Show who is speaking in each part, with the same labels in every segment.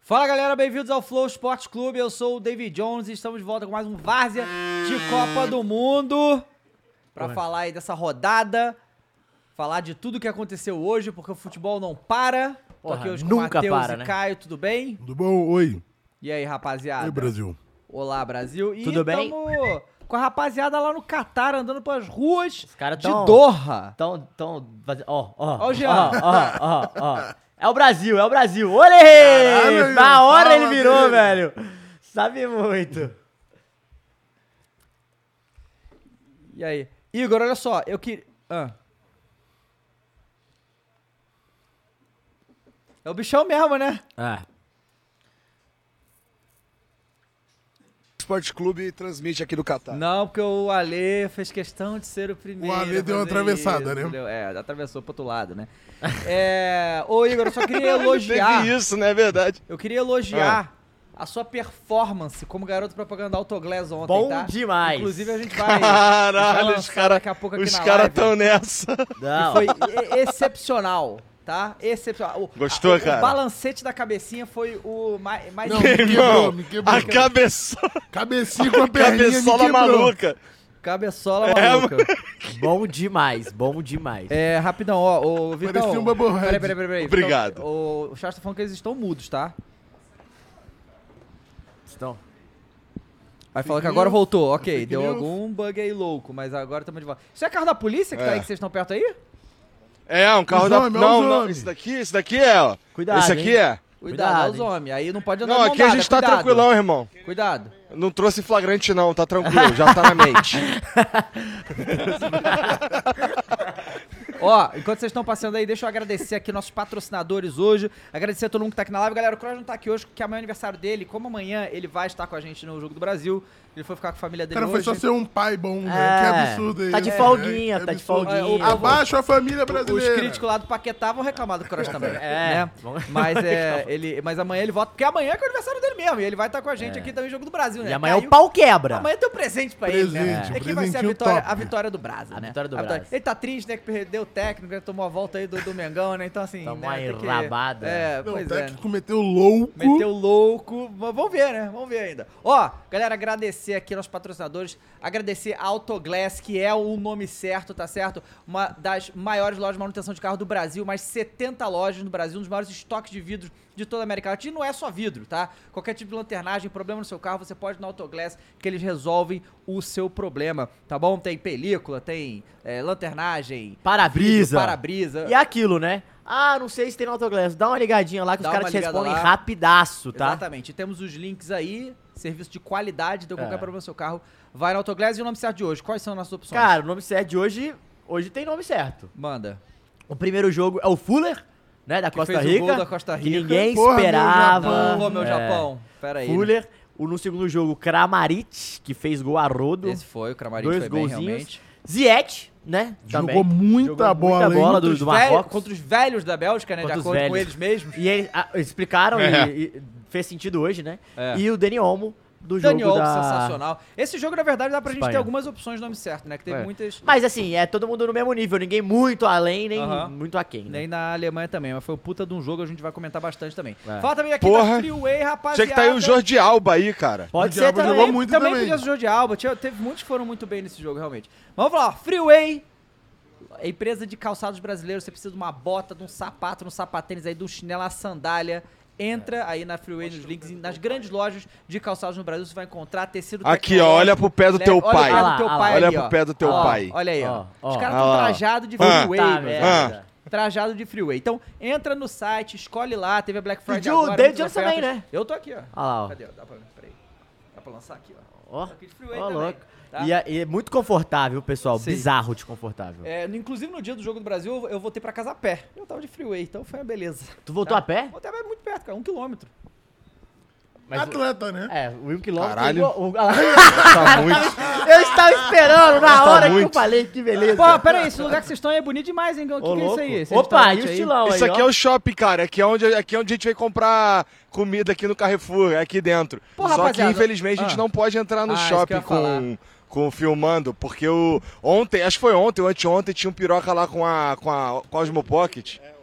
Speaker 1: Fala galera, bem-vindos ao Flow Esporte Clube. Eu sou o David Jones e estamos de volta com mais um Várzea de Copa do Mundo. Pra falar aí dessa rodada, falar de tudo que aconteceu hoje, porque o futebol não para. Tô
Speaker 2: Porra,
Speaker 1: aqui hoje
Speaker 2: nunca
Speaker 1: com o Matheus
Speaker 2: para,
Speaker 1: e
Speaker 2: né?
Speaker 1: Caio, tudo bem?
Speaker 3: Tudo bom? Oi.
Speaker 1: E aí, rapaziada?
Speaker 3: Oi, Brasil.
Speaker 1: Olá, Brasil. E
Speaker 2: Tudo bem?
Speaker 1: tamo com a rapaziada lá no Catar andando pelas ruas
Speaker 2: caras
Speaker 1: de
Speaker 2: tão-
Speaker 1: Doha.
Speaker 2: Tão, tão, faze- ó, ó,
Speaker 1: Ó o Jean.
Speaker 2: ó, ó, ó, ó. É o Brasil, é o Brasil. Olê!
Speaker 3: Caralho,
Speaker 2: Na
Speaker 3: meu,
Speaker 2: hora
Speaker 3: fala
Speaker 2: ele virou,
Speaker 3: dele.
Speaker 2: velho.
Speaker 1: Tá
Speaker 2: Sabe muito.
Speaker 1: E aí? Igor, olha só, eu que. Ah. É o bichão mesmo, né?
Speaker 3: É. O Esporte Clube transmite aqui do Catar.
Speaker 1: Não, porque o Ale fez questão de ser o primeiro.
Speaker 3: O Ale
Speaker 1: a
Speaker 3: deu uma
Speaker 1: fazer
Speaker 3: atravessada,
Speaker 1: isso,
Speaker 3: né?
Speaker 1: entendeu? É, atravessou pro outro lado, né? é... Ô, Igor, eu só queria elogiar.
Speaker 4: isso, né? É verdade. Ah.
Speaker 1: Eu queria elogiar a sua performance como garoto propaganda Autoglass ontem,
Speaker 2: Bom
Speaker 1: tá?
Speaker 2: demais.
Speaker 1: Inclusive, a gente vai. a gente vai
Speaker 4: Caralho, os
Speaker 1: lançar
Speaker 4: caras
Speaker 1: Daqui a pouco aqui
Speaker 4: os
Speaker 1: na
Speaker 4: cara
Speaker 1: live.
Speaker 4: tão nessa.
Speaker 2: Não.
Speaker 1: Foi e- excepcional. Tá? Excepcional. O-
Speaker 4: Gostou,
Speaker 1: a- o,
Speaker 4: cara?
Speaker 1: O balancete da cabecinha foi o mais. mais
Speaker 3: Não, me quebrou, me quebrou.
Speaker 4: A cabeça,
Speaker 3: Cabecinha com a perninha me
Speaker 4: cabeçola
Speaker 3: quebrou.
Speaker 4: maluca. É,
Speaker 1: Cabeçola
Speaker 3: É,
Speaker 1: maluca.
Speaker 2: Bom demais, bom demais.
Speaker 1: É, rapidão, ó, o Vitão.
Speaker 3: Parecia um Bubblehead.
Speaker 1: Peraí, peraí, peraí. peraí.
Speaker 4: Obrigado.
Speaker 1: Vitão, o o Charles tá falando que eles estão mudos, tá?
Speaker 2: Estão.
Speaker 1: Aí falou que
Speaker 3: news.
Speaker 1: agora voltou. Ok,
Speaker 3: Fake
Speaker 1: deu
Speaker 3: news.
Speaker 1: algum bug aí louco, mas agora estamos de volta. Isso é carro da polícia que tá
Speaker 4: É.
Speaker 1: aí, que vocês estão perto aí?
Speaker 4: É, um carro
Speaker 3: Os
Speaker 4: da...
Speaker 3: homens,
Speaker 4: não,
Speaker 3: os
Speaker 4: não,
Speaker 3: homens.
Speaker 4: esse daqui, esse daqui é, ó.
Speaker 2: Cuidado,
Speaker 4: Esse aqui
Speaker 2: hein?
Speaker 4: é.
Speaker 1: Cuidado, é os
Speaker 2: hein?
Speaker 1: homens. Aí não pode andar
Speaker 4: Não,
Speaker 1: de mão
Speaker 4: aqui a
Speaker 1: dada,
Speaker 4: gente tá
Speaker 1: cuidado.
Speaker 4: tranquilão, irmão.
Speaker 1: Cuidado.
Speaker 4: Não trouxe flagrante não, tá tranquilo, já tá na mente.
Speaker 1: Ó, enquanto vocês estão passando aí, deixa eu agradecer aqui nossos patrocinadores hoje. Agradecer a todo mundo que tá aqui na live. Galera, o Cross não tá aqui hoje porque amanhã é aniversário dele. Como amanhã ele vai estar com a gente no Jogo do Brasil, ele foi ficar com a família
Speaker 3: O
Speaker 1: dele
Speaker 3: cara
Speaker 1: hoje.
Speaker 3: foi só ser um pai bom, velho.
Speaker 2: É,
Speaker 3: Que absurdo aí.
Speaker 2: tá de
Speaker 3: né?
Speaker 2: folguinha,
Speaker 3: É
Speaker 2: tá de
Speaker 3: absurdo.
Speaker 2: folguinha.
Speaker 3: Abaixo a família
Speaker 1: Os
Speaker 3: brasileira.
Speaker 1: críticos lá do Paquetá vão reclamar do Cross também.
Speaker 2: É.
Speaker 1: né? Mas, é, ele, mas amanhã ele volta, porque amanhã é que é o aniversário dele mesmo. E ele vai estar com a gente aqui também no Jogo do Brasil, né?
Speaker 2: É. E amanhã é
Speaker 1: Caiu-
Speaker 2: o pau quebra.
Speaker 1: Amanhã tem um presente pra ele, né?
Speaker 3: Presente,
Speaker 1: É
Speaker 3: um
Speaker 1: que vai ser a
Speaker 3: presentinho
Speaker 1: vitória,
Speaker 3: top.
Speaker 1: a vitória do Brasa,
Speaker 2: A
Speaker 1: né?
Speaker 2: vitória do Brasa.
Speaker 1: Ele tá triste, né? Que perdeu o técnico, né, tomou a volta aí do, do Mengão, né? Então, assim.
Speaker 2: Tomou
Speaker 1: né,
Speaker 2: uma
Speaker 1: tem que-
Speaker 2: enrabada.
Speaker 1: É,
Speaker 3: Não,
Speaker 1: pois
Speaker 3: o
Speaker 1: é.
Speaker 3: técnico meteu louco.
Speaker 1: Meteu louco. Mas Vamos ver, né? Vamos ver ainda. Ó, galera, agradecer aqui aos patrocinadores. Agradecer a Autoglass, que é o nome certo, tá certo? Uma das maiores lojas de manutenção de carro do Brasil. Mais 70 lojas no Brasil. Um dos maiores estoques de vidros de toda a América Latina. E não é só vidro, tá? Qualquer tipo de lanternagem, problema no seu carro, você pode ir na Autoglass, que eles resolvem o seu problema, tá bom? Tem película, tem eh, lanternagem,
Speaker 2: Para-brisa.
Speaker 1: para-brisa.
Speaker 2: E é aquilo, né? Ah, não sei se tem no Autoglass. Dá uma ligadinha lá que
Speaker 1: Dá
Speaker 2: os
Speaker 1: uma
Speaker 2: caras te
Speaker 1: ligada
Speaker 2: respondem
Speaker 1: lá.
Speaker 2: rapidaço, tá?
Speaker 1: Exatamente. Temos os links aí, serviço de qualidade, deu qualquer
Speaker 2: É.
Speaker 1: problema no seu carro. Vai na Autoglass e o nome certo de hoje. Quais são as nossas opções?
Speaker 2: Cara, o nome certo de hoje, hoje tem nome certo.
Speaker 1: Manda.
Speaker 2: O primeiro jogo é o Fuller, né, da Costa
Speaker 1: fez o
Speaker 2: Rica.
Speaker 1: gol da Costa
Speaker 2: que
Speaker 1: Rica.
Speaker 2: ninguém
Speaker 3: Porra, meu
Speaker 2: esperava.
Speaker 1: Pô, meu
Speaker 2: É.
Speaker 1: Japão. Pera aí. né?
Speaker 2: Fuller. O, no segundo jogo, Kramaric, que fez gol a rodo.
Speaker 1: Esse foi, o Kramaric
Speaker 2: Dois
Speaker 1: foi bem,
Speaker 2: golzinhos.
Speaker 1: realmente.
Speaker 2: Ziet, né?
Speaker 3: Jogou
Speaker 2: também.
Speaker 3: muita
Speaker 4: Tá
Speaker 2: Jogou
Speaker 3: bola,
Speaker 2: muita
Speaker 3: hein?
Speaker 2: bola do,
Speaker 3: Contra
Speaker 2: do
Speaker 1: Velho-
Speaker 2: Marrocos.
Speaker 1: contra os velhos da Bélgica, né?
Speaker 2: Contra
Speaker 1: de
Speaker 2: os
Speaker 1: acordo com
Speaker 2: velhos.
Speaker 1: eles mesmos.
Speaker 2: E eles ah, explicaram
Speaker 4: É.
Speaker 2: e, e fez sentido hoje, né?
Speaker 1: É.
Speaker 2: E o Dani Olmo do jogo
Speaker 1: Daniel,
Speaker 2: da...
Speaker 1: sensacional. Esse jogo, na verdade, dá pra gente
Speaker 2: Espanha.
Speaker 1: ter algumas opções de nome certo, né? Que teve
Speaker 2: É.
Speaker 1: muitas.
Speaker 2: Mas assim, é todo mundo no mesmo nível. Ninguém muito além, nem
Speaker 1: Aham.
Speaker 2: muito aquém, né?
Speaker 1: Nem na Alemanha também, mas foi um puta de um jogo, a gente vai comentar bastante também.
Speaker 2: É.
Speaker 1: Fala também aqui tá da
Speaker 4: Porra.
Speaker 1: Freeway, rapaziada.
Speaker 4: Tinha que tá aí o Jordi Alba aí, cara.
Speaker 2: Pode
Speaker 3: O
Speaker 2: ser
Speaker 3: Thiago
Speaker 2: também.
Speaker 3: jogou muito
Speaker 1: também
Speaker 3: também.
Speaker 1: podia ser o jogo de Alba. Tinha- teve muitos que foram muito bem nesse jogo, realmente. Mas Vamos lá, Freeway. A empresa de calçados brasileiros, você precisa de uma bota, de um sapato, de um sapatênis aí, de um chinelo, uma sandália. Entra aí na Freeway, nos links, nas grandes lojas de calçados no Brasil, você vai encontrar tecido
Speaker 4: Aqui, ó,
Speaker 1: tecnológico.
Speaker 4: olha pro pé do
Speaker 1: Leva-
Speaker 4: teu
Speaker 1: olha o
Speaker 4: pai.
Speaker 1: pé do
Speaker 2: Olha
Speaker 1: teu
Speaker 2: lá,
Speaker 1: pai
Speaker 4: olha
Speaker 1: ali,
Speaker 4: pro
Speaker 1: ó.
Speaker 4: pé do teu
Speaker 1: Ó,
Speaker 4: pai.
Speaker 1: Olha aí, ó.
Speaker 2: Ó,
Speaker 1: Os
Speaker 2: ó.
Speaker 1: caras
Speaker 4: Olha
Speaker 1: estão
Speaker 4: lá.
Speaker 1: trajados de
Speaker 4: Ah.
Speaker 1: Freeway,
Speaker 2: Tá,
Speaker 1: velho.
Speaker 2: merda.
Speaker 1: Trajado de Freeway. Então, entra no site, escolhe lá, teve a Black Friday
Speaker 2: Pediu o
Speaker 1: agora.
Speaker 2: David
Speaker 1: muitas
Speaker 2: Johnson também,
Speaker 1: ofertas.
Speaker 2: né?
Speaker 1: Eu tô aqui, ó.
Speaker 2: Olha lá, ó.
Speaker 1: Cadê? Dá pra, peraí. Dá pra pra lançar aqui, ó.
Speaker 2: Ó,
Speaker 1: Aqui de freeway
Speaker 2: ó,
Speaker 1: também,
Speaker 2: louco.
Speaker 1: tá?
Speaker 2: E, é, e é muito confortável, pessoal.
Speaker 1: Sim.
Speaker 2: Bizarro desconfortável.
Speaker 1: É, no- inclusive no dia do Jogo do Brasil, eu- eu voltei pra casa a pé. Eu tava de freeway, então foi uma beleza. Tá?
Speaker 2: Tu voltou a pé?
Speaker 1: Voltei a pé muito perto, cara, um quilômetro.
Speaker 2: Mas-
Speaker 3: Atleta, né?
Speaker 2: É, o Will quilômetro.
Speaker 4: Caralho.
Speaker 2: O- o- ah,
Speaker 4: Tá muito.
Speaker 2: Eu estava esperando na
Speaker 4: Tá
Speaker 2: hora que eu
Speaker 4: muito.
Speaker 2: falei, que beleza.
Speaker 1: Pô, pera aí, esse lugar que vocês estão aí é bonito demais, hein? O que,
Speaker 2: Ô,
Speaker 1: que é isso
Speaker 2: louco.
Speaker 1: aí? Esse
Speaker 2: Opa, e
Speaker 1: restaurante
Speaker 2: o
Speaker 1: aí?
Speaker 2: estilão aí,
Speaker 4: Isso aqui é
Speaker 2: ó.
Speaker 4: o shopping, cara. Aqui é, onde, aqui é onde a gente vai comprar comida aqui no Carrefour, é aqui dentro.
Speaker 1: Pô,
Speaker 4: Só que,
Speaker 1: rapaziada,
Speaker 4: infelizmente, a
Speaker 1: ah.
Speaker 4: gente não pode entrar no
Speaker 1: Ah, isso que eu
Speaker 4: shopping
Speaker 1: ia falar.
Speaker 4: com, com o filmando, porque o, ontem, acho que foi ontem ou anteontem, tinha um piroca lá com a, com a Cosmo Pocket.
Speaker 1: É,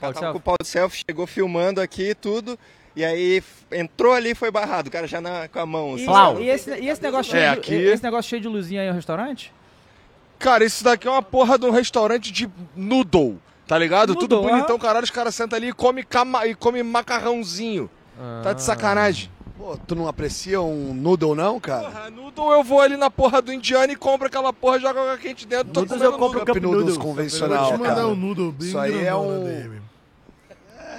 Speaker 1: Pau
Speaker 5: cara tava
Speaker 1: de selfie?
Speaker 5: com o pau de selfie, chegou filmando aqui e tudo. E aí f- entrou ali e foi barrado. O cara já na- com a mão.
Speaker 1: E,
Speaker 5: assim.
Speaker 2: Flau.
Speaker 1: e esse, e esse negócio
Speaker 4: É,
Speaker 1: cheio de,
Speaker 4: aqui-
Speaker 1: esse negócio cheio de luzinha aí é um restaurante?
Speaker 4: Cara, isso daqui é uma porra de um restaurante de noodle, tá ligado? Tudo
Speaker 1: Noodle,
Speaker 4: bonitão,
Speaker 1: ah.
Speaker 4: caralho, os caras sentam ali e come, cama- e come macarrãozinho. Tá de
Speaker 1: Ah.
Speaker 4: sacanagem.
Speaker 6: Pô, tu não aprecia um noodle, não, cara?
Speaker 4: Porra, noodle eu vou ali na porra do indiano e compro aquela porra, joga água quente dentro, tô
Speaker 1: é
Speaker 2: Noodles eu
Speaker 4: comendo
Speaker 2: compro
Speaker 4: noodle.
Speaker 2: Cup
Speaker 6: Cup noodles
Speaker 2: noodles.
Speaker 3: Vou
Speaker 6: convencional,
Speaker 3: te mandar
Speaker 6: cara.
Speaker 3: um noodle bem
Speaker 6: Isso aí é
Speaker 3: grandona,
Speaker 6: um-
Speaker 3: DM.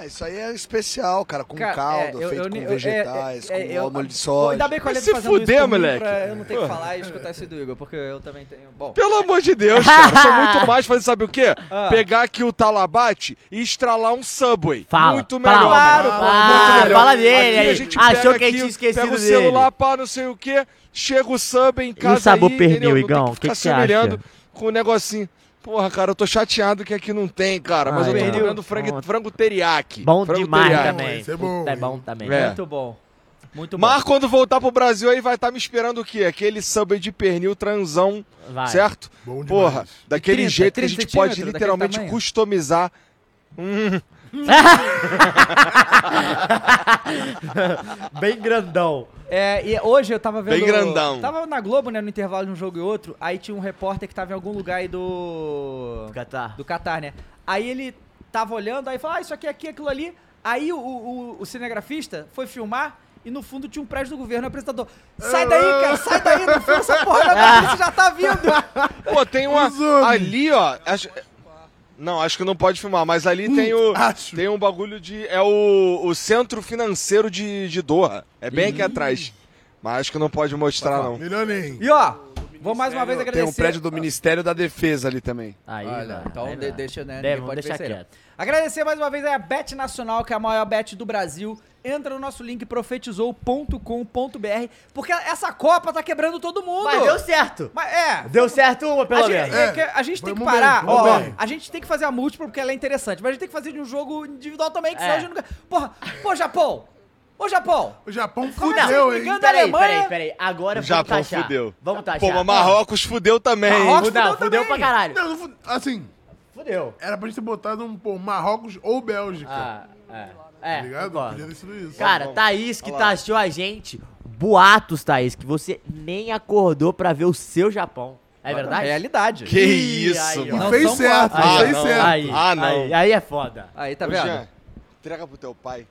Speaker 6: É, isso aí é especial, cara. Com
Speaker 1: Cara,
Speaker 6: caldo,
Speaker 1: é, eu-
Speaker 6: feito
Speaker 1: eu-
Speaker 6: com
Speaker 1: eu- é,
Speaker 6: vegetais,
Speaker 1: é, é,
Speaker 6: com
Speaker 1: eu-
Speaker 6: óleo de
Speaker 1: Pô,
Speaker 6: soja.
Speaker 1: Ainda bem que eu
Speaker 4: Vai
Speaker 1: tá
Speaker 4: se
Speaker 1: fazendo
Speaker 4: fuder,
Speaker 1: isso comigo
Speaker 4: moleque.
Speaker 1: pra eu não ter que falar e escutar esse do Igor, porque eu também tenho... Bom,
Speaker 4: Pelo amor de Deus, cara, eu sou muito mais fazer, sabe o quê? Pegar aqui o talabate e estralar um Subway.
Speaker 2: Fala,
Speaker 4: muito
Speaker 2: fala.
Speaker 4: melhor.
Speaker 2: Claro,
Speaker 4: mano.
Speaker 2: fala.
Speaker 4: Muito melhor.
Speaker 2: Fala dele
Speaker 4: Aqui
Speaker 2: aí.
Speaker 4: a gente
Speaker 2: Achou
Speaker 4: pega
Speaker 2: que a gente
Speaker 4: aqui,
Speaker 2: tinha esquecido
Speaker 4: Pega o
Speaker 2: dele.
Speaker 4: celular, pá, não sei o quê, chega o Subway em casa
Speaker 2: sabor
Speaker 4: aí,
Speaker 2: pernil,
Speaker 4: entendeu? Não tem
Speaker 2: Igão? O que
Speaker 4: ficar
Speaker 2: que
Speaker 4: se
Speaker 2: você acha?
Speaker 4: humilhando Com o negocinho. Porra, cara, eu tô chateado que aqui não tem, cara.
Speaker 2: Ah,
Speaker 4: Mas eu tô
Speaker 2: é.
Speaker 4: comendo frango,
Speaker 2: Bom.
Speaker 4: frango teriyaki.
Speaker 2: Bom
Speaker 4: frango
Speaker 2: demais
Speaker 4: teriyaki.
Speaker 2: também.
Speaker 3: Isso é bom,
Speaker 2: Puta, é
Speaker 3: hein?
Speaker 2: bom também.
Speaker 4: É.
Speaker 1: muito bom. Muito bom.
Speaker 4: Mas quando voltar pro Brasil aí vai estar me esperando o quê? Aquele Subway de pernil transão
Speaker 2: Vai.
Speaker 4: certo?
Speaker 3: Bom demais.
Speaker 4: Porra, daquele
Speaker 1: 30,
Speaker 4: jeito que a
Speaker 1: 30
Speaker 4: gente pode
Speaker 1: centímetros,
Speaker 4: literalmente
Speaker 1: daquele tamanho.
Speaker 4: customizar. Hum.
Speaker 2: Bem grandão.
Speaker 1: É, e hoje eu tava vendo.
Speaker 4: Bem grandão.
Speaker 1: Tava na Globo, né? No intervalo de um jogo e outro. Aí tinha um repórter que tava em algum lugar aí do.
Speaker 2: Catar.
Speaker 1: Do Catar, né? Aí ele tava olhando, aí falou: Ah, isso aqui, aqui, aquilo ali. Aí o, o, o cinegrafista foi filmar. E no fundo tinha um prédio do governo, o apresentador. Sai daí, cara, sai daí, não filma essa porra, não, a polícia já tá vindo.
Speaker 4: Pô, tem uma
Speaker 3: Os homens.
Speaker 4: ali, ó, acho- Não, acho que não pode filmar, mas ali tem o
Speaker 3: acho.
Speaker 4: tem um bagulho de é o, o centro financeiro de, de Doha. É bem aqui atrás. Mas acho que não pode mostrar não.
Speaker 3: Melhor nem.
Speaker 1: E ó, vou mais uma vez agradecer.
Speaker 5: Tem um prédio do Ministério da Defesa ali também.
Speaker 2: Aí,
Speaker 1: Olha,
Speaker 2: vai,
Speaker 1: então
Speaker 2: aí
Speaker 1: de-
Speaker 2: vai.
Speaker 1: deixa, né?
Speaker 2: Deve,
Speaker 1: ninguém
Speaker 2: vamos
Speaker 1: pode
Speaker 2: deixar
Speaker 1: vencer, não.
Speaker 2: quieto.
Speaker 1: Agradecer mais uma vez aí a Bet Nacional, que é a maior bet do Brasil. Entra no nosso link profetizou.com.br, porque essa Copa tá quebrando todo mundo.
Speaker 2: Mas deu certo.
Speaker 1: Mas é.
Speaker 2: Deu certo uma,
Speaker 1: A
Speaker 2: pelo
Speaker 1: gente,
Speaker 2: menos.
Speaker 1: é que a gente
Speaker 3: Foi um
Speaker 1: tem que
Speaker 3: muito bem,
Speaker 1: parar,
Speaker 3: foi
Speaker 1: ó, ó,
Speaker 3: bem.
Speaker 1: a gente tem que fazer a múltipla porque ela é interessante, mas a gente tem que fazer de um jogo individual também, que senão
Speaker 2: É.
Speaker 1: a gente não... ganha. Porra, pô, Japão! Ô, Japão!
Speaker 3: O Japão
Speaker 1: Como é que
Speaker 3: fudeu,
Speaker 1: você
Speaker 3: hein?
Speaker 1: engana?
Speaker 2: Peraí,
Speaker 1: Alemanha-
Speaker 2: peraí, peraí. Agora
Speaker 4: O
Speaker 2: vamos
Speaker 4: Japão
Speaker 2: taxar.
Speaker 4: fudeu.
Speaker 2: Vamos taxar.
Speaker 4: Pô, mas Marrocos fudeu também. hein?
Speaker 1: Marrocos
Speaker 2: Fudeu,
Speaker 1: fudeu
Speaker 2: fudeu
Speaker 1: também.
Speaker 2: pra caralho.
Speaker 3: Não, não fu- assim,
Speaker 2: Fudeu.
Speaker 3: era pra gente ter botado um, pô, Marrocos ou Bélgica.
Speaker 2: Ah, é.
Speaker 3: tá
Speaker 2: É,
Speaker 3: ligado?
Speaker 2: concordo.
Speaker 3: Podia ter sido isso.
Speaker 1: Tá
Speaker 2: Cara, tá Thaís que taxou a gente. Boatos, Thaís, que você nem acordou pra ver o seu Japão. É verdade?
Speaker 1: Realidade.
Speaker 4: Que
Speaker 2: Ih,
Speaker 4: isso,
Speaker 2: aí, ó.
Speaker 3: E
Speaker 4: mano.
Speaker 1: Não
Speaker 3: fez
Speaker 1: são
Speaker 3: certo,
Speaker 4: boatos.
Speaker 3: fez
Speaker 4: Ah, não.
Speaker 3: certo.
Speaker 2: Aí,
Speaker 4: Ah, não.
Speaker 2: Aí, aí é foda.
Speaker 1: Aí, tá
Speaker 4: Ô,
Speaker 1: vendo?
Speaker 4: Jean, entrega pro teu pai.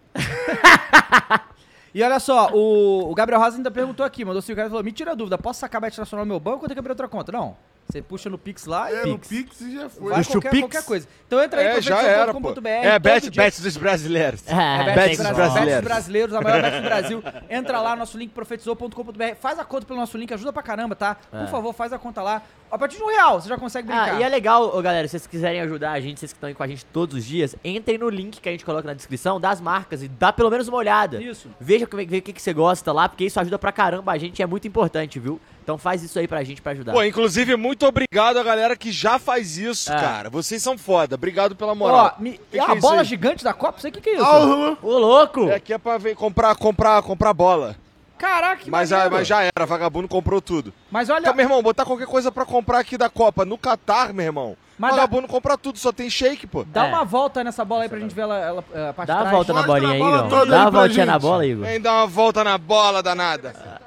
Speaker 1: E olha só, o, o Gabriel Rosa ainda perguntou aqui, mandou cinco reais e falou: Me tira a dúvida, posso sacar a Bet Nacional no meu banco ou tem que abrir outra conta? Não. Você puxa no Pix lá e
Speaker 3: É, no
Speaker 1: Pix.
Speaker 3: Pix e já foi.
Speaker 1: Vai
Speaker 2: Puxa o
Speaker 1: qualquer,
Speaker 2: Pix.
Speaker 1: qualquer coisa. Então entra aí
Speaker 4: É, já era, pô.
Speaker 1: profetizou.com.br,
Speaker 4: É,
Speaker 1: todo
Speaker 4: bet,
Speaker 1: dia-
Speaker 4: bet dos brasileiros.
Speaker 2: É,
Speaker 1: É,
Speaker 2: tem
Speaker 1: bet
Speaker 2: que
Speaker 4: dos
Speaker 1: Bra-
Speaker 2: zoar.
Speaker 4: brasileiros.
Speaker 1: Bet brasileiros, a maior bet do Brasil. Entra lá, nosso link profetizou.com.br. Faz a conta pelo nosso link, ajuda pra caramba, tá? Por favor, faz a conta lá. A partir de um real, você já consegue brincar.
Speaker 2: É. Ah, e é legal, ô, galera, se vocês quiserem ajudar a gente, vocês que estão aí com a gente todos os dias, entrem no link que a gente coloca na descrição das marcas e dá pelo menos uma olhada.
Speaker 1: Isso.
Speaker 2: Veja como é- vê o que, que você gosta lá, porque isso ajuda pra caramba a gente e é muito importante, viu? Então faz isso aí pra gente pra
Speaker 1: Tá.
Speaker 2: ajudar.
Speaker 4: Pô, inclusive, muito obrigado a galera que já faz isso,
Speaker 2: É.
Speaker 4: cara. Vocês são foda. Obrigado pela moral.
Speaker 1: Ó, me,
Speaker 4: Que que
Speaker 1: é
Speaker 4: é
Speaker 1: a
Speaker 4: isso
Speaker 1: bola
Speaker 4: aí?
Speaker 1: gigante da Copa? Não sei o que, que é isso.
Speaker 3: Alô,
Speaker 2: Ô, louco!
Speaker 4: É aqui é pra ver, comprar, comprar, comprar bola.
Speaker 1: Caraca, que
Speaker 4: Mas, ah,
Speaker 1: maneiro.
Speaker 4: mas já era, vagabundo comprou tudo.
Speaker 1: Mas olha,
Speaker 4: Então, meu irmão, botar qualquer coisa pra comprar aqui da Copa no Catar, meu irmão.
Speaker 1: Mas
Speaker 4: vagabundo compra tudo, só tem shake, pô.
Speaker 1: dá
Speaker 2: É.
Speaker 1: uma volta nessa bola aí pra gente ver ela, ela, eh, a parte
Speaker 2: Dá
Speaker 1: de
Speaker 2: a
Speaker 1: trás.
Speaker 2: volta na
Speaker 3: Mostra
Speaker 2: bolinha aí,
Speaker 3: a bola
Speaker 2: Igor.
Speaker 3: toda
Speaker 2: Dá
Speaker 3: aí
Speaker 2: a
Speaker 3: pra
Speaker 2: voltinha na
Speaker 3: gente.
Speaker 2: bola, Igor.
Speaker 4: Vem dar uma volta na bola, danada.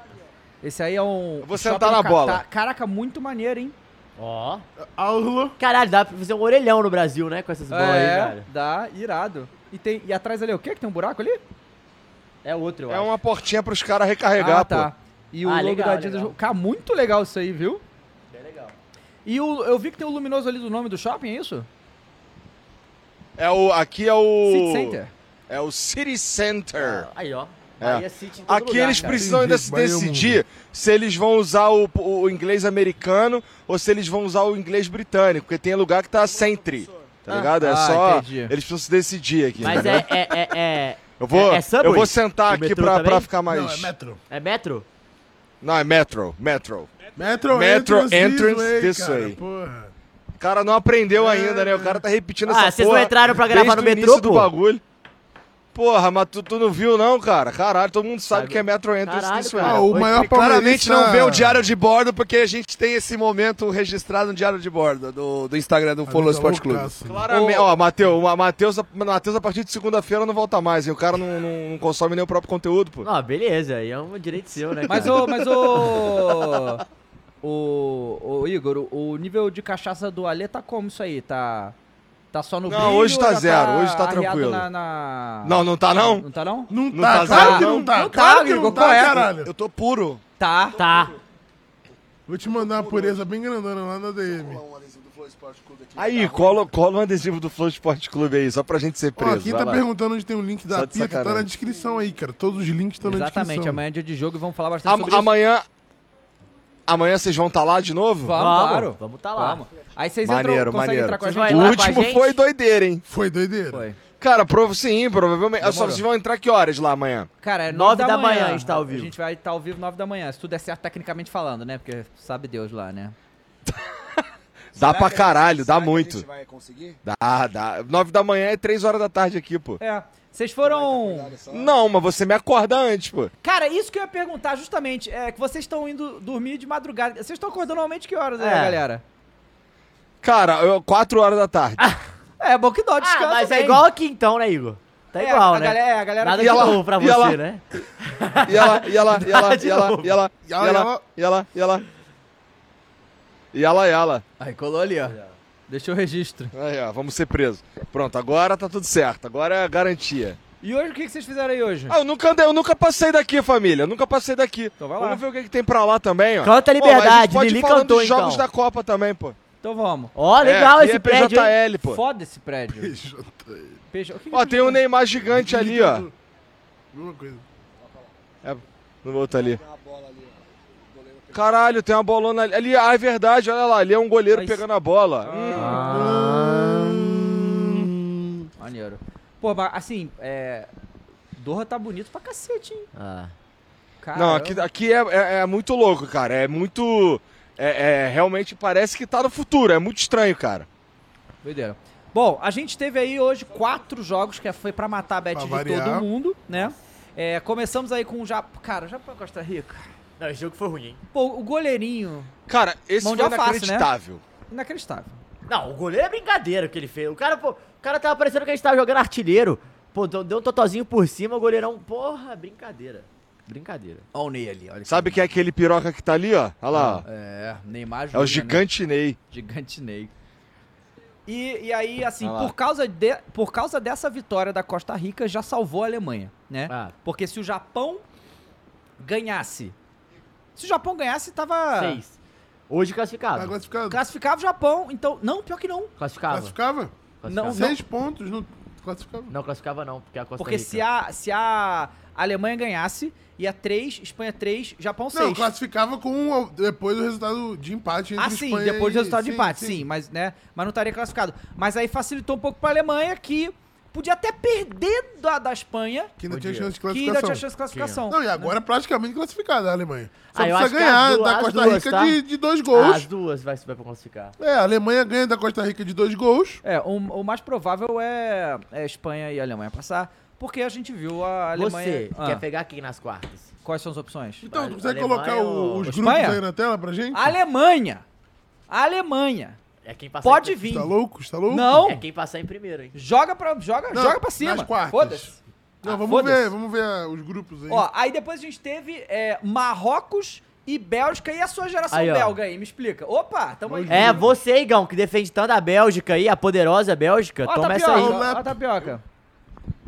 Speaker 1: Esse aí é um.
Speaker 4: Eu vou
Speaker 1: shopping
Speaker 2: tá
Speaker 4: sentar na
Speaker 1: do Catar.
Speaker 4: bola.
Speaker 1: Caraca, muito maneiro, hein?
Speaker 2: Ó.
Speaker 3: alô.
Speaker 2: Caralho, dá pra fazer um orelhão no Brasil, né? Com essas bolas aí,
Speaker 1: é,
Speaker 2: cara.
Speaker 1: dá, irado. E, tem, e atrás ali é o quê? Que tem um buraco ali?
Speaker 2: É outro, eu
Speaker 4: É
Speaker 2: acho.
Speaker 4: uma portinha pros caras recarregar, pô.
Speaker 1: tá. E o
Speaker 2: Ah,
Speaker 1: logo
Speaker 2: legal,
Speaker 1: da Adidas.
Speaker 2: legal.
Speaker 1: Cara, muito legal isso aí, viu? Bem legal. E o, eu vi que tem o luminoso ali do nome do shopping, é isso?
Speaker 4: É o, aqui é o...
Speaker 1: City Center.
Speaker 4: É o City Center.
Speaker 2: Ah, Aí, ó.
Speaker 4: É,
Speaker 2: Aí é City em todo
Speaker 4: Aqui
Speaker 2: lugar,
Speaker 4: eles
Speaker 2: cara.
Speaker 4: precisam ainda se decidir se eles vão usar o, o inglês americano ou se eles vão usar o inglês britânico, porque tem lugar que tá sem tri. Tá
Speaker 2: Ah.
Speaker 4: ligado? É
Speaker 2: Ah,
Speaker 4: só.
Speaker 2: entendi.
Speaker 4: Eles precisam se decidir aqui.
Speaker 2: Mas
Speaker 4: entendeu?
Speaker 2: é, é, é, é-
Speaker 4: Eu vou,
Speaker 2: é- é subway?
Speaker 4: eu vou sentar
Speaker 2: O
Speaker 4: aqui
Speaker 2: metrô
Speaker 4: pra,
Speaker 2: também?
Speaker 4: pra ficar mais.
Speaker 3: metro.
Speaker 2: É metro?
Speaker 4: Não, é Metro. Metro.
Speaker 3: Metro,
Speaker 4: Metro
Speaker 3: entrance,
Speaker 4: entrance
Speaker 3: this way,
Speaker 4: this
Speaker 3: cara,
Speaker 4: way.
Speaker 3: porra. É,
Speaker 4: O cara não aprendeu ainda, né? O cara tá repetindo
Speaker 2: Ah,
Speaker 4: essa
Speaker 2: vocês
Speaker 4: porra
Speaker 2: não entraram pra
Speaker 4: desde
Speaker 2: gravar no
Speaker 4: o
Speaker 2: metrô,
Speaker 4: início do
Speaker 2: pô?
Speaker 4: bagulho. Porra, mas tu, tu não viu não, cara? Caralho, todo mundo sabe que é Metro Entrance
Speaker 2: Caralho,
Speaker 4: this
Speaker 2: cara.
Speaker 4: way.
Speaker 3: Ah, o
Speaker 2: Oi,
Speaker 3: maior
Speaker 6: Claramente
Speaker 3: palmeirense
Speaker 6: não
Speaker 3: na-
Speaker 6: vê o diário de bordo, porque a gente tem esse momento registrado no diário de bordo do, do Instagram do Follow
Speaker 3: Tá
Speaker 6: Sport Clube.
Speaker 3: loucaço.
Speaker 4: Claramente, ó, Matheus, o Matheus, Matheus, a partir de segunda-feira não volta mais, e o cara não, não- não consome nem o próprio conteúdo, pô.
Speaker 2: Não, beleza, aí é um direito seu, né?
Speaker 1: Mas
Speaker 2: cara?
Speaker 1: o. Mas o. O, o Igor, o- o nível de cachaça do Alê tá como isso aí? Tá. Tá só no
Speaker 4: Não,
Speaker 1: brilho
Speaker 4: hoje
Speaker 1: ou
Speaker 4: tá
Speaker 1: já
Speaker 4: zero, hoje tá
Speaker 1: arriado
Speaker 4: tranquilo.
Speaker 1: Na, na-
Speaker 4: Não, não tá não?
Speaker 1: Não tá não?
Speaker 3: Não,
Speaker 4: Não
Speaker 3: tá,
Speaker 4: tá
Speaker 3: claro
Speaker 4: zero,
Speaker 3: que não
Speaker 1: não?
Speaker 3: tá.
Speaker 1: Não tá,
Speaker 3: claro que
Speaker 1: Igor,
Speaker 3: não
Speaker 1: qual é?
Speaker 3: tá, caralho.
Speaker 6: Eu tô puro.
Speaker 1: Tá.
Speaker 2: Tá.
Speaker 3: Vou te mandar uma pureza bem grandona lá na DM.
Speaker 4: Aí, cola, cola um adesivo do Flow Sport Clube aí, só pra gente ser
Speaker 3: Ó,
Speaker 4: preso.
Speaker 3: aqui
Speaker 4: vai
Speaker 3: tá
Speaker 4: lá.
Speaker 3: perguntando onde tem o link da
Speaker 4: Só de
Speaker 3: pia, que tá na
Speaker 4: sacanagem.
Speaker 3: descrição aí, cara. Todos os links estão na descrição.
Speaker 1: Exatamente, amanhã é dia de jogo e vamos falar bastante
Speaker 4: Am-
Speaker 1: sobre isso.
Speaker 4: amanhã. Amanhã vocês vão estar lá de novo?
Speaker 1: Vamos,
Speaker 2: Vamos,
Speaker 1: claro.
Speaker 2: vamos tá lá.
Speaker 1: Vamos. Aí vocês
Speaker 4: Maneiro,
Speaker 1: entram, conseguem
Speaker 4: maneiro.
Speaker 1: entrar com a
Speaker 2: Vocês
Speaker 1: gente.
Speaker 2: vão
Speaker 4: o
Speaker 2: lá com a
Speaker 4: último
Speaker 2: gente?
Speaker 4: foi doideira, hein?
Speaker 3: Foi doideira.
Speaker 1: Foi.
Speaker 4: Cara, prova sim, provavelmente. Só
Speaker 1: Demorou.
Speaker 4: vocês vão entrar que horas lá amanhã?
Speaker 1: Cara, é 9
Speaker 2: Nove
Speaker 1: da,
Speaker 2: da
Speaker 1: manhã.
Speaker 2: manhã a gente tá ao vivo.
Speaker 1: A gente vai estar ao vivo 9 da manhã, se tudo é certo tecnicamente falando, né? Porque sabe Deus lá, né?
Speaker 4: Dá pra caralho, dá muito.
Speaker 6: vai conseguir?
Speaker 4: Dá, dá. Nove da manhã é três horas da tarde aqui, pô.
Speaker 1: É. Vocês
Speaker 6: é
Speaker 1: foram.
Speaker 4: Não, mas você me acorda antes, pô.
Speaker 1: Cara, isso que eu ia perguntar justamente. É que vocês estão indo dormir de madrugada. Vocês estão acordando normalmente que horas, né,
Speaker 2: É.
Speaker 1: galera?
Speaker 4: Cara, eu, quatro horas da tarde.
Speaker 1: É, bom que dó descansa.
Speaker 2: Ah, mas é
Speaker 1: bem.
Speaker 2: igual aqui então, né, Igor? Tá
Speaker 1: É,
Speaker 2: igual,
Speaker 1: a
Speaker 2: né?
Speaker 1: galera- é, a galera
Speaker 2: Nada
Speaker 4: que-
Speaker 2: de
Speaker 4: E ela-
Speaker 2: novo pra
Speaker 4: e
Speaker 2: você,
Speaker 4: ela-
Speaker 2: né?
Speaker 4: E ela, e ela, e ela, e ela, e
Speaker 3: novo.
Speaker 4: ela, e ela, e ela, e ela. E ela, e ela.
Speaker 1: Aí, colou ali, ó. Deixa eu registro.
Speaker 4: Aí, ó, vamos ser presos. Pronto, agora tá tudo certo. Agora é a garantia.
Speaker 1: E hoje, o que que vocês fizeram aí hoje?
Speaker 4: Ah, eu nunca andei, eu nunca passei daqui, família. Eu nunca passei daqui.
Speaker 1: Então vai lá.
Speaker 4: Vamos ver o que, que tem pra lá também, ó.
Speaker 2: Canta
Speaker 4: Pô, mas a gente
Speaker 2: Liberdade,
Speaker 4: pode ir
Speaker 2: Lili
Speaker 4: falando
Speaker 2: cantou
Speaker 4: dos jogos
Speaker 2: então.
Speaker 4: da Copa também, pô.
Speaker 1: Então vamos.
Speaker 2: Ó,
Speaker 4: É,
Speaker 2: legal
Speaker 4: aqui
Speaker 2: esse
Speaker 4: é
Speaker 2: prédio, hein?
Speaker 4: PJL, pô.
Speaker 1: Foda esse prédio. Peixe. O que que
Speaker 4: Ó, tem o
Speaker 1: um
Speaker 4: Neymar gigante ali, ó.
Speaker 3: Mesma coisa.
Speaker 4: É, no outro ali. Caralho, tem uma bolona ali. Ali, ah, é verdade, olha lá. Ali é um goleiro
Speaker 1: Mas-
Speaker 4: pegando a bola. Hum.
Speaker 1: Ah. Maneiro. Pô, mas assim, é. Doha tá bonito pra cacete, hein?
Speaker 2: Ah.
Speaker 1: Caramba.
Speaker 4: Não, aqui, aqui é, é- é muito louco, cara. É muito... É, é- realmente parece que tá no futuro. É muito estranho, cara.
Speaker 1: Doideira. Bom, a gente teve aí hoje quatro jogos que foi pra matar a bet
Speaker 3: Pra
Speaker 1: de
Speaker 3: variar.
Speaker 1: todo mundo, né? É, começamos aí com o Japão. Cara, Japão e Costa Rica.
Speaker 2: Não, esse jogo foi ruim, hein?
Speaker 1: Pô, o goleirinho.
Speaker 4: Cara, esse
Speaker 1: Mão de
Speaker 4: foi
Speaker 1: alface, né?
Speaker 4: inacreditável.
Speaker 1: Inacreditável.
Speaker 2: Não, o goleiro é brincadeira o que ele fez. O cara, pô, o cara tava parecendo que a gente tava jogando artilheiro. Pô, deu deu um totozinho por cima, o goleirão. Porra, brincadeira. Brincadeira.
Speaker 1: Olha o Ney ali, olha.
Speaker 4: Sabe quem é aquele piroca que tá ali, ó? Olha lá, ó.
Speaker 1: É, Neymar
Speaker 4: É o
Speaker 1: joga,
Speaker 4: gigante Ney.
Speaker 1: Né? Gigante Ney. E, e aí, assim,
Speaker 4: Olha lá.
Speaker 1: por causa, de, por causa dessa vitória da Costa Rica, já salvou a Alemanha, né?
Speaker 2: Ah,
Speaker 1: Porque se o Japão ganhasse. Se o Japão ganhasse, tava.
Speaker 2: seis. Hoje classificava.
Speaker 3: Tá classificado.
Speaker 1: Classificava o Japão, então. Não, pior que não.
Speaker 2: Classificava.
Speaker 3: Classificava?
Speaker 1: Não,
Speaker 2: Classificava.
Speaker 3: Seis pontos no... Classificava.
Speaker 2: Não, classificava não, porque a Costa
Speaker 1: Porque
Speaker 2: Rica.
Speaker 1: se a, se a Alemanha ganhasse, ia 3, Espanha 3, Japão 6.
Speaker 3: Não, classificava com o- depois do resultado de empate entre
Speaker 1: Ah, sim,
Speaker 3: Espanha
Speaker 1: depois do
Speaker 3: e-
Speaker 1: resultado de empate, sim, mas, né, mas não estaria classificado. Mas aí facilitou um pouco pra Alemanha, que podia até perder da, da Espanha,
Speaker 3: Que não tinha
Speaker 2: Podia.
Speaker 3: chance de
Speaker 1: que ainda tinha
Speaker 3: classificação.
Speaker 1: chance de classificação. Né?
Speaker 3: Não, e agora praticamente classificada a Alemanha. Só
Speaker 2: Ah, eu
Speaker 3: precisa
Speaker 2: acho que as
Speaker 3: ganhar
Speaker 2: duas-
Speaker 3: da
Speaker 2: as
Speaker 3: Costa
Speaker 2: duas,
Speaker 3: Rica
Speaker 2: tá?
Speaker 3: de, de dois
Speaker 2: Ah,
Speaker 3: gols.
Speaker 2: As duas vai, vai pra classificar.
Speaker 3: É, a Alemanha ganha da Costa Rica de dois gols.
Speaker 1: É, o, o mais provável é, é a Espanha e a Alemanha passar, porque a gente viu a Alemanha...
Speaker 2: Você
Speaker 1: Ah,
Speaker 2: quer pegar quem nas quartas?
Speaker 1: Quais são as opções?
Speaker 3: Então,
Speaker 2: Ale-
Speaker 3: tu consegue
Speaker 2: Alemanha
Speaker 3: colocar o-
Speaker 2: ou-
Speaker 3: os
Speaker 1: Espanha?
Speaker 3: grupos aí na tela pra gente?
Speaker 1: Alemanha! Alemanha!
Speaker 2: É quem passar
Speaker 1: Pode
Speaker 2: em...
Speaker 1: vir!
Speaker 3: Tá louco? Tá louco?
Speaker 1: Não!
Speaker 2: É quem passar em primeiro, hein?
Speaker 1: Joga pra, joga,
Speaker 3: Não,
Speaker 1: joga pra
Speaker 3: nas
Speaker 1: cima!
Speaker 3: quartas.
Speaker 1: Foda-se!
Speaker 3: Não,
Speaker 1: Ah,
Speaker 3: vamos
Speaker 1: foda-se.
Speaker 3: ver, vamos ver ah, os grupos aí.
Speaker 1: Ó, aí depois a gente teve é, Marrocos e Bélgica e a sua geração
Speaker 2: Aí, ó.
Speaker 1: belga aí, me explica. Opa, tamo aí.
Speaker 2: É, você, Igão, que defende tanto a Bélgica aí, a poderosa Bélgica.
Speaker 1: Ó, a
Speaker 2: toma
Speaker 1: tapioca,
Speaker 2: essa aí.
Speaker 1: ó, tá a tapioca.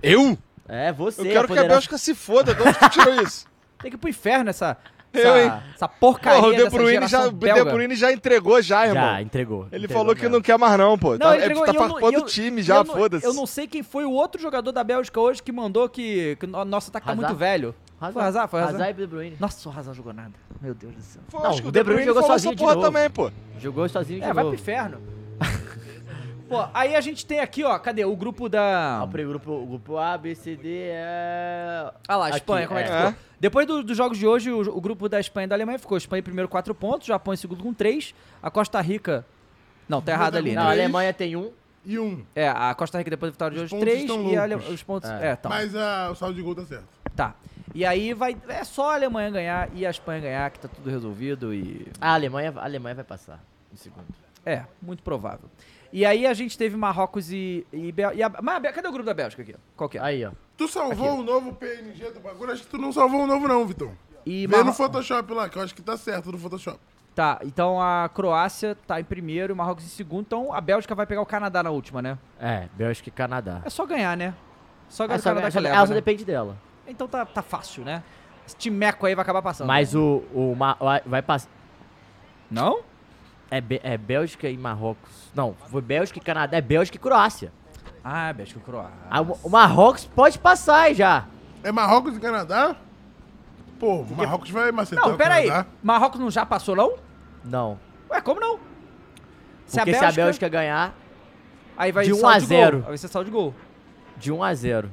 Speaker 4: Eu?
Speaker 2: É, você,
Speaker 4: Eu quero que a
Speaker 2: poderosa.
Speaker 4: Bélgica se foda. De onde tu tirou isso?
Speaker 1: Tem que ir pro inferno essa.
Speaker 4: Eu, hein?
Speaker 1: essa, essa porcaria
Speaker 4: Porra, o De
Speaker 1: dessa
Speaker 4: Bruyne, já,
Speaker 1: geração
Speaker 4: o De
Speaker 1: belga.
Speaker 4: Bruyne já entregou já, irmão.
Speaker 2: Já, entregou.
Speaker 4: Ele
Speaker 2: entregou
Speaker 4: falou que
Speaker 2: mesmo.
Speaker 4: não quer mais não, pô.
Speaker 1: Não,
Speaker 4: tá,
Speaker 1: ele
Speaker 4: ele
Speaker 1: entregou,
Speaker 4: tá
Speaker 1: e eu não-
Speaker 4: participando
Speaker 1: e eu-
Speaker 4: do time
Speaker 1: eu
Speaker 4: já,
Speaker 1: não-
Speaker 4: foda-se.
Speaker 1: Eu não sei quem foi o outro jogador da Bélgica hoje que mandou que, que o nosso ataque tá
Speaker 2: Hazard?
Speaker 1: muito velho. Foi Hazard, foi Hazard.
Speaker 2: e De Bruyne.
Speaker 1: Nossa, o Hazard jogou nada. Meu Deus do céu.
Speaker 4: Pô,
Speaker 2: Não,
Speaker 4: acho que
Speaker 2: o
Speaker 4: o
Speaker 2: De
Speaker 4: De
Speaker 2: Bruyne
Speaker 4: Bruyne
Speaker 2: jogou
Speaker 4: falou
Speaker 2: sozinho
Speaker 4: essa
Speaker 2: de
Speaker 4: porra
Speaker 2: novo.
Speaker 4: também, pô.
Speaker 2: Jogou sozinho de
Speaker 1: É, vai pro
Speaker 2: novo.
Speaker 1: inferno. Pô, aí a gente tem aqui, ó, cadê? O grupo da...
Speaker 2: Ah, peraí, o grupo, o grupo A, B, C, D é...
Speaker 1: Ah lá,
Speaker 2: Aqui,
Speaker 1: Espanha, como é que
Speaker 4: é.
Speaker 1: ficou? Depois do- dos jogos de hoje, o, o grupo da Espanha e da Alemanha ficou Espanha em primeiro 4 pontos, Japão em segundo com 3, a Costa Rica... Não, tá errado ali,
Speaker 2: Não,
Speaker 1: né?
Speaker 2: a Alemanha tem um.
Speaker 3: E um.
Speaker 1: É, a Costa Rica depois da vitória
Speaker 3: Os
Speaker 1: de hoje
Speaker 3: pontos
Speaker 1: 3
Speaker 3: estão
Speaker 1: e a Ale-
Speaker 3: loucos.
Speaker 1: os pontos... É,
Speaker 2: É.
Speaker 1: tá.
Speaker 3: Mas ah, o saldo de gol tá certo.
Speaker 1: Tá. E aí vai. É só a Alemanha ganhar e a Espanha ganhar, que tá tudo resolvido e.
Speaker 2: A Alemanha, a Alemanha vai passar em segundo.
Speaker 1: É, muito provável. E aí a gente teve Marrocos e. e, Bel... e a... Mas a Bel- cadê o grupo da Bélgica aqui? Qual que é?
Speaker 2: Aí, ó.
Speaker 3: Tu salvou o novo PNG do bagulho? Acho que tu não salvou o novo, não, Vitão.
Speaker 1: E
Speaker 3: Vê
Speaker 1: Marro-
Speaker 3: no Photoshop lá, que eu acho que tá certo no Photoshop.
Speaker 1: Tá, então a Croácia tá em primeiro, o Marrocos em segundo, então a Bélgica vai pegar o Canadá na última, né?
Speaker 2: É, Bélgica e Canadá.
Speaker 1: É só ganhar, né? Só ganhar
Speaker 2: Ela
Speaker 1: o Canadá que
Speaker 2: É só,
Speaker 1: leva, né?
Speaker 2: depende dela.
Speaker 1: Então tá, tá fácil, né? Esse timeco aí vai acabar passando.
Speaker 2: Mas o, o Ma- vai- vai passar.
Speaker 1: Não?
Speaker 2: É, Bé- é Bélgica e Marrocos. Não, foi Bélgica e Canadá. É Bélgica e Croácia.
Speaker 1: Ah, Bélgica e Croácia.
Speaker 2: Ah, o- o Marrocos pode passar aí já.
Speaker 3: É Marrocos e Canadá? Pô, o Marrocos vai macetar
Speaker 1: Não,
Speaker 3: o
Speaker 1: pera aí.
Speaker 3: Canadá.
Speaker 1: Marrocos não já passou, não?
Speaker 2: Não.
Speaker 1: Ué, como não? Se
Speaker 2: Porque se a Bélgica ganhar,
Speaker 1: Aí vai
Speaker 2: De
Speaker 1: ser
Speaker 2: 1 a
Speaker 1: saldo gol.
Speaker 2: 0.
Speaker 1: Aí vai ser saldo de gol.
Speaker 2: de 1 a 0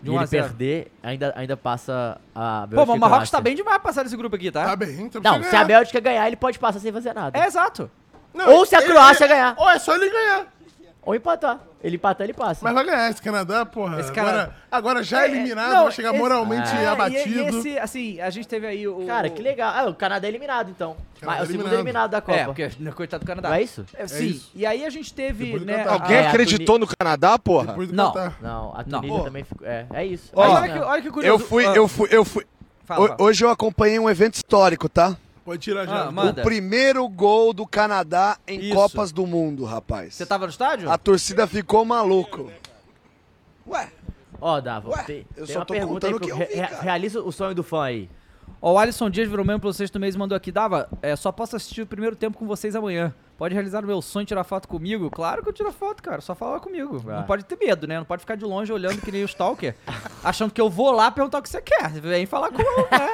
Speaker 1: De 1
Speaker 2: e
Speaker 1: a
Speaker 2: ele
Speaker 1: 0.
Speaker 2: perder, ainda, ainda passa a Bélgica.
Speaker 1: Pô, mas o
Speaker 2: e
Speaker 1: Marrocos tá
Speaker 2: Croácia.
Speaker 1: bem demais passar nesse grupo aqui, tá?
Speaker 3: Tá bem, tá
Speaker 2: Não, se a Bélgica ganhar, ele pode passar sem fazer nada.
Speaker 1: É, exato.
Speaker 2: Ou se a Croácia ganhar.
Speaker 3: Ou é só ele ganhar.
Speaker 2: Ou empatar. Ele empatar, ele passa.
Speaker 3: Mas vai ganhar esse Canadá, porra.
Speaker 1: Esse cara-
Speaker 3: agora, agora já
Speaker 1: É,
Speaker 3: eliminado,
Speaker 1: não,
Speaker 3: vai chegar
Speaker 1: esse-
Speaker 2: Ah,
Speaker 3: moralmente
Speaker 1: É, e-
Speaker 3: abatido.
Speaker 1: E, esse, assim, a gente teve aí o...
Speaker 2: Cara, que legal. Ah, o Canadá é eliminado, então. Mas
Speaker 3: Canadá
Speaker 2: é o segundo
Speaker 3: eliminado.
Speaker 2: eliminado da Copa.
Speaker 1: É, porque, né, coitado do Canadá.
Speaker 2: Não é isso?
Speaker 1: É, sim.
Speaker 3: isso.
Speaker 1: E aí a gente teve,
Speaker 3: Depois do
Speaker 1: né...
Speaker 3: Canadá.
Speaker 4: Alguém
Speaker 2: Ah, é, a
Speaker 4: acreditou no Canadá, porra?
Speaker 3: Depois do
Speaker 1: Não.
Speaker 3: Qatar.
Speaker 2: Não, a
Speaker 1: Não.
Speaker 2: Tunísia
Speaker 1: Pô.
Speaker 2: também ficou. É, é isso.
Speaker 6: Ó,
Speaker 2: É isso
Speaker 1: olha, que,
Speaker 2: mesmo.
Speaker 1: olha que curioso.
Speaker 6: Eu fui,
Speaker 1: Ah,
Speaker 6: eu fui, eu fui.
Speaker 1: Fala,
Speaker 6: Ho-
Speaker 1: fala.
Speaker 6: Hoje eu acompanhei um evento histórico, tá?
Speaker 3: Pode tirar já.
Speaker 1: Ah, manda.
Speaker 6: O primeiro gol do Canadá em
Speaker 1: Isso.
Speaker 6: Copas do Mundo, rapaz.
Speaker 1: Você tava no estádio?
Speaker 6: A torcida ficou maluco. Ué,
Speaker 2: Ó, Dava,
Speaker 6: Ué,
Speaker 2: tem,
Speaker 6: eu
Speaker 2: tem
Speaker 6: só
Speaker 2: uma
Speaker 6: tô
Speaker 2: pergunta aí.
Speaker 6: contando o
Speaker 2: pro-
Speaker 6: que eu
Speaker 2: re-
Speaker 6: vi,
Speaker 2: re-
Speaker 6: cara.
Speaker 2: realiza o sonho do fã aí.
Speaker 1: Ó, o Alisson Dias virou membro pelo sexto mês e mandou aqui. Dava, é, só posso assistir o primeiro tempo com vocês amanhã. Pode realizar o meu sonho de tirar foto comigo? Claro que eu tiro foto, cara. Só falar comigo.
Speaker 2: Ah.
Speaker 1: Não pode ter medo, né? Não pode ficar de longe olhando que nem o Stalker. achando que eu vou lá perguntar o que você quer. Vem falar com né?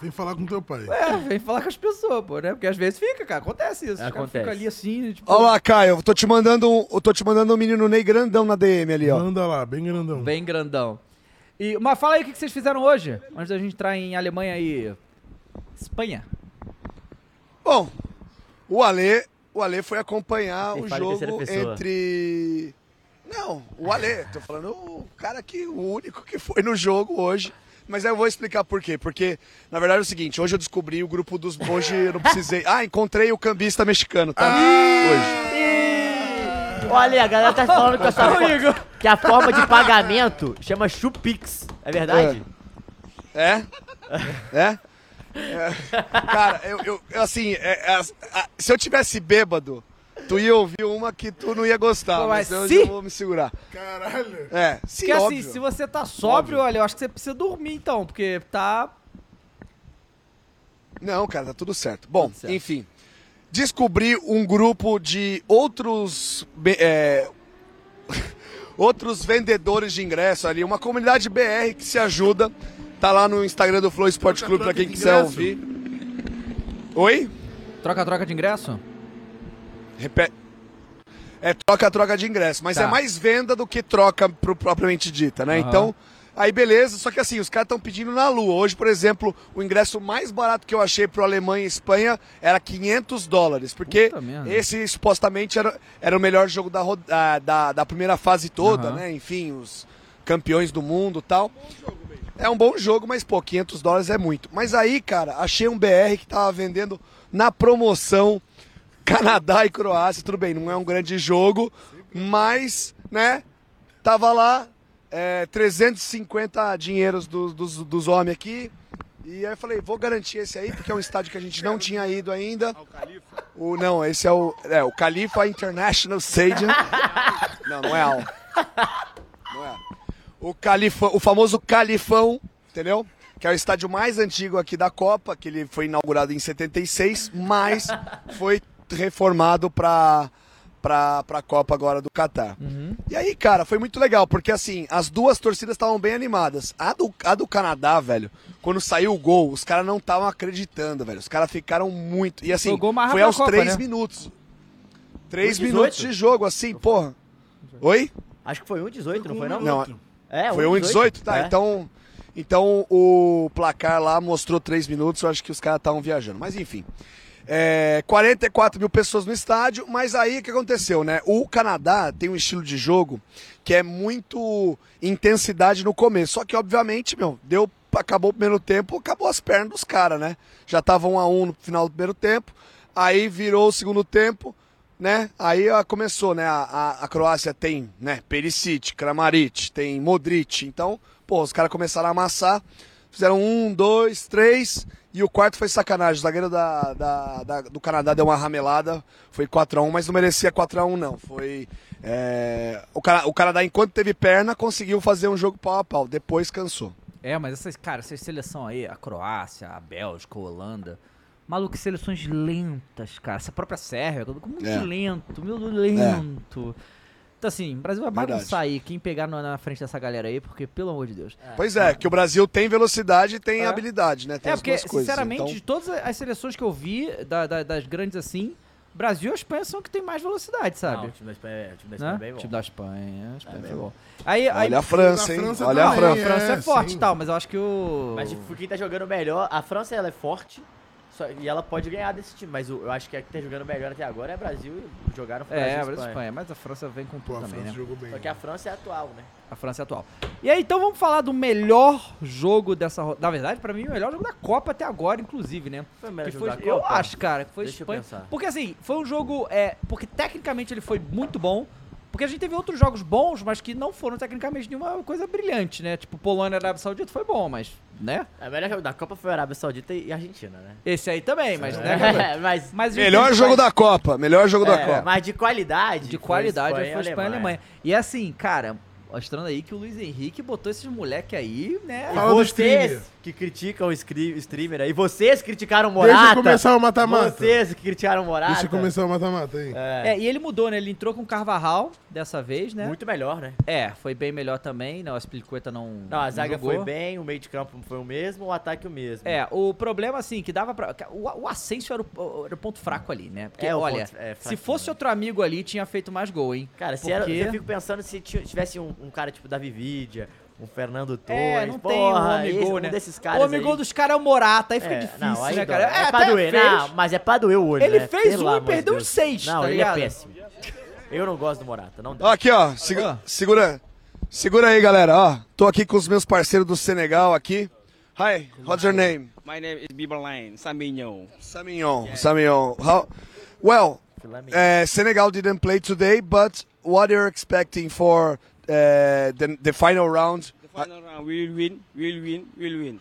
Speaker 3: Vem falar com teu pai.
Speaker 1: É, vem falar com as pessoas, pô, né? Porque às vezes fica, cara. Acontece isso. Os caras
Speaker 2: Acontece.
Speaker 1: ficam ali assim, tipo...
Speaker 6: Olha lá, Caio, eu tô te mandando um, eu tô te mandando um menino Ney grandão na DM ali, ó.
Speaker 3: Manda Tá lá, bem grandão.
Speaker 1: Bem grandão. E, mas fala aí o que que vocês fizeram hoje, antes da gente entrar em Alemanha e Espanha.
Speaker 6: Bom, o Alê, o Alê foi acompanhar
Speaker 2: Ele
Speaker 6: o
Speaker 2: fala em terceira
Speaker 6: jogo
Speaker 2: pessoa.
Speaker 6: entre Não, o Alê, tô falando o cara que o único que foi no jogo hoje. Mas eu vou explicar por quê. Porque, na verdade, é o seguinte, hoje eu descobri o grupo dos. Hoje eu não precisei. Ah, encontrei o cambista mexicano, tá? Hoje.
Speaker 2: Olha, a galera tá falando que a, sua fo- que a forma de pagamento chama Chupix. É verdade?
Speaker 6: É? É? É. Cara, eu, eu- eu, assim, é- é- a- se eu tivesse bêbado, tu ia ouvir uma que tu não ia gostar.
Speaker 1: Pô, mas
Speaker 6: mas hoje
Speaker 1: se-
Speaker 6: eu vou me segurar.
Speaker 3: Caralho.
Speaker 6: É, sim,
Speaker 1: Porque assim,
Speaker 6: óbvio.
Speaker 1: se você tá sóbrio, olha, eu acho que você precisa dormir então, porque tá...
Speaker 6: Não, cara, tá tudo certo. Bom, enfim. Descobri um grupo de outros. be- é, outros vendedores de ingresso ali, uma comunidade BR que se ajuda. Tá lá no Instagram do Flow Esporte Clube pra quem
Speaker 3: de
Speaker 6: quiser
Speaker 3: ingresso.
Speaker 6: ouvir. Oi?
Speaker 1: Troca-troca de ingresso?
Speaker 6: Repete. É troca-troca de ingresso, mas
Speaker 1: Tá.
Speaker 6: é mais venda do que troca pro- propriamente dita, né?
Speaker 1: Aham.
Speaker 6: Então, aí beleza, só que assim, os caras estão pedindo na lua. Hoje, por exemplo, o ingresso mais barato que eu achei pro Alemanha e Espanha era 500 dólares, porque
Speaker 1: Puta merda.
Speaker 6: esse supostamente era, era o melhor jogo da, ro- da, da- da primeira fase toda,
Speaker 1: Aham.
Speaker 6: né? Enfim, os campeões do mundo e tal. É um bom jogo, mas pô, 500 dólares é muito. Mas aí, cara, achei um BR que tava vendendo na promoção Canadá e Croácia. Tudo bem, não é um grande jogo, mas, né, tava lá é, 350 dinheiros dos, dos, dos homens aqui. E aí eu falei, vou garantir esse aí, porque é um estádio que a gente não tinha ido ainda. O, não, esse é o, é o Califa International Stadium. Não, não é Al. Não é. O Califa, o famoso Califão, entendeu? que é o estádio mais antigo aqui da Copa, que ele foi inaugurado em 76, mas foi reformado para para a Copa agora do Catar.
Speaker 2: Uhum.
Speaker 6: E aí, cara, foi muito legal, porque assim, as duas torcidas estavam bem animadas. A do, a do Canadá, velho, quando saiu o gol, os caras não estavam acreditando, velho. Os caras ficaram muito. E assim,
Speaker 1: Foi o gol mais
Speaker 6: foi
Speaker 1: rápido da
Speaker 6: aos
Speaker 1: Copa,
Speaker 6: três
Speaker 1: né?
Speaker 6: minutos. Três
Speaker 2: Foi 18.
Speaker 6: minutos de jogo, assim, porra. Oi?
Speaker 2: Acho que foi 1,18, não foi não?
Speaker 6: Não.
Speaker 2: É,
Speaker 6: Foi 1,18? Tá,
Speaker 2: é.
Speaker 6: então. Então o placar lá mostrou 3 minutos, eu acho que os caras estavam viajando. Mas enfim. É, 44 mil pessoas no estádio, mas aí o que aconteceu, né? O Canadá tem um estilo de jogo que é muito intensidade no começo. Só que, obviamente, meu, deu. Acabou o primeiro tempo, acabou as pernas dos caras, né? Já tava 1 a 1 no final do primeiro tempo. Aí virou o segundo tempo né? Aí ó, começou, né? A, a- a Croácia tem, né? Perisic, Kramaric, tem Modric. Então, pô, os caras começaram a amassar. Fizeram um, dois, três. E o quarto foi sacanagem. O zagueiro da, da- da- do Canadá deu uma ramelada. Foi 4x1, mas não merecia 4x1, não. Foi. é, o, Cana- o Canadá, enquanto teve perna, conseguiu fazer um jogo pau a pau. Depois cansou.
Speaker 1: É, mas essas, cara, essas seleções aí, a Croácia, a Bélgica, a Holanda. Maluco, que seleções lentas, cara. Essa própria Sérvia, tudo muito
Speaker 6: É.
Speaker 1: lento, meu Deus, lento. Então, assim, o Brasil vai
Speaker 6: Verdade.
Speaker 1: bagunçar aí. Quem pegar na- na frente dessa galera aí, porque, pelo amor de Deus.
Speaker 6: Pois é, que o Brasil tem velocidade e tem
Speaker 1: É.
Speaker 6: habilidade, né? Tem
Speaker 1: é,
Speaker 6: as
Speaker 1: porque,
Speaker 6: duas coisas.
Speaker 1: sinceramente,
Speaker 6: Então-
Speaker 1: de todas as seleções que eu vi, da- da- das grandes assim, Brasil e a Espanha são que tem mais velocidade,
Speaker 2: Não,
Speaker 1: sabe?
Speaker 2: o time da Espanha, é- o time da Espanha
Speaker 1: né?
Speaker 2: é bem bom. Tá
Speaker 1: Time da Espanha, a Espanha foi bom. Aí, aí,
Speaker 6: Olha a França, hein?
Speaker 3: França
Speaker 6: assim, Olha a
Speaker 3: também,
Speaker 6: França.
Speaker 1: a França é,
Speaker 3: É,
Speaker 1: forte e
Speaker 3: sim.
Speaker 1: tal, mas eu acho que o...
Speaker 2: Mas tipo, quem tá jogando melhor, a França ela é forte só- e ela pode ganhar desse time, mas o- eu acho que a que tá jogando melhor até agora é Brasil e jogaram França
Speaker 1: É,
Speaker 2: e
Speaker 1: a Brasil e Espanha, mas a França vem com
Speaker 3: Pô,
Speaker 1: tudo
Speaker 3: a
Speaker 1: também,
Speaker 3: França
Speaker 1: né?
Speaker 3: jogou bem.
Speaker 2: Só que a França é atual, né?
Speaker 1: A França é atual. E aí, então vamos falar do melhor jogo dessa rodada. Na verdade, pra mim, o melhor jogo da Copa até agora, inclusive, né?
Speaker 2: Foi o melhor
Speaker 1: Que
Speaker 2: jogo
Speaker 1: foi-
Speaker 2: da
Speaker 1: Eu
Speaker 2: Copa?
Speaker 1: acho, cara, que foi
Speaker 2: Deixa eu
Speaker 1: Espanha.
Speaker 2: pensar.
Speaker 1: Porque assim, foi um jogo. É, porque tecnicamente ele foi muito bom. Porque a gente teve outros jogos bons, mas que não foram tecnicamente nenhuma coisa brilhante, né? Tipo, Polônia e Arábia Saudita foi bom, mas, né?
Speaker 2: É, O melhor jogo da Copa foi a Arábia Saudita e a Argentina, né?
Speaker 1: Esse aí também, mas, né?
Speaker 2: É, mas,
Speaker 1: Mas
Speaker 6: Melhor jogo da Copa, melhor jogo da
Speaker 2: é,
Speaker 6: Copa.
Speaker 2: mas de qualidade.
Speaker 1: De qualidade foi
Speaker 2: a
Speaker 1: Espanha e Alemanha. E assim, cara, mostrando aí que o Luiz Henrique botou esses moleque aí, né?
Speaker 3: Fala do
Speaker 2: Vocês
Speaker 3: streamer.
Speaker 2: que criticam o scri- streamer aí, vocês criticaram o Morata.
Speaker 3: Deixa começar o mata-mata.
Speaker 2: Vocês que criticaram o Morata.
Speaker 3: Deixa começar o mata-mata aí.
Speaker 1: É, e ele mudou, né? Ele entrou com o Carvajal dessa vez, né?
Speaker 2: Muito melhor, né?
Speaker 1: É, foi bem melhor também. Não, a Spilicueta não.
Speaker 2: Não, a zaga
Speaker 1: jogou.
Speaker 2: foi bem, o meio de campo foi o mesmo, o ataque o mesmo.
Speaker 1: É, o problema, assim, que dava pra. O, o Asensio era o, era o ponto fraco ali, né? Porque,
Speaker 2: É, o ponto-
Speaker 1: olha,
Speaker 2: é,
Speaker 1: se
Speaker 2: fraquinho,
Speaker 1: fosse
Speaker 2: né?
Speaker 1: outro amigo ali, tinha feito mais gol, hein?
Speaker 2: Cara, se era, eu fico pensando se ti- tivesse um, um cara tipo da Vividia, um Fernando Torres,
Speaker 1: É, não tem um
Speaker 2: porra, esse-
Speaker 1: homem-gol,
Speaker 2: um
Speaker 1: né?
Speaker 2: desses
Speaker 1: o
Speaker 2: caras
Speaker 1: homem-gol
Speaker 2: aí.
Speaker 1: dos caras é o Morata, aí fica
Speaker 2: É,
Speaker 1: difícil,
Speaker 2: não, aí
Speaker 1: né,
Speaker 2: dói.
Speaker 1: cara?
Speaker 2: É, pra doer, não, mas é pra doer o olho,
Speaker 1: Ele
Speaker 2: né?
Speaker 1: fez
Speaker 2: Pelo
Speaker 1: um e
Speaker 2: amor de
Speaker 1: perdeu
Speaker 2: Deus.
Speaker 1: uns seis,
Speaker 2: Não,
Speaker 1: tá
Speaker 2: ele
Speaker 1: ligado?
Speaker 2: é péssimo. Eu não gosto do Morata, não dá.
Speaker 6: Ó, aqui, ó. Segura, segura. Segura aí, galera. Ó, tô aqui com os meus parceiros do Senegal aqui. Hi, what's your name?
Speaker 7: My name is Biberline Samignon.
Speaker 6: Samignon. Samignon. How? Well, uh, Senegal didn't play today, but what are you expecting for uh, the, the final round?
Speaker 7: The final round, we will win, we will win, we will win.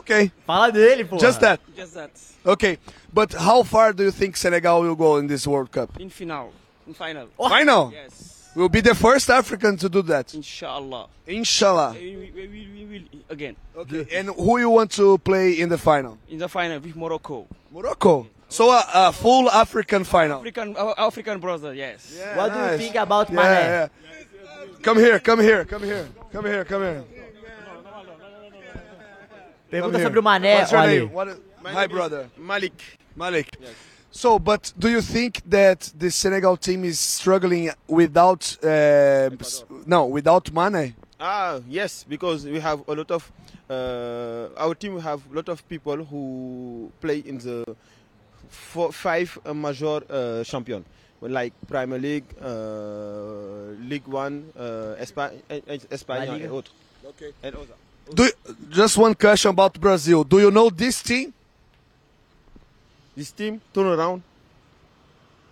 Speaker 6: Okay,
Speaker 2: Ah. Fala dele, pô.
Speaker 6: Ah. just that.
Speaker 7: Just that.
Speaker 6: Okay, but how far do you think Senegal will go in this World Cup?
Speaker 7: In final, in final.
Speaker 2: Oh.
Speaker 6: Final.
Speaker 7: Yes.
Speaker 6: We'll be the first African to do that.
Speaker 7: Inshallah.
Speaker 6: Inshallah.
Speaker 7: We will, we will, we will again.
Speaker 6: Okay. And who you want to play in the final?
Speaker 7: In the final with Morocco.
Speaker 6: Morocco. So a, a full African final.
Speaker 7: African, our African brother, yes. Yeah.
Speaker 2: What do you think about
Speaker 6: yeah,
Speaker 2: Mané?
Speaker 6: yeah. Come here, come here, come here, come here, come here.
Speaker 2: Pergunta
Speaker 6: Come
Speaker 2: sobre
Speaker 6: here.
Speaker 2: o Mané,
Speaker 6: What's your
Speaker 2: olha.
Speaker 6: name?
Speaker 2: aí.
Speaker 6: What is- Hi, brother.
Speaker 7: Malik.
Speaker 6: Malik. So, but do you think that the Senegal team is struggling without, uh, s- no, without Mane?
Speaker 7: Ah, yes, because we have a lot of, uh, our team have a lot of people who play in the four, five uh, major uh, champion, like Premier League, uh, League One, uh, Espa- eh, eh,
Speaker 2: La
Speaker 7: Espagne,
Speaker 2: Liga.
Speaker 7: and other. Okay. And other.
Speaker 6: Do you- just one question about Brazil. Do you know this team?
Speaker 7: This team turn around.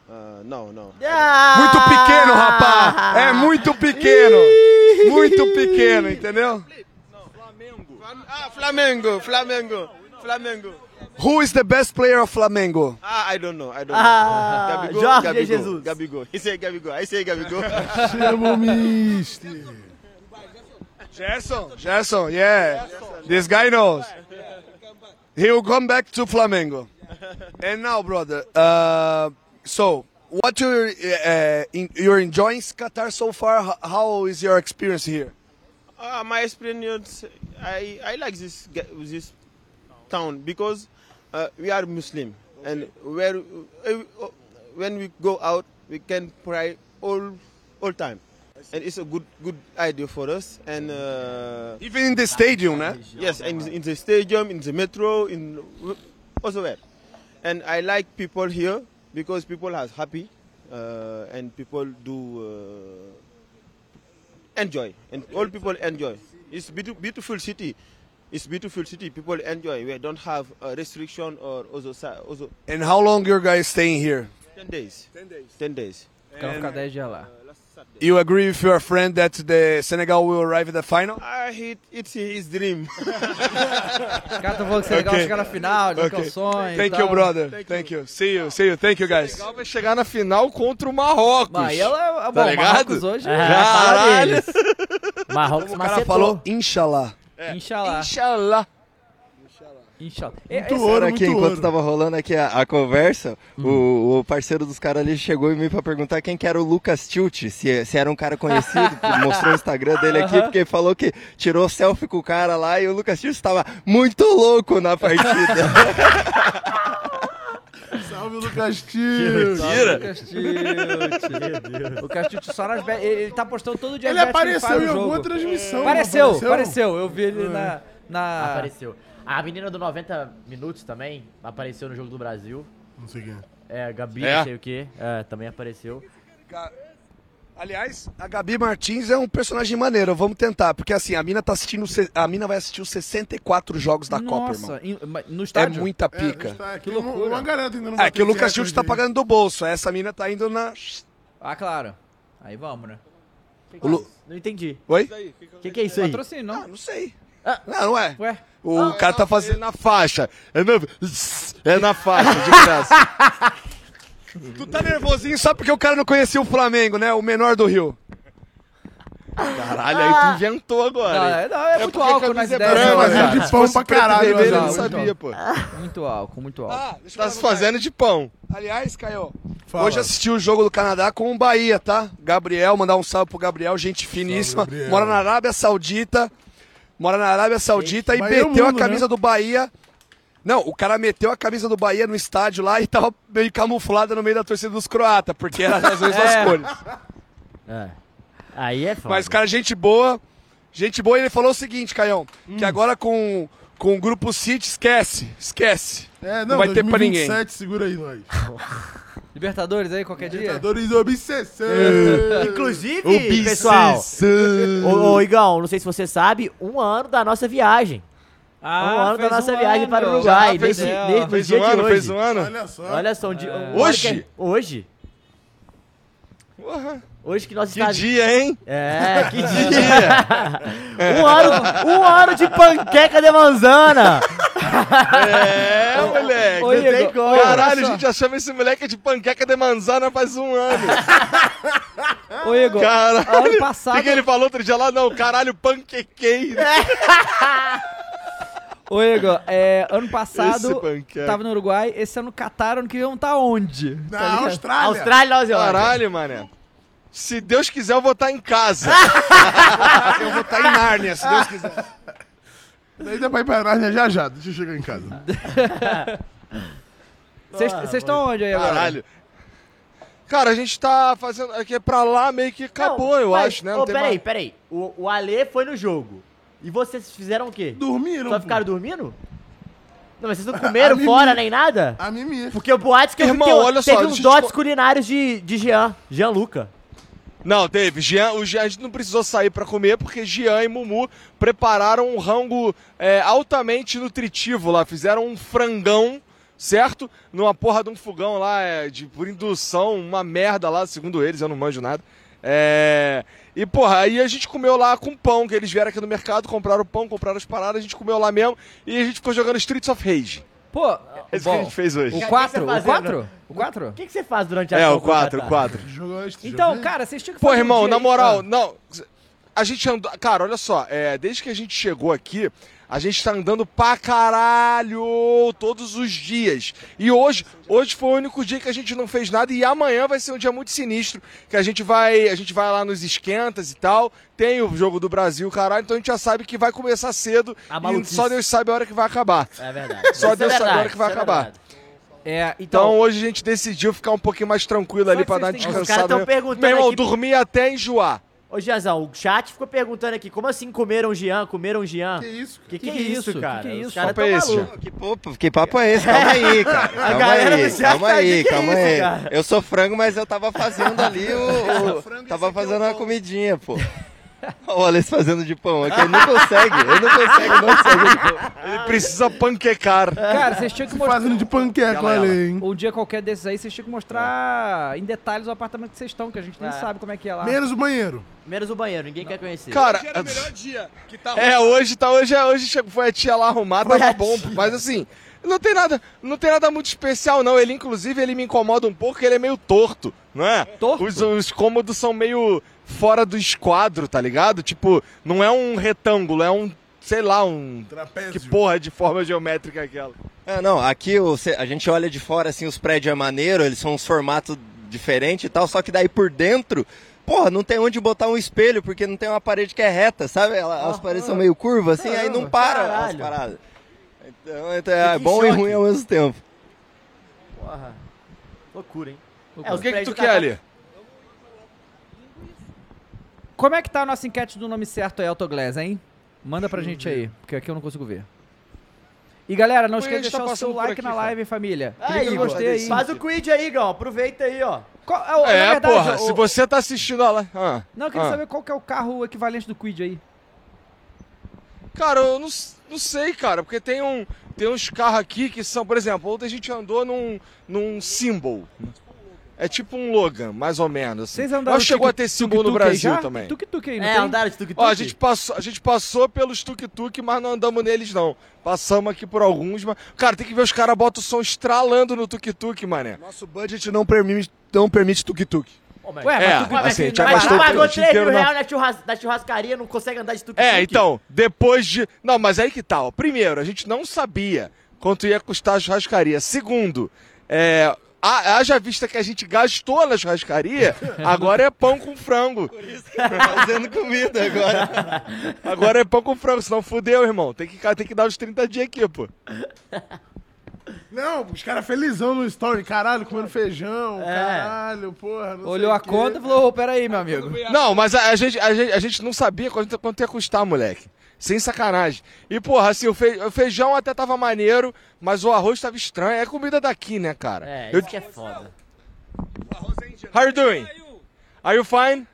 Speaker 7: Uh, no, no.
Speaker 6: Muito pequeno, rapaz. É muito pequeno. Muito pequeno, entendeu?
Speaker 7: Ah, Flamengo, Flamengo, Flamengo.
Speaker 6: Who is the best player of Flamengo?
Speaker 7: Ah, I don't know, I don't
Speaker 2: Ah,
Speaker 7: know.
Speaker 2: Jorge
Speaker 7: Gabigo,
Speaker 2: Jesus.
Speaker 7: Gabigo. He say Gabigo. I say Gabigo.
Speaker 3: Chegou o mister.
Speaker 6: Gerson, Gerson, yeah. This guy knows. He will come back to Flamengo. And now, brother, uh, so what you're, uh, in, you're enjoying Qatar so far? How, how is your experience here?
Speaker 7: Uh, my experience, I, I like this ge- this town because uh, we are Muslim and where uh, when we go out we can pray all all time, and it's a good good idea for us and uh,
Speaker 6: even in the stadium, eh?
Speaker 7: Yes, in, in the stadium, in the metro, in also where, and I like people here because people are happy uh, and people do. Uh, enjoy and all people enjoy it's beauti- beautiful city it's beautiful city people enjoy we don't have a restriction or also, sa- also
Speaker 6: And how long you guys staying here?
Speaker 7: 10 days 10 days 10 days
Speaker 1: Então fica 10 dias lá.
Speaker 6: You agree with your friend that the Senegal will arrive at the final?
Speaker 7: Ah, it, it's his dream.
Speaker 1: O cara tá falando que Senegal
Speaker 6: Ok.
Speaker 1: chegar na final, de
Speaker 6: Ok.
Speaker 1: calções. e
Speaker 6: Thank
Speaker 1: tal.
Speaker 6: you, brother. Thank, you. See you. See you. Thank you, guys.
Speaker 4: Vai chegar na final contra o Marrocos.
Speaker 1: Bah, e ela- bom,
Speaker 4: tá
Speaker 1: Marrocos
Speaker 4: ligado?
Speaker 1: hoje-
Speaker 4: É,
Speaker 1: Caralho.
Speaker 2: Marrocos
Speaker 6: O
Speaker 1: é
Speaker 6: cara falou, inshallah.
Speaker 5: É.
Speaker 1: Inxalá. É,
Speaker 6: Inshallah.
Speaker 1: Inxalá.
Speaker 5: Muito ouro É Hum. aqui, enquanto tava rolando aqui a, a conversa, o, o parceiro dos caras ali chegou em mim pra perguntar quem que era o Lucas Tilt, se, se era um cara conhecido, mostrou o Instagram dele aqui,
Speaker 1: Aham.
Speaker 5: porque falou que tirou selfie com o cara lá e o Lucas Tilt estava muito louco na partida.
Speaker 3: Salve, Lucas Tio.
Speaker 1: O Castiute. O Castiute só nas bet. Ele, ele tá postando todo dia
Speaker 3: Ele
Speaker 1: as bets que ele
Speaker 3: É, apareceu
Speaker 1: faz
Speaker 3: em
Speaker 1: no
Speaker 3: alguma
Speaker 1: jogo.
Speaker 3: transmissão, não
Speaker 1: Apareceu, apareceu,
Speaker 3: apareceu?
Speaker 1: Eu vi ele na. na...
Speaker 2: Apareceu. A menina do 90 Minutos também apareceu no Jogo do Brasil.
Speaker 3: Não sei quem.
Speaker 2: É, Gabi,
Speaker 6: É?
Speaker 2: não sei o que. É, também apareceu.
Speaker 6: Aliás, a Gabi Martins é um personagem maneiro. Vamos tentar, porque assim, a mina tá assistindo, se- a mina vai assistir os 64 jogos da Copa,
Speaker 1: Nossa,
Speaker 6: irmão.
Speaker 1: em- ma- no
Speaker 6: É
Speaker 1: estádio.
Speaker 6: muita pica.
Speaker 3: Tá,
Speaker 1: Que
Speaker 3: que loucura.
Speaker 1: loucura.
Speaker 3: Não, não garanto ainda, não
Speaker 6: É, que o
Speaker 3: bateu
Speaker 6: Lucas
Speaker 3: esse
Speaker 6: Chute tá
Speaker 3: recorde
Speaker 6: pagando do bolso, essa mina tá indo na
Speaker 1: Ah, claro. Aí vamos, né?
Speaker 6: O Lu-
Speaker 2: Não entendi.
Speaker 6: Oi?
Speaker 2: O que, que é isso aí?
Speaker 1: Patrocínio, não.
Speaker 4: Ah,
Speaker 1: Ah.
Speaker 6: Não sei. Não,
Speaker 4: é.
Speaker 6: ué.
Speaker 1: Ué.
Speaker 6: O cara tá fazendo
Speaker 4: na faixa. É na, é na faixa, de graça.
Speaker 6: Tu tá nervosinho só porque o cara não conhecia o Flamengo, né? O menor do Rio.
Speaker 4: Caralho, aí tu inventou
Speaker 1: Ah. Não,
Speaker 4: agora. hein?
Speaker 1: é, não, é muito
Speaker 4: porque a
Speaker 1: álcool nas
Speaker 4: camisa é
Speaker 1: ideias.
Speaker 4: branca,
Speaker 1: né,
Speaker 3: Fazendo
Speaker 1: cara?
Speaker 3: de pão pra caralho. né,
Speaker 4: Vermelho, ele
Speaker 3: Azar.
Speaker 4: não
Speaker 1: Não,
Speaker 4: sabia,
Speaker 1: não.
Speaker 4: pô.
Speaker 1: Muito álcool, muito álcool.
Speaker 6: Ah, deixa eu
Speaker 4: Tá se
Speaker 6: perguntar.
Speaker 4: fazendo de pão.
Speaker 6: Aliás, Caio,
Speaker 3: Fala.
Speaker 6: hoje assisti o jogo do Canadá com o Bahia, tá? Gabriel, mandar um salve pro Gabriel, gente finíssima.
Speaker 3: Gabriel.
Speaker 6: Mora na Arábia Saudita. Mora na Arábia Saudita e
Speaker 3: Bahia é o
Speaker 6: meteu a
Speaker 3: mundo,
Speaker 6: camisa
Speaker 3: né?
Speaker 6: do Bahia. Não, o cara meteu a camisa do Bahia no estádio lá e tava meio camuflada no meio da torcida dos croatas, porque era as mesmas cores.
Speaker 2: É. Aí é foda.
Speaker 6: Mas, cara, gente boa. Gente boa, ele falou o seguinte, Caião, que
Speaker 3: Hum.
Speaker 6: agora com, com o grupo City, esquece, esquece.
Speaker 3: É,
Speaker 6: Não
Speaker 3: não,
Speaker 6: vai ter pra ninguém.
Speaker 3: 2027, segura aí nós.
Speaker 1: Libertadores aí, qualquer dia.
Speaker 3: Libertadores obsessão. É.
Speaker 2: Inclusive, pessoal, ô, ô, Igão, não sei se você sabe, um ano da nossa viagem. um ano da
Speaker 1: fez
Speaker 2: nossa
Speaker 1: um
Speaker 2: viagem
Speaker 1: ano.
Speaker 2: para o Uruguai.
Speaker 1: Já fez
Speaker 2: nesse,
Speaker 1: um-
Speaker 2: nesse, no
Speaker 4: Ah, Fez
Speaker 2: dia
Speaker 4: um
Speaker 2: de
Speaker 4: ano,
Speaker 2: hoje.
Speaker 4: fez um ano.
Speaker 3: Olha só.
Speaker 2: Olha só, um dia, um ano
Speaker 4: Hoje?
Speaker 2: que- hoje. Hoje que nós
Speaker 4: Que dia, hein?
Speaker 2: É, que dia! um, ano, um ano de panqueca de manzana!
Speaker 4: É, moleque.
Speaker 1: Ô,
Speaker 2: não tem
Speaker 1: Igor,
Speaker 2: como.
Speaker 4: Caralho, a gente achava esse moleque de panqueca de manzana faz um ano.
Speaker 1: Ô, Igor,
Speaker 4: Caralho.
Speaker 1: ano
Speaker 4: O
Speaker 1: passado.
Speaker 4: que, que ele falou outro dia lá? Não, caralho, panquequei.
Speaker 1: Ô, Igor, é, ano passado
Speaker 4: Esse panqueca.
Speaker 1: tava no Uruguai, esse ano Catar, ano que vem tá onde?
Speaker 3: Na
Speaker 1: ligado?
Speaker 3: Austrália.
Speaker 2: Austrália e Nova Zelândia.
Speaker 4: Caralho, mané. Se Deus quiser, eu vou tá estar em casa.
Speaker 6: Eu vou estar em Nárnia, se Deus quiser.
Speaker 3: Daí dá pra ir pra Arábia já já. Deixa eu chegar em casa.
Speaker 1: Vocês estão onde aí agora?
Speaker 4: Caralho. Ah, Cara, a gente tá fazendo. Aqui é pra lá meio que acabou,
Speaker 2: Não,
Speaker 4: eu
Speaker 2: mas-
Speaker 4: acho, né?
Speaker 2: Ô, peraí, peraí. O, o Ale foi no jogo. E vocês fizeram o quê?
Speaker 3: Dormiram.
Speaker 2: Só
Speaker 3: pô.
Speaker 2: ficaram dormindo? Não, mas vocês não comeram fora nem nada?
Speaker 3: A mimir.
Speaker 2: Porque o boato que eu vi
Speaker 4: Irmão,
Speaker 2: que eu-
Speaker 4: olha só,
Speaker 2: teve uns
Speaker 4: deixa eu te
Speaker 2: dotes
Speaker 4: fa-
Speaker 2: culinários de, de Jean, Jean Luca.
Speaker 4: Não, teve. Jean, o Jean, a gente não precisou sair pra comer porque Jean e Mumu prepararam um rango é, altamente nutritivo lá. Fizeram um frangão, certo? Numa porra de um fogão lá, é, de, por indução, uma merda lá, segundo eles, eu não manjo nada. É. E, porra, aí a gente comeu lá com pão, que eles vieram aqui no mercado, compraram pão, compraram as paradas, a gente comeu lá mesmo e a gente ficou jogando Streets of Rage.
Speaker 1: Pô,
Speaker 4: É isso que a
Speaker 1: bom,
Speaker 4: gente fez hoje.
Speaker 1: o
Speaker 2: O que que
Speaker 1: 4?
Speaker 2: você
Speaker 1: O
Speaker 2: tá
Speaker 1: 4?
Speaker 2: fazendo?
Speaker 1: O 4?
Speaker 2: O que, tá um que você faz durante a
Speaker 4: É, o
Speaker 2: Copa,
Speaker 4: 4, o
Speaker 2: Catar?
Speaker 4: 4.
Speaker 3: Jogou este
Speaker 1: Então,
Speaker 3: jogo.
Speaker 1: cara, vocês tinham que
Speaker 4: Pô,
Speaker 1: fazer um
Speaker 4: irmão,
Speaker 1: dia
Speaker 4: na
Speaker 1: aí-
Speaker 4: moral, não. a gente andou. Cara, olha só, é, desde que a gente chegou aqui, a gente tá andando pra caralho todos os dias. E hoje, hoje foi o único dia que a gente não fez nada e amanhã vai ser um dia muito sinistro, que a gente vai, a gente vai lá nos esquentas e tal. Tem o jogo do Brasil, caralho, então a gente já sabe que vai começar cedo
Speaker 1: A
Speaker 4: e
Speaker 1: maluquice.
Speaker 4: só Deus sabe a hora que vai acabar.
Speaker 1: É verdade. Isso
Speaker 4: Só
Speaker 1: é
Speaker 4: Deus sabe a hora
Speaker 1: verdade,
Speaker 4: que vai
Speaker 1: isso é
Speaker 4: acabar.
Speaker 1: verdade. É,
Speaker 4: então... hoje a gente decidiu ficar um pouquinho mais tranquilo ali
Speaker 2: Só que
Speaker 4: pra
Speaker 2: vocês
Speaker 4: dar
Speaker 2: têm que- Os
Speaker 4: descansado.
Speaker 2: caras tão perguntando
Speaker 4: Meu irmão,
Speaker 2: aqui-
Speaker 4: dormi até enjoar.
Speaker 2: Ô, Giazão, o chat ficou perguntando aqui, como assim comeram Jean, comeram Jean? Que
Speaker 3: isso, cara?
Speaker 2: Que que, é isso, cara?
Speaker 1: Que que é
Speaker 2: Os
Speaker 1: isso?
Speaker 2: caras
Speaker 4: Papo
Speaker 2: tão
Speaker 4: é esse,
Speaker 2: malucos.
Speaker 5: Que papo, que papo é esse? Calma aí, cara.
Speaker 2: A
Speaker 5: Calma
Speaker 2: galera
Speaker 5: aí,
Speaker 2: do chat
Speaker 5: calma
Speaker 2: tá
Speaker 5: aí,
Speaker 2: ali, que
Speaker 5: calma
Speaker 2: isso,
Speaker 5: aí.
Speaker 2: cara? é
Speaker 5: Eu sou frango, mas eu tava fazendo ali o. o- tava fazendo uma comidinha, pô. Olha o Alex fazendo de pão aqui. Ele não consegue, ele não consegue, não consegue. de pão.
Speaker 4: Ele precisa panquecar.
Speaker 3: Então,
Speaker 1: Cara, vocês tinham que mostrar.
Speaker 3: Fazendo de panqueca,
Speaker 1: Ela,
Speaker 3: olha
Speaker 1: ela.
Speaker 3: aí, é hein?
Speaker 1: Um dia qualquer desses aí, vocês tinham que mostrar
Speaker 4: É.
Speaker 1: em detalhes o apartamento que vocês estão, que a gente nem sabe como é que é lá.
Speaker 3: Menos o banheiro.
Speaker 2: Menos o banheiro, ninguém quer conhecer.
Speaker 4: Cara,
Speaker 2: Hoje
Speaker 4: era o melhor dia É, hoje tá, hoje, é- hoje chegou- foi a tia lá arrumar,
Speaker 2: Foi
Speaker 4: tava
Speaker 2: a
Speaker 4: bom,
Speaker 2: tia.
Speaker 4: mas assim, não tem nada, não tem nada muito especial não. Ele inclusive ele me incomoda um pouco, ele é meio torto, não é?
Speaker 1: Torto?
Speaker 4: Os, os cômodos são meio fora do esquadro, tá ligado? Tipo, não é um retângulo, é um, sei lá, um
Speaker 3: Trapézio.
Speaker 4: Que porra de forma geométrica é aquela?
Speaker 5: Ah, não, aqui o cê- a gente olha de fora assim, os prédios é maneiro, eles são uns formatos diferentes e tal, só que daí por dentro, porra, não tem onde botar um espelho, porque não tem uma parede que é reta, sabe? Ela- As paredes são meio curvas assim, aí não para
Speaker 2: Ah, caralho.
Speaker 5: as paradas. Então, então é
Speaker 2: Fica em
Speaker 5: bom e
Speaker 2: choque.
Speaker 5: ruim ao mesmo tempo.
Speaker 2: Porra. Loucura, hein?
Speaker 1: Loucura.
Speaker 2: os
Speaker 4: É, O que que
Speaker 2: prédios
Speaker 4: tu
Speaker 2: tá-
Speaker 4: quer ali?
Speaker 1: Como é que tá a nossa enquete do nome certo aí, Autoglass, hein? Manda pra gente aí, porque aqui eu não consigo ver. E galera, não
Speaker 4: Põe
Speaker 1: esqueça
Speaker 4: a
Speaker 1: de
Speaker 4: gente tá
Speaker 1: deixar o seu
Speaker 4: passando por
Speaker 1: like
Speaker 4: aqui,
Speaker 1: na
Speaker 4: cara. É,
Speaker 1: live, hein, família. Clica
Speaker 2: Aí,
Speaker 1: no
Speaker 2: Igor,
Speaker 1: gostei aí.
Speaker 2: faz o quid aí, Igão. Aproveita aí, ó.
Speaker 1: Qual- ah, na
Speaker 4: é,
Speaker 1: verdade,
Speaker 4: porra,
Speaker 1: o-
Speaker 4: se você tá assistindo olha lá. ah,
Speaker 1: Não, eu queria
Speaker 4: ah.
Speaker 1: saber qual que é o carro equivalente do Quid aí.
Speaker 4: Cara, eu não, s- não sei, cara, porque tem, um, tem uns carros aqui que são, por exemplo, ontem a gente andou num, num symbol. É tipo um Logan, mais ou menos. Assim.
Speaker 1: Vocês andaram
Speaker 4: Mas chegou a
Speaker 1: tuk-
Speaker 4: ter symbol no
Speaker 1: tuk-tuk aí
Speaker 4: Brasil
Speaker 1: já?
Speaker 4: também.
Speaker 1: Tuk-tuk aí, não
Speaker 2: É,
Speaker 1: tem?
Speaker 2: andaram de tuk-tuk?
Speaker 4: Ó, a gente passou, a gente passou pelos tuk-tuk, mas não andamos neles, não. Passamos aqui por alguns, mas. Cara, tem que ver os caras botam o som estralando no tuk-tuk, mané.
Speaker 6: Nosso budget não permite, não permite tuk-tuk.
Speaker 1: Ué,
Speaker 4: É,
Speaker 1: mas tuk-tuk
Speaker 4: assim, a gente
Speaker 1: não-
Speaker 2: Mas
Speaker 4: Mas
Speaker 2: tu
Speaker 4: todo
Speaker 2: pagou
Speaker 4: mundo
Speaker 2: 3 mil
Speaker 4: inteiro
Speaker 1: né?
Speaker 4: não-
Speaker 2: reais na churras- da churrascaria, não consegue andar de tuk-tuk.
Speaker 4: É, então, depois de. Não, mas aí que tal? Primeiro, a gente não sabia quanto ia custar a churrascaria. Segundo, é. a- Haja vista que a gente gastou na churrascaria, agora é pão com frango.
Speaker 5: Fazendo comida agora.
Speaker 4: Agora é pão com frango, senão fudeu, irmão. Tem que, tem que dar os 30 dias aqui, pô.
Speaker 3: Não, os caras felizão no story, caralho,
Speaker 5: É.
Speaker 3: comendo feijão, caralho, porra. não sei
Speaker 1: Olhou
Speaker 3: o
Speaker 1: a
Speaker 3: quê.
Speaker 1: conta e falou, ô, peraí, meu amigo.
Speaker 4: Não, mas a, a gente, a, gente, a gente não sabia quanto, quanto ia custar, moleque. Sem sacanagem. E, porra, assim, o, fe- o feijão até tava maneiro, mas o arroz tava estranho. É comida daqui, né, cara?
Speaker 2: É,
Speaker 4: Eu-
Speaker 2: isso que é foda.
Speaker 4: How you doing? Are you fine?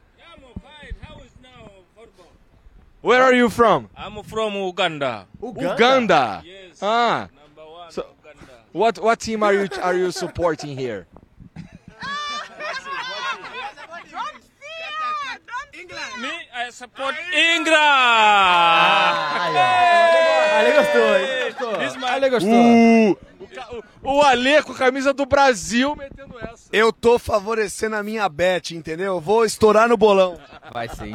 Speaker 4: Where are you from?
Speaker 8: I'm from Uganda.
Speaker 4: Uganda.
Speaker 8: Yes.
Speaker 4: Ah,
Speaker 8: Number one,
Speaker 4: So-
Speaker 8: Uganda.
Speaker 4: what what team are you are you supporting here?
Speaker 8: Me, I support Ingra.
Speaker 2: Ali gostou, hein?
Speaker 8: This my
Speaker 1: Olha, gostou.
Speaker 4: Uh, o, ca- o, o Ale com a camisa do Brasil metendo essa.
Speaker 6: Eu tô favorecendo a minha bet, entendeu? Eu vou estourar no bolão.
Speaker 1: Vai sim.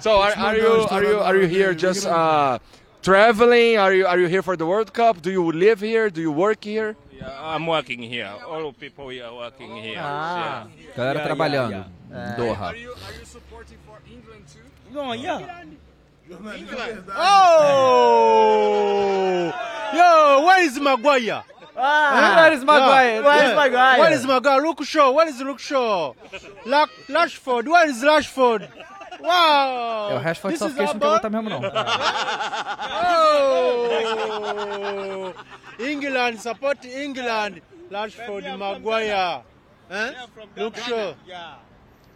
Speaker 4: So are, are you are you are you here just uh, traveling? Are you are you here for the World Cup? Do you live here? Do you work here?
Speaker 8: Yeah, I'm working here. All people here are working here.
Speaker 2: Ah.
Speaker 8: Yeah.
Speaker 1: Galera trabalhando. Doha.
Speaker 4: you are you supporting for England too?
Speaker 8: No, yeah.
Speaker 4: Oh!
Speaker 8: Yo, where is Maguire? É,
Speaker 1: Ah, Where is Maguire?
Speaker 2: Where is Ah, Maguire?
Speaker 8: Where is Maguire? Look show. Where is look show? Lash Rashford. Where is Rashford? Wow.
Speaker 1: É o Rashford
Speaker 8: This
Speaker 1: só
Speaker 8: is
Speaker 1: porque não quer
Speaker 8: our
Speaker 1: botar mesmo, não.
Speaker 8: Oh! England, support England. Rashford, Maguire. Huh? Look sure.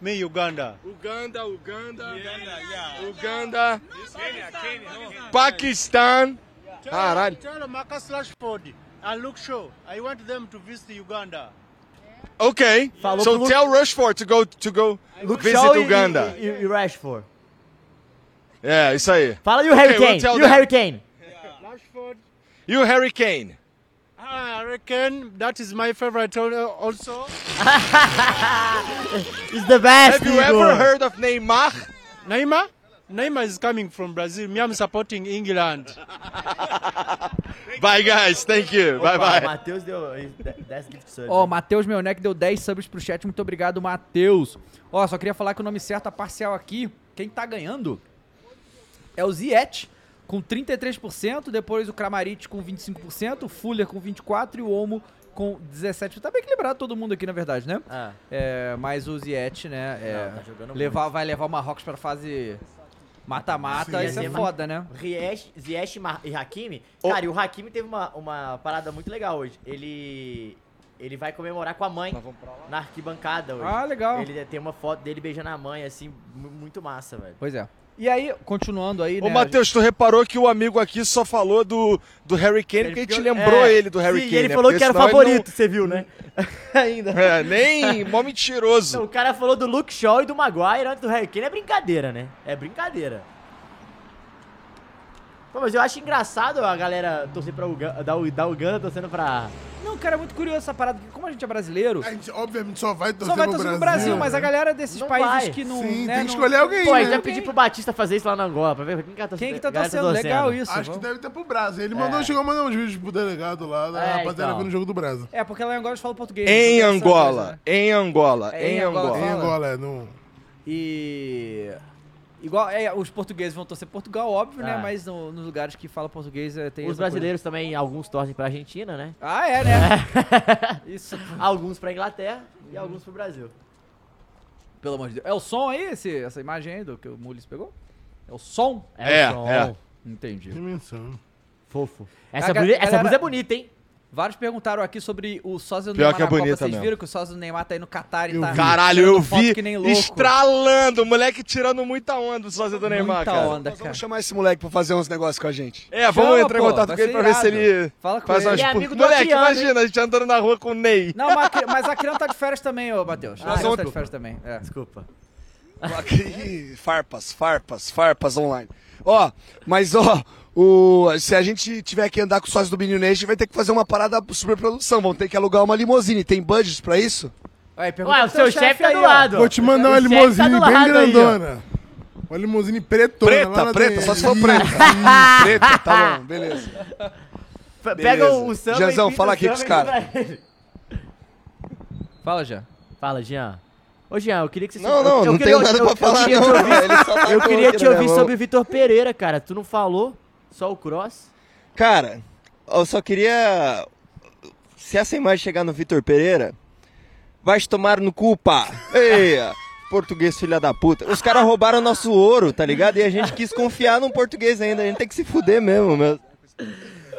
Speaker 8: Me, Uganda.
Speaker 4: Uganda, Uganda,
Speaker 8: yeah.
Speaker 4: Uganda,
Speaker 8: Kenya, Kenya.
Speaker 4: Pakistan. Ah, Caralho.
Speaker 8: Tell Marcus Rashford and look sure. I want them to visit Uganda.
Speaker 4: Okay.
Speaker 2: Falou
Speaker 4: so
Speaker 2: pro Lu-
Speaker 4: tell Rushford to go to go visit
Speaker 2: Shaw e-
Speaker 4: Uganda.
Speaker 2: E, e, e Rashford.
Speaker 4: É, isso aí.
Speaker 2: Fala, e o Harry
Speaker 4: Okay, we'll
Speaker 2: Kane?
Speaker 4: tell
Speaker 2: E o
Speaker 4: them.
Speaker 2: Harry Kane?
Speaker 8: Rashford.
Speaker 4: E o Harry Kane?
Speaker 8: Ah, I reckon that is my favorite al- also.
Speaker 2: It's the best,
Speaker 4: Have you
Speaker 2: Igor.
Speaker 4: ever heard of Neymar?
Speaker 8: Neymar? Neymar is coming from Brazil. Me, I'm supporting England.
Speaker 4: Bye, guys. Thank you. Bye,
Speaker 2: Opa,
Speaker 4: bye.
Speaker 2: Matheus deu 10 gift subs.
Speaker 1: Ó, o Matheus Melnec deu 10 subs pro chat. Muito obrigado, Matheus. Ó, só queria falar que o nome certo, a parcial aqui, quem tá ganhando é o Ziet com 33%, depois o Kramaric com 25%, o Fuller com 24% e o Omo com 17%. Tá bem equilibrado todo mundo aqui, na verdade, né?
Speaker 2: Ah.
Speaker 1: É, mas o Ziet, né? é,
Speaker 2: Não, tá jogando
Speaker 1: levar, vai levar o Marrocos pra fase mata-mata.
Speaker 2: Sim.
Speaker 1: Isso é
Speaker 2: Benzema.
Speaker 1: foda, né?
Speaker 2: Riesh, Ziyech Ma- e Hakimi. Cara, e o Hakimi teve uma, uma parada muito legal hoje. Ele. Ele vai comemorar com a mãe na arquibancada hoje.
Speaker 1: Ah, legal.
Speaker 2: Ele tem uma foto dele beijando a mãe, assim, mu- muito massa, velho.
Speaker 1: Pois é. E aí, continuando aí,
Speaker 4: Ô,
Speaker 1: né?
Speaker 4: Matheus, tu reparou que o amigo aqui só falou do, do Harry Kane porque a gente lembrou
Speaker 1: é.
Speaker 4: ele do Harry
Speaker 2: é, sim,
Speaker 4: Kane.
Speaker 2: ele
Speaker 4: né?
Speaker 2: falou
Speaker 4: Porque
Speaker 2: que era o
Speaker 4: senão ele
Speaker 2: favorito, você viu, né? Ainda.
Speaker 4: É, nem- mó mentiroso.
Speaker 2: o cara falou do Luke Shaw e do Maguire antes do Harry Kane. É brincadeira, né? É brincadeira. Pô, mas eu acho engraçado a galera torcer pra Uga- da, U- da Uganda torcendo pra...
Speaker 1: Não, cara, é muito curioso essa parada, porque como a gente é brasileiro.
Speaker 3: A gente, obviamente, só vai torcer
Speaker 1: Só vai
Speaker 3: pro
Speaker 1: torcer
Speaker 3: Brasil.
Speaker 1: pro Brasil, mas a
Speaker 3: né?
Speaker 1: galera desses
Speaker 2: Não
Speaker 1: países
Speaker 2: vai.
Speaker 1: que não.
Speaker 3: Sim,
Speaker 1: né,
Speaker 3: tem que
Speaker 1: não-
Speaker 3: escolher alguém,
Speaker 2: Pô, a
Speaker 3: né?
Speaker 2: gente vai pedir pro Batista fazer isso lá na Angola, pra ver quem que tá
Speaker 1: Quem que tá
Speaker 2: galera
Speaker 1: torcendo? Legal isso.
Speaker 3: Acho que
Speaker 1: vamos.
Speaker 3: deve ter pro Brasil. Ele mandou,
Speaker 2: É.
Speaker 3: chegou a mandar uns vídeos pro delegado lá, da
Speaker 2: É,
Speaker 3: rapaziada
Speaker 2: então.
Speaker 3: vendo o jogo do Brasil.
Speaker 1: É, porque lá em Angola eles falam português.
Speaker 4: Em
Speaker 1: então tem essa coisa,
Speaker 4: Angola,
Speaker 1: né?
Speaker 4: em Angola,
Speaker 1: É, em
Speaker 4: em
Speaker 1: Angola,
Speaker 4: Angola.
Speaker 3: Em
Speaker 1: Fala.
Speaker 3: Angola, é. No...
Speaker 1: E. Igual, é, os portugueses vão torcer Portugal, óbvio, né?
Speaker 2: Ah.
Speaker 1: Mas no- nos lugares que falam português é, tem.
Speaker 2: Os
Speaker 1: essa coisa.
Speaker 2: brasileiros também, alguns torcem pra Argentina, né? É.
Speaker 1: Ah, é, né? Isso, Uhum.
Speaker 2: alguns pra Inglaterra e alguns pro Brasil.
Speaker 1: pelo amor de Deus. É o som aí, esse, essa imagem aí do que o Mules pegou? É o som?
Speaker 4: É,
Speaker 2: o som.
Speaker 4: é.
Speaker 1: Entendi.
Speaker 3: Dimensão.
Speaker 2: Fofo.
Speaker 1: A
Speaker 2: Essa,
Speaker 1: ga-
Speaker 2: blusa, essa
Speaker 1: galera-
Speaker 2: blusa é bonita, hein?
Speaker 1: Vários perguntaram aqui sobre o sósia do
Speaker 4: Pior
Speaker 1: Neymar
Speaker 4: que é
Speaker 1: na Copa.
Speaker 4: bonita
Speaker 1: Vocês
Speaker 4: mesmo.
Speaker 1: viram que o sósia do Neymar tá aí no Catar e tá...
Speaker 4: Caralho,
Speaker 1: tirando
Speaker 4: eu
Speaker 1: foto
Speaker 4: vi
Speaker 1: Que nem louco.
Speaker 4: estralando, o moleque tirando muita onda do sósia do Neymar,
Speaker 1: Muita
Speaker 4: cara.
Speaker 1: onda, cara.
Speaker 6: Vamos chamar esse moleque pra fazer uns negócios com a gente.
Speaker 4: É, vamos
Speaker 1: Chama,
Speaker 4: entrar
Speaker 1: pô,
Speaker 4: em contato
Speaker 1: vai
Speaker 4: com ele
Speaker 1: ser
Speaker 4: pra ver se
Speaker 1: irado.
Speaker 4: ele
Speaker 1: Fala com
Speaker 4: faz
Speaker 1: ele.
Speaker 4: umas...
Speaker 2: Ele é
Speaker 4: pu-
Speaker 2: amigo do
Speaker 4: Moleque,
Speaker 2: Adriano, hein?
Speaker 4: imagina, a gente andando na rua com o Ney.
Speaker 1: Não, mas a- mas a criança tá de férias também, ô, Matheus. A
Speaker 2: Nós
Speaker 1: criança tá
Speaker 2: ontem-
Speaker 1: de férias também. É.
Speaker 2: Desculpa.
Speaker 6: Ih, farpas, farpas, farpas online. Ó, mas ó, o, se a gente tiver que andar com sócio do Menino Ney, a gente vai ter que fazer uma parada superprodução. Vamos ter que alugar uma limusine. Tem budget pra isso?
Speaker 1: Aí, pergunta
Speaker 2: Ué, o
Speaker 1: pro
Speaker 2: seu chefe tá do lado.
Speaker 3: Vou te mandar uma
Speaker 2: O chefe tá do
Speaker 3: limusine bem
Speaker 2: lado aí, ó.
Speaker 3: grandona. uma limusine pretona. lá
Speaker 6: Preta,
Speaker 3: na
Speaker 6: preta,
Speaker 3: DM.
Speaker 6: só se for preta. preta, tá bom, beleza. Beleza.
Speaker 2: F- Pega o, o samba
Speaker 6: Jezão,
Speaker 2: e pinta
Speaker 6: fala
Speaker 2: o
Speaker 6: aqui pros
Speaker 2: samba e
Speaker 6: caras.
Speaker 2: manda ele.
Speaker 1: Fala, já.
Speaker 2: Fala, Jean. Ô, Jean, eu queria que você...
Speaker 5: Não, não,
Speaker 2: eu, eu
Speaker 5: não
Speaker 2: queria-
Speaker 5: tenho nada
Speaker 2: eu-
Speaker 5: pra
Speaker 2: eu
Speaker 5: falar,
Speaker 2: queria te
Speaker 5: não.
Speaker 2: ouvir-
Speaker 5: Ele só tá
Speaker 2: Eu queria
Speaker 5: colocando
Speaker 2: te
Speaker 5: na
Speaker 2: ouvir
Speaker 5: mão.
Speaker 2: sobre o Vitor Pereira, cara. Tu não falou, só o Cross.
Speaker 5: Cara, eu só queria. Se essa imagem chegar no Vitor Pereira, vai te tomar no cu, pá! Ei, português filha da puta. Os caras roubaram nosso ouro, tá ligado? E a gente quis confiar num português ainda. A gente tem que se fuder mesmo, meu.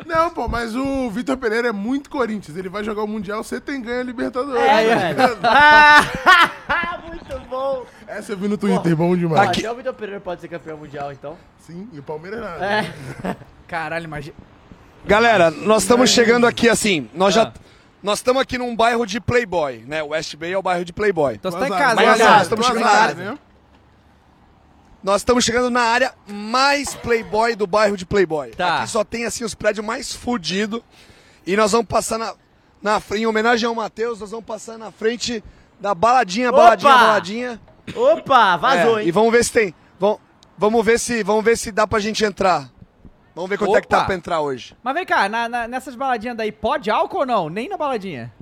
Speaker 3: Não, pô, mas o Vitor Pereira é muito Corinthians. Ele vai jogar o Mundial, você tem ganho a Libertadores.
Speaker 2: É,
Speaker 3: Né?
Speaker 2: velho. Ah, Muito bom.
Speaker 3: Essa eu vi no Twitter, bom demais.
Speaker 2: Ah, Até o Vitor Pereira pode ser campeão mundial, então. É.
Speaker 3: Sim, e o Palmeiras é nada.
Speaker 1: Caralho, imagina.
Speaker 6: Galera, nós
Speaker 1: É.
Speaker 6: estamos chegando aqui assim, nós
Speaker 1: Ah.
Speaker 6: já nós estamos aqui num bairro de Playboy, né? O West Bay é o bairro de Playboy.
Speaker 1: Então você tá em
Speaker 3: Azar,
Speaker 1: casa,
Speaker 6: mas
Speaker 1: né,
Speaker 6: azar,
Speaker 1: aliás?
Speaker 6: estamos
Speaker 3: tu
Speaker 6: chegando
Speaker 3: azar,
Speaker 6: na área.
Speaker 3: né?
Speaker 6: Nós estamos chegando na área mais Playboy do bairro de Playboy.
Speaker 1: Tá.
Speaker 6: Aqui só tem assim os prédios mais fudidos. E nós vamos passar na, na fr- em homenagem ao Matheus, nós vamos passar na frente da baladinha,
Speaker 2: Opa!
Speaker 6: baladinha, baladinha.
Speaker 2: Opa, vazou,
Speaker 6: É,
Speaker 2: hein?
Speaker 6: E vamos ver se tem. Vamos, vamos ver se, vamos ver se dá pra gente entrar. Vamos ver quanto é que
Speaker 1: Opa!
Speaker 6: tá pra entrar hoje.
Speaker 1: Mas vem cá, na- na- nessas baladinhas daí, pode álcool ou não? Nem na baladinha.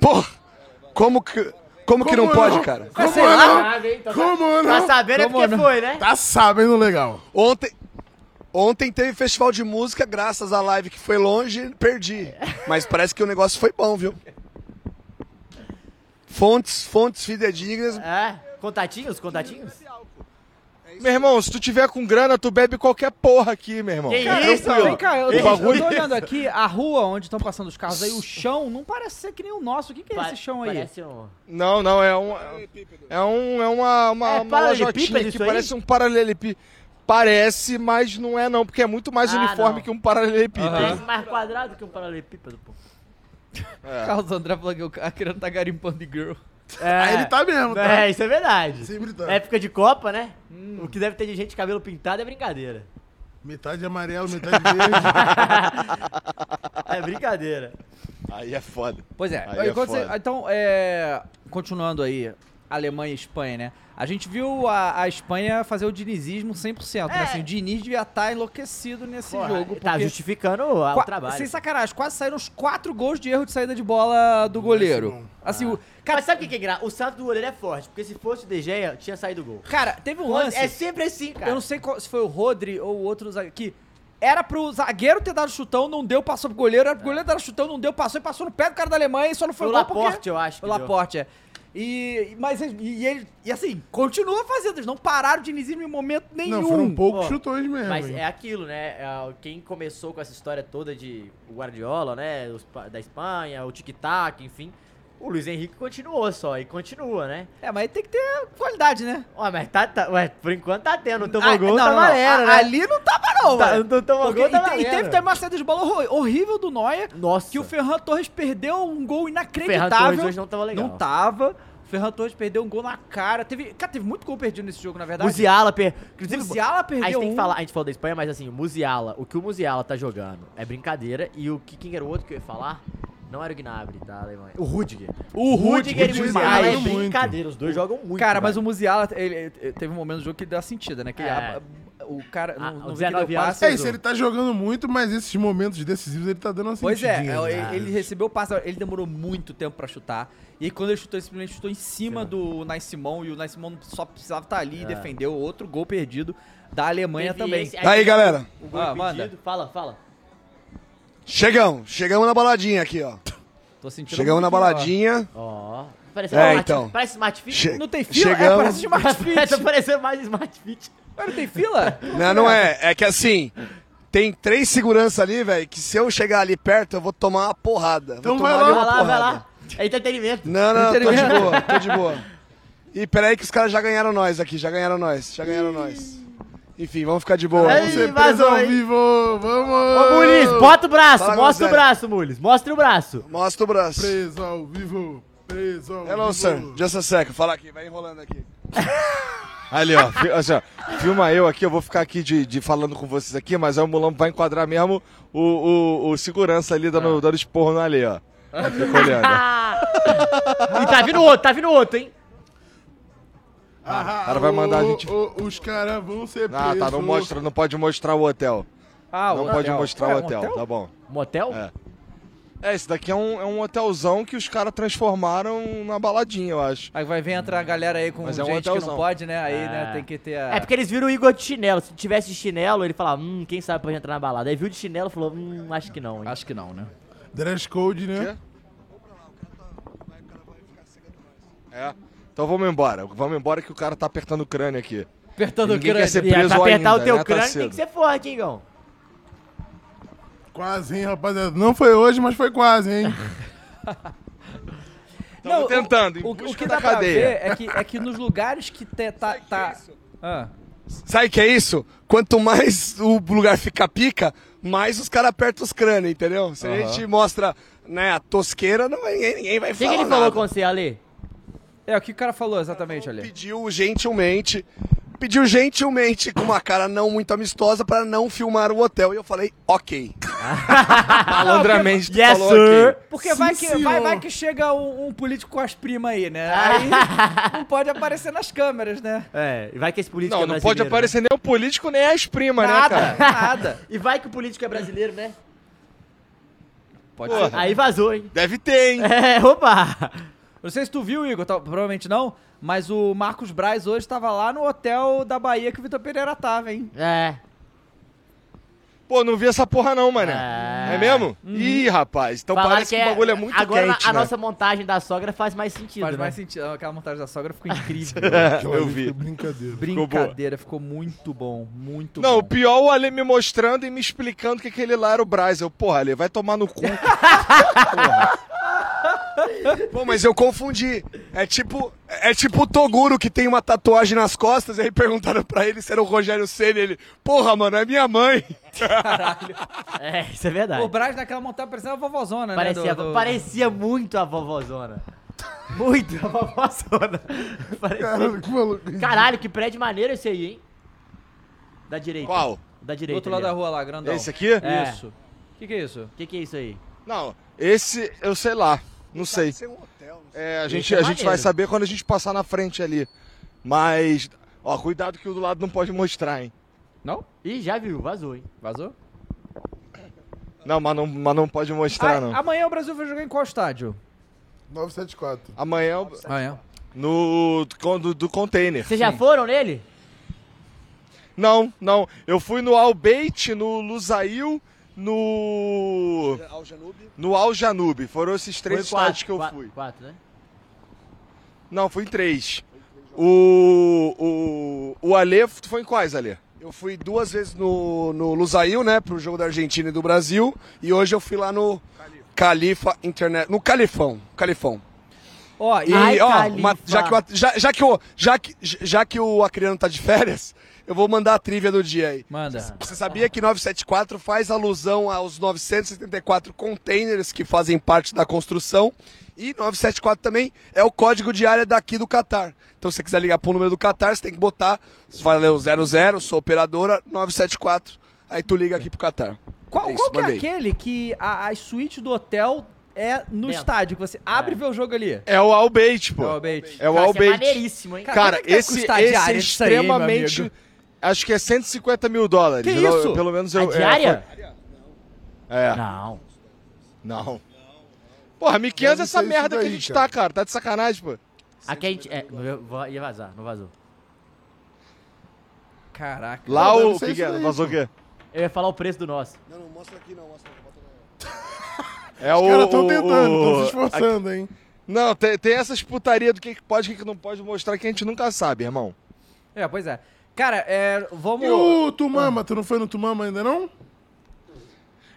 Speaker 6: Porra! Como que como, que não pode, cara?
Speaker 3: Como
Speaker 1: sei lá.
Speaker 3: não?
Speaker 2: Caraca, hein? Tá-
Speaker 3: Como
Speaker 2: Tá
Speaker 3: não?
Speaker 2: sabendo é
Speaker 1: Como
Speaker 2: porque
Speaker 1: não?
Speaker 2: foi, né?
Speaker 3: Tá sabendo legal.
Speaker 6: Ontem, ontem teve festival de música, graças à live que foi longe, perdi. Mas parece que o negócio foi bom, viu? Fontes, fontes fidedignas.
Speaker 2: É, contatinhos, contatinhos.
Speaker 4: Meu irmão, se tu tiver com grana, tu bebe qualquer porra aqui, meu irmão.
Speaker 2: Que
Speaker 4: Cara,
Speaker 2: isso,
Speaker 4: tranquilo.
Speaker 1: Vem cá, eu tô,
Speaker 4: O
Speaker 1: eu
Speaker 4: bagulho-
Speaker 1: tô olhando aqui a rua onde estão passando os carros aí, o chão não parece ser que nem o nosso. O que, que é
Speaker 2: Pa-
Speaker 1: esse chão aí?
Speaker 2: Parece um...
Speaker 4: Não, não, é um. É um. É uma. uma,
Speaker 2: É
Speaker 4: uma
Speaker 2: paralelepípedo
Speaker 4: lajotinha que
Speaker 2: isso aí?
Speaker 4: parece um paralelepípedo. Parece, mas não é não, porque é muito mais
Speaker 2: Ah,
Speaker 4: uniforme
Speaker 2: não.
Speaker 4: que um paralelepípedo.
Speaker 2: Parece mais quadrado que um paralelepípedo, pô.
Speaker 3: É.
Speaker 5: É.
Speaker 1: Carlos André falou que o cara querendo tá garimpando de girl.
Speaker 2: É,
Speaker 3: Aí ele tá mesmo, tá?
Speaker 2: É, isso é verdade.
Speaker 3: Sempre tá.
Speaker 2: Época de Copa, né? O que deve ter de gente de cabelo pintado é brincadeira.
Speaker 3: Metade amarelo, metade verde.
Speaker 2: É brincadeira.
Speaker 4: Aí é foda.
Speaker 1: Pois é.
Speaker 4: Aí é
Speaker 1: enquanto você-
Speaker 4: foda.
Speaker 1: então, é, continuando aí Alemanha e Espanha, né? A gente viu a, a Espanha fazer o dinizismo 100%. né? Assim, o Diniz devia estar enlouquecido nesse
Speaker 2: É. Porra,
Speaker 1: jogo.
Speaker 2: tá
Speaker 1: porque-
Speaker 2: justificando o
Speaker 1: Qua-
Speaker 2: trabalho.
Speaker 1: Sem sacanagem, quase saíram os quatro gols de erro de saída de bola do goleiro.
Speaker 2: bom.
Speaker 1: Assim, o-
Speaker 2: Mas sabe o que que é engraçado? O salto do goleiro é forte, porque se fosse o De Gea, tinha saído gol.
Speaker 1: Cara, teve um
Speaker 2: Quando-
Speaker 1: lance.
Speaker 2: É sempre assim, cara.
Speaker 1: Eu não sei qual- se foi o Rodri ou o outro zagueiro. Que era pro zagueiro ter dado chutão, não deu, passou pro goleiro. Era pro goleiro dar chutão, não deu, passou e passou no pé do cara da Alemanha e só não foi
Speaker 2: Foi o
Speaker 1: gol porque-
Speaker 2: Laporte, eu acho que
Speaker 1: O
Speaker 2: deu.
Speaker 1: Laporte, é. E, mas, eles- e, ele, e assim, continua fazendo. Eles não pararam de dinizismo em momento nenhum.
Speaker 2: Ó, Mas
Speaker 1: hein?
Speaker 2: é aquilo, né? É, Quem começou com essa história toda de Guardiola, né? Os pa- da Espanha, o tic-tac, enfim. O Luiz Henrique continuou só, e continua, né?
Speaker 1: É, mas tem que ter qualidade, né?
Speaker 2: Ó, mas tá, tá- ué, por enquanto tá tendo. Não
Speaker 1: Ah,
Speaker 2: tomou gol,
Speaker 1: não,
Speaker 2: tá
Speaker 1: não, não.
Speaker 2: valendo,
Speaker 1: A-
Speaker 2: né?
Speaker 1: Ali não tava, não,
Speaker 2: Tá,
Speaker 1: velho.
Speaker 2: não tomou
Speaker 1: Porque-
Speaker 2: gol, tá
Speaker 1: e, te- e teve
Speaker 2: valendo.
Speaker 1: também uma saída de bola horror- horrível do Noia.
Speaker 2: Nossa.
Speaker 1: Que o Ferran Torres perdeu um gol inacreditável.
Speaker 2: Ferran Torres hoje não tava legal.
Speaker 1: Não tava. O Ferran Torres perdeu um gol na cara. Teve, cara, teve muito gol perdido nesse jogo, na verdade.
Speaker 2: O Ziala per... Inclusive,
Speaker 1: Musiala
Speaker 2: A gente
Speaker 1: perdeu
Speaker 2: tem que
Speaker 1: um.
Speaker 2: falar, a gente falou da Espanha, mas assim, o Musiala, o que o Musiala tá jogando é brincadeira. E o que quem era o outro que eu ia falar? Não era o Gnabry, tá, Alemanha? O Rudiger.
Speaker 1: O
Speaker 2: Rudiger e o
Speaker 1: Rudiger
Speaker 2: Musiala é
Speaker 1: jogando muito.
Speaker 2: brincadeira, os dois jogam muito.
Speaker 1: Cara, mas
Speaker 2: velho.
Speaker 1: o Musiala, ele, ele- teve um momento do jogo que dá sentido, né? Que
Speaker 2: É.
Speaker 1: a- a- o cara. não, não
Speaker 2: os
Speaker 1: vi que deu
Speaker 2: 19 anos
Speaker 1: passe.
Speaker 3: É isso, ele tá jogando muito, mas esses momentos decisivos ele tá dando uma
Speaker 1: Pois é,
Speaker 3: sentidinha,
Speaker 1: ele-
Speaker 3: né?
Speaker 1: ele recebeu o passe, ele demorou muito tempo pra chutar. E aí, quando ele chutou, ele simplesmente chutou em cima do Nais Simão. E o Nais Simão só precisava estar ali e
Speaker 2: É.
Speaker 1: defendeu outro gol perdido da Alemanha
Speaker 2: Teve
Speaker 1: também.
Speaker 2: esse- um
Speaker 6: Daí, galera.
Speaker 2: O gol
Speaker 1: Ah,
Speaker 2: impedido,
Speaker 1: manda.
Speaker 2: fala, fala.
Speaker 6: Chegamos, chegamos na baladinha aqui, ó.
Speaker 1: Tô sentindo
Speaker 6: Chegamos na
Speaker 1: muito melhor.
Speaker 6: baladinha.
Speaker 2: Ó. Parece,
Speaker 6: É,
Speaker 2: smart,
Speaker 6: então.
Speaker 2: parece Smart Fit.
Speaker 6: Che-
Speaker 2: não tem fila,
Speaker 6: chegamos-
Speaker 2: é, parece Smart Fit. tá parecendo mais Smart Fit.
Speaker 1: Mas não tem fila?
Speaker 6: Não, não é. É que assim, tem três seguranças ali, velho, que se eu chegar ali perto, eu vou tomar uma porrada. Vou
Speaker 2: Então
Speaker 6: tomar
Speaker 2: vai
Speaker 6: ali
Speaker 2: lá,
Speaker 6: uma
Speaker 2: vai lá, vai
Speaker 6: porrada.
Speaker 2: lá. É entretenimento.
Speaker 6: Não, não, tô de boa, tô de boa. E peraí que os caras já ganharam nós aqui, já ganharam nós, já ganharam nós. Enfim, vamos ficar de boa.
Speaker 2: Aí,
Speaker 6: Vamos ser
Speaker 2: vazou,
Speaker 6: preso ao
Speaker 2: hein?
Speaker 6: vivo,
Speaker 2: Ô,
Speaker 6: vamos!
Speaker 2: Mulis, bota o braço,
Speaker 6: Fala,
Speaker 2: mostra o
Speaker 6: Gonzalo.
Speaker 2: braço, Mulis. Mostra o braço.
Speaker 6: Mostra o braço.
Speaker 3: Preso ao vivo, preso
Speaker 4: É
Speaker 3: ao
Speaker 6: Hello,
Speaker 3: vivo.
Speaker 6: sir. Just a sec. Fala aqui, vai enrolando aqui.
Speaker 4: Ali, ó. fi- assim, ó, filma eu aqui, eu vou ficar aqui de, de falando com vocês aqui, mas aí o Mulambo vai enquadrar mesmo o, o, o segurança ali dando, dando esporro na ali, ó. Fica olhando. Ah,
Speaker 2: E tá vindo outro, tá vindo outro, hein?
Speaker 4: O cara vai mandar a gente-
Speaker 3: Ah, o- os caras vão ser presos.
Speaker 4: Ah, tá, não mostra, não pode mostrar o hotel.
Speaker 1: Ah,
Speaker 4: não
Speaker 1: o
Speaker 4: pode
Speaker 1: hotel.
Speaker 4: mostrar
Speaker 2: É,
Speaker 3: É,
Speaker 1: Ué,
Speaker 4: o
Speaker 1: um
Speaker 4: hotel,
Speaker 1: hotel?
Speaker 4: tá bom.
Speaker 2: Motel?
Speaker 4: É. É, esse daqui é um, é um hotelzão que os caras transformaram na baladinha, eu acho.
Speaker 1: Aí vai vir entrar a galera aí com
Speaker 4: Mas é um
Speaker 1: gente que não
Speaker 4: hotelzão.
Speaker 1: pode, né? Aí, né,
Speaker 2: Ah.
Speaker 1: tem que ter a...
Speaker 2: É porque eles viram o Igor de chinelo. Se tivesse de chinelo, ele falava, hum, quem sabe pode entrar na balada. Aí viu de chinelo e falou, hum, acho que não, hein?
Speaker 1: Acho que não, né?
Speaker 3: Dress code, né?
Speaker 4: É. Então vamos embora. Vamos embora que o cara tá apertando o crânio aqui.
Speaker 1: Apertando
Speaker 4: o Ninguém crânio. quer
Speaker 3: ah,
Speaker 4: ser preso
Speaker 2: pra apertar
Speaker 4: ainda,
Speaker 2: o teu
Speaker 4: né? Tá
Speaker 2: crânio tem
Speaker 4: cedo.
Speaker 2: que ser forte, hein, Gão?
Speaker 3: Quase, hein, rapaziada. Não foi hoje, mas foi quase, hein?
Speaker 4: Tamo tentando, em
Speaker 1: O, o
Speaker 4: busca
Speaker 1: que
Speaker 4: da
Speaker 1: dá pra
Speaker 4: cadeia.
Speaker 1: ver é que, é que nos lugares que te, tá... tá... Ah.
Speaker 6: Sabe o que é isso? Quanto mais o lugar fica pica, mais os caras apertam os crânios, entendeu? Se a
Speaker 1: Aham.
Speaker 6: gente mostra né, a tosqueira, não, vai- ninguém, ninguém vai
Speaker 2: O que,
Speaker 6: falar
Speaker 2: que ele
Speaker 6: nada.
Speaker 2: falou com você, Ale?
Speaker 1: É, o que o cara falou exatamente, Ale?
Speaker 6: Pediu gentilmente, pediu gentilmente com uma cara não muito amistosa pra não filmar o hotel. E eu falei, ok.
Speaker 4: Malandramente tu
Speaker 6: Yes,
Speaker 4: falou
Speaker 6: sir.
Speaker 4: aqui.
Speaker 1: Porque vai
Speaker 6: Sim,
Speaker 1: que, vai,
Speaker 6: senhor.
Speaker 1: vai que chega um, um político com as primas aí, né? Aí não pode aparecer nas câmeras, né?
Speaker 2: É, e vai que esse político
Speaker 4: Não,
Speaker 2: é
Speaker 4: não pode
Speaker 2: brasileiro,
Speaker 4: aparecer nem o político nem as primas, né,
Speaker 1: Nada,
Speaker 4: cara?
Speaker 1: nada.
Speaker 2: né? E vai que o político é brasileiro, né?
Speaker 1: Pode
Speaker 4: Porra.
Speaker 1: ser.
Speaker 2: Aí vazou, hein?
Speaker 4: Deve ter, hein?
Speaker 2: É, opa!
Speaker 1: Não sei se tu viu, Igor, tal- provavelmente não, mas o Marcos Braz hoje tava lá no hotel da Bahia que o Vitor Pereira tava, hein?
Speaker 2: É.
Speaker 4: Pô, não vi essa porra não, mané.
Speaker 2: Ah.
Speaker 4: É mesmo? Ih, rapaz. Então
Speaker 2: Falaram
Speaker 4: parece que, o bagulho é muito
Speaker 2: Agora
Speaker 4: quente,
Speaker 2: a
Speaker 4: né?
Speaker 2: nossa montagem da sogra faz mais sentido,
Speaker 1: Faz
Speaker 2: né?
Speaker 1: mais sentido. Aquela montagem da sogra ficou incrível.
Speaker 4: Eu vi.
Speaker 3: Brincadeira.
Speaker 4: Ficou boa.
Speaker 1: Brincadeira, ficou muito bom, muito
Speaker 4: Não, o
Speaker 1: bom.
Speaker 4: pior é o Ale me mostrando e me explicando que aquele lá era o Braz. Eu, porra, Ale, vai tomar no cu.
Speaker 6: Pô, mas eu confundi. É tipo, é tipo o Toguro que tem uma tatuagem nas costas, e aí perguntaram pra ele se era o Rogério Ceni, ele, porra, mano, é minha mãe.
Speaker 2: É, isso é verdade.
Speaker 1: O Braz naquela montagem parecia a vovozona, né?
Speaker 2: Parecia,
Speaker 1: do- do-
Speaker 2: parecia muito a vovozona. Muito a vovozona. Parecia-
Speaker 3: Caralho, que maluco.
Speaker 2: Caralho, que prédio maneiro esse aí, hein? Da direita.
Speaker 4: Qual?
Speaker 2: Da
Speaker 1: do
Speaker 2: direita.
Speaker 1: outro lado da rua lá, grandão.
Speaker 4: É Esse aqui?
Speaker 2: É.
Speaker 1: Isso. O que, que é isso?
Speaker 2: O que, que é isso aí?
Speaker 4: Não, esse eu sei lá. Não sei. É, a gente,
Speaker 6: Esse é
Speaker 4: a gente vai
Speaker 6: maneiro.
Speaker 4: saber quando a gente passar na frente ali. Mas, ó, cuidado que o do lado não pode mostrar, hein?
Speaker 1: Não?
Speaker 2: Ih, já viu, vazou, hein?
Speaker 1: Vazou?
Speaker 4: Não, mas não, mas não pode mostrar,
Speaker 1: Ah,
Speaker 4: não.
Speaker 1: Amanhã o Brasil vai jogar em qual estádio? Ah, é?
Speaker 3: 974.
Speaker 4: Amanhã. é o-
Speaker 1: Amanhã.
Speaker 4: No. con- Do, do container.
Speaker 2: Vocês já foram nele?
Speaker 4: Não, não. Eu fui no Albeit, no Lusail, no. No Al Janube. Foram esses três
Speaker 2: Foi quatro,
Speaker 4: estádios que eu
Speaker 2: quatro,
Speaker 4: fui.
Speaker 2: Quatro, né?
Speaker 4: Não, fui em três. O. O. O Ale, tu foi em quais, Ale?
Speaker 6: Eu fui duas vezes no, no Lusail, né? Pro jogo da Argentina e do Brasil. E hoje eu fui lá no Califa Internet. No Califão. Califão.
Speaker 1: Ó,
Speaker 6: E, ó, uma- já, que o, At- já, já que o, já, que, já que o Acriano tá de férias, eu vou mandar a trivia do dia aí.
Speaker 1: Manda.
Speaker 6: Você sabia que 974 faz alusão aos 974 containers que fazem parte da construção? E 974 também é o código de área daqui do Catar. Então, se você quiser ligar pro número do Catar, você tem que botar, valeu 00, sou operadora, 974. Aí tu liga aqui pro Catar.
Speaker 1: Qual,
Speaker 6: isso,
Speaker 1: qual que é
Speaker 6: mandei.
Speaker 1: aquele que a, a suíte do hotel é no estádio, que você abre e vê o jogo ali?
Speaker 4: É o Albeit, pô. É o
Speaker 1: Albeit.
Speaker 4: É o
Speaker 1: Cara, isso é
Speaker 4: Albeit.
Speaker 1: maneiríssimo, hein? Cara,
Speaker 4: Cara,
Speaker 1: quanto é que
Speaker 4: esse,
Speaker 1: custa a
Speaker 4: esse
Speaker 1: diária
Speaker 4: é
Speaker 1: disso aí, meu
Speaker 4: extremamente.
Speaker 1: amigo?
Speaker 4: acho que é 150 mil dólares.
Speaker 1: Que
Speaker 4: Eu-
Speaker 1: isso?
Speaker 4: pelo menos
Speaker 1: A
Speaker 4: eu. é,
Speaker 1: diária?
Speaker 4: foi- É.
Speaker 2: Não.
Speaker 4: Não. Porra, 1500 é
Speaker 2: Deve ser
Speaker 4: essa
Speaker 2: isso
Speaker 4: merda que a
Speaker 2: daí,
Speaker 4: gente
Speaker 2: cara.
Speaker 4: tá, cara. Tá de sacanagem, pô.
Speaker 2: Aqui a gente. É, não, eu vou- ia vazar, não vazou.
Speaker 1: Caraca.
Speaker 4: Lá o- que que é? Vazou o quê?
Speaker 2: Eu ia falar o preço do nosso.
Speaker 6: Não, não, mostra aqui não, mostra aqui.
Speaker 4: É
Speaker 3: Os
Speaker 4: o.
Speaker 3: caras tão
Speaker 4: o-
Speaker 3: tentando, tão se
Speaker 4: o-
Speaker 3: esforçando, hein?
Speaker 4: Não, tem, tem essas putaria do que que pode e que não pode mostrar que a gente nunca sabe, irmão.
Speaker 1: É, pois é. Cara, é, vamos.
Speaker 3: E o Tumama? Tu não foi no Tumama ainda, não?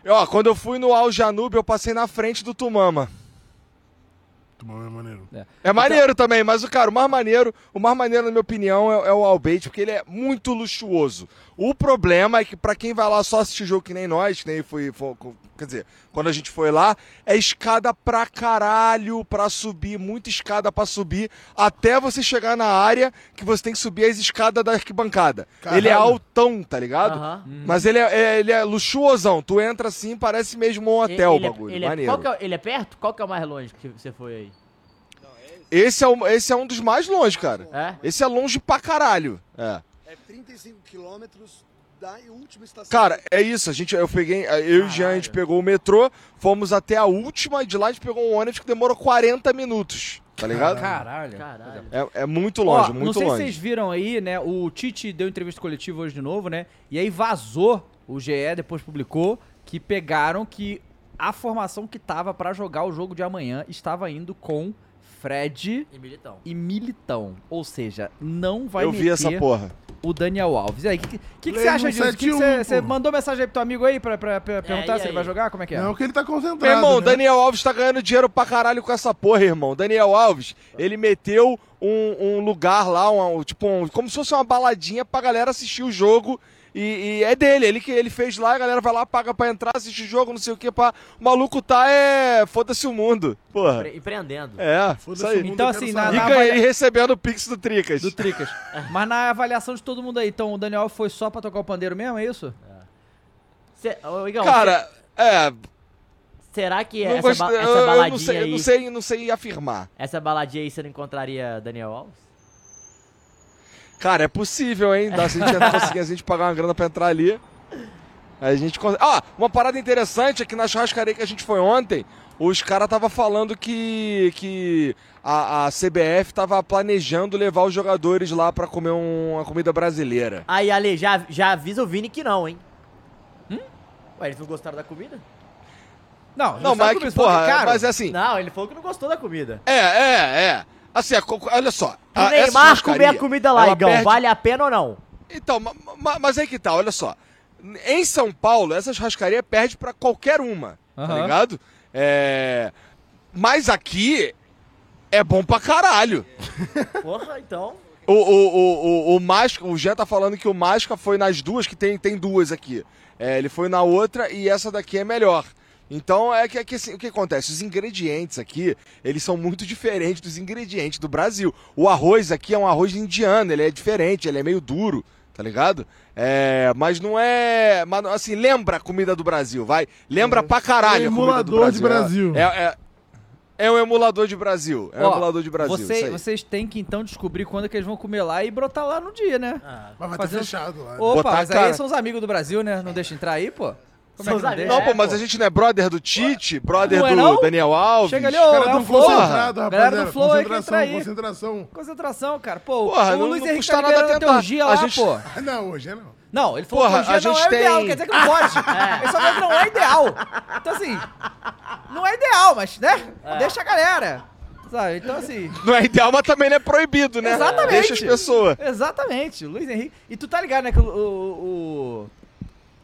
Speaker 4: E, Ó, quando eu fui no Al Janube, eu passei na frente do Tumama.
Speaker 3: Tumama é maneiro.
Speaker 4: É maneiro também, mas o cara, o mais maneiro, o mais maneiro, na minha opinião, é, é o Albeit, porque ele é muito luxuoso. O problema é que pra quem vai lá só assistir jogo que nem nós, que nem foi, foi- Quer dizer, quando a gente foi lá, é escada pra caralho pra subir, muita escada pra subir, até você chegar na área que você tem que subir as escadas da arquibancada.
Speaker 6: Caralho.
Speaker 4: Ele é altão, tá ligado?
Speaker 2: Aham.
Speaker 4: Mas ele é, é- ele é luxuosão. Tu entra assim, parece mesmo um
Speaker 2: Ele- ele
Speaker 4: hotel o
Speaker 2: é-
Speaker 4: bagulho.
Speaker 2: ele é-
Speaker 4: maneiro.
Speaker 2: qual que é- ele é perto? Qual que é o mais longe que você foi aí?
Speaker 4: Esse é, o- esse é um dos mais longe, cara.
Speaker 2: É?
Speaker 4: Esse é longe pra caralho. É.
Speaker 6: É 35 quilômetros da última estação.
Speaker 4: Cara, é isso. A gente, eu peguei, eu e o Jean, a gente pegou o metrô, fomos até a última e de lá a gente pegou um ônibus que demorou 40 minutos. Tá ligado?
Speaker 1: Caralho.
Speaker 4: É, é muito longe,
Speaker 1: Ó,
Speaker 4: muito
Speaker 1: não sei se
Speaker 4: longe.
Speaker 1: vocês viram aí, né? O Tite deu entrevista coletiva hoje de novo, né? E aí vazou, o GE depois publicou, que pegaram que a formação que tava pra jogar o jogo de amanhã estava indo com Fred
Speaker 2: E Militão.
Speaker 1: e Militão. Ou seja, não vai
Speaker 4: Eu vi essa
Speaker 1: meter
Speaker 4: porra.
Speaker 1: O Daniel Alves. E aí, o que, que, que
Speaker 3: Lembra
Speaker 1: você acha
Speaker 3: um
Speaker 1: disso? Que que
Speaker 3: 7-1,
Speaker 1: você você
Speaker 3: pô.
Speaker 1: mandou mensagem aí pro teu amigo aí pra, pra- pra perguntar
Speaker 3: e
Speaker 1: se ele
Speaker 3: aí?
Speaker 1: vai jogar? Como é que é?
Speaker 3: Não, que ele tá concentrado.
Speaker 4: Meu irmão,
Speaker 3: né?
Speaker 4: Daniel Alves tá ganhando dinheiro pra caralho com essa porra, irmão. Daniel Alves, ele meteu um, um lugar lá, um, um- tipo, um- como se fosse uma baladinha pra galera assistir o jogo. E, e é dele, ele que ele fez lá, a galera vai lá, paga pra entrar, assiste o jogo, não sei o que, pá. O maluco tá é. Foda-se o mundo. Porra.
Speaker 2: Empre- empreendendo.
Speaker 4: É, isso aí.
Speaker 1: Então, assim, na,
Speaker 4: e
Speaker 1: na
Speaker 4: ganhei
Speaker 1: avalia-
Speaker 4: recebendo o Pix do Tricas. Do
Speaker 1: Tricas. Mas na avaliação de todo mundo aí, então o Daniel foi só pra tocar o pandeiro mesmo, é isso?
Speaker 2: Cê- ô, Igão,
Speaker 4: Cara, é.
Speaker 2: cê- será que
Speaker 4: não
Speaker 2: essa,
Speaker 4: gosto-
Speaker 2: ba-
Speaker 4: eu-
Speaker 2: essa
Speaker 4: eu,
Speaker 2: baladinha
Speaker 4: não sei, eu
Speaker 2: aí.
Speaker 4: não sei, não sei afirmar.
Speaker 2: Essa baladinha aí você não encontraria Daniel Alves?
Speaker 4: Cara, é possível, hein? Dá, se a gente conseguir a gente pagar uma grana pra entrar ali. A gente consegue. Ah, uma parada interessante é que na churrascaria que a gente foi ontem, os caras tava falando que, que a, a CBF tava planejando levar os jogadores lá pra comer um- uma comida brasileira.
Speaker 2: Aí, Ale, já, já avisa o Vini que não, hein? Hum? Ué, eles não gostaram da comida?
Speaker 1: Não,
Speaker 4: Não, mas é que, porra, mas é assim.
Speaker 2: Não, Ah, ele falou que não gostou da comida.
Speaker 4: É, é, é. Assim, a co- olha só.
Speaker 2: Pro
Speaker 4: a- essa
Speaker 2: Neymar comer a
Speaker 4: churrascaria,
Speaker 2: comida lá,
Speaker 4: ela
Speaker 2: Igão,
Speaker 4: perde-
Speaker 2: vale a pena ou não?
Speaker 4: Então, ma- ma- mas aí que tá, olha só. Em São Paulo, essa churrascaria perde pra qualquer uma, tá
Speaker 1: Aham.
Speaker 4: ligado? É... Mas aqui é bom pra caralho.
Speaker 2: Porra, então.
Speaker 4: O, o, o, o, o Masca, o Jean tá falando que o Masca foi nas duas, que tem, tem duas aqui. É, ele foi na outra e essa daqui é melhor. Então, é que, é que assim, o que acontece? Os ingredientes aqui, eles são muito diferentes dos ingredientes do Brasil. O arroz aqui é um arroz indiano, ele é diferente, ele é meio duro, tá ligado? É, mas não é... Mas, não- assim, lembra a comida do Brasil, vai. Lembra pra caralho a comida do
Speaker 3: Emulador
Speaker 4: Brasil.
Speaker 3: de
Speaker 4: É- é- É um emulador de Brasil. É um
Speaker 1: Ó,
Speaker 4: emulador de Brasil.
Speaker 1: você-
Speaker 4: isso aí.
Speaker 1: vocês têm que então descobrir quando que eles vão comer lá e brotar lá no dia, né?
Speaker 3: Mas vai ter fechado lá, né?
Speaker 1: Opa,
Speaker 4: Botar a
Speaker 1: mas
Speaker 4: cara.
Speaker 1: aí são os amigos do Brasil, né? Não deixa entrar aí, pô. Como
Speaker 4: Não,
Speaker 1: é que não deixa?
Speaker 4: pô, mas a gente não é brother do Tite, brother
Speaker 1: Não é
Speaker 4: do
Speaker 1: não?
Speaker 4: Daniel Alves.
Speaker 1: Chega ali,
Speaker 4: Os
Speaker 1: ô,
Speaker 4: caras
Speaker 1: é
Speaker 4: tão
Speaker 1: o Flow.
Speaker 4: concentrados,
Speaker 1: Galera
Speaker 4: rapaziada.
Speaker 1: do Flow aí que entra
Speaker 3: Concentração,
Speaker 1: aí.
Speaker 3: concentração.
Speaker 1: Concentração, cara. Pô,
Speaker 4: Porra,
Speaker 1: o
Speaker 4: não-
Speaker 1: Luiz
Speaker 4: não
Speaker 1: Henrique
Speaker 4: custa nada
Speaker 1: Tagueira
Speaker 4: tentar.
Speaker 1: tem orgia
Speaker 4: A
Speaker 1: lá,
Speaker 4: gente-
Speaker 1: pô.
Speaker 3: Não, hoje é não.
Speaker 1: Não, ele falou
Speaker 4: Porra,
Speaker 1: que orgia
Speaker 4: a
Speaker 1: não
Speaker 4: gente
Speaker 1: é o ideal,
Speaker 4: tem-
Speaker 1: quer dizer que não pode. Ele só falou que não é ideal. Então, assim, não é ideal, mas, né? Deixa a galera. Sabe? Então, assim.
Speaker 4: Não é ideal, mas também não é proibido, né?
Speaker 1: Exatamente.
Speaker 4: Deixa as pessoas.
Speaker 1: Exatamente, Luiz Henrique. E tu tá ligado, né? Que o. o- o-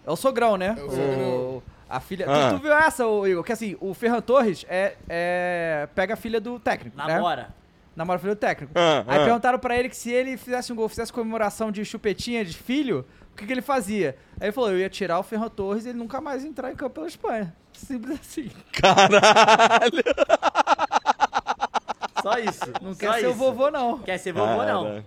Speaker 1: é o sogrão, né? O, a filha. tu-
Speaker 4: Ah.
Speaker 1: Tu, viu essa, ô, Igor? Que assim, o Ferran Torres é, é- pega a filha do técnico. né?
Speaker 2: Namora.
Speaker 1: Namora a filha do técnico.
Speaker 4: Ah,
Speaker 1: Aí
Speaker 4: ah.
Speaker 1: perguntaram pra ele que se ele fizesse um gol, fizesse comemoração de chupetinha de filho, o que, que ele fazia? Aí ele falou: eu ia tirar o Ferran Torres e ele nunca mais ia entrar em campo pela Espanha. Simples assim.
Speaker 4: Caralho.
Speaker 2: Só isso.
Speaker 1: Não
Speaker 2: só
Speaker 1: quer ser o
Speaker 2: isso.
Speaker 1: vovô, não.
Speaker 2: Quer ser vovô, não.
Speaker 4: Cara.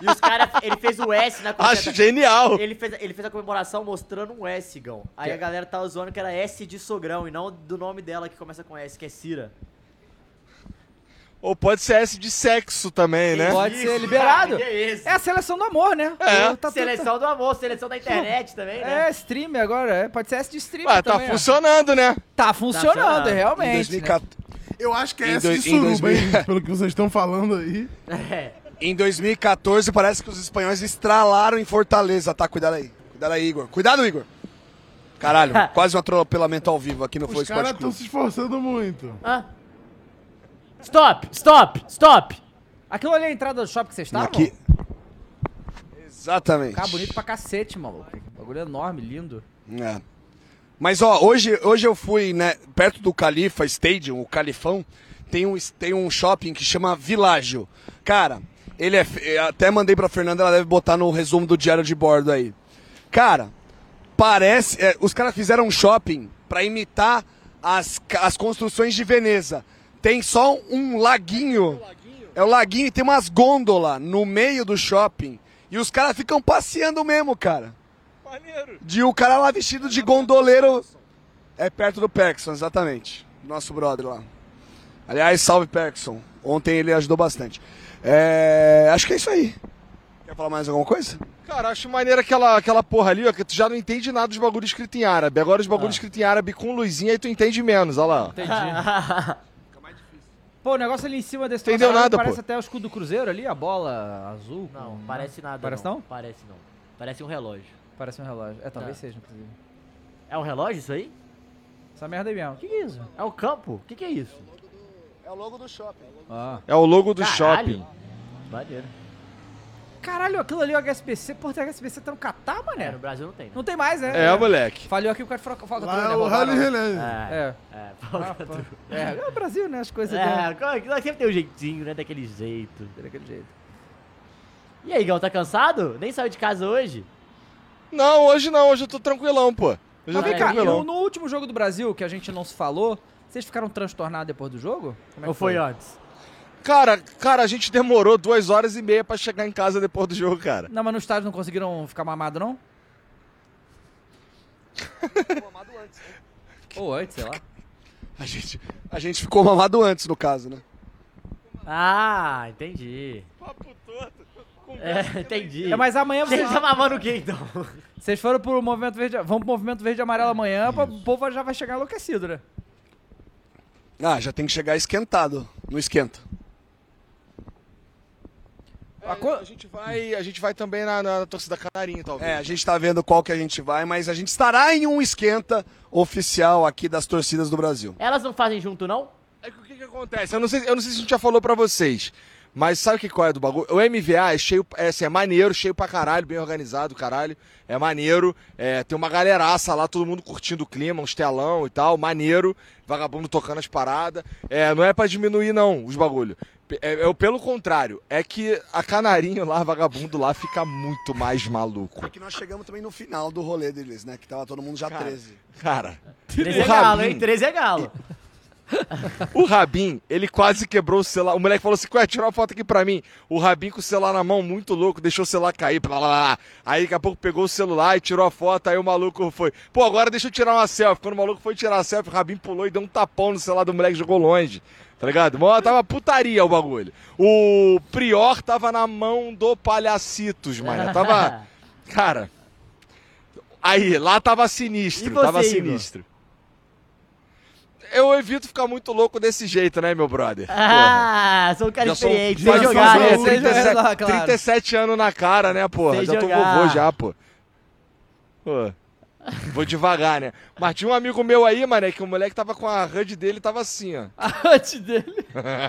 Speaker 2: E os caras, ele fez o S na
Speaker 4: né? Acho genial.
Speaker 2: Ele fez, ele fez a comemoração mostrando um S, Gão. Aí
Speaker 1: Que-
Speaker 2: a galera tava zoando que era S de sogrão e não do nome dela que começa com S, que é Cira.
Speaker 4: Ou pode ser S de sexo também, né?
Speaker 1: Pode ser
Speaker 2: Isso,
Speaker 1: liberado.
Speaker 2: cara, que isso?
Speaker 1: É a seleção do amor, né?
Speaker 4: É.
Speaker 1: Eu- tá tudo-
Speaker 2: seleção do amor, seleção da internet também, né?
Speaker 1: É, stream agora, é. pode ser essa de stream.
Speaker 4: Ah, tá
Speaker 1: também, ó.
Speaker 4: funcionando, né?
Speaker 1: Tá funcionando,
Speaker 2: funcionando.
Speaker 1: realmente. né?
Speaker 6: Em 2014.
Speaker 3: Eu acho que é
Speaker 6: Em
Speaker 3: essa
Speaker 6: dois-
Speaker 3: de
Speaker 6: em dois
Speaker 3: suruba,
Speaker 6: mil-
Speaker 3: hein? Pelo que vocês estão falando aí.
Speaker 2: É.
Speaker 6: Em 2014, parece que os espanhóis estralaram em Fortaleza, tá? Cuidado aí. Cuidado aí, Igor. Cuidado, Igor. Caralho, quase um atropelamento ao vivo aqui no Flow
Speaker 3: Os caras
Speaker 6: Sport
Speaker 3: estão
Speaker 6: Clube.
Speaker 3: se esforçando muito.
Speaker 2: Ah. Stop, stop, stop.
Speaker 1: Aquilo ali é a entrada do shopping que vocês estavam?
Speaker 6: Aqui. Exatamente.
Speaker 1: Cara, bonito pra cacete, maluco. Bagulho enorme, lindo.
Speaker 6: É. Mas ó, hoje, hoje eu fui, né, perto do Califa Stadium, o Califão, tem um, es- tem um shopping que chama Világio. Cara, ele é. fe- eu Até mandei pra Fernanda, ela deve botar no resumo do diário de bordo aí. Cara, parece. é, os caras fizeram um shopping pra imitar as, ca- as construções de Veneza. Tem só um laguinho. É o laguinho e tem umas gôndolas no meio do shopping. E os caras ficam passeando mesmo, cara. De o cara lá vestido de gondoleiro. É perto do Paxson, exatamente. Nosso brother lá. Aliás, salve Paxson. Ontem ele ajudou bastante. É, Acho que é isso aí. Quer falar mais alguma coisa?
Speaker 4: Cara, acho maneiro aquela, aquela porra ali, ó, que tu já não entende nada dos bagulhos escritos em árabe. Agora os bagulhos escritos em árabe com luzinha aí tu entende menos, olha lá.
Speaker 1: Ah. Entendi. pô, o negócio ali em cima desse
Speaker 4: Entendeu
Speaker 1: troço,
Speaker 4: nada,
Speaker 1: parece
Speaker 4: pô.
Speaker 1: até o escudo do Cruzeiro ali, a bola azul.
Speaker 2: Não, parece nada.
Speaker 1: Parece
Speaker 2: não?
Speaker 1: não?
Speaker 2: Parece não. Parece um relógio.
Speaker 1: Parece um relógio. É, talvez
Speaker 2: Tá.
Speaker 1: seja, inclusive.
Speaker 2: É um relógio isso aí?
Speaker 1: Essa merda aí mesmo.
Speaker 2: O que, que é isso? É um campo? O que, que é isso?
Speaker 6: É o logo do shopping.
Speaker 1: Ah.
Speaker 4: É o logo do
Speaker 2: Caralho.
Speaker 4: shopping.
Speaker 2: Maneiro.
Speaker 1: Caralho, aquilo ali é o HSBC. Porra, tem HSBC tá no Catar,
Speaker 2: É, no
Speaker 1: mané.
Speaker 2: Brasil não tem, né?
Speaker 1: Não tem mais, né?
Speaker 4: É, moleque.
Speaker 1: Falhou aqui o cara falou falou
Speaker 3: Lá
Speaker 1: né?
Speaker 3: é o
Speaker 1: Roubaram.
Speaker 3: Rally Renan.
Speaker 2: É.
Speaker 1: É.
Speaker 2: É,
Speaker 1: Ah, pô. É, é o Brasil, né? As coisas
Speaker 2: É, claro que nós sempre tem um jeitinho, né? Daquele jeito.
Speaker 1: dão- daquele jeito.
Speaker 2: E aí, Gão, tá cansado? Nem saiu de casa hoje?
Speaker 4: Não, hoje não, hoje eu tô tranquilão, pô. Hoje
Speaker 1: Mas
Speaker 4: eu tô
Speaker 1: vem cá,
Speaker 4: tranquilão.
Speaker 1: no, no último jogo do Brasil, que a gente não se falou, vocês ficaram transtornados depois do jogo? Como é que
Speaker 2: Ou foi antes?
Speaker 4: Cara, cara, a gente demorou duas horas e meia pra chegar em casa depois do jogo, cara.
Speaker 1: Não, mas no estádio não conseguiram ficar mamado, não? Ou antes, sei lá.
Speaker 6: A gente, a gente ficou mamado antes, no caso, né?
Speaker 2: Ah, entendi. Papo todo. É, entendi.
Speaker 1: É, mas amanhã
Speaker 2: Você
Speaker 1: vocês,
Speaker 2: tá mamando o quê, então?
Speaker 1: vocês foram pro Movimento Verde... Vamos pro Movimento Verde e Amarelo amanhã, pra- o povo já vai chegar enlouquecido, né?
Speaker 6: Ah, já tem que chegar esquentado. Não esquenta.
Speaker 1: A co-
Speaker 4: A gente vai, a gente vai também na, na torcida canarinha, talvez.
Speaker 6: É, a gente tá vendo qual que a gente vai, mas a gente estará em um esquenta oficial aqui das torcidas do Brasil.
Speaker 2: Elas não fazem junto, não?
Speaker 4: É que o que, que acontece? Eu não, sei, eu não sei se a gente já falou pra vocês, mas sabe que qual é do bagulho? O MVA é cheio, é, assim, é maneiro, cheio pra caralho, bem organizado, caralho. É maneiro, é, tem uma galeraça lá, todo mundo curtindo o clima, uns telão e tal, maneiro, vagabundo tocando as paradas. É, não é pra diminuir, não, os bagulho. P- É, é o pelo contrário, é que a canarinho lá, vagabundo lá, fica muito mais maluco.
Speaker 6: É que nós chegamos também no final do rolê deles, né? Que tava todo mundo já
Speaker 4: Cara.
Speaker 6: 13.
Speaker 4: Cara,
Speaker 2: 13
Speaker 4: o
Speaker 2: é galo, hein?
Speaker 4: Rabin-
Speaker 2: 13 é galo.
Speaker 4: O Rabin, ele quase quebrou o celular. O moleque falou assim: Ué, tira uma foto aqui pra mim. O Rabin com o celular na mão, muito louco, deixou o celular cair. Blá, blá, blá. Aí daqui a pouco pegou o celular e tirou a foto. Aí o maluco foi: Pô, agora deixa eu tirar uma selfie. Quando o maluco foi tirar a selfie, o Rabin pulou e deu um tapão no celular do moleque e jogou longe. Tá ligado? Mó, tava putaria o bagulho. O Prior tava na mão do Palhacitos, mano. Tava. Cara. Aí, lá tava sinistro.
Speaker 2: E você,
Speaker 4: tava
Speaker 2: Igor?
Speaker 4: sinistro. Eu evito ficar muito louco desse jeito, né, meu brother?
Speaker 2: Ah, sou um cara
Speaker 4: Já sou-
Speaker 2: experiente,
Speaker 4: já
Speaker 2: sei
Speaker 4: sou- um
Speaker 2: jogar, né?
Speaker 4: sou
Speaker 2: Sei
Speaker 6: e
Speaker 2: jogar,
Speaker 4: 37,
Speaker 2: claro.
Speaker 4: 37 anos na cara, né, porra?
Speaker 2: Sei
Speaker 4: já tô
Speaker 2: jogar.
Speaker 4: vovô já, pô. Pô. Vou devagar, né? Mas tinha um amigo meu aí, mané, que o moleque tava com a HUD dele, tava assim, ó.
Speaker 1: A HUD dele?
Speaker 5: Vai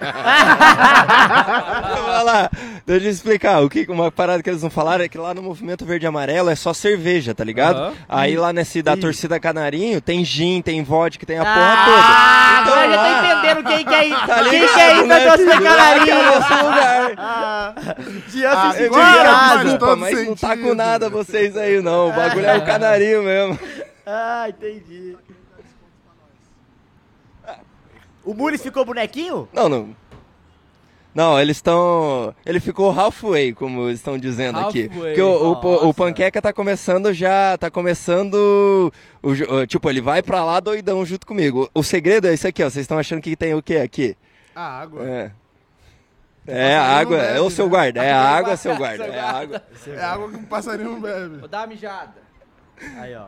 Speaker 5: lá, deixa eu explicar. O que, uma parada que eles não falaram é que lá no movimento verde e amarelo é só cerveja, tá ligado?
Speaker 2: Aham.
Speaker 5: Aí
Speaker 2: Ih,
Speaker 5: lá nesse da
Speaker 2: ih.
Speaker 5: torcida canarinho tem gin, tem vodka, tem a porra toda. Então Tá
Speaker 2: Ah, agora já tô entendendo quem que é isso. quem que é isso da torcida
Speaker 5: é
Speaker 2: canarinha?
Speaker 5: Ah, eu te
Speaker 2: Ah,
Speaker 5: quero, desculpa, mas não tá com nada vocês aí, não. O bagulho é o canarinho mesmo.
Speaker 2: Ah, entendi. O Muris ficou bonequinho?
Speaker 5: Não, não. Não, eles estão. Ele ficou halfway, como estão dizendo aqui.
Speaker 2: Halfway,
Speaker 5: Porque o, o, po- o Panqueca tá começando já. Tá começando. o jo- o- tipo, ele vai pra lá doidão junto comigo. O, o segredo é isso aqui, ó. Vocês estão achando que tem o quê aqui?
Speaker 3: A água.
Speaker 5: É.
Speaker 2: tá
Speaker 5: É a água, é o
Speaker 2: né?
Speaker 4: né?
Speaker 5: seu guarda. É a água, seu guarda. É a água.
Speaker 3: É a água que o passarinho bebe. Vou
Speaker 1: dar uma mijada.
Speaker 2: Aí, ó.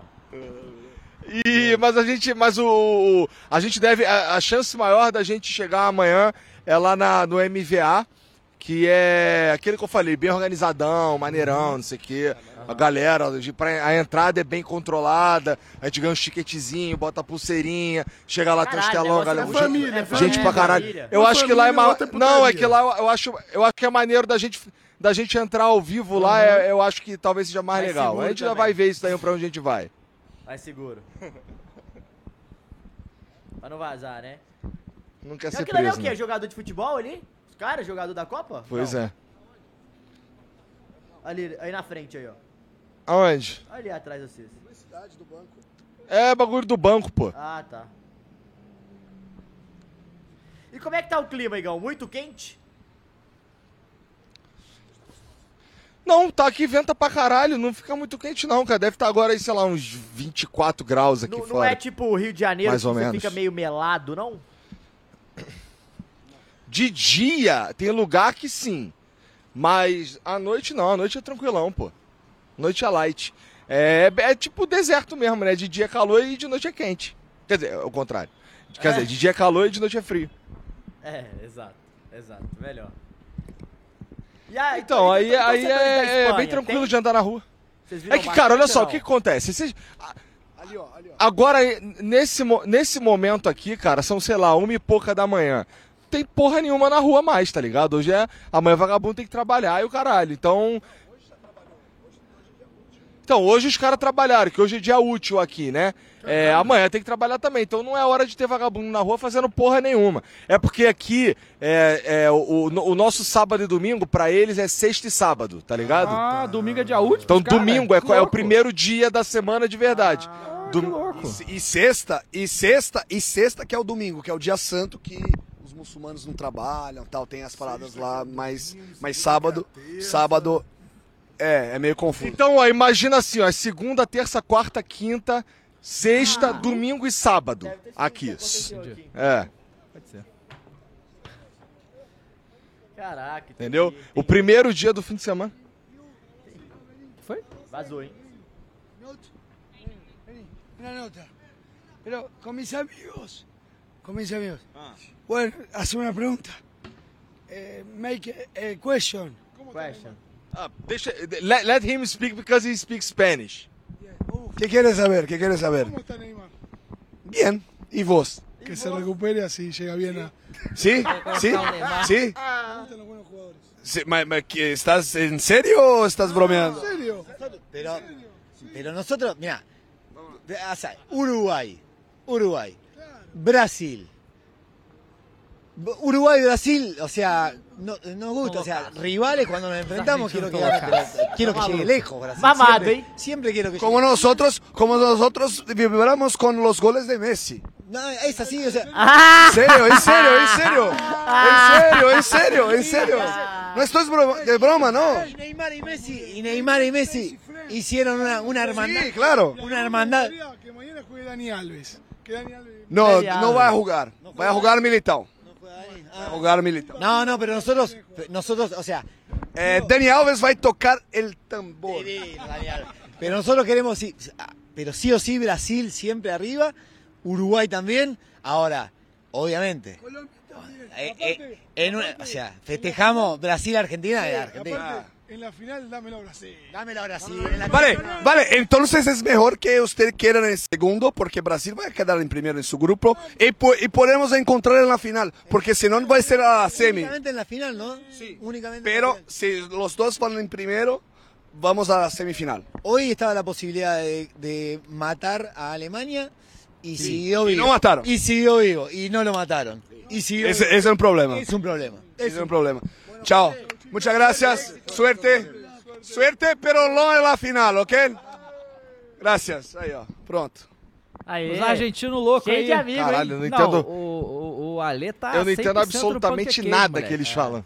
Speaker 4: E, mas a gente, mas o, o- a gente deve, a, a chance maior da gente chegar amanhã é lá na, no MVA, que é aquele que eu falei, bem organizadão, maneirão, não sei o quê. A galera, de- pra- a entrada é bem controlada, a gente ganha um chiquetezinho, bota a pulseirinha, chega lá, tem
Speaker 2: Caralho,
Speaker 4: uns telão,
Speaker 2: negócio
Speaker 4: galera.
Speaker 2: é
Speaker 4: gente-
Speaker 2: família, é
Speaker 4: gente
Speaker 2: família.
Speaker 4: pra caralho.
Speaker 2: Família.
Speaker 4: Eu
Speaker 2: Uma
Speaker 4: acho que lá é
Speaker 2: família,
Speaker 4: ma...
Speaker 2: outra
Speaker 4: Não, é
Speaker 2: putaria.
Speaker 4: que lá eu- eu acho, eu acho que é maneiro da gente da gente entrar ao vivo lá,
Speaker 2: Uhum.
Speaker 4: é- eu acho que talvez seja mais,
Speaker 2: Mais
Speaker 4: legal. A
Speaker 2: seguro
Speaker 4: gente já
Speaker 2: também.
Speaker 4: vai ver isso daí pra onde a gente vai.
Speaker 2: Vai seguro. pra não vazar, né?
Speaker 4: Não quer
Speaker 2: Então
Speaker 4: ser
Speaker 2: aquilo ali é o
Speaker 4: preso.
Speaker 2: quê?
Speaker 4: né?
Speaker 2: Jogador de futebol ali? Os caras, jogador da Copa?
Speaker 4: Pois é.
Speaker 2: Ali, aí na frente, aí, ó.
Speaker 4: Aonde?
Speaker 2: Olha ali atrás de vocês.
Speaker 4: É bagulho do banco, pô.
Speaker 2: Ah, tá. E como é que tá o clima, Igão? Muito quente?
Speaker 4: Não, tá aqui venta pra caralho, não fica muito quente não, cara. Deve estar agora aí, sei lá, uns 24 graus aqui
Speaker 2: Não, não
Speaker 4: fora.
Speaker 2: é tipo o Rio de Janeiro
Speaker 4: Mais
Speaker 2: que
Speaker 4: ou
Speaker 2: você
Speaker 4: menos.
Speaker 2: fica meio melado, não?
Speaker 4: De dia, tem lugar que sim. Mas à noite não, à noite é tranquilão, pô. Noite é light. É, é tipo deserto mesmo, né? De dia é calor e de noite é quente. Quer dizer, é o contrário. Quer
Speaker 2: É.
Speaker 4: dizer, de dia é calor e de noite é frio.
Speaker 2: É, exato. Exato. Melhor. E aí,
Speaker 4: Então, aí,
Speaker 2: então,
Speaker 4: aí
Speaker 2: torcedores da
Speaker 4: é, é
Speaker 2: Espanha,
Speaker 4: bem tranquilo
Speaker 2: tem-
Speaker 4: de andar na rua.
Speaker 2: Vocês viram
Speaker 4: É que, cara, olha só, o que que
Speaker 2: bastante,
Speaker 4: acontece? Vocês-
Speaker 2: Ah,
Speaker 4: a- Agora, nesse, mo- nesse momento aqui, cara, são, sei lá, uma e pouca da manhã. Tem porra nenhuma na rua mais, tá ligado? Hoje é. Amanhã vagabundo tem que trabalhar e o caralho. Então. Então, hoje os caras trabalharam, que hoje é dia útil aqui, né? É, amanhã tem que trabalhar também. Então não é hora de ter vagabundo na rua fazendo porra nenhuma. É porque aqui, é, é, o, o- o nosso sábado e domingo, pra eles, é sexta e sábado, tá ligado?
Speaker 1: Ah, domingo é dia útil?
Speaker 4: Então
Speaker 1: cara?
Speaker 4: domingo é,
Speaker 1: Que
Speaker 4: é o
Speaker 1: louco.
Speaker 4: primeiro dia da semana de verdade. Dom-
Speaker 6: E, e sexta, e sexta, e sexta que é o domingo, que é o dia santo que os muçulmanos não trabalham, tal, tem as paradas lá, mas mas sábado, sábado é, é meio confuso.
Speaker 4: Então, ó, imagina assim, ó, segunda, terça, quarta, quinta, sexta, domingo e sábado aqui. Ah. É,
Speaker 2: Caraca.
Speaker 4: entendeu? O primeiro dia do fim de semana.
Speaker 1: Foi?
Speaker 2: Vazou, hein?
Speaker 9: Una nota. Pero con mis amigos. Con mis amigos. Bueno, hacer una pregunta. Eh, make a question.
Speaker 2: Question.
Speaker 4: Ah, deixa, let, let him speak because he speaks Spanish.
Speaker 6: ¿Qué quieres saber? ¿Qué quieres saber? Bien. ¿Y vos?
Speaker 9: Que se recupere así llega bien a.
Speaker 6: ¿Sí? ¿Sí? ¿Sí? Sí, ma- ma- que- ¿Estás en serio o estás bromeando?
Speaker 9: serio?
Speaker 10: Pero, pero nosotros, mira, o sea, Uruguay, Uruguay, Brasil, Uruguay, Brasil, o sea, no, no gusta. O sea, rivales cuando nos enfrentamos quiero que, gane, pero quiero que llegue lejos, Brasil. siempre. Siempre quiero que
Speaker 6: Como
Speaker 10: llegue.
Speaker 6: nosotros, como nosotros vibramos con los goles de Messi.
Speaker 10: No, es así, o sea.
Speaker 6: En serio, en serio, en serio. En serio, en serio, en serio. No esto es broma, de broma, no.
Speaker 10: Y Neymar y Messi, y Neymar y Messi hicieron una, una hermandad.
Speaker 6: Sí, claro.
Speaker 10: Una hermandad.
Speaker 3: Que mañana juegue Dani Alves. Que Dani Alves...
Speaker 6: No, no va a jugar. Va a jugar Militao. Va a jugar Militao.
Speaker 10: No, no, pero nosotros, nosotros, o sea,
Speaker 6: Eh, Dani Alves va a tocar el tambor.
Speaker 10: pero nosotros queremos, sí, ah, pero sí o sí Brasil siempre arriba, Uruguay también. Ahora, obviamente, eh, eh, en una- o sea, festejamos Brasil-Argentina de Argentina. Ah.
Speaker 3: En la final, dámelo a Brasil.
Speaker 10: Dámelo a Brasil.
Speaker 6: Vale, vale, entonces es mejor que usted quiera en el segundo, porque Brasil va a quedar en primero en su grupo y, po- y podemos encontrar en la final, porque si no va a ser a la semi.
Speaker 10: Únicamente en la final, ¿no? Sí. Únicamente.
Speaker 6: Pero si los dos van en primero, vamos a la semifinal.
Speaker 10: Hoy estaba la posibilidad de, de matar a Alemania y siguió
Speaker 6: Y
Speaker 10: vivo.
Speaker 6: no mataron.
Speaker 10: Y siguió vivo y no lo mataron. Y siguió
Speaker 6: Ese-
Speaker 10: vivo.
Speaker 6: ese es un problema.
Speaker 10: Es un problema.
Speaker 6: Es un problema. Chao. Muchas gracias. Suerte. Suerte, pero no en la final, ¿ok? Gracias. Aí, ó. Pronto.
Speaker 2: Aí.
Speaker 1: Os argentinos loucos
Speaker 2: Cheio
Speaker 1: aí.
Speaker 2: de amigo,
Speaker 4: Caralho, hein? eu não entendo-
Speaker 1: o, o, o Ale tá
Speaker 4: eu não entendo
Speaker 1: 100%
Speaker 4: absolutamente
Speaker 1: panquequês,
Speaker 4: nada
Speaker 1: moleque.
Speaker 4: que eles
Speaker 1: É.
Speaker 4: falam.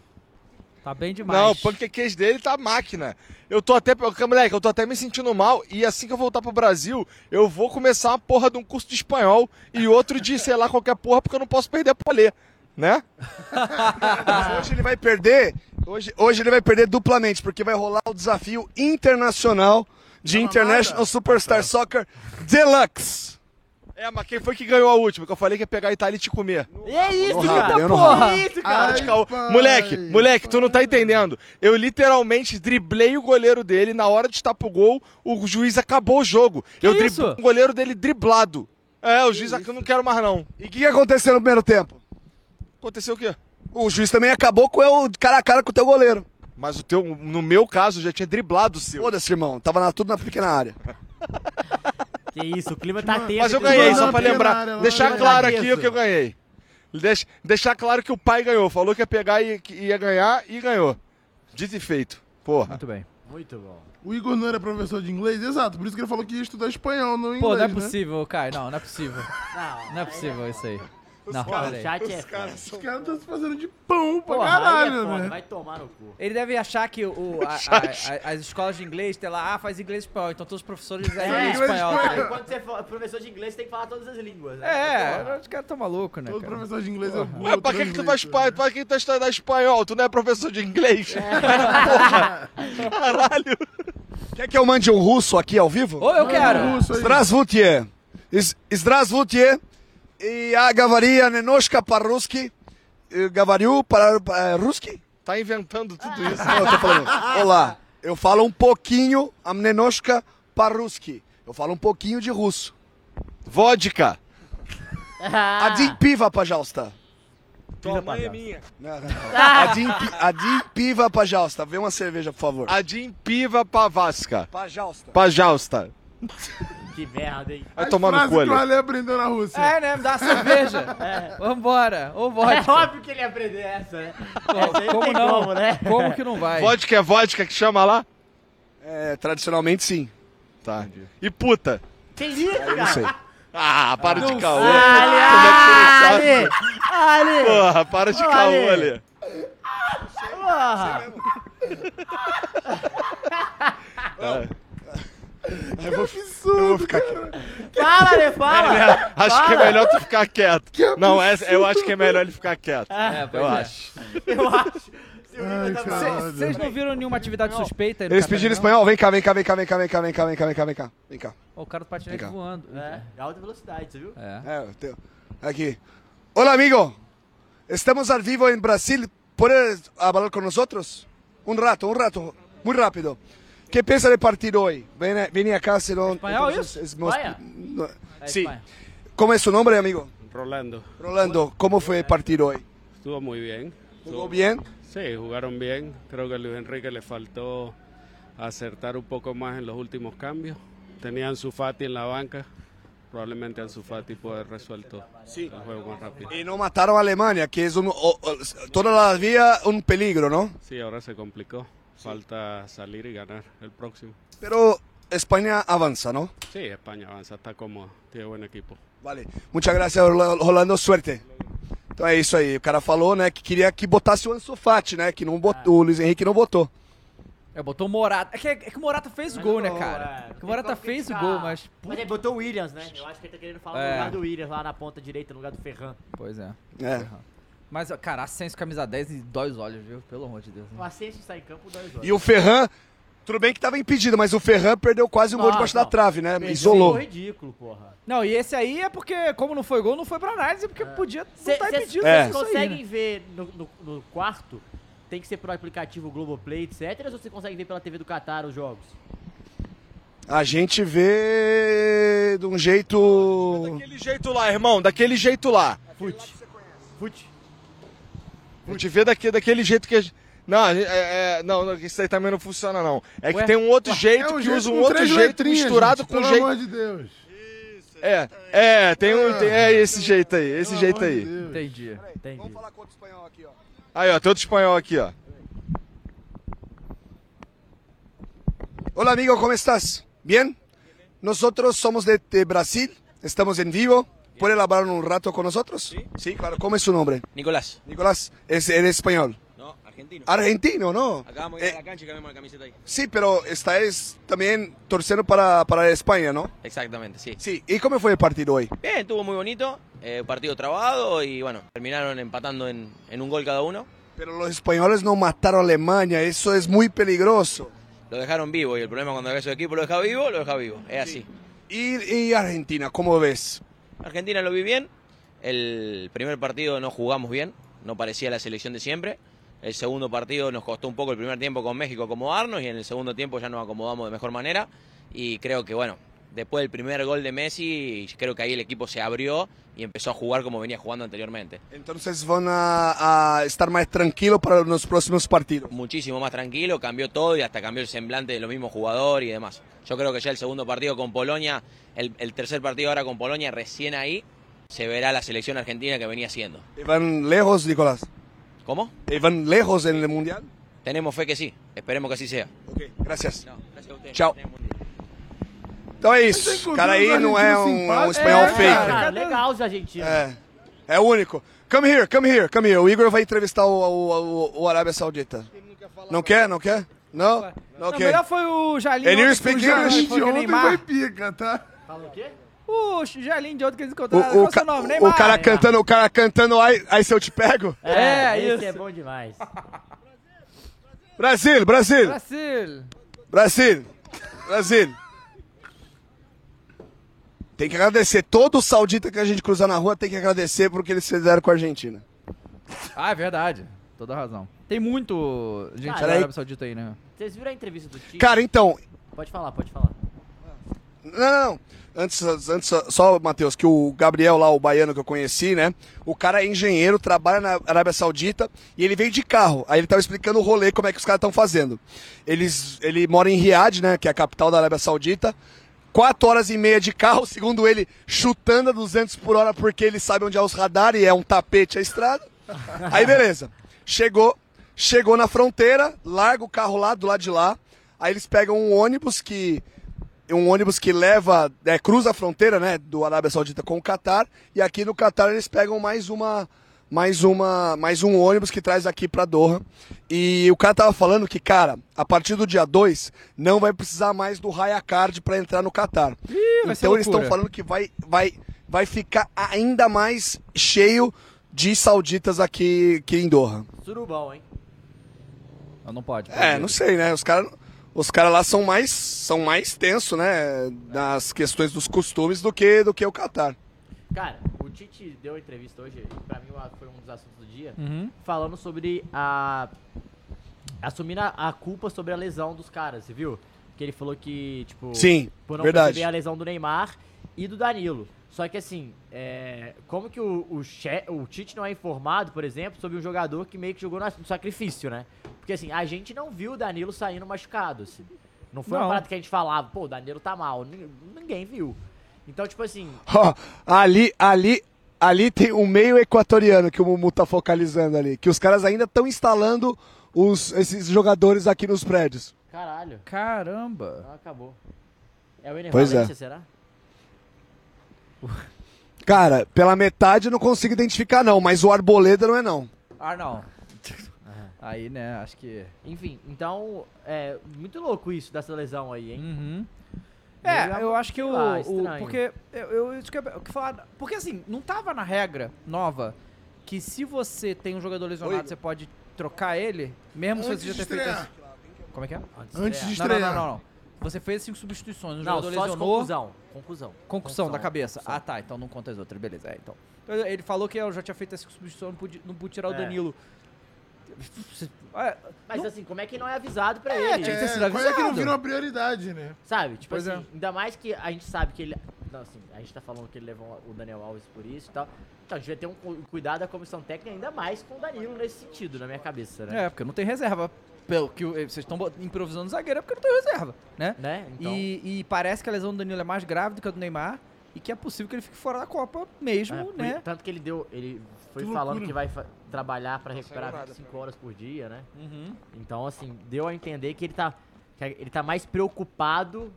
Speaker 1: Tá bem demais.
Speaker 4: Não, o panquequês dele tá máquina. Eu tô até. Moleque, eu tô até me sentindo mal. E assim que eu voltar pro Brasil, eu vou começar uma porra de um curso de espanhol e outro de, sei lá, qualquer porra, porque eu não posso perder pra ler. Né?
Speaker 6: Hoje ele vai perder. Hoje, hoje ele vai perder duplamente, porque vai rolar o desafio internacional de International Superstar Soccer Deluxe.
Speaker 4: É, mas quem foi que ganhou a última? Que eu falei que ia pegar a Itália e te comer.
Speaker 2: É isso,
Speaker 4: Leonardo,
Speaker 2: cara,
Speaker 4: Leonardo.
Speaker 2: porra!
Speaker 4: Que
Speaker 2: isso,
Speaker 4: Ah,
Speaker 2: cara?
Speaker 4: de caô. moleque, moleque, tu não tá entendendo. Eu literalmente driblei o goleiro dele. Na hora de estar pro gol, o juiz acabou o jogo. eu driblei o goleiro dele driblado. É, o juiz aqui eu não quero mais não.
Speaker 6: E o que, que aconteceu no primeiro tempo?
Speaker 4: Aconteceu o quê?
Speaker 6: O juiz também acabou com o cara a cara com o teu goleiro.
Speaker 4: Mas o teu, no meu caso, já tinha driblado o seu.
Speaker 6: Foda-se, irmão. Tava na, tudo na pequena área.
Speaker 2: Que isso, o clima tá tenso.
Speaker 4: Mas eu
Speaker 2: aqui do
Speaker 4: ganhei,
Speaker 2: lado.
Speaker 4: só pra lembrar. Deixar
Speaker 2: Clima tá
Speaker 4: claro
Speaker 2: tenso.
Speaker 4: aqui o que eu ganhei. Deix- deixar claro que o pai ganhou. Falou que ia pegar e que ia ganhar e ganhou. Dito e feito. Porra. Muito
Speaker 1: bem.
Speaker 2: Muito bom.
Speaker 3: O Igor não era professor de inglês? Exato, por isso que ele falou que ia estudar espanhol, não inglês,
Speaker 1: Pô, não é
Speaker 3: né?
Speaker 1: possível, Caio. Não, não é possível.
Speaker 2: Não,
Speaker 1: não é possível isso aí. Não,
Speaker 3: caras-
Speaker 1: peraí.
Speaker 2: Chat é
Speaker 3: Os
Speaker 2: foda.
Speaker 3: caras estão se fazendo de
Speaker 6: um
Speaker 3: pão pra
Speaker 2: Porra, aí é
Speaker 3: caralho,
Speaker 2: foda,
Speaker 3: né?
Speaker 2: Vai tomar no cu.
Speaker 1: Ele deve achar que o, a- a- a- as escolas de inglês, tem lá, ah, faz inglês e espanhol, então todos os professores é, inglês e espanhol. tá
Speaker 2: Cara,
Speaker 1: ligado?
Speaker 2: quando você for professor de inglês, você tem que falar todas as línguas. Né?
Speaker 1: É, os caras tão malucos, né? cara?
Speaker 6: é
Speaker 4: Ué, pra que, que tu vai espanhol? Pra que, que tu estudar espanhol? Tu não é professor de inglês?
Speaker 2: É.
Speaker 4: Caralho.
Speaker 6: Quer que eu mande um russo aqui ao vivo?
Speaker 1: Ô, eu quero. Manda um russo aí.
Speaker 6: Здравствуйте. Из- Здравствуйте. Я говорю немножко по-русски. Eu Говорю по-русски?
Speaker 4: Tá inventando tudo
Speaker 2: Ah.
Speaker 4: isso.
Speaker 6: Não, é eu tô falando. Olá, eu falo um pouquinho a немножко по-русски. Eu falo um pouquinho de russo. Ah.
Speaker 4: Vodka.
Speaker 6: Один пиво, пожалуйста.
Speaker 4: Tua mãe é minha.
Speaker 1: Tá.
Speaker 6: Один, пи- один пиво, пожалуйста. Vê uma cerveja, por favor.
Speaker 4: Adim Piva Pavasca.
Speaker 6: Пожалуйста.
Speaker 4: Pajausta.
Speaker 2: Que merda, hein?
Speaker 4: Vai tomar no cu,
Speaker 3: que o
Speaker 4: Ale.
Speaker 3: Ale aprendeu na Rússia.
Speaker 1: É, né? Me dá uma cerveja. Vambora. Ou
Speaker 2: É
Speaker 1: vodka.
Speaker 2: óbvio que ele ia aprender essa, né?
Speaker 1: Pô,
Speaker 2: Essa aí
Speaker 1: como
Speaker 2: tem
Speaker 1: não?
Speaker 2: Como, né?
Speaker 1: Como que não vai?
Speaker 4: Vodka é vodka que chama lá?
Speaker 6: É, tradicionalmente sim.
Speaker 4: Tá. E puta.
Speaker 2: Que isso, cara?
Speaker 6: Não sei.
Speaker 4: Ah, para de caô. Como é que
Speaker 2: Ali!
Speaker 4: você não sabe?
Speaker 2: Ali!
Speaker 4: Porra, para de
Speaker 2: Ô,
Speaker 4: caô,
Speaker 2: Ale.
Speaker 4: Ale.
Speaker 2: Porra!
Speaker 4: É.
Speaker 3: Que absurdo, eu vou ficar cara.
Speaker 2: Fala, Ale, fala!
Speaker 4: Acho
Speaker 2: Fala.
Speaker 4: que é melhor tu ficar quieto. Não, essa, eu acho que é melhor ele ficar quieto.
Speaker 1: É, pois
Speaker 4: eu
Speaker 1: é.
Speaker 4: acho.
Speaker 2: Eu acho. tá
Speaker 1: Vocês não viram nenhuma atividade suspeita? aí no
Speaker 6: Eles pediram
Speaker 1: Catarina,
Speaker 6: espanhol. Vem cá, vem cá, vem cá, vem cá, vem cá, vem cá, vem cá, vem cá, vem cá. Vem cá.
Speaker 1: não? O cara do patinete
Speaker 6: Legal.
Speaker 1: voando.
Speaker 2: É, alta velocidade, você viu?
Speaker 1: É.
Speaker 6: É, eu tenho- Aqui. Hola, amigo. Estamos ao vivo em Brasil. ¿Puedes hablar con nosotros? Um rato, um rato. Muito rápido. Que pensa de partido hoje? Vem, vem cá, se não...
Speaker 1: Espanhol,
Speaker 6: Entonces,
Speaker 1: isso?
Speaker 6: es mos-
Speaker 1: Espanha?
Speaker 6: no-
Speaker 1: É
Speaker 6: é Sim.
Speaker 1: Espanha.
Speaker 6: Como é seu nome, amigo?
Speaker 11: Rolando,
Speaker 6: Rolando, como foi o partido hoje?
Speaker 11: estuvo muy bien.
Speaker 6: ¿Jugó bien?
Speaker 11: Sí, jugaron bien. Creo que a Luis Enrique le faltó acertar un poco más en los últimos cambios. Tenían su Fati en la banca, probablemente Ansu Fati puede haber resuelto el juego más rápido.
Speaker 6: Y no mataron a Alemania, que es un, o- o- todas las vías un peligro, ¿no?
Speaker 11: Sí, ahora se complicó. Falta salir y ganar el próximo.
Speaker 6: Pero España avanza, ¿no?
Speaker 11: Sí, España avanza, está cómoda, tiene buen equipo.
Speaker 6: Vale. Muchas gracias, Orla- Rolando. Suerte. Então é isso aí. O cara falou, né, que queria que botasse o Ansu Fati, né, que não
Speaker 1: Ah.
Speaker 6: botou, o Luiz Henrique não botou.
Speaker 1: É, botou o Morata. É que, é que o Morata fez o gol, né, cara?
Speaker 2: é,
Speaker 1: que o Morata fez o gol, mas.
Speaker 2: Mas ele botou o Williams, né? Eu acho que ele tá querendo falar
Speaker 1: É.
Speaker 2: do lugar do Williams lá na ponta direita, no lugar do Ferran.
Speaker 1: Pois é.
Speaker 6: É.
Speaker 1: Mas, ó, cara, Ascenso camisa 10 e dói os olhos, viu? Pelo amor de Deus. né?
Speaker 2: O Ascenso está em campo, dói os olhos.
Speaker 6: E o Ferran, tudo bem que tava impedido, mas o Ferran perdeu quase um gol
Speaker 1: Não,
Speaker 6: debaixo da
Speaker 1: Ah, não.
Speaker 6: trave, né?
Speaker 1: Perdeu
Speaker 6: Isolou.
Speaker 1: um gol
Speaker 2: Ridículo, porra. É.
Speaker 1: Não, e esse aí é porque, como não foi gol, não foi pra análise, porque podia
Speaker 2: Cê-
Speaker 1: não tá
Speaker 2: cês-
Speaker 1: impedido.
Speaker 2: cês
Speaker 1: é isso aí,
Speaker 2: conseguem
Speaker 1: né?
Speaker 2: ver no, no- no quarto? Tem que ser pro aplicativo Globoplay, etc. Ou vocês conseguem ver pela TV do Qatar os jogos?
Speaker 6: A gente vê de um jeito.
Speaker 4: Daquele jeito lá, irmão, daquele jeito lá.
Speaker 2: Fute. Fute.
Speaker 4: A gente vê daque- daquele jeito que a gente... Não, a gente- é, é, não, não, isso aí também não funciona, não. É que
Speaker 3: Ué?
Speaker 4: tem um outro jeito
Speaker 3: É um
Speaker 4: que
Speaker 3: jeito
Speaker 4: usa
Speaker 3: com
Speaker 4: um outro
Speaker 3: três
Speaker 4: jeito
Speaker 3: letrinhas,
Speaker 4: misturado
Speaker 3: gente,
Speaker 4: com
Speaker 3: pelo
Speaker 4: jeito...
Speaker 3: amor de Deus.
Speaker 4: É, é, tem um, tem- é esse jeito aí, esse jeito aí.
Speaker 1: Entendi.
Speaker 2: Entendi.
Speaker 4: Aí, ó, tem outro espanhol aqui, ó.
Speaker 6: Hola amigo, ¿cómo estás? ¿Bien? Nosotros somos de, de Brasil, estamos en vivo. ¿Puede hablar un rato con nosotros? Sí, claro. ¿Cómo es su nombre?
Speaker 12: Nicolás.
Speaker 6: Nicolás, es, eres español.
Speaker 12: No, argentino.
Speaker 6: Argentino, ¿no?
Speaker 12: Acabamos de ir a la cancha y cambiamos la camiseta ahí.
Speaker 6: Sí, pero esta es también torciendo para, para España, ¿no?
Speaker 12: Exactamente, sí.
Speaker 6: Sí, ¿y cómo fue el partido hoy?
Speaker 12: Bien, estuvo muy bonito. eh, partido trabado y bueno, terminaron empatando en, en un gol cada uno.
Speaker 6: Pero Los españoles no mataron a Alemania, eso es muy peligroso.
Speaker 12: Lo dejaron vivo y el problema cuando su equipo lo deja vivo, lo deja vivo. Es así.
Speaker 6: ¿Y, y Argentina, cómo ves?
Speaker 12: Argentina lo vi bien. El primer partido no jugamos bien, no parecía la selección de siempre. El segundo partido nos costó un poco el primer tiempo con México acomodarnos y en el segundo tiempo ya nos acomodamos de mejor manera. Y creo que, bueno, después del primer gol de Messi, creo que ahí el equipo se abrió y empezó a jugar como venía jugando anteriormente.
Speaker 6: Entonces van a, a estar más tranquilos para los próximos partidos.
Speaker 12: muchísimo más tranquilo, cambió todo y hasta cambió el semblante de los mismos jugadores y demás. Yo creo que ya el segundo partido con Polonia, el, el tercer partido ahora con Polonia, recién ahí se verá la selección argentina que venía siendo.
Speaker 6: ¿Y ¿Van lejos, Nicolás?
Speaker 12: ¿Cómo?
Speaker 6: ¿Y Eh, ¿Van lejos en el Mundial?
Speaker 12: Tenemos fe que sí, esperemos que así sea.
Speaker 6: Gracias.
Speaker 12: gracias a ustedes.
Speaker 6: Tchau. Então é isso. O cara aí não é um, um espanhol fake.
Speaker 2: Cara, legal os argentinos.
Speaker 6: É. É o único. Come here, come here, come here. O Igor vai entrevistar o, o, o, o Arábia Saudita. Não quer, não quer? Não? Não
Speaker 1: Não,
Speaker 6: quer.
Speaker 1: melhor foi o Jalim.
Speaker 6: Ele
Speaker 1: ontem,
Speaker 6: speak
Speaker 1: que o Jalim
Speaker 6: English.
Speaker 1: foi com o
Speaker 6: Ontem
Speaker 1: Neymar.
Speaker 6: foi
Speaker 3: pica, tá?
Speaker 2: Fala o quê?
Speaker 1: O Jalim de ontem que eles
Speaker 6: O,
Speaker 1: encontraram.
Speaker 6: o,
Speaker 1: Qual é o
Speaker 6: ca-
Speaker 1: seu nome?
Speaker 6: o
Speaker 1: Neymar.
Speaker 6: cara cantando, o cara cantando, aí, aí se eu te pego?
Speaker 1: É,
Speaker 2: esse
Speaker 1: isso.
Speaker 2: é bom demais.
Speaker 6: Brasil, Brasil,
Speaker 1: Brasil.
Speaker 6: Brasil, Brasil. Tem que agradecer. Todo saudita que a gente cruzar na rua tem que agradecer porque eles fizeram com a Argentina.
Speaker 1: Ah, é verdade. Toda razão. Tem muito gente
Speaker 6: Cara,
Speaker 1: da
Speaker 6: aí-
Speaker 1: Arábia Saudita aí, né?
Speaker 2: Vocês viram a entrevista do Tite?
Speaker 6: Cara, então,
Speaker 2: Pode falar, pode falar.
Speaker 6: Não, não, não. Antes, antes só- só, Matheus, que o Gabriel lá, o baiano que eu conheci, né? O cara é engenheiro, trabalha na Arábia Saudita e ele veio de carro. Aí ele tava explicando o rolê, como é que os caras estão fazendo. Eles, ele mora em Riad, né? Que é a capital da Arábia Saudita. Quatro horas e meia de carro, segundo ele, chutando a 200 por hora porque ele sabe onde é os radares e é um tapete a estrada. Aí beleza. Chegou, chegou na fronteira, larga o carro lá do lado de lá. Aí eles pegam um ônibus que um ônibus que leva, é, cruza a fronteira, né, do Arábia Saudita com o Catar, e aqui no Catar eles pegam mais uma mais uma mais um ônibus que traz aqui pra Doha. E o cara tava falando que, cara, a partir do dia 2 não vai precisar mais do Raya Card pra entrar no Catar.
Speaker 1: vai ser
Speaker 6: então eles estão
Speaker 1: loucura.
Speaker 6: falando que vai vai vai ficar ainda mais cheio de sauditas aqui, aqui em Doha.
Speaker 2: Surubão, hein?
Speaker 1: Não, não pode.
Speaker 6: É, não sei, né? Os caras os cara lá são mais são mais tenso, né, nas questões dos costumes do que do que o Catar.
Speaker 2: Cara, o Tite deu a entrevista hoje, e pra mim uma- foi um dos assuntos do dia,
Speaker 1: Uhum.
Speaker 2: falando sobre a. assumindo a, a culpa sobre a lesão dos caras, você viu? Que ele falou que, tipo.
Speaker 6: Sim,
Speaker 2: por não
Speaker 6: verdade.
Speaker 2: perceber a lesão do Neymar e do Danilo. Só que assim, é, como que o, o, che- o Tite não é informado, por exemplo, sobre um jogador que meio que jogou na- no sacrifício, né? Porque assim, a gente não viu o Danilo saindo machucado, assim. Não foi uma
Speaker 1: Não.
Speaker 2: parada que a gente falava, pô, o Danilo tá mal. Ni- Ninguém viu. Então, tipo assim,
Speaker 6: Ó, ali, ali, ali tem um meio equatoriano que o Mumu tá focalizando ali. Que os caras ainda estão instalando os, esses jogadores aqui nos prédios.
Speaker 2: caralho.
Speaker 1: Caramba.
Speaker 2: Não, acabou. É o
Speaker 6: Pois
Speaker 2: Enervalência,
Speaker 6: é.
Speaker 2: será?
Speaker 6: Cara, pela metade eu não consigo identificar não, mas o Arboleda não é não.
Speaker 1: Ah, não. Aí, né, acho que.
Speaker 2: Enfim, então, é muito louco isso dessa lesão aí, hein?
Speaker 1: Uhum. É, eu acho que o. o-
Speaker 2: lá, estranho.
Speaker 1: porque. Eu, eu, isso que eu- o que falar- porque assim, não tava na regra nova que se você tem um jogador lesionado, você pode trocar ele, mesmo
Speaker 3: Antes
Speaker 1: se você
Speaker 3: de
Speaker 1: já tenha feito.
Speaker 3: estrear.
Speaker 1: esse- Como é que é?
Speaker 3: de Antes de
Speaker 1: Não,
Speaker 3: estrear.
Speaker 1: Não, não, não, não. Você fez cinco substituições, o
Speaker 2: Não,
Speaker 1: jogador
Speaker 2: só de
Speaker 1: lesionou.
Speaker 2: conclusão, conclusão.
Speaker 1: Concussão da
Speaker 2: Concussão,
Speaker 1: cabeça. Ah, tá, então não conta as outras, beleza. É, então. Então, Ele falou que eu já tinha feito essa substituição, não pude, não pude tirar o
Speaker 2: É.
Speaker 1: Danilo.
Speaker 2: Mas
Speaker 1: não-
Speaker 2: assim, como é que não é avisado pra
Speaker 1: É,
Speaker 2: ele?
Speaker 1: tinha que ter sido
Speaker 3: Coisa que não
Speaker 1: avisado.
Speaker 3: virou uma prioridade, né?
Speaker 2: Sabe? Tipo
Speaker 3: Pois
Speaker 2: assim,
Speaker 3: é.
Speaker 2: ainda mais que a gente sabe que ele. Não, assim, a gente tá falando que ele levou o Daniel Alves por isso e tal. Então a gente vai ter um cu- cuidado da comissão técnica, ainda mais com o Danilo nesse sentido, na minha cabeça, né?
Speaker 1: É, porque não tem reserva. Pelo que o- eh, vocês estão bot- improvisando zagueiro é porque não tem reserva, né?
Speaker 2: Né? Então-
Speaker 1: E, e parece que a lesão do Danilo é mais grave do que a do Neymar e que é possível que ele fique fora da Copa mesmo,
Speaker 2: É, por-
Speaker 1: né?
Speaker 2: Tanto que ele deu. Ele foi
Speaker 1: Que
Speaker 2: falando
Speaker 1: loucura.
Speaker 2: que vai fa- trabalhar pra
Speaker 1: saiu
Speaker 2: recuperar
Speaker 1: nada
Speaker 2: 25 horas por dia, né?
Speaker 1: Uhum.
Speaker 2: Então, assim, deu a entender que ele tá. que ele tá mais preocupado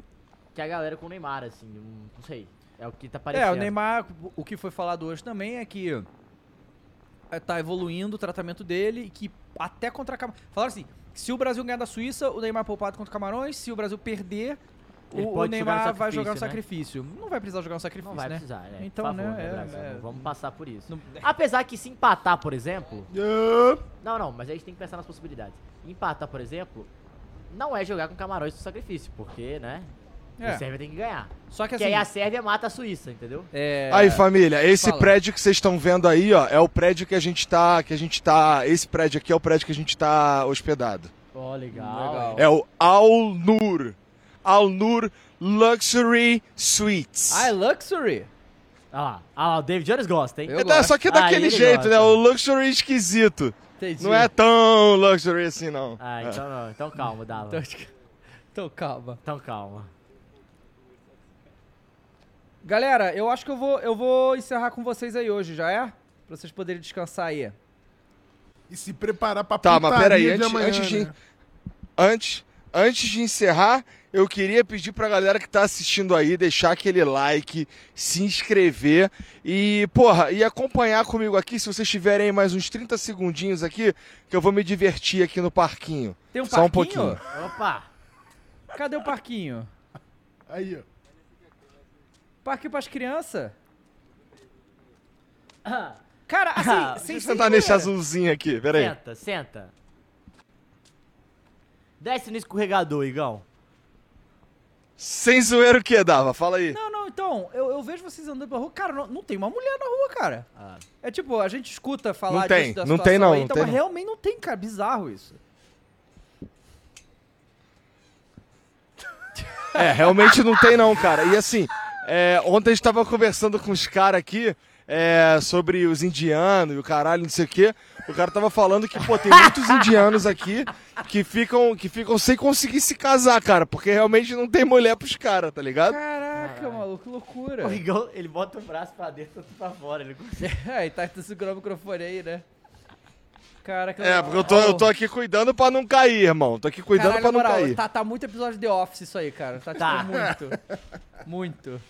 Speaker 2: que a galera com o Neymar, assim. Não não sei. É o que tá parecendo.
Speaker 1: É, o Neymar, o que foi falado hoje também é que é, tá evoluindo o tratamento dele e que até contra a Camarões. Falaram assim: se o Brasil ganhar da Suíça, o Neymar é poupado contra Camarões, se o Brasil perder.
Speaker 2: Ele
Speaker 1: O, o
Speaker 2: pode jogar no
Speaker 1: Neymar vai
Speaker 2: sacrifício,
Speaker 1: jogar no
Speaker 2: né?
Speaker 1: sacrifício. Não vai precisar jogar no sacrifício,
Speaker 2: Não vai
Speaker 1: né?
Speaker 2: precisar, né?
Speaker 1: Então,
Speaker 2: Por favor,
Speaker 1: né?
Speaker 2: né,
Speaker 1: é-
Speaker 2: Brasil?
Speaker 1: é-
Speaker 2: Não Vamos passar por isso. Apesar que se empatar, por exemplo. Não, não, mas a gente tem que pensar nas possibilidades. Empatar, por exemplo, não é jogar com camarões do sacrifício, porque, né?
Speaker 1: É.
Speaker 2: A Sérvia tem que ganhar.
Speaker 1: Só que
Speaker 2: aí
Speaker 1: assim-
Speaker 2: a Sérvia mata a Suíça, entendeu?
Speaker 1: É.
Speaker 4: Aí, família, esse
Speaker 2: Fala.
Speaker 4: prédio que vocês estão vendo aí, ó, é o prédio que a gente tá, que a gente tá, esse prédio aqui é o prédio que a gente tá hospedado.
Speaker 2: Ó, legal.
Speaker 4: É o Al Nur. Al Nur Luxury Suites.
Speaker 1: Ah, é Luxury?
Speaker 2: Ah lá, ah lá, o David Jones gosta, hein?
Speaker 4: Então, só que é daquele jeito, né? O luxury esquisito.
Speaker 1: Ah, Entendi.
Speaker 4: Não é tão luxury assim, não.
Speaker 2: Ah, então não, então calma, Dava.
Speaker 1: Então- então calma.
Speaker 2: Então calma.
Speaker 1: Galera, eu acho que eu vou, eu vou encerrar com vocês aí hoje, já é? Pra vocês poderem descansar aí.
Speaker 3: E se preparar pra
Speaker 4: Tá, mas
Speaker 3: putaria
Speaker 4: peraí,
Speaker 3: de
Speaker 4: antes,
Speaker 3: amanhã,
Speaker 4: antes, de,
Speaker 3: né?
Speaker 4: antes, antes de encerrar, eu queria pedir pra galera que tá assistindo aí deixar aquele like, se inscrever e, porra, e acompanhar comigo aqui, se vocês tiverem mais uns 30 segundinhos aqui, que eu vou me divertir aqui no parquinho.
Speaker 1: Tem um
Speaker 4: Só um
Speaker 1: parquinho?
Speaker 4: pouquinho.
Speaker 2: Opa!
Speaker 1: Cadê o parquinho?
Speaker 3: Aí, ó.
Speaker 1: Parque pras crianças? Cara, assim, sem,
Speaker 2: Ah,
Speaker 4: Deixa eu
Speaker 1: sem
Speaker 4: sentar nesse
Speaker 1: zoeira.
Speaker 4: azulzinho aqui, peraí.
Speaker 2: Senta, senta. Desce no escorregador, Igão.
Speaker 4: Sem zoeiro o que dava? Fala aí.
Speaker 1: Não, não, então, eu, eu vejo vocês andando pela rua. Cara, não, não tem uma mulher na rua, cara. É tipo, a gente escuta falar
Speaker 4: Não tem,
Speaker 1: disso da
Speaker 4: não
Speaker 1: situação
Speaker 4: tem não,
Speaker 1: aí,
Speaker 4: não
Speaker 1: então,
Speaker 4: tem
Speaker 1: mas
Speaker 4: não.
Speaker 1: realmente não tem, cara. Bizarro isso.
Speaker 4: É, realmente não tem não, cara. E assim, é, ontem a gente tava conversando com os caras aqui é, sobre os indianos e o caralho, não sei o quê. O cara tava falando que, pô, tem muitos indianos aqui que ficam, que ficam sem conseguir se casar, cara, porque realmente não tem mulher pros caras, tá ligado?
Speaker 1: Caraca, maluco, que loucura.
Speaker 2: O Igão, ele bota o braço pra dentro e outro pra fora. Ele...
Speaker 1: É, e tá segurando o microfone aí, né? Cara, que
Speaker 4: É, porque eu tô, eu tô aqui cuidando pra não cair, irmão. Tô aqui cuidando
Speaker 1: Caralho,
Speaker 4: pra não
Speaker 1: na moral,
Speaker 4: cair.
Speaker 1: Tá, tá muito episódio de The Office isso aí, cara. Tá, tipo,
Speaker 4: Tá.
Speaker 1: muito. Muito.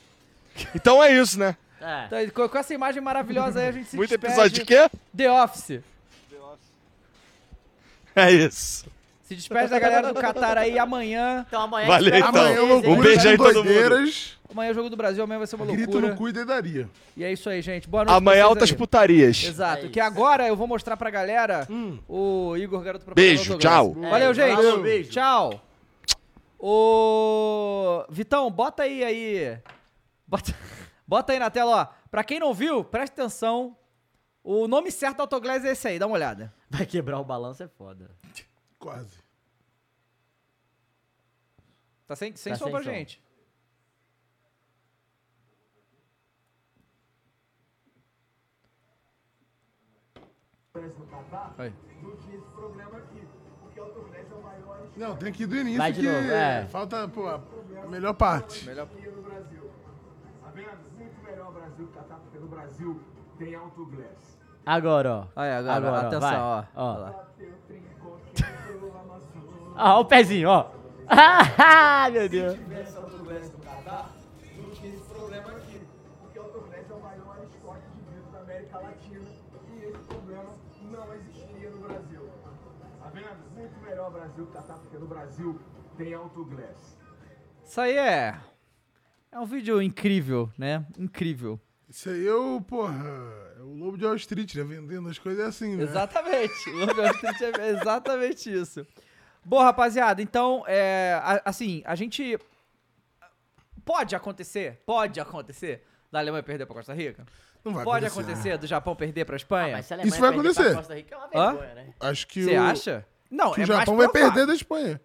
Speaker 4: Então é isso, né?
Speaker 1: Então, com, com essa imagem maravilhosa aí, a gente se
Speaker 4: Muito
Speaker 1: despede.
Speaker 4: episódio de quê?
Speaker 1: The Office.
Speaker 4: É isso.
Speaker 1: Se despede da galera do Qatar aí amanhã.
Speaker 2: Então amanhã
Speaker 4: Valeu, então. um beijo aí todo mundo.
Speaker 1: Amanhã é o jogo do Brasil, amanhã vai ser uma
Speaker 3: Grito
Speaker 1: loucura.
Speaker 3: no cu e dedaria.
Speaker 1: E é isso aí, gente. Boa noite. pra
Speaker 4: Amanhã
Speaker 1: vocês
Speaker 4: altas
Speaker 1: aí.
Speaker 4: putarias.
Speaker 1: Exato.
Speaker 2: É
Speaker 1: que agora eu vou mostrar pra galera
Speaker 3: Hum.
Speaker 1: o Igor Garoto Propaganda
Speaker 4: Beijo,
Speaker 1: Autograço.
Speaker 4: tchau.
Speaker 1: Valeu,
Speaker 2: É,
Speaker 1: gente.
Speaker 2: valeu, beijo.
Speaker 1: Tchau. Ô, Vitão, bota aí aí. Bota, bota aí na tela, ó. Pra quem não viu, presta atenção. O nome certo da Autoglass é esse aí, dá uma olhada.
Speaker 2: Vai quebrar o balanço, é foda.
Speaker 3: Quase.
Speaker 1: Tá sem, sem
Speaker 2: Tá
Speaker 1: som
Speaker 2: sem
Speaker 1: pra
Speaker 2: som.
Speaker 1: gente. Aí.
Speaker 3: Não, tem que ir do início,
Speaker 2: Vai de
Speaker 3: que
Speaker 2: novo, é.
Speaker 3: falta pô, a melhor parte.
Speaker 1: Melhor...
Speaker 13: menos, Tá muito melhor o Brasil que Catar, porque no Brasil tem autoglass.
Speaker 2: Agora, ó.
Speaker 1: agora,
Speaker 2: ó,
Speaker 1: atenção,
Speaker 2: vai.
Speaker 1: ó.
Speaker 2: Ó.
Speaker 1: Olha
Speaker 2: Ah, ó o pezinho, ó. Ah, meu
Speaker 1: É.
Speaker 2: Deus.
Speaker 13: Se tivesse autoglass no Catar, não tinha esse problema aqui. Porque autoglass é o maior estoque de vidro da América Latina e esse problema não existiria no Brasil. Tá vendo? Muito melhor o Brasil que Catar, porque no Brasil tem autoglass.
Speaker 1: Isso aí é. É um vídeo incrível, né? Incrível.
Speaker 3: Isso aí eu, porra, é o lobo de Wall Street, né? Vendendo as coisas assim, né?
Speaker 1: Exatamente. Lobo Wall Street é exatamente isso. Bom, rapaziada, então, é, a- assim, a gente. Pode acontecer, pode acontecer da Alemanha perder pra Costa Rica?
Speaker 3: Não vai
Speaker 1: Pode
Speaker 3: acontecer,
Speaker 1: acontecer do Japão perder pra Espanha?
Speaker 2: Ah,
Speaker 3: mas se a Alemanha Isso vai perder pra acontecer. Costa Rica é uma vergonha,
Speaker 1: Hã?
Speaker 3: né? Acho que
Speaker 1: Você
Speaker 3: o-
Speaker 1: acha? Não,
Speaker 3: que
Speaker 1: é
Speaker 3: o
Speaker 1: mais
Speaker 3: Japão vai
Speaker 1: provável.
Speaker 3: perder da Espanha.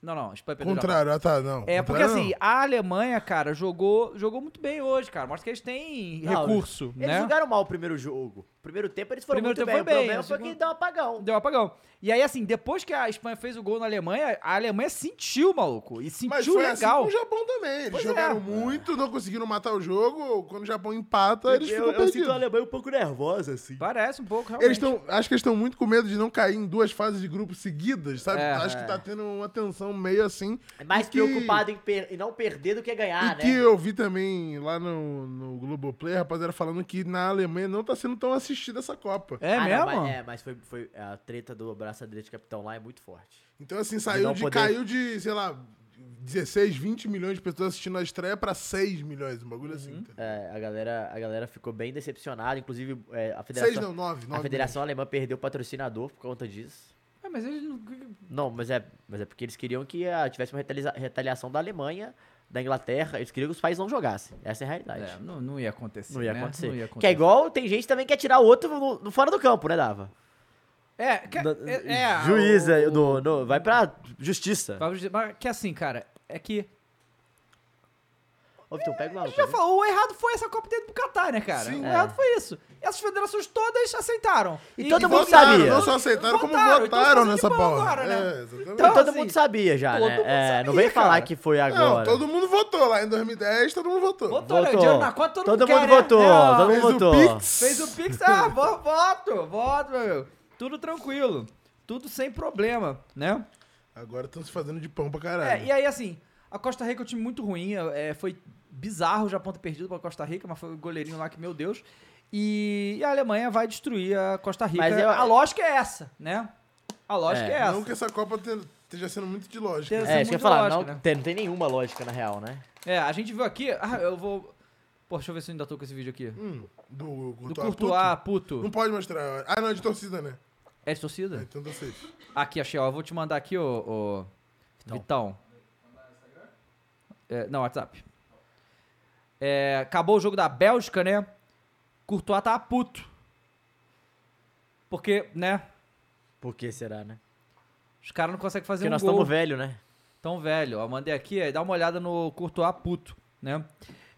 Speaker 1: Não, não, a Espanha perdeu o
Speaker 3: Contrário,
Speaker 1: Japão.
Speaker 3: ah, tá, não.
Speaker 1: É, porque
Speaker 3: Contrário, não.
Speaker 1: assim, a Alemanha, cara, jogou, jogou muito bem hoje, cara. Mostra que eles têm
Speaker 2: Não,
Speaker 1: recurso,
Speaker 2: Eles
Speaker 1: né?
Speaker 2: jogaram mal o primeiro jogo. Primeiro tempo eles foram
Speaker 1: Primeiro
Speaker 2: muito
Speaker 1: tempo foi
Speaker 2: bem. o
Speaker 1: bem,
Speaker 2: problema
Speaker 1: no
Speaker 2: foi que
Speaker 1: segundo-
Speaker 2: deu um apagão.
Speaker 1: Deu um apagão. E aí, assim, depois que a Espanha fez o gol na Alemanha, a Alemanha sentiu, maluco. E sentiu
Speaker 3: Mas foi
Speaker 1: legal.
Speaker 3: assim com o Japão também. Eles
Speaker 1: Pois é.
Speaker 3: jogaram muito, não conseguiram matar o jogo. Quando o Japão empata, eles ficam
Speaker 1: Eu- eu
Speaker 3: perdidos.
Speaker 1: sinto a
Speaker 2: Alemanha um pouco nervosa, assim.
Speaker 1: Parece um pouco, realmente.
Speaker 3: Eles estão, acho que eles estão muito com medo de não cair em duas fases de grupo seguidas, sabe?
Speaker 2: É,
Speaker 3: acho
Speaker 2: é.
Speaker 3: que tá tendo uma tensão meio assim.
Speaker 2: Mais
Speaker 3: E que-
Speaker 2: preocupado em, per- em não perder do que ganhar,
Speaker 3: e
Speaker 2: né?
Speaker 3: que eu vi também lá no, no Globoplay, a rapaziada falando que na Alemanha não tá sendo tão assistida essa Copa.
Speaker 2: Ah, não, mas, é, mas foi, foi a treta do braço direito de capitão lá é muito forte.
Speaker 3: Então, assim,
Speaker 2: De
Speaker 3: saiu
Speaker 2: não
Speaker 3: de,
Speaker 2: poder-
Speaker 3: caiu de, sei lá, 16, 20 milhões de pessoas assistindo a estreia pra 6 milhões, um bagulho assim.
Speaker 2: É, a, galera, a galera ficou bem decepcionada, inclusive é, a
Speaker 3: Seis
Speaker 2: Federação,
Speaker 3: não, nove,
Speaker 2: a
Speaker 3: nove
Speaker 2: federação Alemã perdeu o patrocinador por conta disso.
Speaker 1: É, mas eles não.
Speaker 2: Não, mas é, mas é porque eles queriam que ah, tivesse uma retaliza- retaliação da Alemanha, da Inglaterra, eles queriam que os países não jogassem. Essa é a realidade.
Speaker 1: É, não, não ia acontecer.
Speaker 2: Não ia
Speaker 1: né?
Speaker 2: acontecer.
Speaker 1: Não ia
Speaker 2: Que é igual, tem gente também que quer tirar o outro no- no- fora do campo, né, Dava?
Speaker 1: É, que, é, é,
Speaker 2: Juiz, é, no- no- vai pra justiça.
Speaker 1: Vamos dizer, mas que assim, cara, é que.
Speaker 2: Ô, Vitor, pega o maluco.
Speaker 1: Já falou, o errado foi essa Copa dentro do Catar, né, cara?
Speaker 2: Sim.
Speaker 1: o
Speaker 2: É.
Speaker 1: errado foi isso. Essas federações todas aceitaram.
Speaker 2: E todo mundo
Speaker 1: votaram,
Speaker 2: sabia.
Speaker 3: Não só aceitaram, como
Speaker 1: Votaram, então
Speaker 3: votaram
Speaker 1: fazem de
Speaker 3: nessa
Speaker 1: boa
Speaker 3: porra.
Speaker 1: agora, né?
Speaker 3: É, exatamente.
Speaker 2: E todo mundo sabia já,
Speaker 3: todo
Speaker 2: né?
Speaker 3: mundo
Speaker 2: É,
Speaker 3: sabia,
Speaker 2: não vem falar
Speaker 3: cara.
Speaker 2: que foi agora.
Speaker 3: Não, todo mundo votou lá em 2010, todo mundo votou.
Speaker 1: Votou, né? Dinheiro na conta, todo, mundo quer, né?
Speaker 2: votou,
Speaker 3: Ah,
Speaker 1: Não,
Speaker 2: todo
Speaker 1: fez
Speaker 2: mundo
Speaker 1: o
Speaker 2: votou.
Speaker 1: Pix, Fez o Pix, ah, vo- voto, voto, meu. amigo. Tudo tranquilo. Tudo sem problema, né?
Speaker 3: Agora estão se fazendo de pão pra caralho.
Speaker 1: É, e aí, assim, a Costa Rica é um time muito ruim. é, foi bizarro o Japão ter perdido pra Costa Rica, mas foi o goleirinho lá que, meu Deus. E, e a Alemanha vai destruir a Costa Rica.
Speaker 2: Mas eu-
Speaker 1: a lógica é essa, né? A lógica é, essa.
Speaker 3: Não que essa Copa te- esteja sendo muito de lógica.
Speaker 1: Tem-
Speaker 2: É, isso que eu ia
Speaker 1: muito
Speaker 2: falar,
Speaker 1: lógico,
Speaker 2: não,
Speaker 1: né?
Speaker 2: tem, não tem nenhuma lógica na real, né?
Speaker 1: É, a gente viu aqui. Ah, eu vou. Pô, deixa eu ver se eu ainda tô com esse vídeo aqui.
Speaker 3: Hum, do Courtois,
Speaker 1: Do Courtois, puto.
Speaker 3: Não pode mostrar. Ah, não, é de torcida, né?
Speaker 1: É de torcida?
Speaker 3: então tá safe.
Speaker 1: Aqui, achei, ó. Eu vou te mandar aqui, ô. ô Vitão. É, não, WhatsApp. É, acabou o jogo da Bélgica, né? Courtois tava puto. Porque, né?
Speaker 2: Por que será, né?
Speaker 1: Os caras não conseguem fazer
Speaker 2: Porque
Speaker 1: um
Speaker 2: nós
Speaker 1: gol.
Speaker 2: estamos velho, né?
Speaker 1: Tão velho. Ó, mandei aqui, aí dá uma olhada no Courtois puto, né?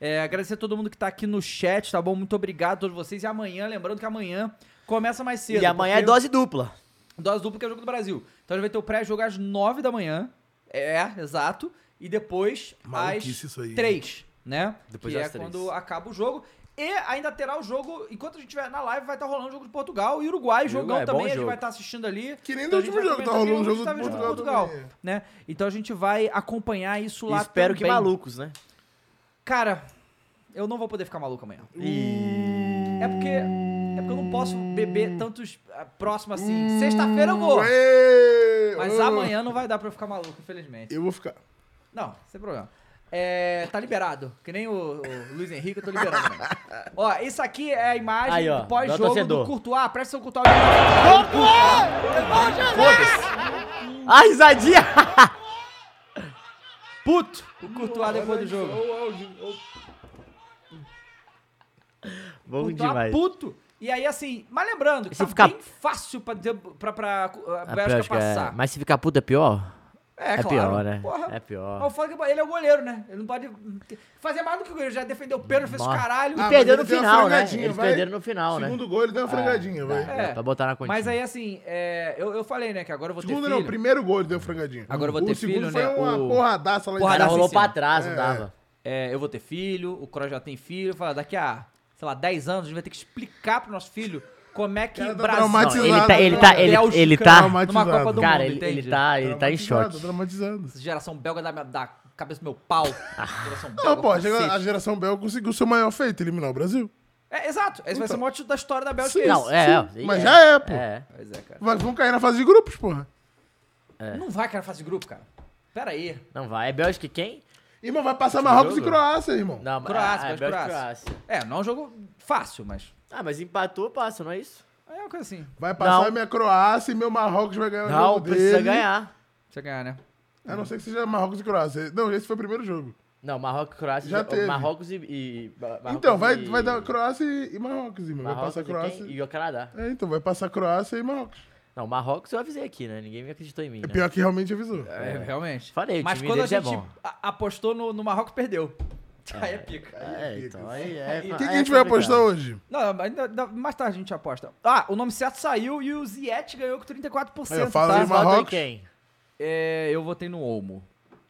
Speaker 1: É, agradecer a todo mundo que tá aqui no chat, tá bom? Muito obrigado a todos vocês. E amanhã, lembrando que amanhã começa mais cedo.
Speaker 2: E amanhã é
Speaker 1: porque-
Speaker 2: dose dupla.
Speaker 1: Dose dupla que é o jogo do Brasil. Então a gente vai ter o pré-jogo às 9 da manhã. É, exato. E depois
Speaker 3: Maluquice
Speaker 1: às
Speaker 3: isso aí,
Speaker 1: 3, né?
Speaker 3: Depois
Speaker 1: que
Speaker 3: às
Speaker 1: é
Speaker 3: três.
Speaker 1: quando acaba o jogo. E ainda terá o jogo, enquanto a gente estiver na live, vai estar rolando o jogo de Portugal e Uruguai, jogão
Speaker 3: é bom
Speaker 1: também, a gente
Speaker 3: jogo.
Speaker 1: vai estar assistindo ali.
Speaker 3: Que nem
Speaker 1: Então
Speaker 3: do
Speaker 1: a
Speaker 3: último
Speaker 1: gente vai
Speaker 3: jogo, tá
Speaker 1: comentar, que nem
Speaker 3: rolando o jogo
Speaker 1: a gente
Speaker 3: do
Speaker 1: tava vendo
Speaker 3: Portugal
Speaker 1: né? Então a gente vai acompanhar isso lá
Speaker 2: Espero que
Speaker 1: também.
Speaker 2: malucos, né?
Speaker 1: Cara, eu não vou poder ficar maluco amanhã. É porque. É porque eu não posso beber tantos ah, próximo assim. Sexta-feira eu vou.
Speaker 3: Ué!
Speaker 1: Mas
Speaker 3: Ué!
Speaker 1: amanhã não vai dar pra eu ficar maluco, infelizmente.
Speaker 3: Eu vou ficar.
Speaker 1: Não, sem problema. É, tá liberado. Que nem o, o Luiz Henrique, eu tô liberando. né? ó, isso aqui é a imagem
Speaker 2: Aí, ó,
Speaker 1: do pós-jogo
Speaker 2: torcedor.
Speaker 1: do Courtois. Ah, Presta o Courtois. Courtois! Foda-se.
Speaker 2: A risadinha! Puto!
Speaker 1: O Courtois depois do jogo.
Speaker 2: Bom
Speaker 1: Courtois
Speaker 2: demais.
Speaker 1: puto. E aí, assim, mas lembrando, que
Speaker 2: se
Speaker 1: tá
Speaker 2: ficar-
Speaker 1: bem fácil pra, de- pra, pra, a
Speaker 2: A
Speaker 1: Bélgica
Speaker 2: Bélgica,
Speaker 1: é passar.
Speaker 2: é- Mas se ficar puto é pior?
Speaker 1: É, claro.
Speaker 2: pior, né?
Speaker 1: Porra.
Speaker 2: É pior.
Speaker 1: Mas o foda é que ele é o goleiro, né? Ele não pode fazer mais do que o goleiro. Já defendeu o pênalti, fez o
Speaker 2: Nossa.
Speaker 1: caralho.
Speaker 2: E Ah, perdeu mas ele no deu uma final, né? frangadinha, Eles vai. perderam no final, né?
Speaker 3: Segundo gol, ele deu uma
Speaker 2: É,
Speaker 3: frangadinha, vai.
Speaker 2: dá, dá pra botar na continha.
Speaker 1: Mas aí, assim, é, eu, eu falei, né, que agora eu vou ter
Speaker 3: Segundo
Speaker 1: filho.
Speaker 3: não, primeiro gol ele deu frangadinha.
Speaker 1: Agora eu vou
Speaker 3: o
Speaker 1: ter
Speaker 3: segundo
Speaker 1: filho,
Speaker 3: foi
Speaker 1: né?
Speaker 3: uma
Speaker 1: O-
Speaker 3: porradaça lá
Speaker 1: Porradaça
Speaker 3: em
Speaker 1: em
Speaker 3: cima.
Speaker 1: cima.
Speaker 3: É.
Speaker 1: é, eu vou ter filho, o Cross já tem filho, fala, daqui a, sei lá, 10 anos a gente vai ter que explicar pro nosso filho como é que o Brasil...
Speaker 2: Não, ele tá, ele tá, ele,
Speaker 1: Bélgica
Speaker 2: ele tá,
Speaker 1: numa Copa do
Speaker 2: cara,
Speaker 1: Mundo,
Speaker 2: ele, ele
Speaker 1: entende?
Speaker 2: tá, ele tá em choque.
Speaker 1: Essa Geração belga da, minha- da cabeça do meu pau. Geração belga,
Speaker 3: Não, pô, a
Speaker 1: cacete.
Speaker 3: gera- a geração belga conseguiu seu maior feito, eliminar o Brasil.
Speaker 1: É, exato. Esse vai ser o maior título da história da Bélgica.
Speaker 3: Então- Sim,
Speaker 1: esse.
Speaker 3: Não, é, sim, é, mas já é, pô. é.
Speaker 1: Pois é, cara.
Speaker 3: Vai- Vão cair na fase de grupos, porra.
Speaker 1: Não vai, cara, fase de grupo, cara. Pera aí.
Speaker 2: Não vai, é Bélgica e quem?
Speaker 3: Irmão, vai passar Marrocos e Croácia, irmão.
Speaker 2: Não, mas-
Speaker 1: Croácia,
Speaker 2: ah,
Speaker 1: mas
Speaker 2: Bélgica e
Speaker 1: Croácia. É, não é um jogo fácil, mas...
Speaker 2: Ah, mas empatou, passa, não é isso?
Speaker 1: É uma coisa assim.
Speaker 3: Vai passar
Speaker 2: Não.
Speaker 3: minha Croácia e meu Marrocos vai ganhar o
Speaker 2: Não,
Speaker 3: jogo
Speaker 2: precisa
Speaker 3: dele.
Speaker 2: ganhar.
Speaker 1: Precisa ganhar, né?
Speaker 3: A não ser que seja Marrocos e Croácia. Não, esse foi o primeiro jogo.
Speaker 2: Não, Marrocos e Croácia.
Speaker 3: Já
Speaker 2: Já
Speaker 3: teve.
Speaker 2: Marrocos e. e- Ma- Marrocos
Speaker 3: então, vai,
Speaker 2: e-
Speaker 3: vai dar Croácia e e Marrocos, irmão. Vai
Speaker 2: Marrocos
Speaker 3: passar
Speaker 2: e quem?
Speaker 3: Croácia.
Speaker 2: E o Canadá.
Speaker 3: É, então, vai passar Croácia e Marrocos.
Speaker 2: Não, Marrocos eu avisei aqui, né? Ninguém me acreditou em mim. É
Speaker 3: Pior que realmente avisou.
Speaker 1: É, realmente.
Speaker 2: Falei, o
Speaker 1: Mas
Speaker 2: time
Speaker 1: quando a
Speaker 2: deles é
Speaker 1: gente
Speaker 2: bom.
Speaker 1: a- apostou no, no Marrocos, perdeu. Aí é
Speaker 2: É,
Speaker 1: pica.
Speaker 2: é, então, aí é-
Speaker 1: E
Speaker 2: aí
Speaker 1: o
Speaker 3: que a gente vai apostar hoje?
Speaker 1: Não, mas ainda- ainda- mais tarde a gente aposta. Ah, o nome certo saiu e o Ziet ganhou com 34%.
Speaker 3: Aí, fala
Speaker 1: tá?
Speaker 3: aí, Marrocos.
Speaker 2: Quem?
Speaker 1: É, eu votei no Olmo.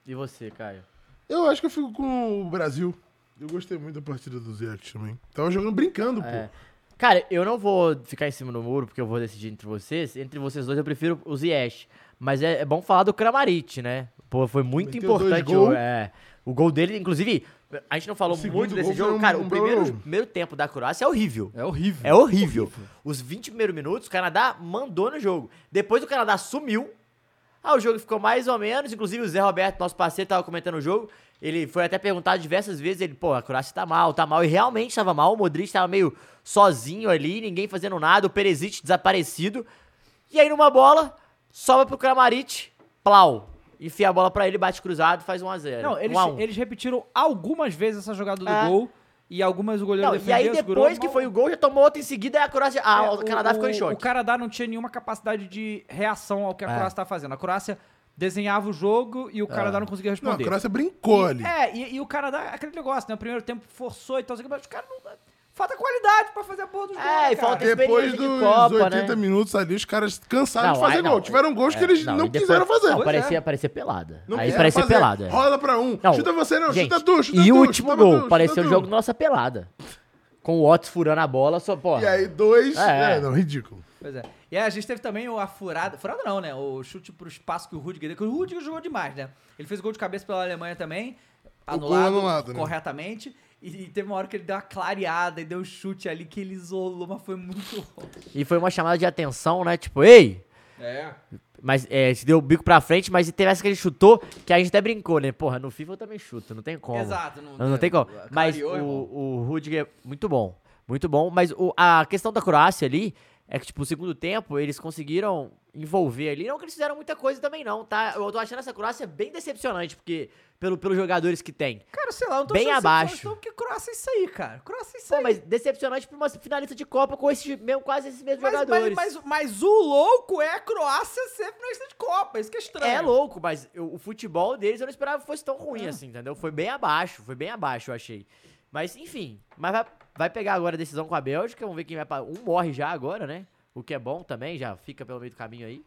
Speaker 2: E você, Caio?
Speaker 3: Eu acho que eu fico com o Brasil. Eu gostei muito da partida do Zete também. Tava jogando brincando, pô.
Speaker 2: É. Cara, eu não vou ficar em cima do muro, porque eu vou decidir entre vocês. Entre vocês dois, eu prefiro o Ziyech. Mas é, é bom falar do Kramaric, né? Pô, foi muito
Speaker 3: Meteu
Speaker 2: importante.
Speaker 3: dois gols.
Speaker 2: O, é, o gol dele, inclusive, a gente não falou
Speaker 3: segundo
Speaker 2: muito desse
Speaker 3: gol foi
Speaker 2: jogo.
Speaker 3: um-
Speaker 2: Cara,
Speaker 3: um
Speaker 2: o
Speaker 3: belo
Speaker 2: primeiro,
Speaker 3: jogo.
Speaker 2: primeiro tempo da Croácia é horrível.
Speaker 1: É horrível.
Speaker 2: É horrível. Os 20 primeiros minutos, o Canadá mandou no jogo. Depois o Canadá sumiu. Ah, o jogo ficou mais ou menos. Inclusive, o Zé Roberto, nosso parceiro, tava comentando o jogo. Ele foi até perguntado diversas vezes. Ele, pô, a Croácia tá mal, tá mal. E realmente tava mal. O Modric tava meio sozinho ali, ninguém fazendo nada. O Perisic desaparecido. E aí, numa bola, sobra pro Kramaric. Plau. Enfia a bola pra ele, bate cruzado, faz 1x0.
Speaker 1: Não, eles,
Speaker 2: 1x1.
Speaker 1: eles repetiram algumas vezes essa jogada do
Speaker 2: É.
Speaker 1: gol. E algumas o goleiro
Speaker 2: Não, e
Speaker 1: defendeu,
Speaker 2: aí
Speaker 1: segurou,
Speaker 2: depois que
Speaker 1: mal-
Speaker 2: foi o gol, já tomou outro em seguida e a Croácia... Ah,
Speaker 1: É,
Speaker 2: o Canadá ficou em choque.
Speaker 1: O Canadá não tinha nenhuma capacidade de reação ao que a
Speaker 2: É.
Speaker 1: Croácia tá fazendo. A Croácia desenhava o jogo e o Canadá não conseguia responder.
Speaker 3: Não, a Croácia brincou
Speaker 1: E-
Speaker 3: ali.
Speaker 1: É, e, e o Canadá, aquele negócio, né? O primeiro tempo forçou e tal, assim, mas os caras não... Falta qualidade pra fazer a porra dos gols,
Speaker 2: É,
Speaker 1: cara.
Speaker 2: e falta
Speaker 3: Depois
Speaker 2: experiência
Speaker 3: dos
Speaker 2: de Copa,
Speaker 3: 80
Speaker 2: né?
Speaker 3: minutos ali, os caras cansaram de fazer
Speaker 2: aí
Speaker 3: gol. Tiveram gols
Speaker 2: é,
Speaker 3: que eles não,
Speaker 2: e depois-
Speaker 3: quiseram fazer. é.
Speaker 2: Não, parecia, parecia pelada.
Speaker 3: Não
Speaker 2: aí
Speaker 3: quiseram
Speaker 2: parecia
Speaker 3: fazer.
Speaker 2: pelada. é.
Speaker 3: Rola pra um.
Speaker 2: Não,
Speaker 3: chuta você não,
Speaker 2: gente,
Speaker 3: chuta tu, chuta
Speaker 2: E
Speaker 3: tu.
Speaker 2: o último
Speaker 3: chuta
Speaker 2: gol,
Speaker 3: tu,
Speaker 2: parecia
Speaker 3: chuta
Speaker 2: o
Speaker 3: tu.
Speaker 2: jogo da nossa pelada. Com o Otis furando a bola, só, pô.
Speaker 3: E aí dois...
Speaker 2: É.
Speaker 3: É, não, ridículo.
Speaker 1: Pois é. E aí a gente teve também a furada. Furada não, né? O chute pro espaço que o Rudiger deu. Que o Rudiger jogou demais, né? Ele fez gol de cabeça pela Alemanha também.
Speaker 3: O gol
Speaker 1: Anulado,
Speaker 3: anulado, né?
Speaker 1: corretamente. E, e teve uma hora que ele deu uma clareada e deu um chute ali que ele isolou, mas foi muito
Speaker 2: E foi uma chamada de atenção, né? Tipo, ei!
Speaker 1: É.
Speaker 2: Mas é, se deu o bico pra frente, mas teve essa que ele chutou, que a gente até brincou, né? Porra, no FIFA eu também chuto, não tem como.
Speaker 1: Exato, não-
Speaker 2: não, não tem como.
Speaker 1: clareou,
Speaker 2: Mas o,
Speaker 1: irmão.
Speaker 2: o Rudiger, muito bom. Muito bom. Mas o- a questão da Croácia ali é que, tipo, o segundo tempo eles conseguiram envolver ali. Não que eles fizeram muita coisa também, não, tá? Eu tô achando essa Croácia bem decepcionante, porque pelo, pelos jogadores que tem.
Speaker 1: Cara, sei lá, eu não tô
Speaker 2: Bem
Speaker 1: achando
Speaker 2: abaixo.
Speaker 1: decepcionante, não, Porque Croácia é isso aí, cara. Croácia é isso
Speaker 2: Pô, mas decepcionante pra uma finalista de Copa com esses mesmo, quase esses mesmos
Speaker 1: Mas, mas,
Speaker 2: jogadores.
Speaker 1: mas, mas o louco é a Croácia ser finalista de Copa. Isso que é estranho.
Speaker 2: É louco, mas eu- o futebol deles eu não esperava que fosse tão ruim
Speaker 3: É.
Speaker 2: assim, entendeu? Foi bem abaixo, foi bem abaixo, eu achei. Mas, enfim, mas vai, vai pegar agora a decisão com a Bélgica, vamos ver quem vai pra. Um morre já agora, né? O que é bom também, já fica pelo meio do caminho aí.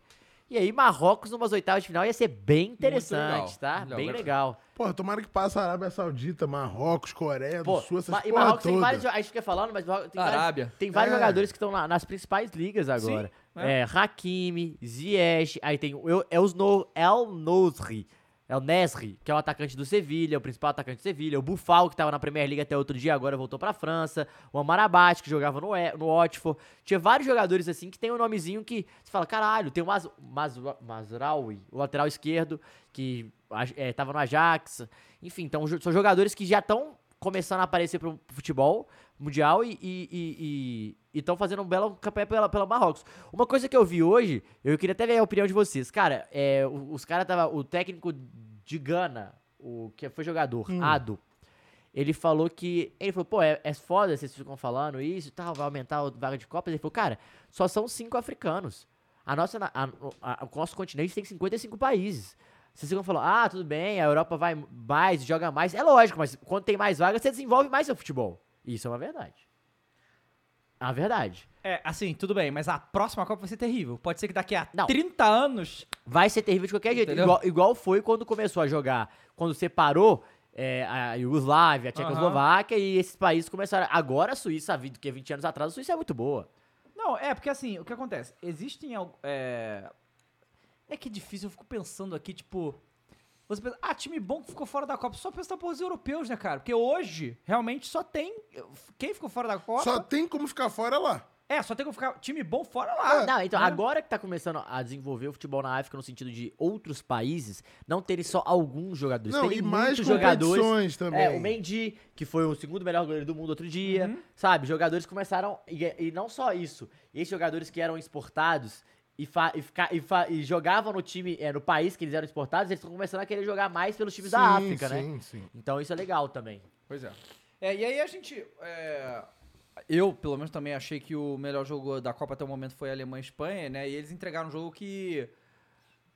Speaker 2: E aí, Marrocos numas oitavas de final ia ser bem interessante,
Speaker 3: legal,
Speaker 2: tá?
Speaker 3: legal,
Speaker 2: bem
Speaker 3: legal.
Speaker 2: legal.
Speaker 3: Porra, tomara que passe a Arábia Saudita, Marrocos, Coreia
Speaker 2: Pô,
Speaker 3: do Sul, essas
Speaker 2: ma- e
Speaker 3: porra
Speaker 2: Marrocos tem
Speaker 3: toda.
Speaker 2: vários, a gente fica falando, mas Marrocos tem
Speaker 1: Arábia.
Speaker 2: vários, tem vários
Speaker 1: É.
Speaker 2: jogadores que estão na- nas principais ligas agora.
Speaker 1: Sim,
Speaker 2: é.
Speaker 1: é.
Speaker 2: Hakimi, Ziyech, aí tem o El- Elsno- El Nosri, El Nesri, que é o atacante do Sevilha, o principal atacante do Sevilha, o Bufal, que estava na Premier League até outro dia, agora voltou para a França, o Amarabat, que jogava no, E- no Watford. Tinha vários jogadores assim que tem um nomezinho que você fala, caralho, tem o Mas, Mas, Masraoui, o lateral esquerdo, que a- é, tava no Ajax. Enfim, então jo- são jogadores que já estão começando a aparecer pro futebol mundial e- e estão fazendo um belo campanha pela, pela Marrocos. Uma coisa que eu vi hoje, eu queria até ver a opinião de vocês. Cara, é, o- os caras tava. O técnico de Gana, o que foi jogador,
Speaker 12: Hum.
Speaker 2: Ado, ele falou que. Ele falou, pô, é, é foda, vocês ficam falando isso e tal, vai aumentar a vaga de Copas. Ele falou, cara, só são cinco africanos. A nossa, na- a- a- o nosso continente tem 55 países. Vocês ficam falando, ah, tudo bem, a Europa vai mais, joga mais. É lógico, mas quando tem mais vagas, você desenvolve mais seu futebol. Isso é uma verdade. É uma verdade.
Speaker 1: É, assim, tudo bem, mas a próxima Copa vai ser terrível. Pode ser que daqui a
Speaker 2: Não.
Speaker 1: 30 anos.
Speaker 2: Vai ser terrível de qualquer jeito.
Speaker 1: Entendeu?
Speaker 2: Igual, igual foi quando começou a jogar. Quando separou, é, a Iugoslávia, a Tchecoslováquia, e esses países começaram. Agora a Suíça, há 20, que 20 anos atrás, a Suíça é muito boa.
Speaker 1: Não, é, porque assim, o que acontece? Existem. al- É, é que é difícil, eu fico pensando aqui, tipo. Você pensa, ah, time bom que ficou fora da Copa. Só pensa por os europeus, né, cara? Porque hoje, realmente, só tem. Quem ficou fora da Copa.
Speaker 3: Só tem como ficar fora lá.
Speaker 1: É, só tem como ficar. Time bom fora
Speaker 3: Ah,
Speaker 1: lá.
Speaker 2: Não,
Speaker 3: é.
Speaker 2: então,
Speaker 1: Né?
Speaker 2: agora que tá começando a desenvolver o futebol na África no sentido de outros países não terem só alguns jogadores,
Speaker 3: Não,
Speaker 2: terem
Speaker 3: e mais
Speaker 2: muitos jogadores.
Speaker 3: competições também.
Speaker 2: É, o Mendy, que foi o segundo melhor goleiro do mundo outro dia,
Speaker 1: Uhum.
Speaker 2: sabe? Jogadores começaram, e, e não só isso, esses jogadores que eram exportados e, fa- e fica- e fa- e jogavam no time, é, no país que eles eram exportados, eles estão começando a querer jogar mais pelos times da
Speaker 1: Sim,
Speaker 2: África, né?
Speaker 1: sim,
Speaker 3: sim.
Speaker 2: Então isso é legal também.
Speaker 1: Pois é. É, e aí a gente. é, Eu, pelo menos, também achei que o melhor jogo da Copa até o momento foi a Alemanha e Espanha, né? E eles entregaram um jogo que.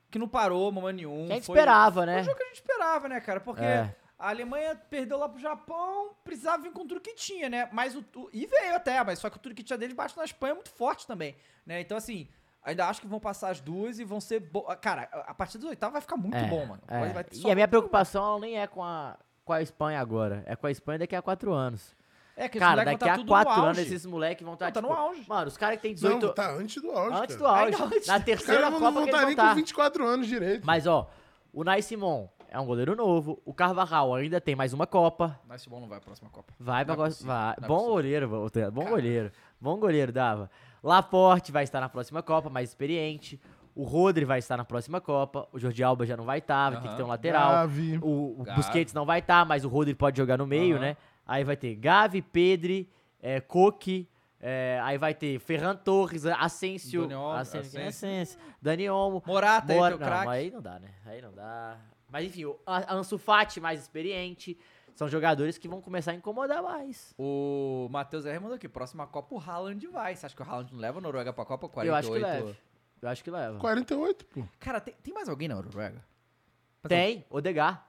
Speaker 1: que não parou, momento nenhum.
Speaker 2: Que a gente
Speaker 1: Foi-
Speaker 2: esperava,
Speaker 1: foi
Speaker 2: né?
Speaker 1: um jogo que a gente esperava, né, cara? Porque.
Speaker 2: É.
Speaker 1: A Alemanha perdeu lá pro Japão, precisava vir com tudo que tinha, né? Mas o, o- e veio até, mas só que o tudo que tinha deles bate na Espanha é muito forte também, né? Então assim, ainda acho que vão passar as duas e vão ser bo... ah, cara, a a partir dos oitavos vai ficar muito
Speaker 2: É,
Speaker 1: bom, mano.
Speaker 2: é.
Speaker 1: Vai- vai só- um.
Speaker 2: E a minha preocupação ela nem é com a, com a Espanha agora, é com a Espanha daqui a quatro anos.
Speaker 1: É que esses
Speaker 2: cara,
Speaker 1: moleques vão
Speaker 2: daqui
Speaker 1: tá
Speaker 2: a
Speaker 1: tudo no
Speaker 2: quatro anos
Speaker 1: auge.
Speaker 2: esses moleques vão estar.
Speaker 1: Não, tá no auge.
Speaker 2: Mano, os caras que têm 18
Speaker 3: Não, tá antes do auge.
Speaker 2: Antes
Speaker 3: cara.
Speaker 2: do auge. Na terceira
Speaker 3: Cara, não-
Speaker 2: Copa
Speaker 3: não
Speaker 2: que
Speaker 3: tá nem
Speaker 2: eles vão tá.
Speaker 3: com 24 anos direito.
Speaker 2: Mas ó, o Nai Simon é um goleiro novo, o Carvajal ainda tem mais uma Copa.
Speaker 1: Mas esse bom não vai pra próxima Copa.
Speaker 2: Vai pra
Speaker 1: Não é
Speaker 2: go-
Speaker 1: possível,
Speaker 2: vai.
Speaker 1: não é
Speaker 2: Bom goleiro, Voltaire, bom goleiro. Bom goleiro, Dava. Laporte vai estar na próxima Copa, mais experiente. O Rodri vai estar na próxima Copa. O Jordi Alba já não vai estar, vai ter que ter um lateral.
Speaker 3: Gavi.
Speaker 2: O, o
Speaker 3: Gavi.
Speaker 2: Busquets não vai estar, mas o Rodri pode jogar no meio,
Speaker 3: Aham.
Speaker 2: né? Aí vai ter Gavi, Pedri, é, Coque. é, aí vai ter Ferran Torres, Asensio,
Speaker 1: Dani Olmo,
Speaker 2: Asensio,
Speaker 1: Asensio.
Speaker 2: Asensio, Dani Olmo,
Speaker 1: Morata, aí,
Speaker 2: Mora-
Speaker 1: teu
Speaker 2: não,
Speaker 1: craque.
Speaker 2: aí não dá, né? Aí não dá. Mas enfim, o A- Ansu Fati mais experiente, são jogadores que vão começar a incomodar mais.
Speaker 1: O Matheus R mandou aqui, próxima Copa o Haaland vai. Você acha que o Haaland não leva a Noruega pra Copa? 48.
Speaker 2: Eu acho que leva. Eu acho que leva.
Speaker 3: 48, pô.
Speaker 1: Cara, tem, tem mais alguém na Noruega? Hum.
Speaker 2: Tem, Odegar.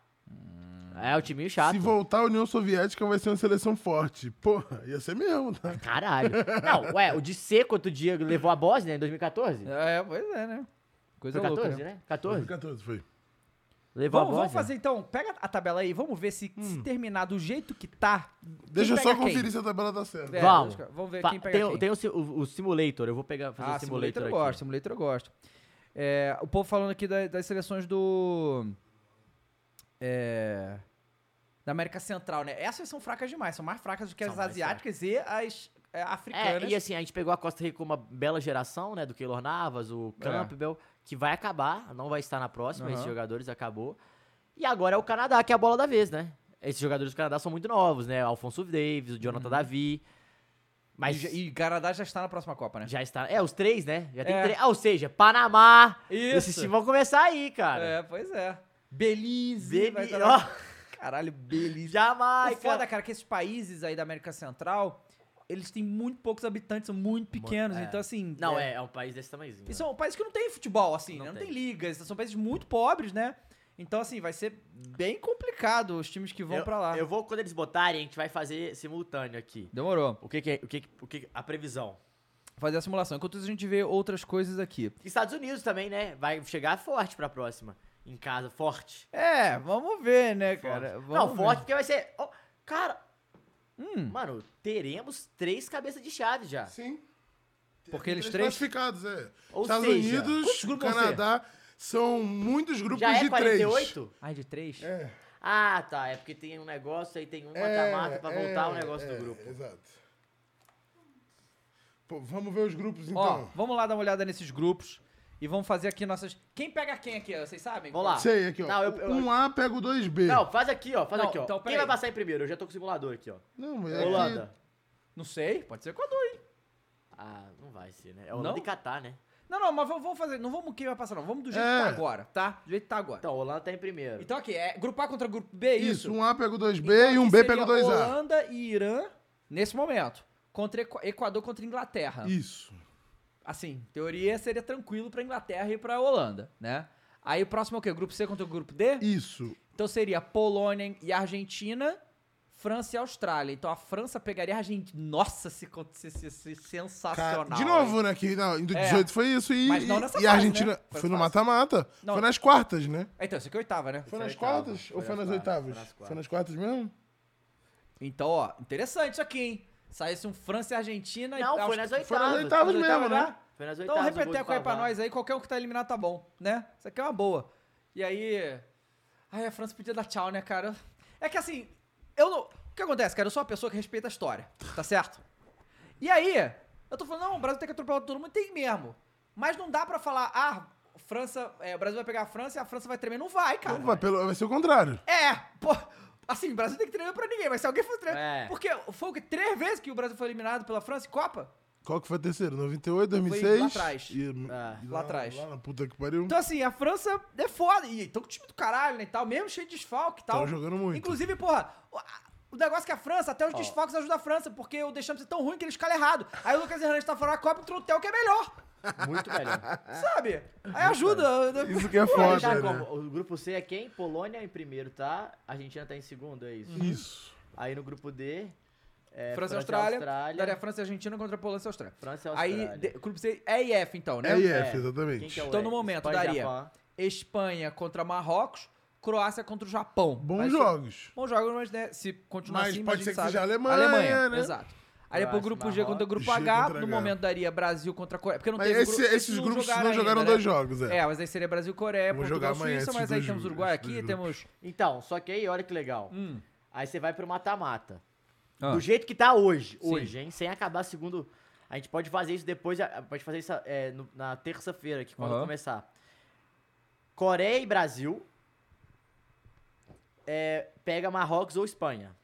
Speaker 2: É o timinho chato.
Speaker 3: Se voltar a União Soviética, vai ser uma seleção forte. Porra, ia ser mesmo, tá?
Speaker 2: Caralho. Não, ué, o de seco outro dia levou a Bósnia em 2014?
Speaker 1: É, pois é, né? Coisa
Speaker 2: Foi
Speaker 1: louca,
Speaker 2: 14, né? 14?
Speaker 3: 14 foi.
Speaker 2: Levou
Speaker 1: Vamos,
Speaker 2: a
Speaker 1: vamos
Speaker 2: Bósnia.
Speaker 1: fazer então, pega a tabela aí, vamos ver se,
Speaker 2: Hum.
Speaker 1: se terminar do jeito que tá.
Speaker 3: Deixa eu
Speaker 1: quem
Speaker 3: só
Speaker 1: pega quem?
Speaker 3: conferir se a tabela tá certa.
Speaker 1: É,
Speaker 2: Vamos.
Speaker 1: lógico, vamos ver
Speaker 2: Fa-
Speaker 1: quem pega
Speaker 2: tem,
Speaker 1: quem.
Speaker 2: Tem o, si- o- o Simulator, eu vou pegar, fazer
Speaker 1: Ah,
Speaker 2: o Simulator,
Speaker 1: simulator eu
Speaker 2: aqui.
Speaker 1: gosto, simulator eu gosto. É, o povo falando aqui da- das seleções do. É, da América Central, né? Essas são fracas demais, são mais fracas do que
Speaker 2: São
Speaker 1: as
Speaker 2: mais
Speaker 1: asiáticas e as é, africanas.
Speaker 2: É, e assim, a gente pegou a Costa Rica com uma bela geração, né? Do Keylor Navas, o
Speaker 1: É.
Speaker 2: Campbell, que vai acabar, não vai estar na próxima,
Speaker 1: Aham.
Speaker 2: esses jogadores acabou. E agora é o Canadá, que é a bola da vez, né? Esses jogadores do Canadá são muito novos, né? Alfonso Davis, o Jonathan Davi. Mas
Speaker 1: E, e Canadá Uhum. já está na próxima Copa, né?
Speaker 2: já está. É, os três, né? Já tem
Speaker 1: É.
Speaker 2: três. Ah, ou seja, Panamá.
Speaker 1: Isso.
Speaker 2: Esses times vão começar aí, cara.
Speaker 1: É, pois é. Belize.
Speaker 2: Beli-
Speaker 1: vai estar na- Caralho, Belize.
Speaker 2: Jamaica.
Speaker 1: O foda, cara, é que esses países aí da América Central, eles têm muito poucos habitantes, são muito pequenos.
Speaker 2: É.
Speaker 1: Então, assim.
Speaker 2: Não, é, é um país desse tamanhozinho.
Speaker 1: E são países que não tem futebol, assim, né? não, tem. ligas, são países muito pobres, né? Então, assim, vai ser bem complicado os times que vão
Speaker 2: eu,
Speaker 1: pra lá.
Speaker 2: Eu vou, quando eles botarem, a gente vai fazer simultâneo aqui.
Speaker 1: Demorou.
Speaker 2: O que que é, o que, que- o que que- a previsão.
Speaker 1: Fazer a simulação. Enquanto isso, a gente vê outras coisas aqui.
Speaker 2: Estados Unidos também, né? Vai chegar forte pra próxima. Em casa, forte.
Speaker 1: É, vamos ver, né, cara? Vamos
Speaker 2: Não,
Speaker 1: ver. Hum.
Speaker 2: forte porque vai ser... ó, cara... Mano, teremos três cabeças de chave já.
Speaker 3: Sim.
Speaker 1: Porque eles
Speaker 3: Três
Speaker 1: três...
Speaker 3: classificados, é.
Speaker 2: Ou
Speaker 3: Estados
Speaker 2: seja,
Speaker 3: Unidos,
Speaker 2: quantos grupos vão
Speaker 3: Canadá, são muitos grupos
Speaker 2: Já é
Speaker 3: de
Speaker 2: 48?
Speaker 1: Ah, de três?
Speaker 3: É.
Speaker 2: Ah, tá. É porque tem um negócio aí, tem um
Speaker 3: É,
Speaker 2: mata-mata pra voltar
Speaker 3: é,
Speaker 2: o negócio
Speaker 3: é,
Speaker 2: do grupo.
Speaker 3: Exato. Pô, vamos ver os grupos
Speaker 1: Ó,
Speaker 3: então.
Speaker 1: vamos lá dar uma olhada nesses grupos e vamos fazer aqui nossas... Quem pega quem aqui, ó? vocês sabem?
Speaker 2: Vamos lá.
Speaker 3: Sei, aqui, ó.
Speaker 2: Não, eu- eu-
Speaker 3: um A pega o 2B.
Speaker 2: Não, faz aqui, ó. Faz
Speaker 1: Não,
Speaker 2: aqui, ó.
Speaker 1: então,
Speaker 2: Quem
Speaker 1: peraí.
Speaker 2: vai passar em primeiro? Eu já tô com o simulador aqui, ó.
Speaker 3: Não, mas é que-
Speaker 2: Holanda.
Speaker 1: Não sei, pode ser Equador, hein?
Speaker 2: Ah, não vai ser, né? É Holanda
Speaker 1: Não?
Speaker 2: e Catar, né?
Speaker 1: Não, não, mas vamos- vamos fazer. Não vamos quem vai passar, não. Vamos do jeito que tá
Speaker 3: É.
Speaker 1: agora, tá? Do jeito que tá agora.
Speaker 2: Então, Holanda tá em primeiro.
Speaker 1: Então aqui, é grupo A contra grupo B, é
Speaker 3: Isso,
Speaker 1: isso?
Speaker 3: um A pega o 2B
Speaker 1: Então,
Speaker 3: e um
Speaker 1: aqui
Speaker 3: B
Speaker 1: seria
Speaker 3: pega o 2A.
Speaker 1: Holanda e Irã, nesse momento. Contra Equa- Equador contra Inglaterra.
Speaker 3: Isso.
Speaker 1: Assim, teoria seria tranquilo pra Inglaterra e pra Holanda, né? Aí o próximo é o quê? Grupo C contra o grupo D?
Speaker 3: Isso.
Speaker 1: Então seria Polônia e Argentina, França e Austrália. Então a França pegaria a Argentina. Nossa, se, se, se, se sensacional.
Speaker 3: De novo,
Speaker 1: hein?
Speaker 3: né? Que não, em
Speaker 1: É.
Speaker 3: 18 foi isso. E,
Speaker 1: Mas não nessa
Speaker 3: e a
Speaker 1: fase,
Speaker 3: Argentina
Speaker 1: né? Foi
Speaker 3: foi no
Speaker 1: fácil.
Speaker 3: mata-mata.
Speaker 1: Não.
Speaker 3: Foi nas quartas, né?
Speaker 1: Ah, Então, isso aqui é oitava, né?
Speaker 3: Foi
Speaker 1: Isso
Speaker 3: nas
Speaker 1: é oitava.
Speaker 3: quartas ou foi nas oitavas?
Speaker 1: oitava, foi nas quartas.
Speaker 3: Foi nas quartas mesmo?
Speaker 1: Então, ó, interessante isso aqui, hein? Saísse um França e Argentina
Speaker 2: Não,
Speaker 1: e
Speaker 2: foi nas
Speaker 1: Austrália-
Speaker 2: oitavas. Foi nas oitavas
Speaker 1: Nas
Speaker 2: mesmo,
Speaker 1: oitavas,
Speaker 2: né? Foi nas
Speaker 1: Então,
Speaker 2: oitavas, o gol
Speaker 1: repeteco
Speaker 2: do
Speaker 1: aí pra
Speaker 2: Pavard.
Speaker 1: nós aí, qualquer um que tá eliminado tá bom, né? Isso aqui é uma boa. E aí. Ai, a França podia dar tchau, né, cara? É que assim, eu não. O que acontece, cara? Eu sou uma pessoa que respeita a história, tá certo? E aí, eu tô falando, não, o Brasil tem que atropelar todo mundo, tem mesmo. Mas não dá pra falar, ah, França, é, o Brasil vai pegar a França e a França vai tremer. Não vai, cara.
Speaker 3: Não, vai, pelo, vai ser o contrário.
Speaker 1: É, pô. Assim, o Brasil tem que treinar pra ninguém, mas se alguém for treinar.
Speaker 3: É.
Speaker 1: Porque foi o que? Três vezes que o Brasil foi eliminado pela França em Copa?
Speaker 3: Qual que foi o terceiro? 98,
Speaker 1: lá
Speaker 3: 2006?
Speaker 1: atrás. Ah,
Speaker 3: E, Hum,
Speaker 1: lá atrás.
Speaker 3: Lá na puta que pariu.
Speaker 1: Então, assim, a França é foda. E então com o time do caralho, né? E tal, mesmo cheio de desfalque e tal.
Speaker 3: Tão jogando muito.
Speaker 1: Inclusive, porra. o- a- O negócio é que a França, até os
Speaker 3: Ó.
Speaker 1: desfalques ajudam a França, porque o deixamos ser tão ruim que ele escala errado. Aí o Lucas Hernandes tá fora da Copa e entrou o Theo que é melhor.
Speaker 2: Muito melhor.
Speaker 1: Sabe? Aí ajuda.
Speaker 3: Isso que é foda, né?
Speaker 2: O grupo C é quem? Polônia em primeiro, tá? Argentina tá em segundo, é isso?
Speaker 3: Isso.
Speaker 2: Aí no grupo D... É,
Speaker 1: França e Austrália. Daria
Speaker 2: Austrália.
Speaker 1: França e Argentina contra a Polônia e Austrália.
Speaker 2: França e
Speaker 1: Aí,
Speaker 2: Austrália.
Speaker 1: de- grupo C é IF, então, né?
Speaker 3: É IF, É. exatamente. Quem que é o
Speaker 1: então, no
Speaker 3: E?
Speaker 1: momento,
Speaker 3: Espanha e
Speaker 1: daria
Speaker 3: Japão.
Speaker 1: Espanha contra Marrocos, Croácia contra o Japão.
Speaker 3: Bons
Speaker 1: Mas se-
Speaker 3: jogos.
Speaker 1: Bons jogos, mas né, se continuar
Speaker 3: Mas
Speaker 1: assim,
Speaker 3: pode
Speaker 1: a gente
Speaker 3: ser que
Speaker 1: sabe.
Speaker 3: seja a Alemanha, né?
Speaker 1: Exato. Aí depois o
Speaker 3: Croácia,
Speaker 1: grupo G contra
Speaker 3: Marrocos.
Speaker 1: o grupo
Speaker 3: G
Speaker 1: H,
Speaker 3: contra
Speaker 1: no
Speaker 3: H.
Speaker 1: momento daria Brasil contra a Coreia. Porque não
Speaker 3: Mas
Speaker 1: teve
Speaker 3: esse-
Speaker 1: gru-
Speaker 3: esses grupos não jogaram dois jogos, é.
Speaker 1: É, mas aí seria Brasil, Coreia,
Speaker 3: Vou
Speaker 1: Portugal,
Speaker 3: jogar amanhã
Speaker 1: Suíça,
Speaker 3: esses
Speaker 1: mas aí
Speaker 3: dois
Speaker 1: temos
Speaker 3: ju-
Speaker 1: Uruguai
Speaker 3: esses
Speaker 1: aqui,
Speaker 3: dois
Speaker 1: temos...
Speaker 2: Então, só que aí, olha que legal. Aí você vai pro mata-mata.
Speaker 1: Hum. Ah.
Speaker 2: Do jeito que tá hoje,
Speaker 1: Sim.
Speaker 2: hoje, hein? Sem acabar segundo. A gente pode fazer isso depois, a- pode fazer isso é, no- na terça-feira, que quando
Speaker 1: Aham.
Speaker 2: começar. Coreia e Brasil é, pega Marrocos ou Espanha.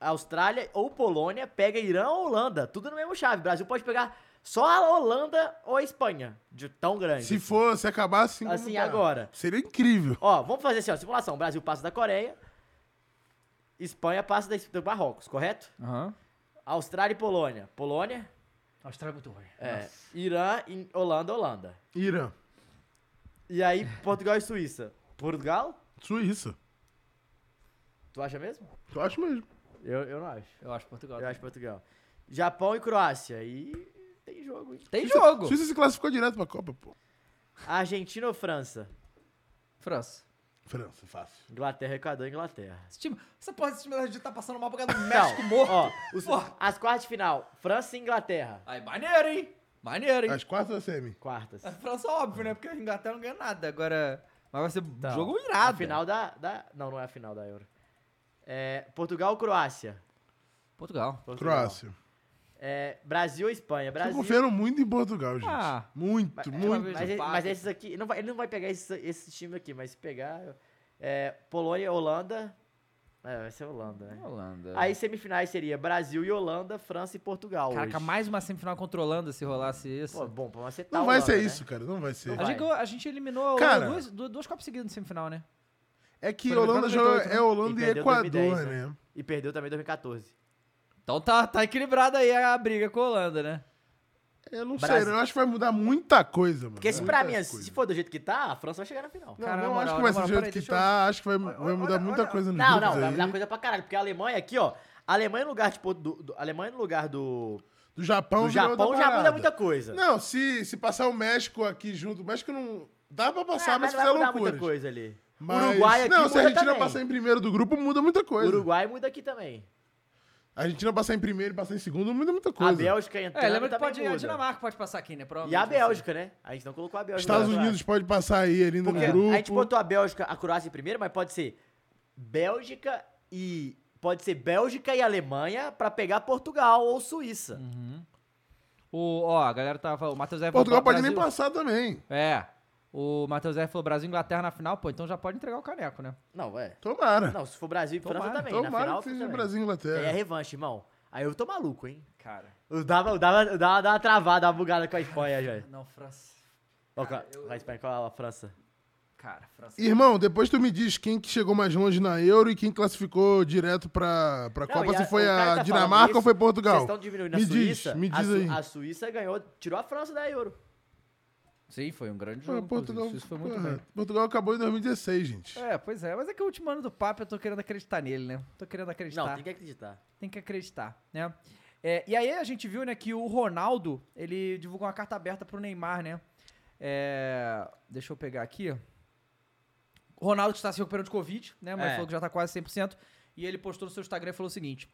Speaker 2: Austrália ou Polônia pega Irã ou Holanda. Tudo na mesma chave. Brasil pode pegar só a Holanda ou a Espanha. De tão grande.
Speaker 3: Se for, se acabar assim. como
Speaker 2: Assim,
Speaker 3: tá.
Speaker 2: agora.
Speaker 3: Seria incrível.
Speaker 2: Ó, vamos fazer assim, ó, simulação. Brasil passa da Coreia, Espanha passa da, do Marrocos, correto?
Speaker 1: Aham.
Speaker 2: Austrália e Polônia. Polônia,
Speaker 1: Austrália é muito ruim.
Speaker 2: é, Irã e Holanda, Holanda.
Speaker 3: Irã.
Speaker 2: E aí, Portugal e Suíça. Portugal?
Speaker 3: Suíça.
Speaker 2: Tu acha mesmo?
Speaker 3: Eu acho mesmo.
Speaker 2: Eu, eu não acho.
Speaker 1: Eu acho Portugal.
Speaker 2: Eu acho Portugal. Japão e Croácia. E tem jogo, hein?
Speaker 1: Tem
Speaker 3: Suíça-
Speaker 1: jogo.
Speaker 3: Suíça se classificou direto pra Copa, pô.
Speaker 2: Argentina ou França?
Speaker 1: França.
Speaker 3: França, fácil.
Speaker 2: Inglaterra, Equador, Inglaterra.
Speaker 1: Esse time, essa porra desse time da Argentina tá passando mal por causa do
Speaker 2: Não,
Speaker 1: México morto.
Speaker 2: Ó, os- as quartas de final, França e Inglaterra.
Speaker 1: Aí, maneiro, hein? Maneiro, hein?
Speaker 3: As quartas ou semi?
Speaker 2: Quartas.
Speaker 1: A França, óbvio, né? Porque a Inglaterra não ganha nada. Agora. Mas vai ser jogo irado.
Speaker 2: Então, A final da, da- Não, não é a final da Euro. É, Portugal ou Croácia?
Speaker 1: Portugal.
Speaker 3: Croácia.
Speaker 2: É, Brasil ou Espanha?
Speaker 3: Estão
Speaker 2: Brasil.
Speaker 3: confiando muito em Portugal, gente.
Speaker 2: Ah.
Speaker 3: muito, muito.
Speaker 2: Mas, e- mas esses aqui. Não vai- ele não vai pegar esse, esse time aqui, mas se pegar. É, Polônia, Holanda. É, vai ser Holanda, né?
Speaker 1: Holanda.
Speaker 2: Aí semifinais seria Brasil e Holanda, França e Portugal.
Speaker 1: Caraca,
Speaker 2: hoje.
Speaker 1: mais uma semifinal controlando se rolasse isso.
Speaker 2: Pô, bom, pra você tá
Speaker 3: Não vai
Speaker 2: Holanda,
Speaker 3: ser
Speaker 2: né?
Speaker 3: isso, cara. Não vai ser.
Speaker 1: a, gente, a gente eliminou
Speaker 3: Cara.
Speaker 1: duas, du- duas Copas seguidas no semifinal, né?
Speaker 3: É que
Speaker 1: Foi no
Speaker 3: Holanda
Speaker 1: Equador,
Speaker 3: joga,
Speaker 1: né?
Speaker 3: é Holanda e,
Speaker 2: perdeu
Speaker 3: Equador,
Speaker 2: 2010,
Speaker 3: né?
Speaker 2: E perdeu também 2014.
Speaker 1: Então tá, tá equilibrada aí a briga com a Holanda, né?
Speaker 3: Eu não
Speaker 2: Brasil.
Speaker 3: sei, né? eu acho que vai mudar muita coisa, mano.
Speaker 2: Porque se pra mim, é,
Speaker 3: Muita
Speaker 2: se for do jeito que tá, a França vai chegar na final.
Speaker 3: Não, não acho que vai ser do jeito que tá, acho que vai, vai mudar muita coisa no
Speaker 2: Não,
Speaker 3: grupos
Speaker 2: não, vai
Speaker 3: aí.
Speaker 2: mudar coisa pra caralho. Porque a Alemanha aqui, ó. A Alemanha no lugar, tipo, do, do- a Alemanha no lugar do.
Speaker 3: Do Japão,
Speaker 2: do
Speaker 3: virou outra
Speaker 2: Japão já
Speaker 3: parada.
Speaker 2: muda muita coisa.
Speaker 3: Não, se, se passar o México aqui junto, o México não. Dá pra passar, mas,
Speaker 2: É,
Speaker 3: fizer
Speaker 2: Ah, mas vai mudar
Speaker 3: é loucura.
Speaker 2: muita coisa ali.
Speaker 3: Mas-
Speaker 2: Uruguai aqui
Speaker 3: Não, se
Speaker 2: muda
Speaker 3: a Argentina
Speaker 2: também.
Speaker 3: passar em primeiro do grupo, muda muita coisa.
Speaker 2: Uruguai muda aqui também.
Speaker 3: A Argentina passar em primeiro e passar em segundo, muda muita coisa.
Speaker 2: A Bélgica entrando
Speaker 1: É, lembra que
Speaker 2: também
Speaker 1: pode,
Speaker 2: muda.
Speaker 1: a Dinamarca pode passar aqui, né?
Speaker 2: E a
Speaker 1: Provavelmente.
Speaker 2: Bélgica, né? A gente não colocou a Bélgica. né?
Speaker 3: Estados
Speaker 2: lá.
Speaker 3: Unidos pode passar aí ainda
Speaker 2: Porque
Speaker 3: no grupo.
Speaker 2: a gente botou a Bélgica, a Croácia em primeiro, mas pode ser Bélgica e. Pode ser Bélgica e Alemanha pra pegar Portugal ou Suíça.
Speaker 1: O, ó, a galera tava falando. O Matheus F.
Speaker 3: Portugal
Speaker 1: falou
Speaker 3: pode nem
Speaker 1: Brasil-
Speaker 3: passar também.
Speaker 1: É. O Matheus F. falou Brasil e Inglaterra na final, pô, então já pode entregar o caneco, né?
Speaker 2: Não, é.
Speaker 3: Tomara.
Speaker 2: Não, se for Brasil e França
Speaker 1: Tomara,
Speaker 2: também. na
Speaker 1: tomara
Speaker 2: final,
Speaker 1: que seja
Speaker 2: também.
Speaker 1: Brasil e Inglaterra.
Speaker 2: É revanche, irmão. Aí eu tô maluco, hein?
Speaker 1: Cara.
Speaker 2: Eu dava, eu dava, eu dava, dava uma travada, uma bugada com a Espanha, já.
Speaker 1: Não, França.
Speaker 2: Ó, com a- com a Espanha, com a França.
Speaker 1: Cara, França.
Speaker 2: é
Speaker 3: Irmão, depois tu me diz quem que chegou mais longe na Euro e quem classificou direto pra, pra
Speaker 2: Não,
Speaker 3: Copa,
Speaker 2: e
Speaker 3: se foi
Speaker 2: o cara
Speaker 3: a
Speaker 2: tá falando
Speaker 3: Dinamarca
Speaker 2: isso,
Speaker 3: ou foi
Speaker 2: Vocês
Speaker 3: Portugal.
Speaker 2: estão diminuindo
Speaker 3: me
Speaker 2: a Suíça.
Speaker 3: diz, me
Speaker 2: a
Speaker 3: diz
Speaker 2: Su-
Speaker 3: aí.
Speaker 2: A Suíça ganhou, tirou a França da Euro.
Speaker 1: Sim, foi um grande
Speaker 3: Ah,
Speaker 1: jogo.
Speaker 3: Portugal,
Speaker 1: inclusive. Isso foi muito
Speaker 3: porra,
Speaker 1: bem.
Speaker 3: Portugal acabou em 2016, gente.
Speaker 1: É, pois é. Mas é que o último ano do Papa eu tô querendo acreditar nele, né? Tô querendo acreditar.
Speaker 2: Não, tem que acreditar.
Speaker 1: Tem que acreditar, né? É, e aí a gente viu, né, que o Ronaldo, ele divulgou uma carta aberta pro Neymar, né? É, deixa eu pegar aqui. O Ronaldo que está se recuperando de Covid, né? Mas
Speaker 14: É.
Speaker 1: falou que já tá quase 100%. E ele postou no seu Instagram e falou o seguinte...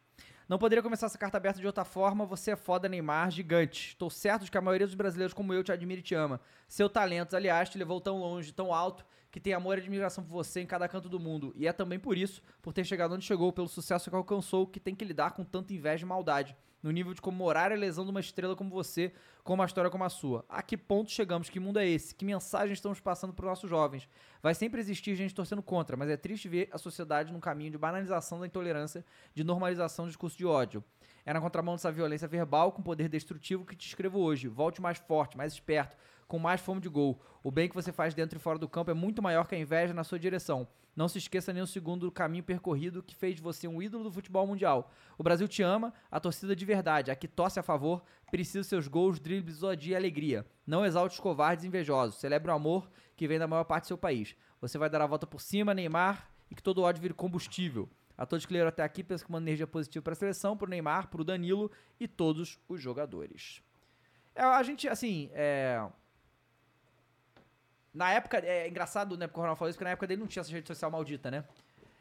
Speaker 1: Não poderia começar essa carta aberta de outra forma. Você é foda, Neymar, gigante. Estou certo de que a maioria dos brasileiros como eu te admira e te ama. Seu talento, aliás, te levou tão longe, tão alto, que tem amor e admiração por você em cada canto do mundo. E é também por isso, por ter chegado onde chegou, pelo sucesso que alcançou, que tem que lidar com tanta inveja e maldade. No nível de comemorar a lesão de uma estrela como você, com uma história como a sua. A que ponto chegamos? Que mundo é esse? Que mensagem estamos passando para os nossos jovens? Vai sempre existir gente torcendo contra, mas é triste ver a sociedade num caminho de banalização da intolerância, de normalização do discurso de ódio. É na contramão dessa violência verbal com poder destrutivo que te escrevo hoje. Volte mais forte, mais esperto, com mais fome de gol. O bem que você faz dentro e fora do campo é muito maior que a inveja na sua direção. Não se esqueça nem um segundo do caminho percorrido que fez de você um ídolo do futebol mundial. O Brasil te ama, a torcida de verdade, a que torce a favor, precisa dos seus gols, dribles, ousadia e alegria. Não exalte os covardes e invejosos. Celebre o amor que vem da maior parte do seu país. Você vai dar a volta por cima, Neymar, e que todo ódio vire combustível. A todos que leram até aqui, penso que uma energia positiva para a seleção, para o Neymar, para o Danilo e todos os jogadores. É, a gente, assim, é... Na época, é engraçado, né, porque o Ronaldo falou isso, porque na época dele não tinha essa rede social maldita, né?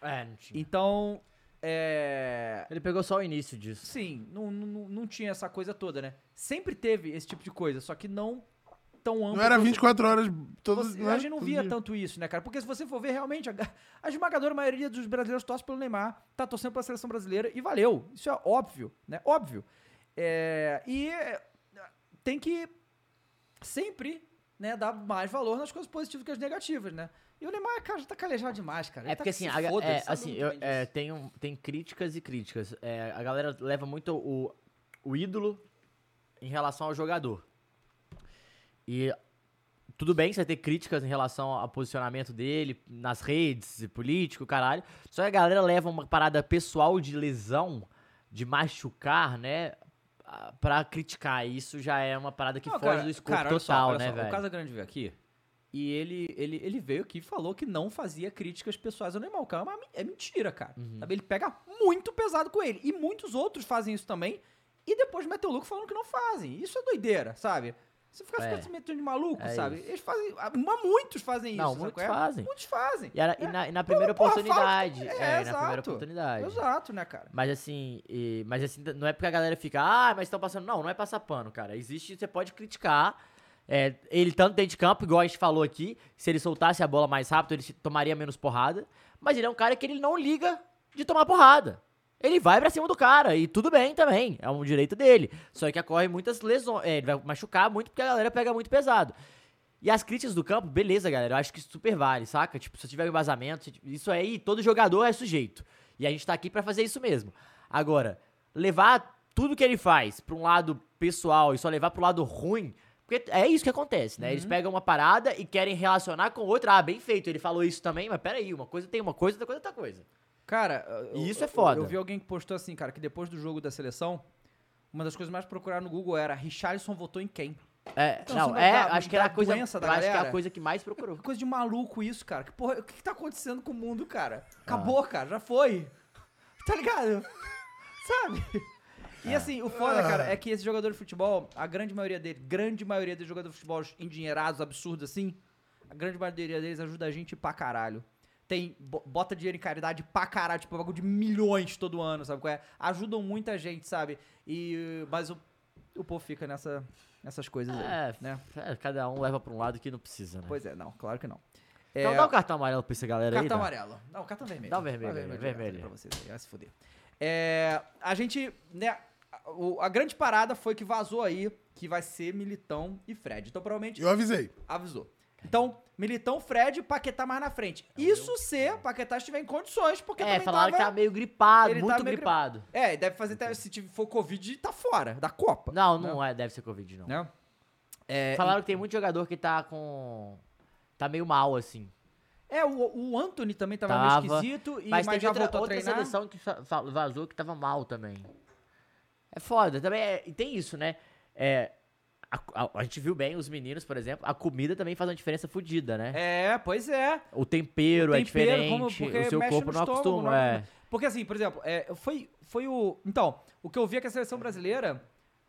Speaker 2: É, não tinha.
Speaker 1: Então, é...
Speaker 2: Ele pegou só o início disso.
Speaker 1: Sim, não, não, não tinha essa coisa toda, né? Sempre teve esse tipo de coisa, só que não tão amplo.
Speaker 3: Não era
Speaker 1: quanto-
Speaker 3: 24 horas todas
Speaker 1: você- a gente não via tanto isso, né, cara? Porque se você for ver, realmente, a, a esmagadora maioria dos brasileiros torce pelo Neymar, tá torcendo pela seleção brasileira e valeu. Isso é óbvio, né? Óbvio. É, e é, tem que sempre né, dar mais valor nas coisas positivas que as negativas, né? E o Neymar, cara, já tá calejado demais, cara. Ele
Speaker 2: É
Speaker 1: tá
Speaker 2: porque
Speaker 1: que se
Speaker 2: assim, a, ga-
Speaker 1: foda, ele
Speaker 2: é,
Speaker 1: sabe
Speaker 2: assim
Speaker 1: muito
Speaker 2: eu,
Speaker 1: bem
Speaker 2: é,
Speaker 1: disso.
Speaker 2: tem, um- tem críticas e críticas. É, a galera leva muito o, o ídolo em relação ao jogador. E tudo bem você ter críticas em relação ao posicionamento dele nas redes, político, caralho. Só que a galera leva uma parada pessoal de lesão, de machucar, né? a- Pra criticar. E isso já é uma parada que
Speaker 1: Não,
Speaker 2: foge do escopo
Speaker 1: cara, olha só,
Speaker 2: total,
Speaker 1: olha
Speaker 2: né,
Speaker 1: só,
Speaker 2: velho?
Speaker 1: O Casagrande veio aqui e ele, ele, ele veio aqui e falou que não fazia críticas pessoais ao Neymar. O cara é uma- é mentira, cara.
Speaker 2: Uhum.
Speaker 1: Sabe? Ele pega muito pesado com ele. E muitos outros fazem isso também. E depois meteu o louco falando que não fazem. Isso é doideira, sabe? Você fica,
Speaker 2: É.
Speaker 1: fica se metendo de maluco,
Speaker 2: É
Speaker 1: sabe?
Speaker 2: isso.
Speaker 1: Eles fazem. ah, Mas muitos fazem
Speaker 2: Não,
Speaker 1: isso. sabe
Speaker 2: muitos
Speaker 1: qual é?
Speaker 2: fazem.
Speaker 1: Muitos fazem. É.
Speaker 2: E, era- e na, e na primeira
Speaker 1: Porra, fala-
Speaker 2: oportunidade. é, na
Speaker 1: exato.
Speaker 2: primeira oportunidade.
Speaker 1: Exato, né, cara?
Speaker 2: Mas assim, e- mas assim, não é porque a galera fica, ah, mas estão passando. Não, não é passar pano, cara. Existe, você pode criticar. É, ele tanto dentro de campo, igual a gente falou aqui, se ele soltasse a bola mais rápido, ele se- tomaria menos porrada. Mas ele é um cara que ele não liga de tomar porrada. Ele vai pra cima do cara, e tudo bem também, é um direito dele. Só que ocorre muitas lesões, é, ele vai machucar muito porque a galera pega muito pesado. E as críticas do campo, beleza, galera. Eu acho que isso super vale, saca? Tipo, se tiver vazamento, se- isso aí, todo jogador é sujeito. E a gente tá aqui pra fazer isso mesmo. Agora, levar tudo que ele faz pra um lado pessoal e só levar pro lado ruim. Porque é isso que acontece, né? Eles
Speaker 1: Uhum.
Speaker 2: pegam uma parada e querem relacionar com outra. Ah, bem feito, ele falou isso também, mas peraí, uma coisa tem uma coisa, outra coisa é outra coisa.
Speaker 1: Cara,
Speaker 2: E
Speaker 1: eu-
Speaker 2: isso
Speaker 1: eu-
Speaker 2: é foda.
Speaker 1: Eu vi alguém que postou assim, cara, que depois do jogo da seleção, uma das coisas mais procuradas no Google era Richarlison votou em quem?
Speaker 2: É,
Speaker 1: Então,
Speaker 2: não,
Speaker 1: você
Speaker 2: é,
Speaker 1: dá-
Speaker 2: acho que
Speaker 1: dá
Speaker 2: era a coisa. Eu
Speaker 1: doença da
Speaker 2: acho que é a
Speaker 1: galera?
Speaker 2: coisa que mais procurou.
Speaker 1: Que Coisa de maluco isso, cara. Que porra, o que, que tá acontecendo com o mundo, cara?
Speaker 2: Ah.
Speaker 1: Acabou, cara, já foi. Tá ligado? Sabe? E
Speaker 2: Ah.
Speaker 1: assim, o foda, cara, é que esse jogador de futebol, a grande maioria dele, grande maioria dos jogadores de futebol endinheirados, absurdos assim, a grande maioria deles ajuda a gente pra caralho. Tem, bo- bota dinheiro em caridade pra caralho, tipo, bagulho de milhões todo ano, sabe qual é? Ajudam muita gente, sabe? E, mas o, o povo fica nessa, nessas coisas aí,
Speaker 2: É,
Speaker 1: né?
Speaker 2: é, cada um leva pra um lado que não precisa, né?
Speaker 1: Pois é, não, claro que não.
Speaker 2: Então
Speaker 1: É,
Speaker 2: dá o cartão amarelo pra essa galera aí.
Speaker 1: Cartão
Speaker 2: dá.
Speaker 1: amarelo. Não, cartão vermelho.
Speaker 2: Dá o vermelho,
Speaker 1: Dá
Speaker 2: vermelho.
Speaker 1: vermelho. Pra vocês aí, vai se fuder. É, a gente, né, a, o- a grande parada foi que vazou aí que vai ser Militão e Fred. Então provavelmente...
Speaker 3: Eu avisei.
Speaker 1: Avisou. Então, Militão, Fred, Paquetá mais na frente. Isso se Paquetá estiver em condições, porque
Speaker 2: um É,
Speaker 1: também
Speaker 2: falaram
Speaker 1: tava-
Speaker 2: que tá meio gripado,
Speaker 1: ele
Speaker 2: muito
Speaker 1: tá meio
Speaker 2: gripado.
Speaker 1: É, deve fazer até, se tiver- for Covid, tá fora da Copa.
Speaker 2: Não, não é, deve ser Covid, não.
Speaker 1: Né? É,
Speaker 2: Falaram que tem muito jogador que tá com. tá meio mal, assim.
Speaker 1: É, o, o Anthony também tava,
Speaker 2: Tava,
Speaker 1: meio esquisito, e, mas,
Speaker 2: mas teve
Speaker 1: já
Speaker 2: outra,
Speaker 1: voltou
Speaker 2: outra
Speaker 1: a treinar.
Speaker 2: seleção que fa- fa- vazou que tava mal também. É foda, também é- e tem isso, né? É, a, a- a gente viu bem os meninos, por exemplo, a comida também faz uma diferença fodida, né?
Speaker 1: É, pois é.
Speaker 2: O tempero, é diferente,
Speaker 1: como- porque
Speaker 2: o seu
Speaker 1: mexe
Speaker 2: corpo
Speaker 1: no
Speaker 2: não
Speaker 1: estômago,
Speaker 2: acostuma,
Speaker 1: não-
Speaker 2: é.
Speaker 1: Porque assim, por exemplo, é, foi, foi o... Então, o que eu vi é que a seleção brasileira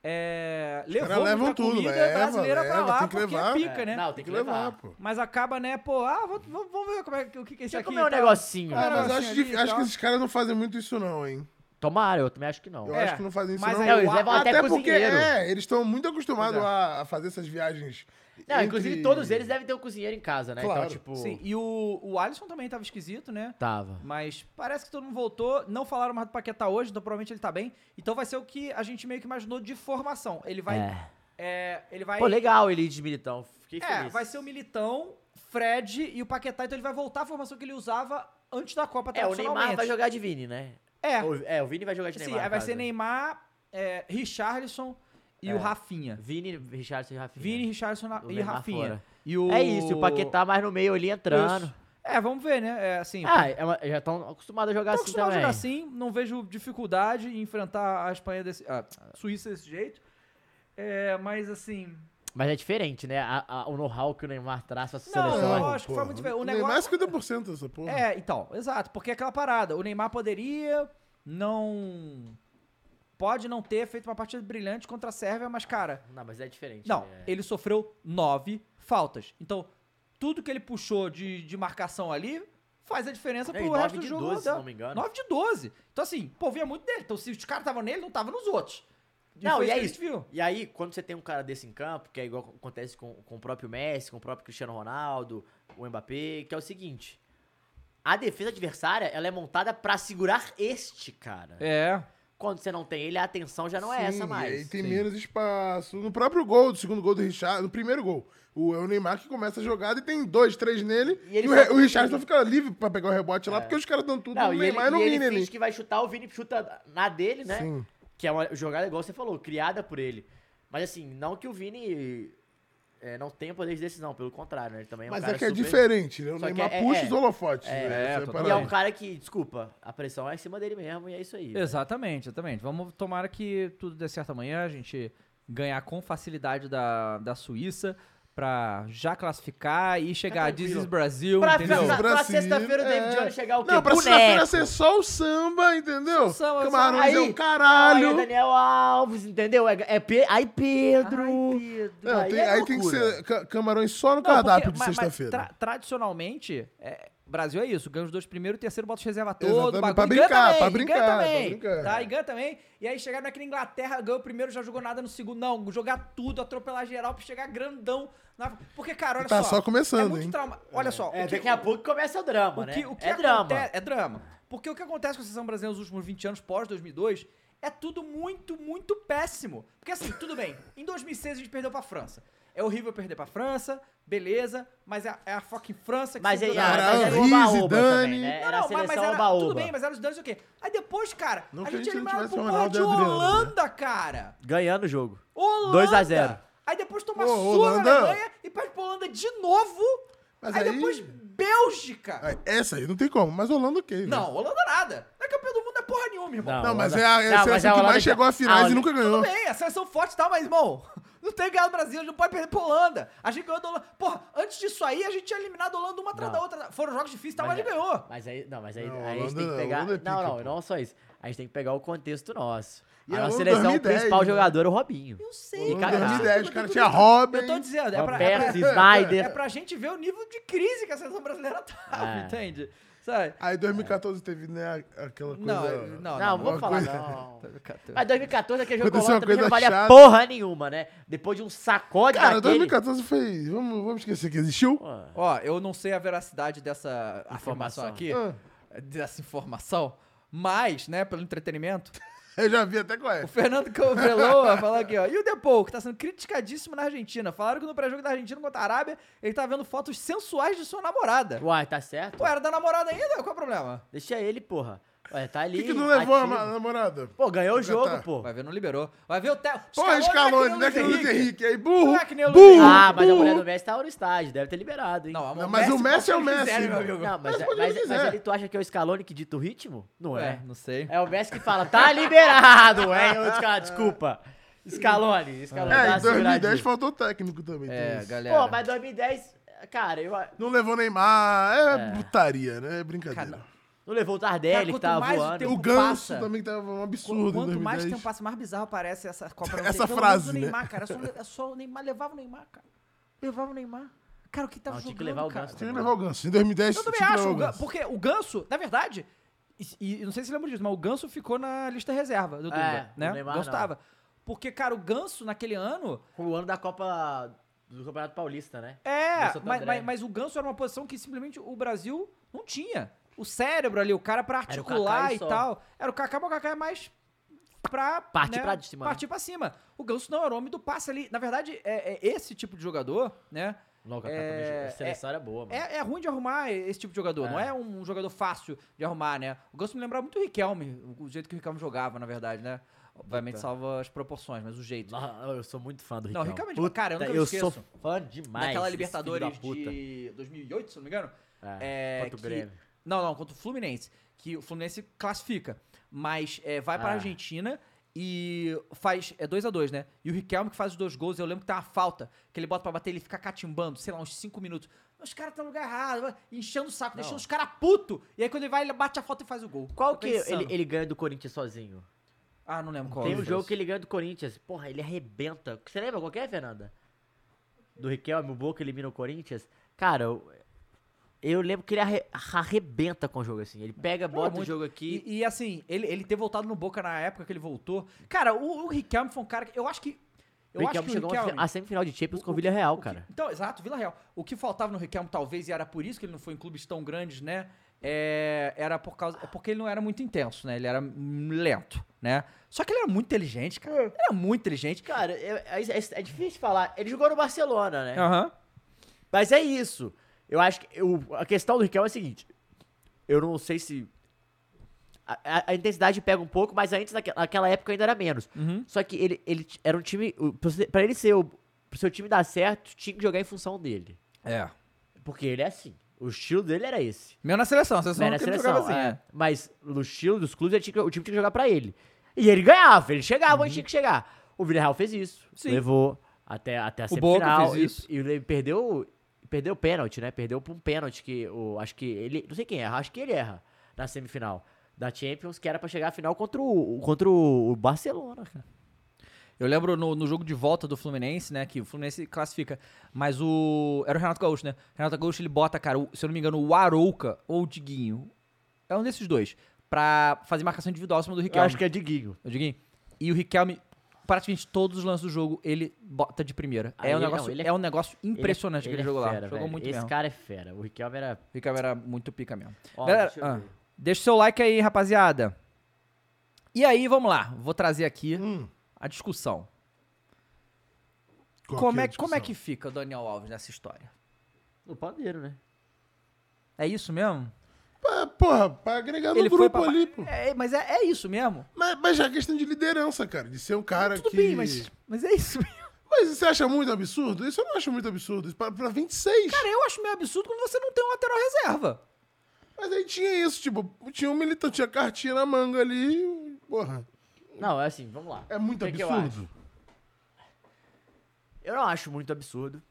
Speaker 1: é,
Speaker 3: caras
Speaker 1: levou
Speaker 3: levam
Speaker 1: muita
Speaker 3: tudo,
Speaker 1: comida
Speaker 3: leva,
Speaker 1: brasileira pra
Speaker 3: leva,
Speaker 1: lá
Speaker 3: tem que
Speaker 1: porque
Speaker 3: levar.
Speaker 1: pica,
Speaker 3: É,
Speaker 1: né?
Speaker 3: não, tem que levar, pô.
Speaker 1: Mas acaba, né, pô, ah, vou- vou- vamos ver como é, que- o que que é isso aqui. e tal.
Speaker 3: Ah,
Speaker 1: Comer um
Speaker 3: mas acho,
Speaker 1: negocinho ali
Speaker 3: dif-
Speaker 1: e
Speaker 3: acho
Speaker 1: tal.
Speaker 3: que esses caras não fazem muito isso, não, hein?
Speaker 2: Tomara, eu também acho que não.
Speaker 3: Eu
Speaker 1: É,
Speaker 3: acho que não fazem isso,
Speaker 1: mas
Speaker 3: não.
Speaker 1: aí Não, eles o- levam
Speaker 3: até
Speaker 1: até
Speaker 3: porque,
Speaker 1: cozinheiro.
Speaker 3: é, eles estão muito acostumados
Speaker 1: Pois é.
Speaker 3: a, a fazer essas viagens.
Speaker 2: Não,
Speaker 3: entre-
Speaker 2: inclusive todos eles devem ter um cozinheiro em casa, né?
Speaker 3: Claro.
Speaker 2: Então, tipo,
Speaker 1: Sim, e o, o Alisson também tava esquisito, né?
Speaker 2: tava.
Speaker 1: Mas parece que todo mundo voltou. Não falaram mais do Paquetá hoje, então provavelmente ele tá bem. Então vai ser o que a gente meio que imaginou de formação. Ele vai.
Speaker 2: É.
Speaker 1: é, ele vai.
Speaker 2: Pô, legal ele ir de militão. Fiquei
Speaker 1: É,
Speaker 2: feliz.
Speaker 1: vai ser o Militão, Fred e o Paquetá. Então ele vai voltar à formação que ele usava antes da Copa
Speaker 2: É, o Neymar
Speaker 1: tradicionalmente.
Speaker 2: vai jogar de Vini, né?
Speaker 1: É.
Speaker 2: O- é, o Vini vai jogar de
Speaker 1: Sim,
Speaker 2: Neymar,
Speaker 1: aí
Speaker 2: no
Speaker 1: vai
Speaker 2: caso.
Speaker 1: ser Neymar, é, Richarlison e
Speaker 2: É.
Speaker 1: o Rafinha.
Speaker 2: Vini, Richardson e Rafinha.
Speaker 1: Vini, Richarlison na-
Speaker 2: O
Speaker 1: e
Speaker 2: Neymar
Speaker 1: Rafinha.
Speaker 2: fora.
Speaker 1: E o...
Speaker 2: É isso, e o Paquetá mais no meio ali entrando.
Speaker 1: Isso. É, vamos ver, né? É, assim,
Speaker 2: Ah, é uma- já estão acostumados a jogar
Speaker 1: Tô
Speaker 2: assim
Speaker 1: acostumado a
Speaker 2: também.
Speaker 1: jogar assim, não vejo dificuldade em enfrentar a Espanha desse. A Suíça desse jeito. É, mas assim.
Speaker 2: Mas é diferente, né? A- a- o know-how que o Neymar traz pra essa
Speaker 1: Não,
Speaker 2: seleção. é-
Speaker 1: lógico, foi muito bem. O
Speaker 3: O Neymar é
Speaker 1: negócio.
Speaker 3: 50% dessa porra.
Speaker 1: É, então, exato, porque é aquela parada. O Neymar poderia não. Pode não ter feito uma partida brilhante contra a Sérvia, mas, cara.
Speaker 2: Não, mas é diferente.
Speaker 1: Não,
Speaker 2: né?
Speaker 1: ele sofreu nove faltas. Então, tudo que ele puxou de, de marcação ali faz a diferença
Speaker 2: É,
Speaker 1: pro
Speaker 2: e nove
Speaker 1: resto do
Speaker 2: de
Speaker 1: jogo.
Speaker 2: 12, se
Speaker 1: andar.
Speaker 2: não me engano.
Speaker 1: 9 de 12. Então, assim, pô, vinha muito dele. Então, se os caras estavam nele, não estavam nos outros.
Speaker 2: Não,
Speaker 1: foi
Speaker 2: e
Speaker 1: que
Speaker 2: é
Speaker 1: a gente
Speaker 2: isso. E aí, quando você tem um cara desse em campo, que é igual acontece com, com o próprio Messi, com o próprio Cristiano Ronaldo, o Mbappé, que é o seguinte: a defesa adversária ela é montada pra segurar este cara.
Speaker 1: É.
Speaker 2: Quando você não tem ele, a atenção já não é
Speaker 3: Sim,
Speaker 2: essa
Speaker 3: E aí
Speaker 2: mais.
Speaker 3: tem menos espaço. No próprio gol, do segundo gol do Richard, no primeiro gol, o, é o Neymar que começa a jogada e tem dois, três nele. E,
Speaker 2: ele
Speaker 3: o,
Speaker 2: só-
Speaker 3: Re- o Richard só fica livre pra pegar o rebote lá, porque os caras dão tudo
Speaker 2: É.
Speaker 3: no
Speaker 2: Não, e ele,
Speaker 3: Neymar e no
Speaker 2: e ele
Speaker 3: Vini ali.
Speaker 2: finge que vai chutar, o Vini chuta na dele, né?
Speaker 3: Sim.
Speaker 2: Que é uma jogada, igual você falou, criada por ele. Mas assim, não que o Vini é, não tenha poder de decisão, pelo contrário, né? Ele também é um
Speaker 3: Mas é
Speaker 2: cara
Speaker 3: que é
Speaker 2: super-
Speaker 3: diferente, né? O
Speaker 2: Só que
Speaker 3: Neymar puxa os holofotes,
Speaker 2: É,
Speaker 3: né? Essa é a
Speaker 2: e é
Speaker 3: parada.
Speaker 2: um cara que, desculpa, a pressão é em cima dele mesmo e é isso aí. velho.
Speaker 1: Exatamente, exatamente. Vamos tomara que tudo dê certo amanhã, a gente ganhar com facilidade da, da Suíça pra já classificar e chegar a Ah, This is Brasil,
Speaker 2: tá Pra-
Speaker 1: entendeu?
Speaker 2: pra- pra
Speaker 3: Brasil,
Speaker 2: sexta-feira o David
Speaker 3: é.
Speaker 2: Jones chegar o quê?
Speaker 3: Não, pra
Speaker 2: Boneco.
Speaker 3: sexta-feira ser só o samba, entendeu?
Speaker 2: Samba,
Speaker 3: Camarões
Speaker 2: samba.
Speaker 3: é
Speaker 2: Aí,
Speaker 3: o caralho.
Speaker 2: Aí, Daniel Alves, entendeu? É, é Pe- Ai, Pedro. é
Speaker 3: Não, tem- aí tem que
Speaker 2: loucura.
Speaker 3: ser ca- camarões só no
Speaker 1: Não,
Speaker 3: cardápio
Speaker 1: porque-
Speaker 3: de
Speaker 1: mas- mas
Speaker 3: sexta-feira.
Speaker 1: tra- tradicionalmente, é, Brasil é isso. Ganha os dois primeiros, o terceiro bota os reserva todo.
Speaker 3: Exatamente,
Speaker 1: bagulho,
Speaker 3: pra
Speaker 1: e
Speaker 3: brincar,
Speaker 1: ganha também,
Speaker 3: pra
Speaker 1: e
Speaker 3: brincar,
Speaker 1: ganha
Speaker 3: pra
Speaker 1: também,
Speaker 3: brincar.
Speaker 1: Tá, e ganha também. E aí chegaram naquela Inglaterra, ganhou o primeiro, já jogou nada no segundo. Não, jogar tudo, atropelar geral pra chegar grandão. na- Porque, cara, olha
Speaker 3: Tá
Speaker 1: só.
Speaker 3: só começando,
Speaker 1: é muito
Speaker 3: hein?
Speaker 1: trauma- Olha só.
Speaker 2: É,
Speaker 1: o que-
Speaker 2: daqui a pouco começa o drama,
Speaker 1: o
Speaker 2: né?
Speaker 1: que, o que
Speaker 2: é
Speaker 1: aconte-
Speaker 2: drama.
Speaker 1: É drama. Porque o que acontece com a seleção brasileira nos últimos 20 anos, pós-2002, é tudo muito, muito péssimo. Porque assim, tudo bem, em 2006 a gente perdeu pra França. É horrível perder pra França, beleza, mas é, a- é a fucking França que
Speaker 2: Mas
Speaker 1: segurou
Speaker 2: é-
Speaker 1: a-
Speaker 2: ah, mas era o
Speaker 3: Henri,
Speaker 2: oba-oba
Speaker 3: Zidane.
Speaker 2: também, né? Era a
Speaker 1: mas- mas
Speaker 2: seleção
Speaker 1: era- Tudo
Speaker 2: oba-oba.
Speaker 1: bem, mas era os danos o quê? Aí depois, cara,
Speaker 3: Não
Speaker 1: a
Speaker 3: que a
Speaker 1: gente
Speaker 3: gente
Speaker 1: é
Speaker 3: não
Speaker 1: eliminado
Speaker 3: tivesse
Speaker 1: por
Speaker 3: o
Speaker 1: porra
Speaker 3: Ronaldo
Speaker 1: de
Speaker 3: e Adriano, né?
Speaker 1: Holanda, cara!
Speaker 2: Ganhando o jogo.
Speaker 1: Holanda!
Speaker 2: 2 a 0.
Speaker 1: Aí depois toma
Speaker 3: Pô,
Speaker 1: surra
Speaker 3: Holanda-
Speaker 1: na Alemanha e perde pra Holanda de novo.
Speaker 3: Mas
Speaker 1: aí,
Speaker 3: aí-
Speaker 1: depois Bélgica.
Speaker 3: Aí, Essa aí não tem como, mas Holanda ok. né?
Speaker 1: Não, Holanda nada. Não é campeão do mundo, é porra nenhuma, irmão.
Speaker 3: Não, mas é a, é a
Speaker 2: Não, mas
Speaker 3: seleção
Speaker 2: a
Speaker 3: que
Speaker 2: Holanda-
Speaker 3: mais chegou a finais
Speaker 2: a
Speaker 3: e
Speaker 2: Holanda-
Speaker 3: nunca ganhou.
Speaker 1: Ah, Tudo bem, a seleção forte e tal, mas, irmão, não tem ganhado o Brasil, a gente não pode perder pra Holanda. A gente ganhou da Holanda. Porra, antes disso aí, a gente tinha eliminado a Holanda uma atrás da
Speaker 2: Não.
Speaker 1: outra. Foram jogos difíceis e tal, mas,
Speaker 2: Mas
Speaker 1: a gente
Speaker 2: é-
Speaker 1: ganhou.
Speaker 2: Mas aí, não, mas aí,
Speaker 3: Não,
Speaker 2: aí a gente
Speaker 3: Holanda
Speaker 2: tem que
Speaker 3: não,
Speaker 2: pegar.
Speaker 3: Holanda é pica,
Speaker 2: não,
Speaker 3: pô.
Speaker 2: não, não só isso. A gente tem que pegar o contexto nosso.
Speaker 3: E é a
Speaker 2: a nossa
Speaker 3: Holanda
Speaker 2: seleção, o
Speaker 3: 2010,
Speaker 2: principal
Speaker 3: né?
Speaker 2: jogador é o Robinho. Eu
Speaker 1: sei,
Speaker 2: E
Speaker 3: Holanda
Speaker 2: Kaká.
Speaker 3: 2010, é, os caras tinham Robin.
Speaker 1: Eu tô dizendo, é pra, é,
Speaker 2: Roberto,
Speaker 1: pra,
Speaker 2: Snyder.
Speaker 1: é pra gente ver o nível de crise que a seleção brasileira tá,
Speaker 2: É.
Speaker 1: entende? Sabe?
Speaker 3: Aí 2014 teve, né, a- aquela coisa...
Speaker 1: Não, não, não.
Speaker 2: Não, vamos
Speaker 3: uma
Speaker 2: falar
Speaker 3: coisa-
Speaker 2: não. Mas 2014 aquele jogo com a
Speaker 3: Aconteceu
Speaker 2: Holanda também
Speaker 3: uma
Speaker 2: já
Speaker 3: coisa
Speaker 2: não valia
Speaker 3: chata.
Speaker 2: porra nenhuma, né? Depois de um sacode
Speaker 3: Cara,
Speaker 2: daquele...
Speaker 3: 2014 foi... Vamos, vamos esquecer que existiu.
Speaker 1: Ó, eu não sei a veracidade dessa informação
Speaker 2: Informação.
Speaker 1: aqui,
Speaker 3: Ah.
Speaker 1: dessa informação, mas, né, pelo entretenimento,
Speaker 3: Eu já vi até qual é.
Speaker 1: O Fernando Coveloa falou aqui, ó. E o Depou, que tá sendo criticadíssimo na Argentina. Falaram que no pré-jogo da Argentina contra a Arábia, ele tá vendo fotos sensuais de sua namorada.
Speaker 2: Uai, tá certo?
Speaker 1: Pô, era da namorada ainda? Qual é o problema?
Speaker 2: Deixa ele, porra. Ué, tá
Speaker 3: O
Speaker 2: ali.
Speaker 3: que, que não levou a
Speaker 2: ativo.
Speaker 3: ma- namorada?
Speaker 2: Pô, ganhou o jogo,
Speaker 3: Catar.
Speaker 2: pô.
Speaker 1: Vai ver, não liberou. Vai ver o Theo.
Speaker 3: Porra, Scaloni,
Speaker 1: não é
Speaker 3: né?
Speaker 1: que
Speaker 3: Que
Speaker 1: nem o
Speaker 3: o Luiz Henrique. Aí,
Speaker 1: Não
Speaker 3: burro,
Speaker 1: é que nem o Luiz
Speaker 3: burro,
Speaker 1: Henrique.
Speaker 2: Ah, mas a mulher
Speaker 3: burro.
Speaker 2: do Messi tava no estádio, deve ter liberado, hein?
Speaker 1: Não, um
Speaker 3: Não, mas o Messi é o Messi.
Speaker 1: Sério, meu amigo.
Speaker 2: Não, mas, é,
Speaker 3: Mas pode
Speaker 2: mas-
Speaker 3: quiser.
Speaker 2: mas ali tu acha que é o Scaloni que dita o ritmo? Não
Speaker 1: Ué,
Speaker 2: é.
Speaker 1: não sei.
Speaker 2: É o Messi que fala, tá liberado, hein? Os caras, desculpa.
Speaker 1: Scaloni, Scaloni. dá
Speaker 3: É,
Speaker 1: uma
Speaker 3: em 2010
Speaker 1: seguradinha.
Speaker 3: faltou técnico também. então.
Speaker 1: É,
Speaker 3: tem isso.
Speaker 1: galera.
Speaker 2: Pô, mas 2010, cara, eu...
Speaker 3: Não levou Neymar, é, putaria, né? É brincadeira.
Speaker 2: não levou o Tardelli, que tava voando.
Speaker 3: o Ganso também tava um absurdo.
Speaker 1: Quanto
Speaker 3: em 2010.
Speaker 1: mais tempo passa, mais bizarro parece essa Copa. Não
Speaker 3: Essa
Speaker 1: tem- pelo
Speaker 3: frase,
Speaker 1: menos o
Speaker 3: né?
Speaker 1: Neymar, cara. É só, é só o Neymar. Levava o Neymar, cara. Levava o Neymar. Cara, o que tava
Speaker 2: Não, tinha
Speaker 1: jogando,
Speaker 2: que levar o
Speaker 1: cara?
Speaker 2: Ganso
Speaker 3: Tinha que levar o Ganso. Em 2010
Speaker 1: Eu também
Speaker 3: tinha que
Speaker 1: acho,
Speaker 3: levar
Speaker 1: o
Speaker 3: o
Speaker 1: Gan-
Speaker 3: Ganso.
Speaker 1: porque o Ganso, na verdade, e, e não sei se você lembra disso, mas o Ganso ficou na lista reserva do Dunga,
Speaker 2: É,
Speaker 1: né?
Speaker 2: o Neymar
Speaker 1: o Ganso
Speaker 2: não.
Speaker 1: tava. Porque, cara, o Ganso naquele ano...
Speaker 2: O ano da Copa do Campeonato Paulista, né?
Speaker 1: É,
Speaker 2: Do Santo
Speaker 1: mas,
Speaker 2: André.
Speaker 1: mas, mas o Ganso era uma posição que simplesmente o Brasil não tinha. O cérebro ali, o cara pra
Speaker 2: Era o
Speaker 1: articular
Speaker 2: Kaká e
Speaker 1: e
Speaker 2: só.
Speaker 1: tal. Era o Kaká, mas o Kaká é mais pra...
Speaker 2: Partir pra de cima, né?
Speaker 1: Partir pra cima. O Ganso não era o homem do passe ali. Na verdade, é, é esse tipo de jogador, né?
Speaker 2: Não, o Kaká também jogou.
Speaker 1: é,
Speaker 2: Essa seleção era boa, mano.
Speaker 1: É, é ruim de arrumar esse tipo de jogador.
Speaker 2: É.
Speaker 1: Não é um jogador fácil de arrumar, né? O Ganso me lembrava muito o Riquelme. o- O jeito que o Riquelme jogava, na verdade, né? Obviamente
Speaker 2: Puta.
Speaker 1: salva as proporções, mas o jeito.
Speaker 2: Não, eu sou muito fã do
Speaker 1: Não,
Speaker 2: Riquelme.
Speaker 1: Riquelme é demais. Cara, eu nunca me
Speaker 2: eu
Speaker 1: esqueço.
Speaker 2: sou fã demais.
Speaker 1: Daquela
Speaker 2: desse
Speaker 1: Libertadores
Speaker 2: filho da puta.
Speaker 1: de 2008, se não me engano.
Speaker 2: É, contra o
Speaker 1: que-
Speaker 2: Grêmio.
Speaker 1: Não, não, contra o Fluminense. Que o Fluminense classifica, mas é, vai pra
Speaker 2: Ah.
Speaker 1: Argentina e faz... É 2 a 2 né? E o Riquelme que faz os dois gols, eu lembro que tem uma falta, que ele bota pra bater, ele fica catimbando, sei lá, uns 5 minutos. Os caras estão no lugar errado, enchendo o saco, deixando os caras puto. E aí quando ele vai, ele bate a falta e faz o gol.
Speaker 2: Qual que é? ele, ele ganha do Corinthians sozinho?
Speaker 1: Ah, não lembro qual.
Speaker 2: Tem um
Speaker 1: foi
Speaker 2: jogo
Speaker 1: esse.
Speaker 2: que ele ganha do Corinthians. Porra, ele arrebenta. Você lembra qual que é, Fernanda? Do Riquelme, o Boca elimina o Corinthians. Cara, eu, eu lembro que ele arre- arrebenta com o jogo, assim. Ele pega,
Speaker 1: Joga
Speaker 2: bota o
Speaker 1: muito.
Speaker 2: jogo aqui.
Speaker 1: E, e, assim, ele, ele ter voltado no Boca na época que ele voltou. Cara, o, o Riquelme foi um cara que. Eu acho que. Eu
Speaker 2: o
Speaker 1: acho
Speaker 2: Riquelme
Speaker 1: que o
Speaker 2: chegou
Speaker 1: Riquelme.
Speaker 2: a semifinal de Champions com o Villarreal, cara.
Speaker 1: Então, exato, Vila Real. O que faltava no Riquelme, talvez, e era por isso que ele não foi em clubes tão grandes, né? é, era por causa. é porque ele não era muito intenso, né? Ele era hum, lento, né? Só que ele era muito inteligente, cara. Ele era muito inteligente.
Speaker 2: É. Cara, é, é- é- é difícil falar. Ele jogou no Barcelona, né?
Speaker 1: Aham.
Speaker 2: Mas é isso. Eu acho que eu- a questão do Riquelme é a seguinte. Eu não sei se... A, a- a intensidade pega um pouco, mas antes, naque- naquela época, ainda era menos.
Speaker 1: Uhum.
Speaker 2: Só que ele, ele t- era um time... o- pra você- Pra ele ser... o- Pro seu time dar certo, tinha que jogar em função dele.
Speaker 1: É.
Speaker 2: Porque ele é assim. O estilo dele era esse.
Speaker 1: Mesmo na seleção, a seleção
Speaker 2: Mas na
Speaker 1: que ele
Speaker 2: seleção,
Speaker 1: jogava assim,
Speaker 2: é.
Speaker 1: né?
Speaker 2: Mas no estilo dos clubes, ele tinha que- o time tinha que jogar pra ele. E ele ganhava, ele chegava onde tinha que chegar. O Villarreal fez isso.
Speaker 1: Uhum. Sim.
Speaker 2: Levou até, até a
Speaker 1: O Boca
Speaker 2: semifinal.
Speaker 1: fez
Speaker 2: e-
Speaker 1: isso.
Speaker 2: E, ele perdeu perdeu o pênalti, né? Perdeu pra um pênalti que o, acho que ele... Não sei quem erra, acho que ele erra na semifinal da Champions, que era pra chegar à final contra o, contra o Barcelona, cara.
Speaker 1: Eu lembro no, no jogo de volta do Fluminense, né? Que o Fluminense classifica. Mas o. Era o Renato Gaúcho, né? Renato Gaúcho ele bota, cara, o- se eu não me engano, o Arouca ou o Diguinho. É um desses dois. Pra fazer marcação individual em cima do Riquelme.
Speaker 2: acho que é Diguinho.
Speaker 1: O Diguinho. E o Riquelme, praticamente todos os lances do jogo, ele bota de primeira.
Speaker 2: Ah,
Speaker 1: é, um
Speaker 2: ele-
Speaker 1: negócio,
Speaker 2: não, ele
Speaker 1: é,
Speaker 2: é-
Speaker 1: um negócio impressionante
Speaker 2: ele é-
Speaker 1: aquele
Speaker 2: ele é
Speaker 1: jogo lá.
Speaker 2: fera,
Speaker 1: Jogou
Speaker 2: velho.
Speaker 1: muito
Speaker 2: Esse
Speaker 1: mesmo.
Speaker 2: cara é fera. O Riquelme era...
Speaker 1: O Riquelme era muito pica mesmo.
Speaker 2: Ó,
Speaker 1: Galera,
Speaker 2: deixa eu
Speaker 1: ah,
Speaker 2: ver.
Speaker 1: deixa o seu like aí, rapaziada. E aí, vamos lá. Vou trazer aqui
Speaker 2: Hum.
Speaker 1: a discussão.
Speaker 3: Qual
Speaker 1: Como
Speaker 3: que é
Speaker 1: é,
Speaker 3: a
Speaker 1: como é
Speaker 3: discussão?
Speaker 1: que fica o Daniel Alves nessa história?
Speaker 2: O pandeiro, né?
Speaker 1: É isso mesmo?
Speaker 3: É, porra, pra agregar no
Speaker 1: Ele foi
Speaker 3: grupo
Speaker 1: pra-
Speaker 3: ali, pô.
Speaker 1: É, mas é, é isso mesmo.
Speaker 3: Mas, mas já é questão de liderança, cara. De ser um cara
Speaker 1: Tudo
Speaker 3: que...
Speaker 1: bem, mas, mas é isso mesmo.
Speaker 3: Mas você acha muito absurdo? Isso eu não acho muito absurdo. Isso pra, pra 26.
Speaker 1: Cara, eu acho meio absurdo quando você não tem um lateral reserva.
Speaker 3: Mas aí tinha isso, tipo, tinha um militante, tinha cartinha na manga ali. Porra.
Speaker 2: Não, é assim, vamos lá.
Speaker 3: É muito
Speaker 2: O que que eu
Speaker 3: absurdo.
Speaker 2: Eu não acho muito absurdo.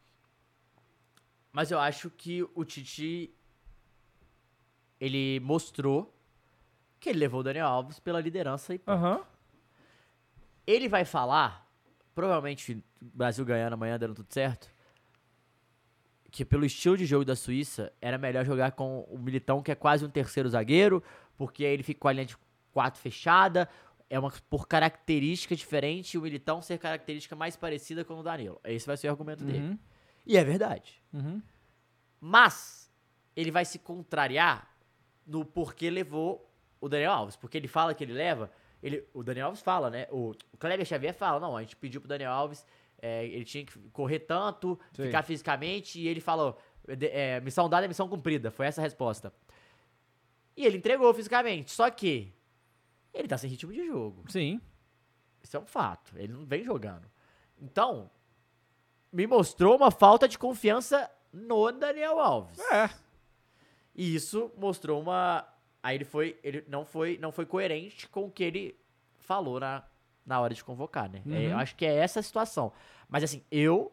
Speaker 2: Mas eu acho que o Tite. Ele mostrou que ele levou o Daniel Alves pela liderança e ponto. Ele vai falar, provavelmente Brasil ganhando amanhã, dando tudo certo, que pelo estilo de jogo da Suíça, era melhor jogar com o Militão, que é quase um terceiro zagueiro, porque aí ele fica com a linha de quatro fechada, é uma por característica diferente, e o Militão ser característica mais parecida com o Danilo. Esse vai ser o argumento
Speaker 1: Uhum.
Speaker 2: dele. E é verdade. Mas ele vai se contrariar no porquê levou o Daniel Alves. Porque ele fala que ele leva. Ele, o Daniel Alves fala, né? O, o Kleber Xavier fala, não, a gente pediu pro Daniel Alves, é, ele tinha que correr tanto,
Speaker 1: Sim.
Speaker 2: ficar fisicamente, e ele falou, de- é, missão dada é missão cumprida. Foi essa a resposta. E ele entregou fisicamente, só que ele tá sem ritmo de jogo.
Speaker 1: Sim.
Speaker 2: Isso é um fato, ele não vem jogando. Então, me mostrou uma falta de confiança no Daniel Alves.
Speaker 1: É.
Speaker 2: E isso mostrou uma. Aí ele foi. Ele não foi, não foi coerente com o que ele falou na, na hora de convocar, né? É,
Speaker 1: Uhum.
Speaker 2: eu acho que é essa a situação. Mas assim, eu.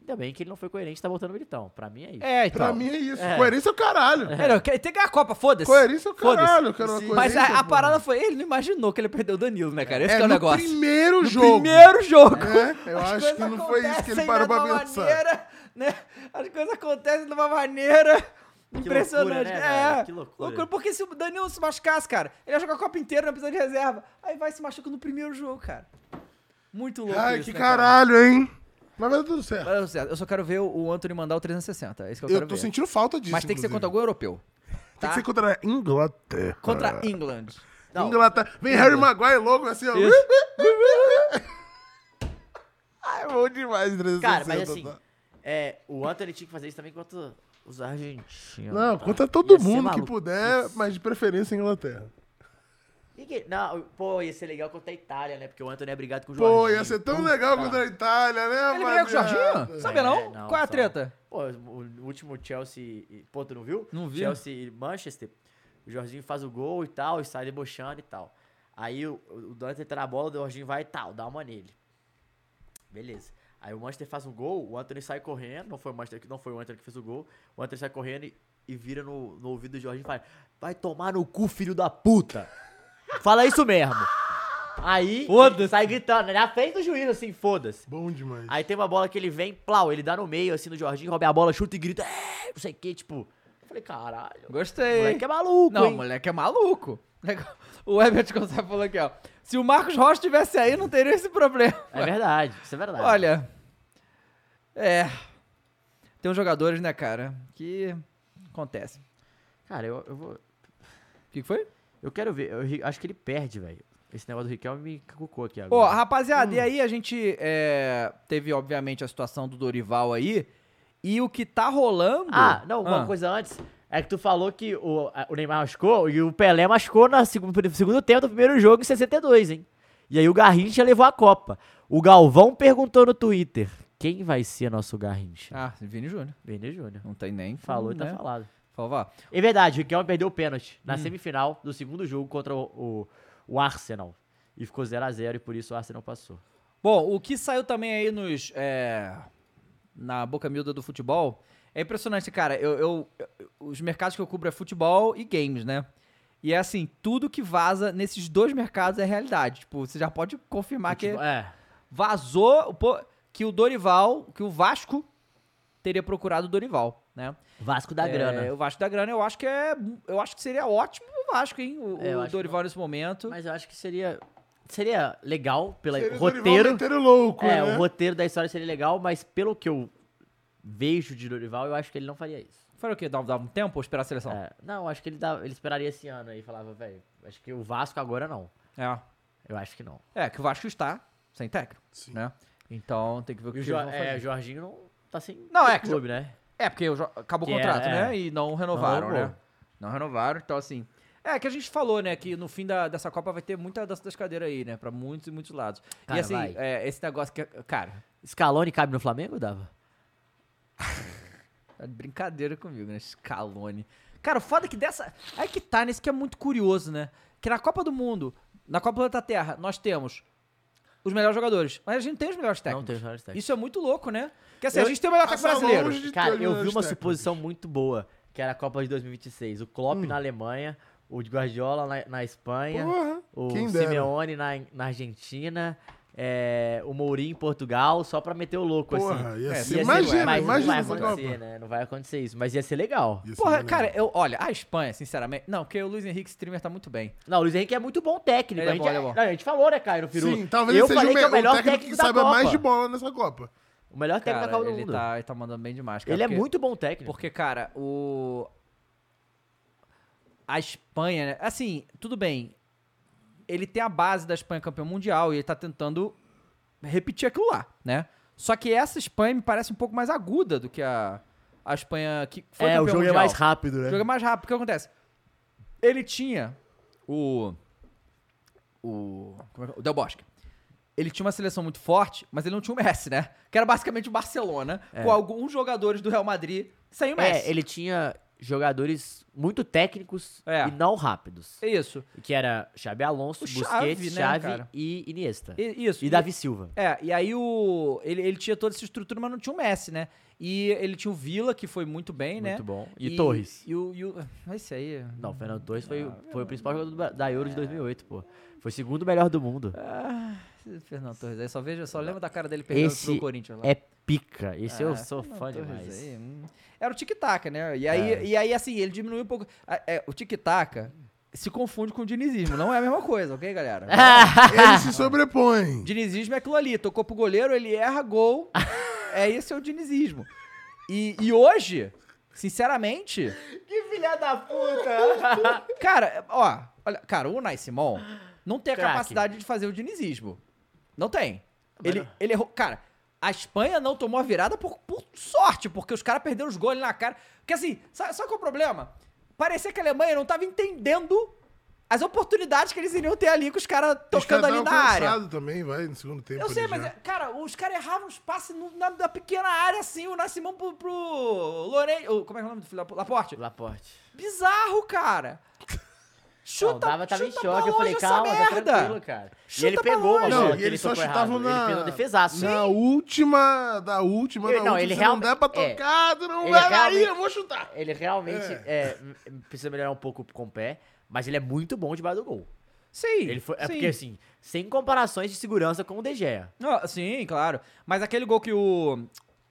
Speaker 2: Ainda bem que ele não foi coerente tá voltando o Militão. Pra mim é isso.
Speaker 1: É, então.
Speaker 3: Pra mim é isso. Coerência é o caralho.
Speaker 1: É, não, quer- tem que ganhar a Copa, foda-se.
Speaker 3: Coerência é o
Speaker 1: Foda-se.
Speaker 3: caralho, que era uma
Speaker 1: Sim. Mas
Speaker 3: coerência,
Speaker 1: a, a
Speaker 3: pô.
Speaker 1: parada foi, ele não imaginou que ele perdeu o Danilo, né, cara? Esse
Speaker 3: É,
Speaker 1: que é o
Speaker 3: no
Speaker 1: negócio.
Speaker 3: primeiro
Speaker 1: No
Speaker 3: jogo.
Speaker 1: primeiro jogo.
Speaker 3: É, eu acho que não foi isso que ele
Speaker 1: acontecem,
Speaker 3: parou
Speaker 1: né,
Speaker 3: pra
Speaker 1: de uma
Speaker 3: pensar.
Speaker 1: maneira, né? As coisas acontecem de uma maneira impressionante.
Speaker 2: loucura, né,
Speaker 1: é,
Speaker 2: velho? Que loucura.
Speaker 1: Porque se o Danilo se machucasse, cara, ele ia jogar a Copa inteira na precisa de reserva. Aí vai e se machuca no primeiro jogo, cara. Muito louco
Speaker 3: Ai,
Speaker 1: isso,
Speaker 3: que
Speaker 1: né,
Speaker 3: caralho, hein? Mas vai dar tudo certo.
Speaker 1: Mas, Zé, Eu só quero ver o Anthony mandar o 360. É isso que eu,
Speaker 3: Eu
Speaker 1: quero
Speaker 3: tô
Speaker 1: ver.
Speaker 3: sentindo falta disso,
Speaker 1: Mas tem que ser
Speaker 3: inclusive.
Speaker 1: contra algum europeu.
Speaker 3: Tem
Speaker 1: tá?
Speaker 3: que ser contra a Inglaterra.
Speaker 1: Contra a England. Não.
Speaker 3: Inglaterra. Vem Harry Maguire logo assim, ó.
Speaker 1: Isso.
Speaker 3: Ai, É bom demais, 360.
Speaker 2: Cara, mas assim,
Speaker 3: tá?
Speaker 2: é, o Anthony tinha que fazer isso também contra os argentinos.
Speaker 3: Não,
Speaker 2: tá?
Speaker 3: contra
Speaker 2: Ia
Speaker 3: todo
Speaker 2: ser
Speaker 3: mundo que
Speaker 2: maluco.
Speaker 3: puder, mas de preferência a Inglaterra.
Speaker 2: E que- Não, pô, ia ser legal contra a Itália, né? Porque o Anthony é brigado com o Jorginho.
Speaker 3: Pô, ia ser tão legal contra a Itália, né,
Speaker 1: Ele
Speaker 2: é
Speaker 1: brigou com o
Speaker 3: rapaziada?
Speaker 1: Jorginho? Sabia não? Qual é a
Speaker 2: só-
Speaker 1: treta?
Speaker 2: Pô, o último Chelsea... e- Pô, tu não viu?
Speaker 1: Não vi.
Speaker 2: Chelsea e Manchester. O Jorginho faz o gol e tal, e sai debochando e tal. Aí o, o Dante entra na bola, o Jorginho vai e tal, dá uma nele. Beleza. Aí o Manchester faz um gol, o Anthony sai correndo, não foi o Manchester, que- não foi o Anthony que fez o gol, o Anthony sai correndo e, e vira no, no ouvido do Jorginho e fala, vai tomar no cu, filho da puta. fala isso mesmo. Aí ele sai gritando, né, na frente do juiz, assim, foda-se.
Speaker 3: Bom demais.
Speaker 2: Aí tem uma bola que ele vem, plau, ele dá no meio, assim, no Jorginho, rouba a bola, chuta e grita, "É", não sei o que, tipo... Eu falei, caralho.
Speaker 1: Gostei.
Speaker 2: Moleque é maluco,
Speaker 1: Não,
Speaker 2: hein?
Speaker 1: moleque é maluco. O Herbert Gonçalves falou aqui, ó. Se o Marcos Rocha estivesse aí, não teria esse problema.
Speaker 2: É verdade, isso é verdade.
Speaker 1: Olha. É. Tem uns jogadores, né, cara? Que acontece.
Speaker 2: Cara, eu, eu vou...
Speaker 1: O que, que foi?
Speaker 2: Eu quero ver, eu ri- acho que ele perde, velho. Esse negócio do Riquelme me cacucou aqui agora.
Speaker 1: Ó, rapaziada, e aí a gente é, teve, obviamente, a situação do Dorival aí. E o que tá rolando.
Speaker 2: Ah, não, uma
Speaker 1: Ah.
Speaker 2: coisa antes. É que tu falou que o, a- o Neymar machucou e o Pelé machucou na seg- no segundo tempo do primeiro jogo em 62, hein? E aí o Garrincha levou a Copa. O Galvão perguntou no Twitter: quem vai ser nosso Garrincha?
Speaker 1: Ah, Vini Júnior.
Speaker 2: Vini Júnior.
Speaker 1: Não tem nem.
Speaker 2: Falou e tá
Speaker 1: né?
Speaker 2: falado.
Speaker 1: Falou,
Speaker 2: É verdade, o Riquelme perdeu o pênalti na
Speaker 1: Hum.
Speaker 2: semifinal do segundo jogo contra o, o- o Arsenal. E ficou 0 a 0 e por isso o Arsenal passou.
Speaker 1: Bom, o que saiu também aí nos. é, na boca miúda do futebol. É impressionante, cara. Eu, eu- eu- os mercados que eu cubro é futebol e games, né? E é assim, tudo que vaza nesses dois mercados é realidade. Tipo, você já pode confirmar
Speaker 2: Futebol-
Speaker 1: que
Speaker 2: é.
Speaker 1: vazou o po- que o Dorival, que o Vasco teria procurado o Dorival, né?
Speaker 2: Vasco da
Speaker 1: É,
Speaker 2: grana.
Speaker 1: O Vasco da grana, eu acho que é, eu acho que seria ótimo o Vasco, hein? O,
Speaker 2: É, eu
Speaker 1: o
Speaker 2: acho
Speaker 1: Dorival nesse momento.
Speaker 2: Mas eu acho que seria. Seria É legal pelo
Speaker 3: Seria o
Speaker 2: roteiro.
Speaker 3: Dorival meter o louco,
Speaker 2: é,
Speaker 3: né?
Speaker 2: o roteiro da história seria legal, mas pelo que eu vejo de Dorival, eu acho que ele não faria isso.
Speaker 1: Faria o quê? Dava, dava um tempo ou esperar a seleção?
Speaker 2: É, não, acho que ele, dava, ele esperaria esse ano aí e falava, velho, acho que o Vasco agora não.
Speaker 1: É.
Speaker 2: Eu acho que não.
Speaker 1: É, que o Vasco está sem técnico, né? Então tem que ver o que
Speaker 2: E o
Speaker 1: eles
Speaker 2: Jo-
Speaker 1: vão fazer.
Speaker 2: é, o Jorginho não tá sem
Speaker 1: Não, é que-
Speaker 2: clube, né?
Speaker 1: É, porque o jo- acabou o
Speaker 2: Que
Speaker 1: contrato,
Speaker 2: era,
Speaker 1: né?
Speaker 2: é.
Speaker 1: E não renovaram,
Speaker 2: Não
Speaker 1: né?
Speaker 2: renovou.
Speaker 1: Não renovaram, então assim... É, que a gente falou, né, que no fim da- dessa Copa vai ter muita dança das cadeiras aí, né? Pra muitos e muitos lados.
Speaker 2: Cara,
Speaker 1: e assim,
Speaker 2: vai.
Speaker 1: é, esse negócio que... Cara,
Speaker 2: Scaloni cabe no Flamengo, Dava?
Speaker 1: tá de brincadeira comigo, né? Scaloni. Cara, o foda é que dessa... Aí que tá, nesse que é muito curioso, né? Que na Copa do Mundo, na Copa do Planeta Terra, nós temos os melhores jogadores. Mas a gente não tem os melhores técnicos.
Speaker 2: tem os melhores técnicos.
Speaker 1: Isso é muito louco, né? Porque assim, a
Speaker 2: Eu-
Speaker 1: gente tem o melhor técnico brasileiro.
Speaker 2: Cara, eu vi uma suposição muito boa, que era a Copa de 2026. O Klopp
Speaker 1: Hum.
Speaker 2: na Alemanha, o de Guardiola na, na Espanha,
Speaker 3: Porra,
Speaker 2: o
Speaker 3: quem dera.
Speaker 2: Simeone na, na Argentina, é, o Mourinho em Portugal, só pra meter o louco,
Speaker 3: Porra,
Speaker 2: assim.
Speaker 3: ia
Speaker 2: É,
Speaker 3: ser- imagina,
Speaker 2: mas
Speaker 3: imagina
Speaker 2: não
Speaker 3: essa
Speaker 2: vai
Speaker 3: Copa.
Speaker 2: acontecer, né? Não vai acontecer isso, mas ia ser legal.
Speaker 3: né,
Speaker 1: Porra, cara, eu, olha, a Espanha, sinceramente. Não, porque o Luiz Henrique Streamer tá muito bem.
Speaker 2: Não, o Luiz Henrique é muito bom técnico.
Speaker 1: Ele é
Speaker 2: a, gente,
Speaker 1: bom, ele é bom.
Speaker 2: não, a gente falou, né, Caio, no Peru.
Speaker 3: Sim, então, talvez
Speaker 2: eu
Speaker 3: ele seja
Speaker 2: falei
Speaker 3: o, me-
Speaker 2: que é o melhor
Speaker 3: técnico, que
Speaker 2: da
Speaker 3: saiba
Speaker 2: Copa.
Speaker 3: mais de bola nessa Copa.
Speaker 2: O melhor técnico
Speaker 1: Cara,
Speaker 2: da Copa do
Speaker 1: ele,
Speaker 2: Mundo.
Speaker 1: tá, ele tá mandando bem demais, cara.
Speaker 2: Ele é
Speaker 1: porque-
Speaker 2: muito bom técnico.
Speaker 1: Porque, cara, o. A Espanha, né? Assim, tudo bem. Ele tem a base da Espanha campeão mundial e ele tá tentando repetir aquilo lá, né? Só que essa Espanha me parece um pouco mais aguda do que a, a Espanha que foi
Speaker 2: É, o
Speaker 1: campeã
Speaker 2: jogo é
Speaker 1: mundial.
Speaker 2: mais rápido, né?
Speaker 1: O jogo é mais rápido. O que acontece? Ele tinha o. O. como é que é? O Del Bosque. Ele tinha uma seleção muito forte, mas ele não tinha o Messi, né? Que era basicamente o Barcelona,
Speaker 2: É.
Speaker 1: com alguns jogadores do Real Madrid sem o Messi.
Speaker 2: É, ele tinha jogadores muito técnicos
Speaker 1: É.
Speaker 2: e não rápidos.
Speaker 1: Isso.
Speaker 2: Que era Xabi Alonso,
Speaker 1: O Xavi,
Speaker 2: Busquets,
Speaker 1: né,
Speaker 2: Xavi
Speaker 1: cara?
Speaker 2: e Iniesta.
Speaker 1: E, isso.
Speaker 2: E Davi Silva.
Speaker 1: É, e aí o ele, ele tinha toda essa estrutura, mas não tinha o Messi, né? E ele tinha o Villa, que foi muito bem, né?
Speaker 2: Muito bom. E Torres.
Speaker 1: E o... E o mas isso aí...
Speaker 2: Não, o Fernando Torres foi,
Speaker 1: Ah, é.
Speaker 2: foi o principal jogador do Bra- da Euro de 2008, pô. Foi o segundo melhor do mundo.
Speaker 1: Ah, Fernando Torres, aí só vejo, só lembro da cara dele perdendo
Speaker 2: Esse
Speaker 1: pro Corinthians lá.
Speaker 2: é pica. Esse eu
Speaker 1: Ah,
Speaker 2: sou
Speaker 1: Fernando
Speaker 2: fã
Speaker 1: Torres
Speaker 2: demais.
Speaker 1: aí, hum. Era o tic-tac, né? E aí,
Speaker 2: É.
Speaker 1: e aí, assim, ele diminuiu um pouco. Ah, é, o tic-tac se confunde com o dinizismo. Não é a mesma coisa, ok, galera?
Speaker 3: Então, Ele se sobrepõe.
Speaker 1: Dinizismo é aquilo ali. Tocou pro goleiro, ele erra gol. é esse é o dinizismo. E, e hoje, sinceramente...
Speaker 13: Que filha da puta!
Speaker 1: Cara, ó, olha, cara, o Unai Simon não tem a
Speaker 13: Craque.
Speaker 1: capacidade de fazer o dinizismo. Não tem. Ele, ele errou. Cara, a Espanha não tomou a virada por, por sorte, porque os caras perderam os gols ali na cara. Porque assim, sabe, sabe qual é o problema? Parecia que a Alemanha não tava entendendo as oportunidades que eles iriam ter ali com os caras
Speaker 3: Os caras
Speaker 1: tocando ali
Speaker 3: estavam
Speaker 1: na área.
Speaker 3: cansados também, vai, no segundo tempo.
Speaker 1: Eu sei,
Speaker 3: ali
Speaker 1: mas,
Speaker 3: já.
Speaker 1: é, cara, os caras erravam os passes no- na, na pequena área, assim, o Nascimão pro, pro Lourenço. Como é que é o nome do filho? Laporte?
Speaker 2: Laporte.
Speaker 1: Bizarro, cara. Chuta,
Speaker 2: Não, tava, tava em
Speaker 1: chuta
Speaker 2: choque.
Speaker 1: pra
Speaker 2: Eu falei,
Speaker 1: longe essa
Speaker 2: calma, tá
Speaker 1: merda.
Speaker 2: tranquilo, cara.
Speaker 1: Chuta
Speaker 2: e ele
Speaker 1: pra
Speaker 2: pegou
Speaker 1: longe.
Speaker 2: uma
Speaker 3: Não,
Speaker 2: bola
Speaker 3: e
Speaker 2: que
Speaker 3: eles só
Speaker 2: tocou
Speaker 3: chutavam
Speaker 2: errado.
Speaker 3: na.
Speaker 2: Ele pegou defesaço.
Speaker 3: Na última. Da última,
Speaker 2: Ele-
Speaker 3: da
Speaker 2: não,
Speaker 3: última.
Speaker 2: ele
Speaker 3: se
Speaker 2: realme-
Speaker 3: não der pra
Speaker 2: é.
Speaker 3: tocar, tu não
Speaker 2: Ele
Speaker 3: vai aí,
Speaker 2: realmente-
Speaker 3: eu vou chutar.
Speaker 2: Ele realmente
Speaker 3: É.
Speaker 2: é, m- precisa melhorar um pouco com o pé, mas ele é muito bom debaixo do gol.
Speaker 1: Sim.
Speaker 2: Ele foi, é
Speaker 1: sim.
Speaker 2: porque, assim, sem comparações de segurança com o De Gea.
Speaker 1: Não, sim, claro. Mas aquele gol que o.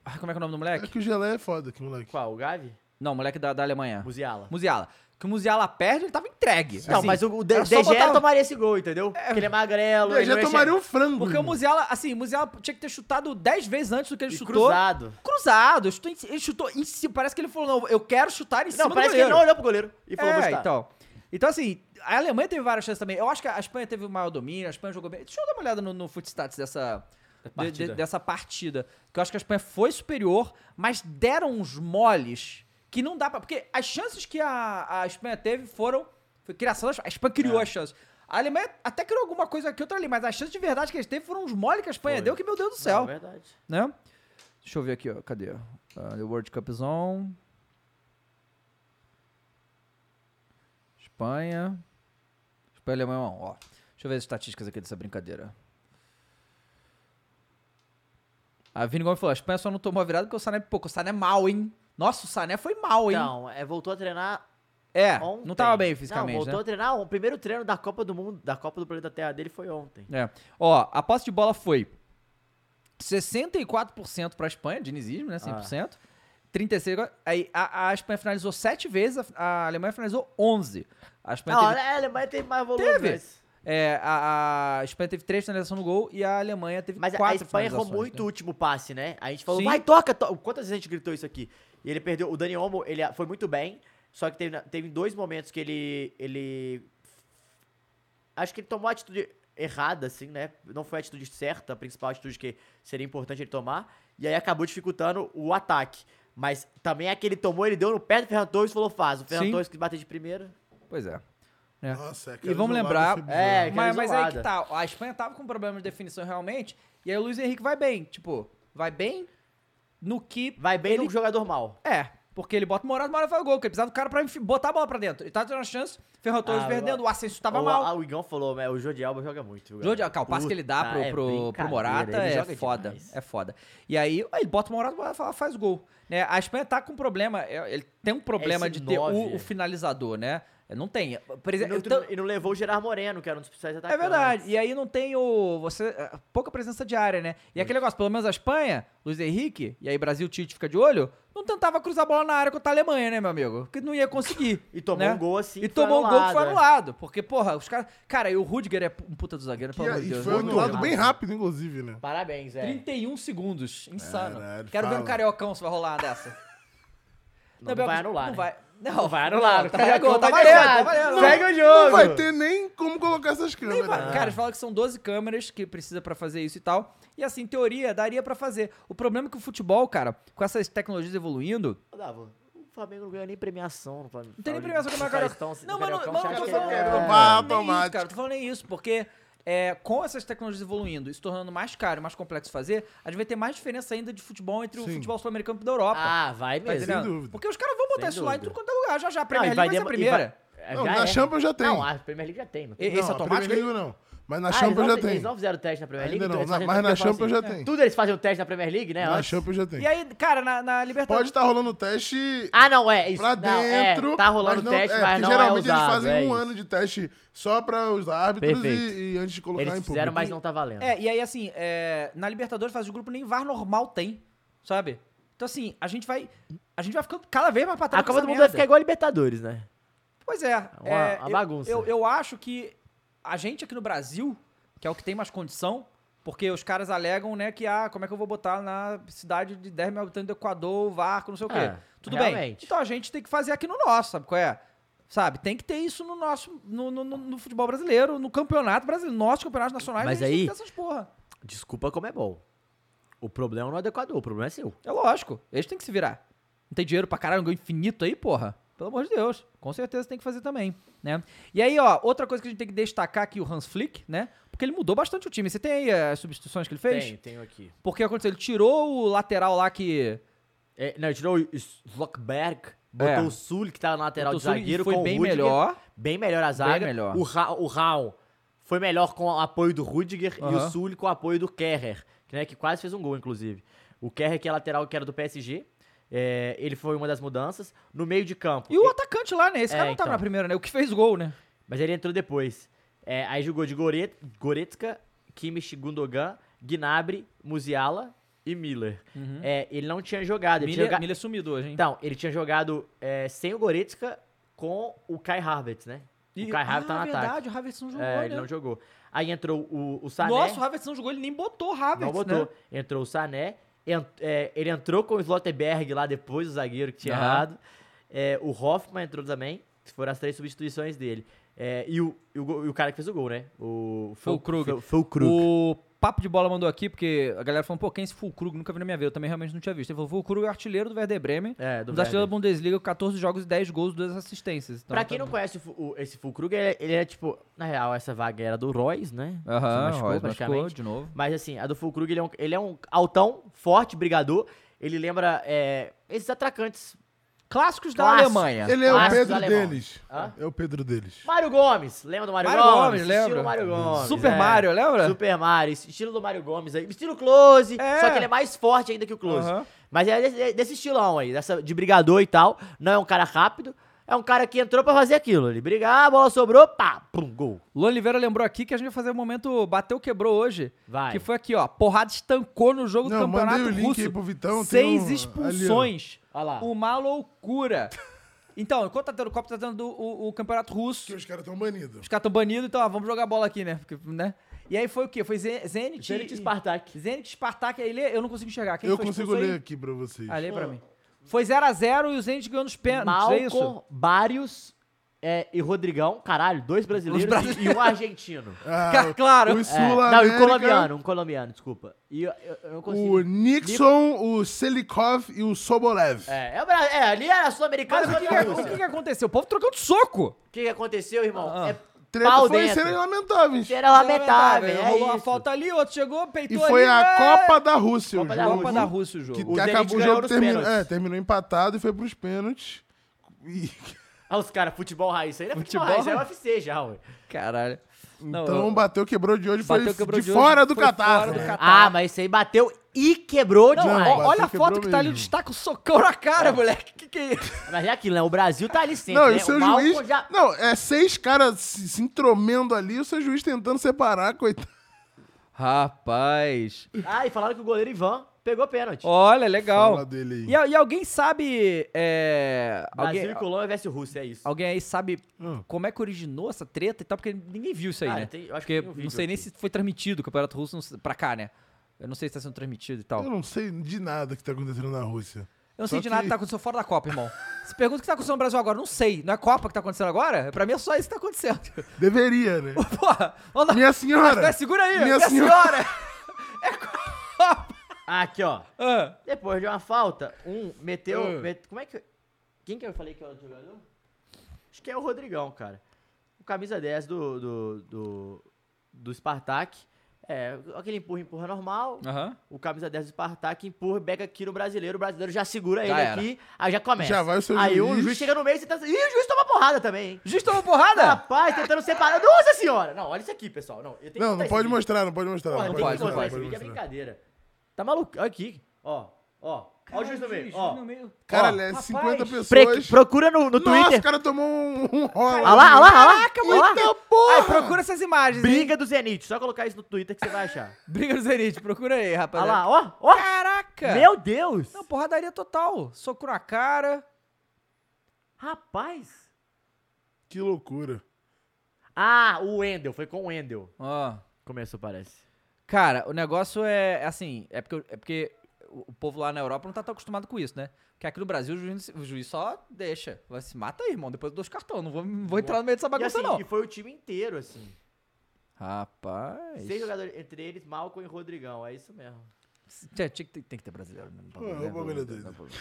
Speaker 1: Ah, Como é que é o nome do moleque?
Speaker 3: É que o Gelé é foda, que moleque.
Speaker 2: Qual? O Gavi?
Speaker 1: Não, o moleque da, da Alemanha.
Speaker 2: Muziala.
Speaker 1: Muziala. Que o Muziala perde, ele tava entregue.
Speaker 2: Não,
Speaker 1: Assim,
Speaker 2: mas o o De,
Speaker 1: era só
Speaker 2: De Gea
Speaker 1: botar-
Speaker 2: tomaria esse gol, entendeu? Porque ele é magrelo.
Speaker 1: De
Speaker 2: ele
Speaker 1: Gea
Speaker 2: não ia
Speaker 1: tomaria
Speaker 2: chegar-
Speaker 1: um Porque o Muziala, assim, o Muziala tinha que ter chutado 10 vezes antes do que ele chutou.
Speaker 2: cruzado.
Speaker 1: Cruzado. Chutou em- ele chutou em cima. Parece que ele falou, não, eu quero chutar em cima do
Speaker 2: parece que ele
Speaker 1: goleiro.
Speaker 2: não olhou pro goleiro e falou,
Speaker 1: é,
Speaker 2: "Vou chutar."
Speaker 1: então. Então, assim, a Alemanha teve várias chances também. Eu acho que a Espanha teve o maior domínio, a Espanha jogou bem. Deixa eu dar uma olhada no, no footstats dessa... de- de-
Speaker 2: partida.
Speaker 1: dessa partida. Que eu acho que a Espanha foi superior, mas deram uns moles que não dá pra. Porque as chances que a, a Espanha teve foram. Foi criação das, A Espanha criou
Speaker 2: É.
Speaker 1: as chances. A Alemanha até criou alguma coisa aqui, outra ali, mas as chances de verdade que eles teve foram uns moles que a Espanha deu, que meu Deus do céu.
Speaker 2: É verdade.
Speaker 1: Né? Deixa eu ver aqui, ó. Cadê? Ah, the World Cup Zone. Espanha. Espanha e Alemanha, um ó. Deixa eu ver as estatísticas aqui dessa brincadeira. A Vini Gomes falou, a Espanha só não tomou a virada porque o Sané pipocou. O Sané é mal, hein? Nossa, o Sané foi mal, hein?
Speaker 2: Então, é, voltou a treinar
Speaker 1: é,
Speaker 2: ontem.
Speaker 1: não tava bem fisicamente,
Speaker 2: Não, voltou
Speaker 1: né?
Speaker 2: a treinar. O primeiro treino da Copa do Mundo, da Copa do Planeta Terra dele foi ontem.
Speaker 1: É. Ó, a posse de bola foi 64% pra Espanha, dinizismo,
Speaker 2: Ah.
Speaker 1: né? 100%. 36%. agora- Aí a, a Espanha finalizou 7 vezes, a, a Alemanha finalizou 11. A Espanha
Speaker 2: Não, é
Speaker 1: teve-
Speaker 2: a Alemanha teve mais volume.
Speaker 1: teve.
Speaker 2: mas-
Speaker 1: É, a, a Espanha teve 3 finalizações no gol e a Alemanha teve
Speaker 2: Mas
Speaker 1: 4
Speaker 2: a Espanha errou
Speaker 1: finalizações, né?
Speaker 2: muito o último passe, né? A gente falou,
Speaker 1: Sim.
Speaker 2: vai, toca, to-". Quantas vezes a gente gritou isso aqui? E ele perdeu. O Dani Olmo, ele foi muito bem, só que teve, teve dois momentos que ele, ele. Acho que ele tomou a atitude errada, assim, né? Não foi a atitude certa, a principal atitude que seria importante ele tomar. E aí acabou dificultando o ataque. Mas também a que ele tomou, ele deu no pé do Ferran Torres e falou, faz. O Ferran
Speaker 1: Sim.
Speaker 2: Torres que bateu de primeira.
Speaker 1: Pois é. né?
Speaker 3: Nossa, é
Speaker 1: E
Speaker 3: aquela né?
Speaker 1: vamos
Speaker 3: isolada
Speaker 1: lembrar.
Speaker 3: foi bizarra.
Speaker 1: mas,
Speaker 2: É, aquela
Speaker 1: mas aí que
Speaker 2: isolada.
Speaker 1: tá. A Espanha tava com problema de definição realmente. E aí o Luiz Henrique vai bem. Tipo, vai bem no que.
Speaker 2: Vai bem no jogador mal.
Speaker 1: É. Porque ele bota o Morata, o Morata faz o gol. Porque ele precisava do cara pra enfi- botar a bola pra dentro. Ele tava tendo a chance, Ferran Torres
Speaker 2: Ah,
Speaker 1: perdendo, o Ascenso tava
Speaker 2: o,
Speaker 1: mal.
Speaker 2: ah, o Igão falou, né, o Jordi Alba joga muito. viu,
Speaker 1: Jogo de
Speaker 2: galera?
Speaker 1: cara, o passe que ele dá
Speaker 2: Puta,
Speaker 1: pro,
Speaker 2: é
Speaker 1: pro, pro
Speaker 2: brincadeira,
Speaker 1: Morata
Speaker 2: ele
Speaker 1: é
Speaker 2: joga
Speaker 1: foda.
Speaker 2: demais.
Speaker 1: É foda. E aí, aí ele bota o Morata e faz, faz gol. Né? A Espanha tá com problema. é, Ele tem um problema
Speaker 2: Esse
Speaker 1: de ter o,
Speaker 2: nove.
Speaker 1: o finalizador, né? Não tem. Por
Speaker 2: E
Speaker 1: exemplo,
Speaker 2: não,
Speaker 1: eu tam-
Speaker 2: e não levou o Gerard Moreno, que era um dos principais
Speaker 1: É
Speaker 2: atacantes.
Speaker 1: verdade. E aí não tem o. Você, eh, pouca presença diária, né? E aquele negócio, pelo menos a Espanha, Luiz Henrique, e aí Brasil Tite fica de olho, não tentava cruzar a bola na área contra a Alemanha, né, meu amigo? Porque não ia conseguir.
Speaker 2: E tomou
Speaker 1: né?
Speaker 2: um gol assim.
Speaker 1: E
Speaker 2: que foi
Speaker 1: tomou um gol que
Speaker 2: anulado,
Speaker 1: foi
Speaker 2: é.
Speaker 1: anulado. Porque, porra, os caras. Cara, e o Rudiger é um puta do zagueiro, pelo
Speaker 3: E,
Speaker 1: amor de
Speaker 3: e
Speaker 1: Deus.
Speaker 3: foi
Speaker 1: né?
Speaker 3: anulado bem rápido, inclusive, né?
Speaker 2: Parabéns, é.
Speaker 1: 31 segundos. Insano.
Speaker 3: Caralho,
Speaker 1: Quero ver
Speaker 3: fala.
Speaker 1: um cariocão se vai rolar uma dessa.
Speaker 2: Não,
Speaker 1: Bel-
Speaker 2: vai anular,
Speaker 1: Não
Speaker 2: né?
Speaker 1: vai. Não,
Speaker 2: Não vai anular.
Speaker 1: Não,
Speaker 2: O
Speaker 1: tá
Speaker 2: cariocão
Speaker 1: valendo, tá
Speaker 2: vai
Speaker 1: valendo,
Speaker 2: anular.
Speaker 1: tá valendo.
Speaker 2: Segue o
Speaker 3: Não
Speaker 2: jogo.
Speaker 3: vai ter nem como colocar essas câmeras. né?
Speaker 1: Cara, eles falam que são 12 câmeras que precisa pra fazer isso e tal. E assim, em teoria, daria pra fazer. O problema é que o futebol, cara, com essas tecnologias evoluindo.
Speaker 2: Ô, Davo, O Flamengo não ganhou nem premiação. Não
Speaker 1: Não tem nem premiação como é carioca. Não, mas não, mas não tô
Speaker 3: Vá
Speaker 1: falando. Não,
Speaker 3: automático.
Speaker 1: cara, tô falando nem isso, porque é, com essas tecnologias evoluindo e se tornando mais caro, mais complexo fazer, a gente vai ter mais diferença ainda de futebol entre o
Speaker 2: Sim.
Speaker 1: futebol sul-americano e o da Europa. Tá
Speaker 2: Ah, vai mesmo.
Speaker 1: entendendo?
Speaker 2: Sem dúvida.
Speaker 1: Porque os caras vão botar
Speaker 2: Sem
Speaker 1: isso lá em
Speaker 2: dúvida.
Speaker 1: tudo quanto é lugar, já já. A
Speaker 2: Não, e
Speaker 1: Premier League vai ser
Speaker 2: vai
Speaker 1: a
Speaker 2: demo- e vai-
Speaker 1: primeira.
Speaker 2: É,
Speaker 3: Não,
Speaker 2: já
Speaker 3: na
Speaker 2: é.
Speaker 3: Champions já tem.
Speaker 2: Não, a Premier League já tem. não tem?
Speaker 3: Não, a Premier League não. Mas na
Speaker 2: Ah, eles
Speaker 3: Champions
Speaker 2: não
Speaker 3: já
Speaker 2: têm- Eles
Speaker 3: tem.
Speaker 2: não fizeram teste na Premier League?
Speaker 3: Ainda
Speaker 2: então
Speaker 3: não,
Speaker 2: eles
Speaker 3: na-
Speaker 2: fazem-
Speaker 3: mas
Speaker 2: eu
Speaker 3: na
Speaker 2: falo
Speaker 3: Champions
Speaker 2: assim,
Speaker 3: já tem.
Speaker 2: Tudo eles fazem o teste na Premier League, né?
Speaker 3: Na
Speaker 2: antes?
Speaker 3: Champions já tem.
Speaker 1: E aí, cara, na, na
Speaker 3: Pode
Speaker 1: Libertadores.
Speaker 3: estar rolando teste.
Speaker 2: Ah, não, é isso.
Speaker 3: Pra
Speaker 2: Não, é,
Speaker 3: dentro.
Speaker 2: tá rolando
Speaker 3: mas não-
Speaker 2: teste,
Speaker 3: é,
Speaker 2: mas
Speaker 3: porque
Speaker 2: não é
Speaker 3: Geralmente eles
Speaker 2: usado,
Speaker 3: fazem
Speaker 2: é
Speaker 3: um
Speaker 2: isso.
Speaker 3: ano de teste só para os árbitros
Speaker 2: Perfeito.
Speaker 3: e, e antes de colocar
Speaker 2: Eles
Speaker 3: em público.
Speaker 2: fizeram, mas não tá valendo.
Speaker 1: É, e aí, assim, é, na Libertadores, fase de grupo, nem VAR normal tem, sabe? Então, assim, a gente vai. A gente vai ficando cada vez mais pra trás.
Speaker 2: A Copa
Speaker 1: com
Speaker 2: do
Speaker 1: essa
Speaker 2: Mundo vai
Speaker 1: merda.
Speaker 2: ficar igual a Libertadores, né?
Speaker 1: Pois é.
Speaker 2: uma-
Speaker 1: é,
Speaker 2: uma
Speaker 1: eu-
Speaker 2: bagunça.
Speaker 1: Eu, eu, acho que a gente aqui no Brasil, que é o que tem mais condição, porque os caras alegam, né, que, ah, como é que eu vou botar na cidade de 10 mil habitantes do Equador, o Varco, não sei o quê.
Speaker 2: É,
Speaker 1: Tudo bem.
Speaker 2: realmente.
Speaker 1: Então a gente tem que fazer aqui no nosso, sabe qual é? Sabe, tem que ter isso no nosso, no, no, no- no futebol brasileiro, no campeonato brasileiro, nossos campeonatos nacionais,
Speaker 2: Mas
Speaker 1: a gente tem
Speaker 2: aí-
Speaker 1: que ter essas porra.
Speaker 2: Desculpa como é bom. O problema não é do Equador, o problema é seu.
Speaker 1: É lógico, eles têm que se virar. Não tem dinheiro pra caralho, um ganho infinito aí, porra. Pelo amor de Deus, com certeza tem que fazer também, né? E aí, ó, outra coisa que a gente tem que destacar aqui, o Hans Flick, né? Porque ele mudou bastante o time. Você tem aí eh, as substituições que ele fez?
Speaker 2: Tenho, tenho aqui.
Speaker 1: Porque aconteceu, ele tirou o lateral lá que...
Speaker 2: É, não, ele tirou o Slockberg, botou
Speaker 1: É.
Speaker 2: o Sul, que tava na lateral
Speaker 1: Botou
Speaker 2: de
Speaker 1: o Sul e
Speaker 2: zagueiro,
Speaker 1: foi
Speaker 2: com
Speaker 1: bem
Speaker 2: o Rudiger.
Speaker 1: melhor.
Speaker 2: Bem melhor a
Speaker 1: Bem
Speaker 2: zaga.
Speaker 1: melhor.
Speaker 2: O, Ra o Raul foi melhor com o apoio do Rudiger e
Speaker 1: Aham.
Speaker 2: o Sul com o apoio do Kerrer, que, né, que quase fez um gol, inclusive. O Kerrer, que é lateral, que era do PSG, é, ele foi uma das mudanças. No meio de campo...
Speaker 1: E o atacante lá, né? Esse
Speaker 2: É,
Speaker 1: cara não tava
Speaker 2: então.
Speaker 1: na primeira, né? O que fez o gol, né?
Speaker 2: Mas ele entrou depois. É, aí jogou de Goret, Goretzka, Kimmich, Gundogan, Gnabry, Musiala e Miller.
Speaker 1: Uhum.
Speaker 2: É, ele não tinha jogado. Ele
Speaker 1: Miller-
Speaker 2: tinha joga-
Speaker 1: Miller sumido hoje, hein?
Speaker 2: Então, ele tinha jogado é, sem o Goretzka com o Kai Havertz, né?
Speaker 1: E-
Speaker 2: O Kai
Speaker 1: Ah,
Speaker 2: Havertz tá no
Speaker 1: verdade,
Speaker 2: ataque.
Speaker 1: o Havertz não jogou,
Speaker 2: É, ele
Speaker 1: né?
Speaker 2: não jogou. Aí entrou o, o Sané.
Speaker 1: Nossa, o Havertz não jogou, ele nem botou o Havertz,
Speaker 2: né? Não botou.
Speaker 1: né?
Speaker 2: Entrou o Sané. ent- é, ele entrou com o Slotterberg lá depois, o zagueiro que tinha
Speaker 1: Aham.
Speaker 2: errado. É, o Hoffman entrou também. Foram as três substituições dele. É, e, o, e o go- e o cara que fez o gol, né? O,
Speaker 1: Foi o Krug.
Speaker 2: Foi, foi o Krug.
Speaker 1: O Papo de Bola mandou aqui, porque a galera falou, pô, quem é esse Full Krug? Nunca vi na minha vida, eu também realmente não tinha visto. Ele falou, Full Krug é artilheiro do Werder Bremen.
Speaker 2: É, do
Speaker 1: Um dos artilheiros
Speaker 2: Werder.
Speaker 1: da Bundesliga, com 14 jogos, 10 gols, 2 assistências. Então,
Speaker 2: pra quem
Speaker 1: tá-
Speaker 2: não conhece o Fu- o- esse Fulkrug, ele, ele é tipo. Na real, essa vaga era do Royce, né? Se
Speaker 1: Aham, Royce machucou de novo.
Speaker 2: Mas assim, a do Fulkrug, ele, é um, ele é um altão, forte, brigador. Ele lembra é, esses atracantes.
Speaker 1: Clássicos da Alemanha.
Speaker 3: Ele é o
Speaker 2: Clássicos
Speaker 3: Pedro
Speaker 2: alemão.
Speaker 3: deles.
Speaker 2: Hã?
Speaker 3: É o Pedro deles.
Speaker 2: Mário Gomes, lembra do Mário,
Speaker 1: Mário
Speaker 2: Gomes?
Speaker 1: Gomes,
Speaker 2: Estilo
Speaker 1: lembra?
Speaker 2: Mário Gomes. é.
Speaker 1: Super Mario, lembra?
Speaker 2: Super Mario, esse estilo do Mário Gomes aí. Estilo Close, só que ele é mais forte ainda que o Close.
Speaker 1: Aham.
Speaker 2: Mas é desse, é desse estilão aí, dessa, de brigador e tal. Não é um cara rápido, é um cara que entrou pra fazer aquilo. Ele brigar, a bola sobrou, pá, pum, gol.
Speaker 1: Luan Oliveira lembrou aqui que a gente vai fazer o momento bateu quebrou hoje.
Speaker 2: Vai.
Speaker 1: Que foi aqui, ó. Porrada estancou no jogo do
Speaker 3: Não, mandei
Speaker 1: campeonato
Speaker 3: o link
Speaker 1: russo.
Speaker 3: aí pro Vitão, tem
Speaker 1: Seis
Speaker 3: um-
Speaker 1: expulsões.
Speaker 3: ali, ó. Olha lá.
Speaker 1: Uma loucura. Então, enquanto tá tendo Copa, tá tendo o, o campeonato russo.
Speaker 3: Que os caras tão banidos.
Speaker 1: Os caras tão banidos, então, ó, vamos jogar bola aqui, né? Porque, né? E aí foi o quê? Foi Ze- Zenit.
Speaker 2: Zenit e
Speaker 1: Spartak. Zenit e Spartak. Aí lê- eu não consigo enxergar. Quem
Speaker 3: Eu
Speaker 1: foi
Speaker 3: consigo
Speaker 1: expulso
Speaker 3: ler
Speaker 1: aí?
Speaker 3: aqui pra vocês.
Speaker 1: Ah, lê pra mim. Foi 0x0 e o Zenit ganhou nos pênaltis, é
Speaker 2: Malcom,
Speaker 1: isso?
Speaker 2: Barrios é, e Rodrigão, caralho, dois brasileiros,
Speaker 1: Os brasileiros.
Speaker 2: E, e um argentino.
Speaker 3: Ah, Claro. os
Speaker 2: É, Não, e um
Speaker 3: Sul-América-
Speaker 2: colombiano, um colombiano, desculpa. E eu, eu- eu não consigo...
Speaker 3: O Nixon, o Selikov e o Sobolev.
Speaker 2: É, é o Bra- é, ali era sul-americano
Speaker 1: Mas o que,
Speaker 2: contra a
Speaker 1: que-
Speaker 2: Rússia.
Speaker 1: o que que aconteceu? O povo trocando soco.
Speaker 2: O que, que aconteceu, irmão?
Speaker 1: Ah,
Speaker 2: é
Speaker 3: Treta
Speaker 2: pau
Speaker 3: foi é
Speaker 2: dentro.
Speaker 3: serem lamentáveis.
Speaker 2: Serem lamentáveis, é
Speaker 1: Rolou uma
Speaker 2: isso.
Speaker 1: falta ali, outro chegou, peitou
Speaker 3: E foi
Speaker 1: ali,
Speaker 3: a
Speaker 1: é.
Speaker 3: Copa da Rússia
Speaker 1: Copa
Speaker 3: o
Speaker 1: da-
Speaker 3: jogo.
Speaker 1: Copa da Rússia o jogo.
Speaker 3: Que
Speaker 1: O Zenit
Speaker 3: acabou o
Speaker 2: ganhou
Speaker 3: jogo,
Speaker 2: nos
Speaker 3: terminou,
Speaker 2: pênaltis.
Speaker 3: é, terminou empatado e foi pros pênaltis. E-
Speaker 2: Ah, os caras, futebol raiz. Isso aí não é
Speaker 1: Futebol
Speaker 2: futebol, raiz, isso aí é
Speaker 1: raiz.
Speaker 2: UFC já, ué.
Speaker 1: Caralho.
Speaker 3: então bateu, quebrou de hoje,
Speaker 1: Bateu,
Speaker 3: foi
Speaker 1: quebrou
Speaker 3: de,
Speaker 1: de hoje,
Speaker 3: fora do
Speaker 1: foi fora
Speaker 3: Catar. né?
Speaker 1: do Catar.
Speaker 2: Ah, mas isso aí bateu e quebrou
Speaker 1: Não,
Speaker 2: demais.
Speaker 1: ó, olha a foto que tá ali, destaca o socão na cara, moleque. Que que é isso?
Speaker 2: Mas é aquilo, né? O Brasil tá ali sempre,
Speaker 3: Não,
Speaker 2: né?
Speaker 3: e o seu
Speaker 2: Malcom
Speaker 3: juiz.
Speaker 2: já-
Speaker 3: Não, é seis caras se, se intromendo ali, o seu juiz tentando separar, coitado.
Speaker 1: Rapaz.
Speaker 2: Ah, e falaram que o goleiro Ivan pegou pênalti.
Speaker 1: Olha, legal.
Speaker 3: Fala dele aí.
Speaker 1: E, al- e alguém sabe. É,
Speaker 2: Brasil
Speaker 1: alguém,
Speaker 2: e Colômbia versus Rússia, é isso.
Speaker 1: alguém aí sabe
Speaker 3: Hum.
Speaker 1: como é que originou essa treta e tal, porque ninguém viu isso aí,
Speaker 2: Ah,
Speaker 1: né?
Speaker 2: tem- eu acho que
Speaker 1: porque
Speaker 2: tem um
Speaker 1: não
Speaker 2: vídeo
Speaker 1: sei nem
Speaker 2: aqui.
Speaker 1: se foi transmitido o Campeonato Russo não sei- pra cá, né? Eu não sei se tá sendo transmitido e tal.
Speaker 3: Eu não sei de nada que tá acontecendo na Rússia.
Speaker 1: Eu não
Speaker 3: Só
Speaker 1: sei de nada
Speaker 3: que-
Speaker 1: que tá acontecendo fora da Copa, irmão. Se pergunta o que tá acontecendo no Brasil agora, não sei. Não é Copa que tá acontecendo agora? Pra mim é só isso que tá acontecendo.
Speaker 3: Deveria, né?
Speaker 1: Porra, vamos lá.
Speaker 3: Minha senhora.
Speaker 1: Mas, mas segura aí,
Speaker 3: Minha
Speaker 1: minha, senhora.
Speaker 2: Aqui, ó.
Speaker 1: Ah.
Speaker 2: Depois de uma falta, um meteu.
Speaker 1: Ah.
Speaker 2: met- Como é que. Quem que eu falei que era o jogador? Acho que é o Rodrigão, cara. O camisa 10 do. do, do do Spartak. É, aquele empurra, empurra normal.
Speaker 1: Aham.
Speaker 2: O camisa 10 do Spartak empurra, beca aqui no brasileiro. O brasileiro já segura ele
Speaker 1: Já era.
Speaker 2: aqui. Aí já começa.
Speaker 1: Já vai o seu
Speaker 2: aí o
Speaker 1: juiz.
Speaker 2: juiz chega no meio e você tá. Ih, o juiz toma porrada também, hein?
Speaker 1: Juiz toma porrada?
Speaker 2: Rapaz, tentando separar. Nossa senhora! Não, olha isso aqui, pessoal. Não, eu tenho que
Speaker 3: Não,
Speaker 2: botar
Speaker 3: não
Speaker 2: esse
Speaker 3: pode
Speaker 2: vídeo.
Speaker 3: mostrar, não pode mostrar.
Speaker 2: Porra,
Speaker 3: não
Speaker 2: tem que
Speaker 3: pode mostrar,
Speaker 2: mostrar.
Speaker 3: não
Speaker 2: Esse
Speaker 3: pode
Speaker 2: vídeo é
Speaker 3: mostrar.
Speaker 2: brincadeira. Tá maluco? Olha aqui. Ó, ó. Ó o juiz no meio. Ó.
Speaker 3: Caralho,
Speaker 2: Ó.
Speaker 3: é 50 pessoas.
Speaker 2: Pre- procura no, no
Speaker 3: Nossa, o
Speaker 2: Twitter.
Speaker 3: cara tomou um, um rola.
Speaker 2: Olha lá, olha lá, olha lá.
Speaker 1: Caraca,
Speaker 2: olha lá.
Speaker 1: muita porra! Ai, procura essas imagens. hein?
Speaker 2: Briga do Zenit. Só colocar isso no Twitter que você vai achar.
Speaker 1: Briga do Zenit, procura aí, rapaz.
Speaker 2: Olha lá, ó, ó.
Speaker 1: Caraca!
Speaker 2: Meu Deus.
Speaker 1: Não, porradaria total. Soco na cara.
Speaker 2: Rapaz.
Speaker 3: Que loucura.
Speaker 2: Ah, o Wendel. Foi com o Wendel.
Speaker 1: Ó.
Speaker 2: Começou, parece.
Speaker 1: Cara, o negócio é é assim, é porque, eu- é porque o o povo lá na Europa não tá tão acostumado com isso, né? Porque aqui no Brasil o juiz, o juiz só deixa. Vai se mata aí, irmão. Depois eu dou os cartões. Não vou, não vou entrar no meio dessa bagunça,
Speaker 2: e assim,
Speaker 1: não.
Speaker 2: E foi o time inteiro, assim.
Speaker 3: Ah, é
Speaker 1: Rapaz.
Speaker 2: Seis jogadores, entre eles, Malcom e Rodrigão. É isso mesmo.
Speaker 1: Tinha- tinha que- tem que ter brasileiro mesmo. pra-
Speaker 3: Pô, é
Speaker 1: né?
Speaker 3: um bagulho
Speaker 1: Não- não-
Speaker 3: doido.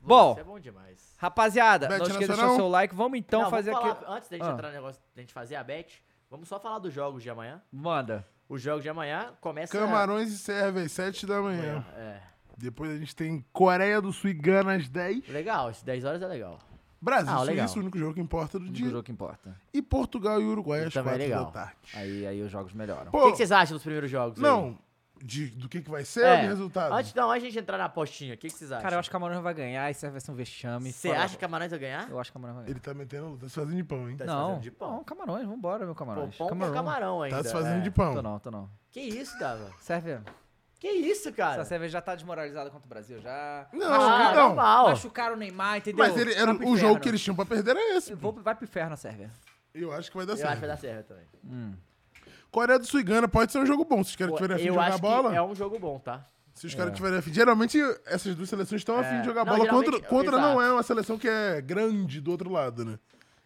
Speaker 1: Bom,
Speaker 2: Isso é bom demais.
Speaker 1: rapaziada,
Speaker 3: Bet
Speaker 1: não esqueça de deixar
Speaker 3: Nacional?
Speaker 1: seu like. Vamos então
Speaker 2: Não,
Speaker 1: fazer
Speaker 2: vamos
Speaker 1: aqui.
Speaker 2: falar, Antes da gente
Speaker 1: Ah,
Speaker 2: entrar no negócio, da gente fazer a bet, vamos só falar dos jogos de amanhã.
Speaker 1: Manda.
Speaker 2: Os jogos de amanhã começam...
Speaker 3: Camarões e serve às 7 da manhã.
Speaker 2: É.
Speaker 3: Depois a gente tem Coreia do Sul e Gana às 10.
Speaker 2: Legal, às 10 horas é legal.
Speaker 3: Brasil,
Speaker 2: Ah,
Speaker 3: Suíça,
Speaker 2: legal.
Speaker 3: o único jogo que importa do
Speaker 1: O
Speaker 3: dia.
Speaker 1: jogo que importa.
Speaker 3: E Portugal e Uruguai às 4
Speaker 2: Também é
Speaker 3: da
Speaker 2: legal.
Speaker 3: tarde.
Speaker 1: Aí, aí os jogos melhoram.
Speaker 3: Pô,
Speaker 2: O que, que vocês acham dos primeiros jogos? aí?
Speaker 3: Não, de- do que, que vai ser
Speaker 2: É.
Speaker 3: o resultado?
Speaker 2: Antes, não, antes de a gente entrar na apostinha, o que, que vocês acham?
Speaker 1: Cara, eu acho que o Camarões vai ganhar. Isso vai ser um vexame.
Speaker 2: Você
Speaker 1: Fala-
Speaker 2: acha que Camarões vai ganhar?
Speaker 1: Eu acho que o Camarões vai ganhar.
Speaker 3: Ele tá metendo, tá se fazendo de pão, hein?
Speaker 2: Tá se
Speaker 1: Não,
Speaker 2: fazendo de pão.
Speaker 1: não, camarões, vambora, meu camarões.
Speaker 2: Pô, pão com camarão ainda,
Speaker 3: Tá se fazendo
Speaker 2: é.
Speaker 3: de pão.
Speaker 1: Tô não, tô não.
Speaker 2: Que isso, Dava?
Speaker 1: Sérvia,
Speaker 2: Que isso, cara? Ah,
Speaker 1: essa Sérvia já tá desmoralizada contra o Brasil, já.
Speaker 3: Não,
Speaker 1: machucaram,
Speaker 3: então.
Speaker 1: machucaram o Neymar, entendeu?
Speaker 3: Mas ele- era,
Speaker 1: Vai pro
Speaker 3: o
Speaker 1: inferno.
Speaker 3: jogo que eles tinham pra perder era esse.
Speaker 1: Vou, vai pro inferno a Sérvia.
Speaker 3: Eu acho que vai dar
Speaker 2: Eu acho que
Speaker 3: certo.
Speaker 2: vai dar certo também.
Speaker 3: Coreia do Sul e Gana pode ser um jogo bom. Se os caras
Speaker 2: Pô,
Speaker 3: tiverem afim de
Speaker 2: eu
Speaker 3: jogar
Speaker 2: acho
Speaker 3: bola.
Speaker 2: que é um jogo bom, tá?
Speaker 3: Se os
Speaker 1: É.
Speaker 3: caras tiverem afim. Geralmente essas duas seleções estão afim de jogar
Speaker 2: É. Não,
Speaker 3: bola. Contra,
Speaker 2: geralmente-
Speaker 3: contra não
Speaker 2: exato.
Speaker 3: é uma seleção que é grande do outro lado, né?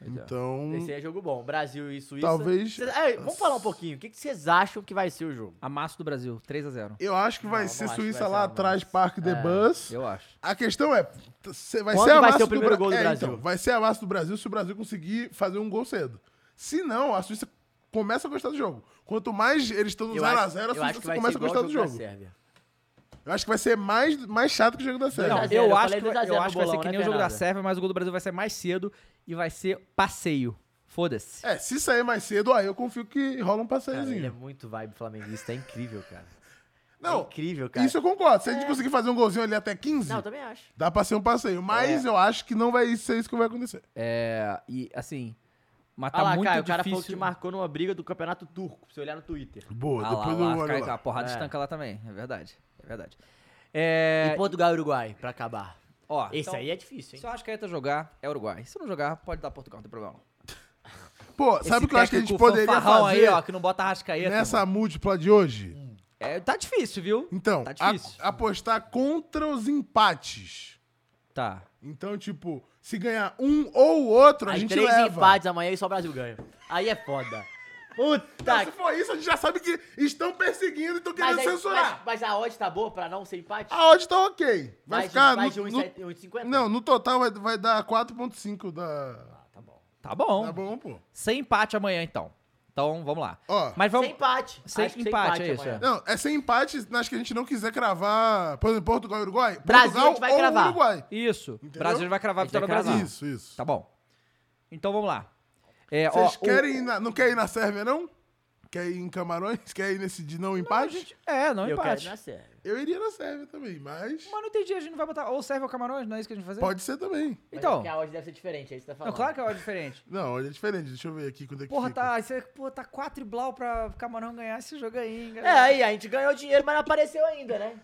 Speaker 3: Então.
Speaker 2: Esse aí é jogo bom. Brasil e Suíça.
Speaker 3: Talvez-
Speaker 2: Cês- é, vamos falar um pouquinho. O que que vocês acham que vai ser o jogo?
Speaker 1: Amasso do Brasil, 3x0.
Speaker 3: Eu acho que vai
Speaker 2: Não,
Speaker 3: ser
Speaker 2: não acho que
Speaker 3: Suíça
Speaker 2: vai ser
Speaker 3: lá
Speaker 2: uma
Speaker 3: atrás, Parque de
Speaker 1: É,
Speaker 3: Bus.
Speaker 1: Eu acho.
Speaker 3: A questão é, t- cê- vai
Speaker 2: Quando
Speaker 3: ser a
Speaker 2: vai
Speaker 3: massa
Speaker 2: ser o primeiro
Speaker 3: Bra-
Speaker 2: gol do
Speaker 3: É,
Speaker 2: Brasil?
Speaker 3: então, vai ser a massa do Brasil se o Brasil conseguir fazer um gol cedo. Se não, a Suíça começa a gostar do jogo. Quanto mais eles estão no
Speaker 2: Eu acho-
Speaker 3: 0x0, a
Speaker 2: eu acho
Speaker 3: Suíça
Speaker 2: que vai ser
Speaker 3: começa a
Speaker 2: igual
Speaker 3: gostar
Speaker 2: o
Speaker 3: do
Speaker 2: jogo da
Speaker 3: jogo.
Speaker 2: Sérvia.
Speaker 3: Eu acho que vai ser mais, mais chato que o jogo da Sérvia.
Speaker 1: Não,
Speaker 2: 2x0,
Speaker 1: eu,
Speaker 2: eu
Speaker 1: acho
Speaker 2: falei
Speaker 1: que, vai-
Speaker 2: 2x0
Speaker 1: eu
Speaker 2: no
Speaker 1: acho que vai ser
Speaker 2: bolão,
Speaker 1: que nem
Speaker 2: né,
Speaker 1: o jogo da
Speaker 2: Fernanda?
Speaker 1: Sérvia, mas o gol do Brasil vai ser mais cedo e vai ser passeio. Foda-se.
Speaker 3: É, se sair mais cedo, aí eu confio que rola um
Speaker 2: Cara, ele é
Speaker 3: passeiozinho.
Speaker 2: muito vibe flamenguista. É incrível, cara.
Speaker 3: Não,
Speaker 2: é incrível, cara.
Speaker 3: Isso eu concordo. Se a gente conseguir fazer um golzinho ali até 15,
Speaker 2: Não, eu também acho.
Speaker 3: dá pra ser um passeio. Mas eu acho que não vai ser isso que vai acontecer.
Speaker 1: É, e assim, mas tá
Speaker 2: Olha Ah lá,
Speaker 1: muito
Speaker 2: cara, o
Speaker 1: difícil.
Speaker 2: cara falou que te marcou numa briga do campeonato turco, pra você olhar no Twitter.
Speaker 3: Boa,
Speaker 1: Ah,
Speaker 3: depois
Speaker 1: lá,
Speaker 3: eu
Speaker 1: lá,
Speaker 3: olho
Speaker 1: cai,
Speaker 3: lá.
Speaker 1: a porrada
Speaker 2: É.
Speaker 1: estanca lá também, é verdade. É verdade. É,
Speaker 2: E Portugal e Uruguai, pra acabar.
Speaker 1: ó,
Speaker 2: Esse
Speaker 1: então,
Speaker 2: aí é difícil, hein?
Speaker 1: Se eu acho que a Arrascaeta jogar, é Uruguai. Se não jogar, pode dar Portugal, não tem problema. não.
Speaker 3: Pô, sabe
Speaker 1: Esse
Speaker 3: o que eu acho que a gente
Speaker 1: técnico
Speaker 3: poderia
Speaker 1: fanfarrão
Speaker 3: fazer
Speaker 1: aí, ó, que não bota Arrascaeta.
Speaker 3: nessa
Speaker 1: mano.
Speaker 3: múltipla de hoje?
Speaker 1: É, tá difícil, viu?
Speaker 3: Então,
Speaker 1: Tá
Speaker 3: a-
Speaker 1: difícil.
Speaker 3: apostar contra os empates.
Speaker 1: Tá.
Speaker 3: Então, tipo, se ganhar um ou outro, a
Speaker 2: Aí
Speaker 3: gente
Speaker 2: três
Speaker 3: leva.
Speaker 2: empates amanhã e só o Brasil ganha. Aí é foda.
Speaker 3: Então,
Speaker 2: Puta
Speaker 3: se
Speaker 2: que...
Speaker 3: for isso, a gente já sabe que estão perseguindo e estão
Speaker 2: Mas,
Speaker 3: querendo
Speaker 2: aí-
Speaker 3: censurar.
Speaker 2: mas, mas a odd tá boa pra não ser empate?
Speaker 3: A odd tá ok. Vai
Speaker 2: Mais de-
Speaker 3: ficar.
Speaker 2: mais
Speaker 3: no,
Speaker 2: de
Speaker 3: no-
Speaker 2: 1,7 1,50?
Speaker 3: Não, no total vai, vai dar 4,5 da.
Speaker 1: Tá bom.
Speaker 3: Tá bom, pô.
Speaker 1: Sem empate amanhã, então. Então, vamos lá.
Speaker 3: Ó.
Speaker 1: Mas vamos...
Speaker 2: Sem empate.
Speaker 1: Sem
Speaker 2: Acho que
Speaker 1: empate, é isso,
Speaker 2: amanhã.
Speaker 1: é.
Speaker 3: Não, é sem empate nas que a gente não quiser cravar. Por exemplo, Portugal e Uruguai.
Speaker 2: Brasil,
Speaker 3: Portugal
Speaker 2: a gente vai
Speaker 3: ou
Speaker 2: cravar.
Speaker 3: Uruguai.
Speaker 1: Isso. Brasil vai cravar a
Speaker 2: A gente vai
Speaker 1: vitória do Brasil.
Speaker 2: cravar.
Speaker 3: Isso, isso.
Speaker 1: Tá bom. Então, vamos lá. É, ó,
Speaker 3: Vocês
Speaker 1: o-
Speaker 3: querem ir na- não quer ir na Sérvia, não? Quer ir em Camarões? Quer ir nesse de não empate?
Speaker 1: É, não
Speaker 2: Eu quero
Speaker 1: empate.
Speaker 2: ir na Sérvia.
Speaker 3: Eu iria na Sérvia também, mas.
Speaker 1: Mas não entendi, a gente não vai botar ou serve ou camarões, não é isso que a gente vai fazer?
Speaker 3: Pode ser também.
Speaker 2: Mas é
Speaker 1: Então,
Speaker 2: porque a odd deve ser diferente, é isso que você tá falando.
Speaker 1: não, claro que é hora diferente.
Speaker 3: Não, olha, é diferente. Deixa eu ver aqui quando é que
Speaker 1: Porra,
Speaker 3: fica.
Speaker 1: tá, isso é- pô, tá 4 e blau pra camarão ganhar esse jogo aí, hein,
Speaker 2: É,
Speaker 1: galera.
Speaker 2: aí a gente ganhou dinheiro, mas não apareceu ainda, né?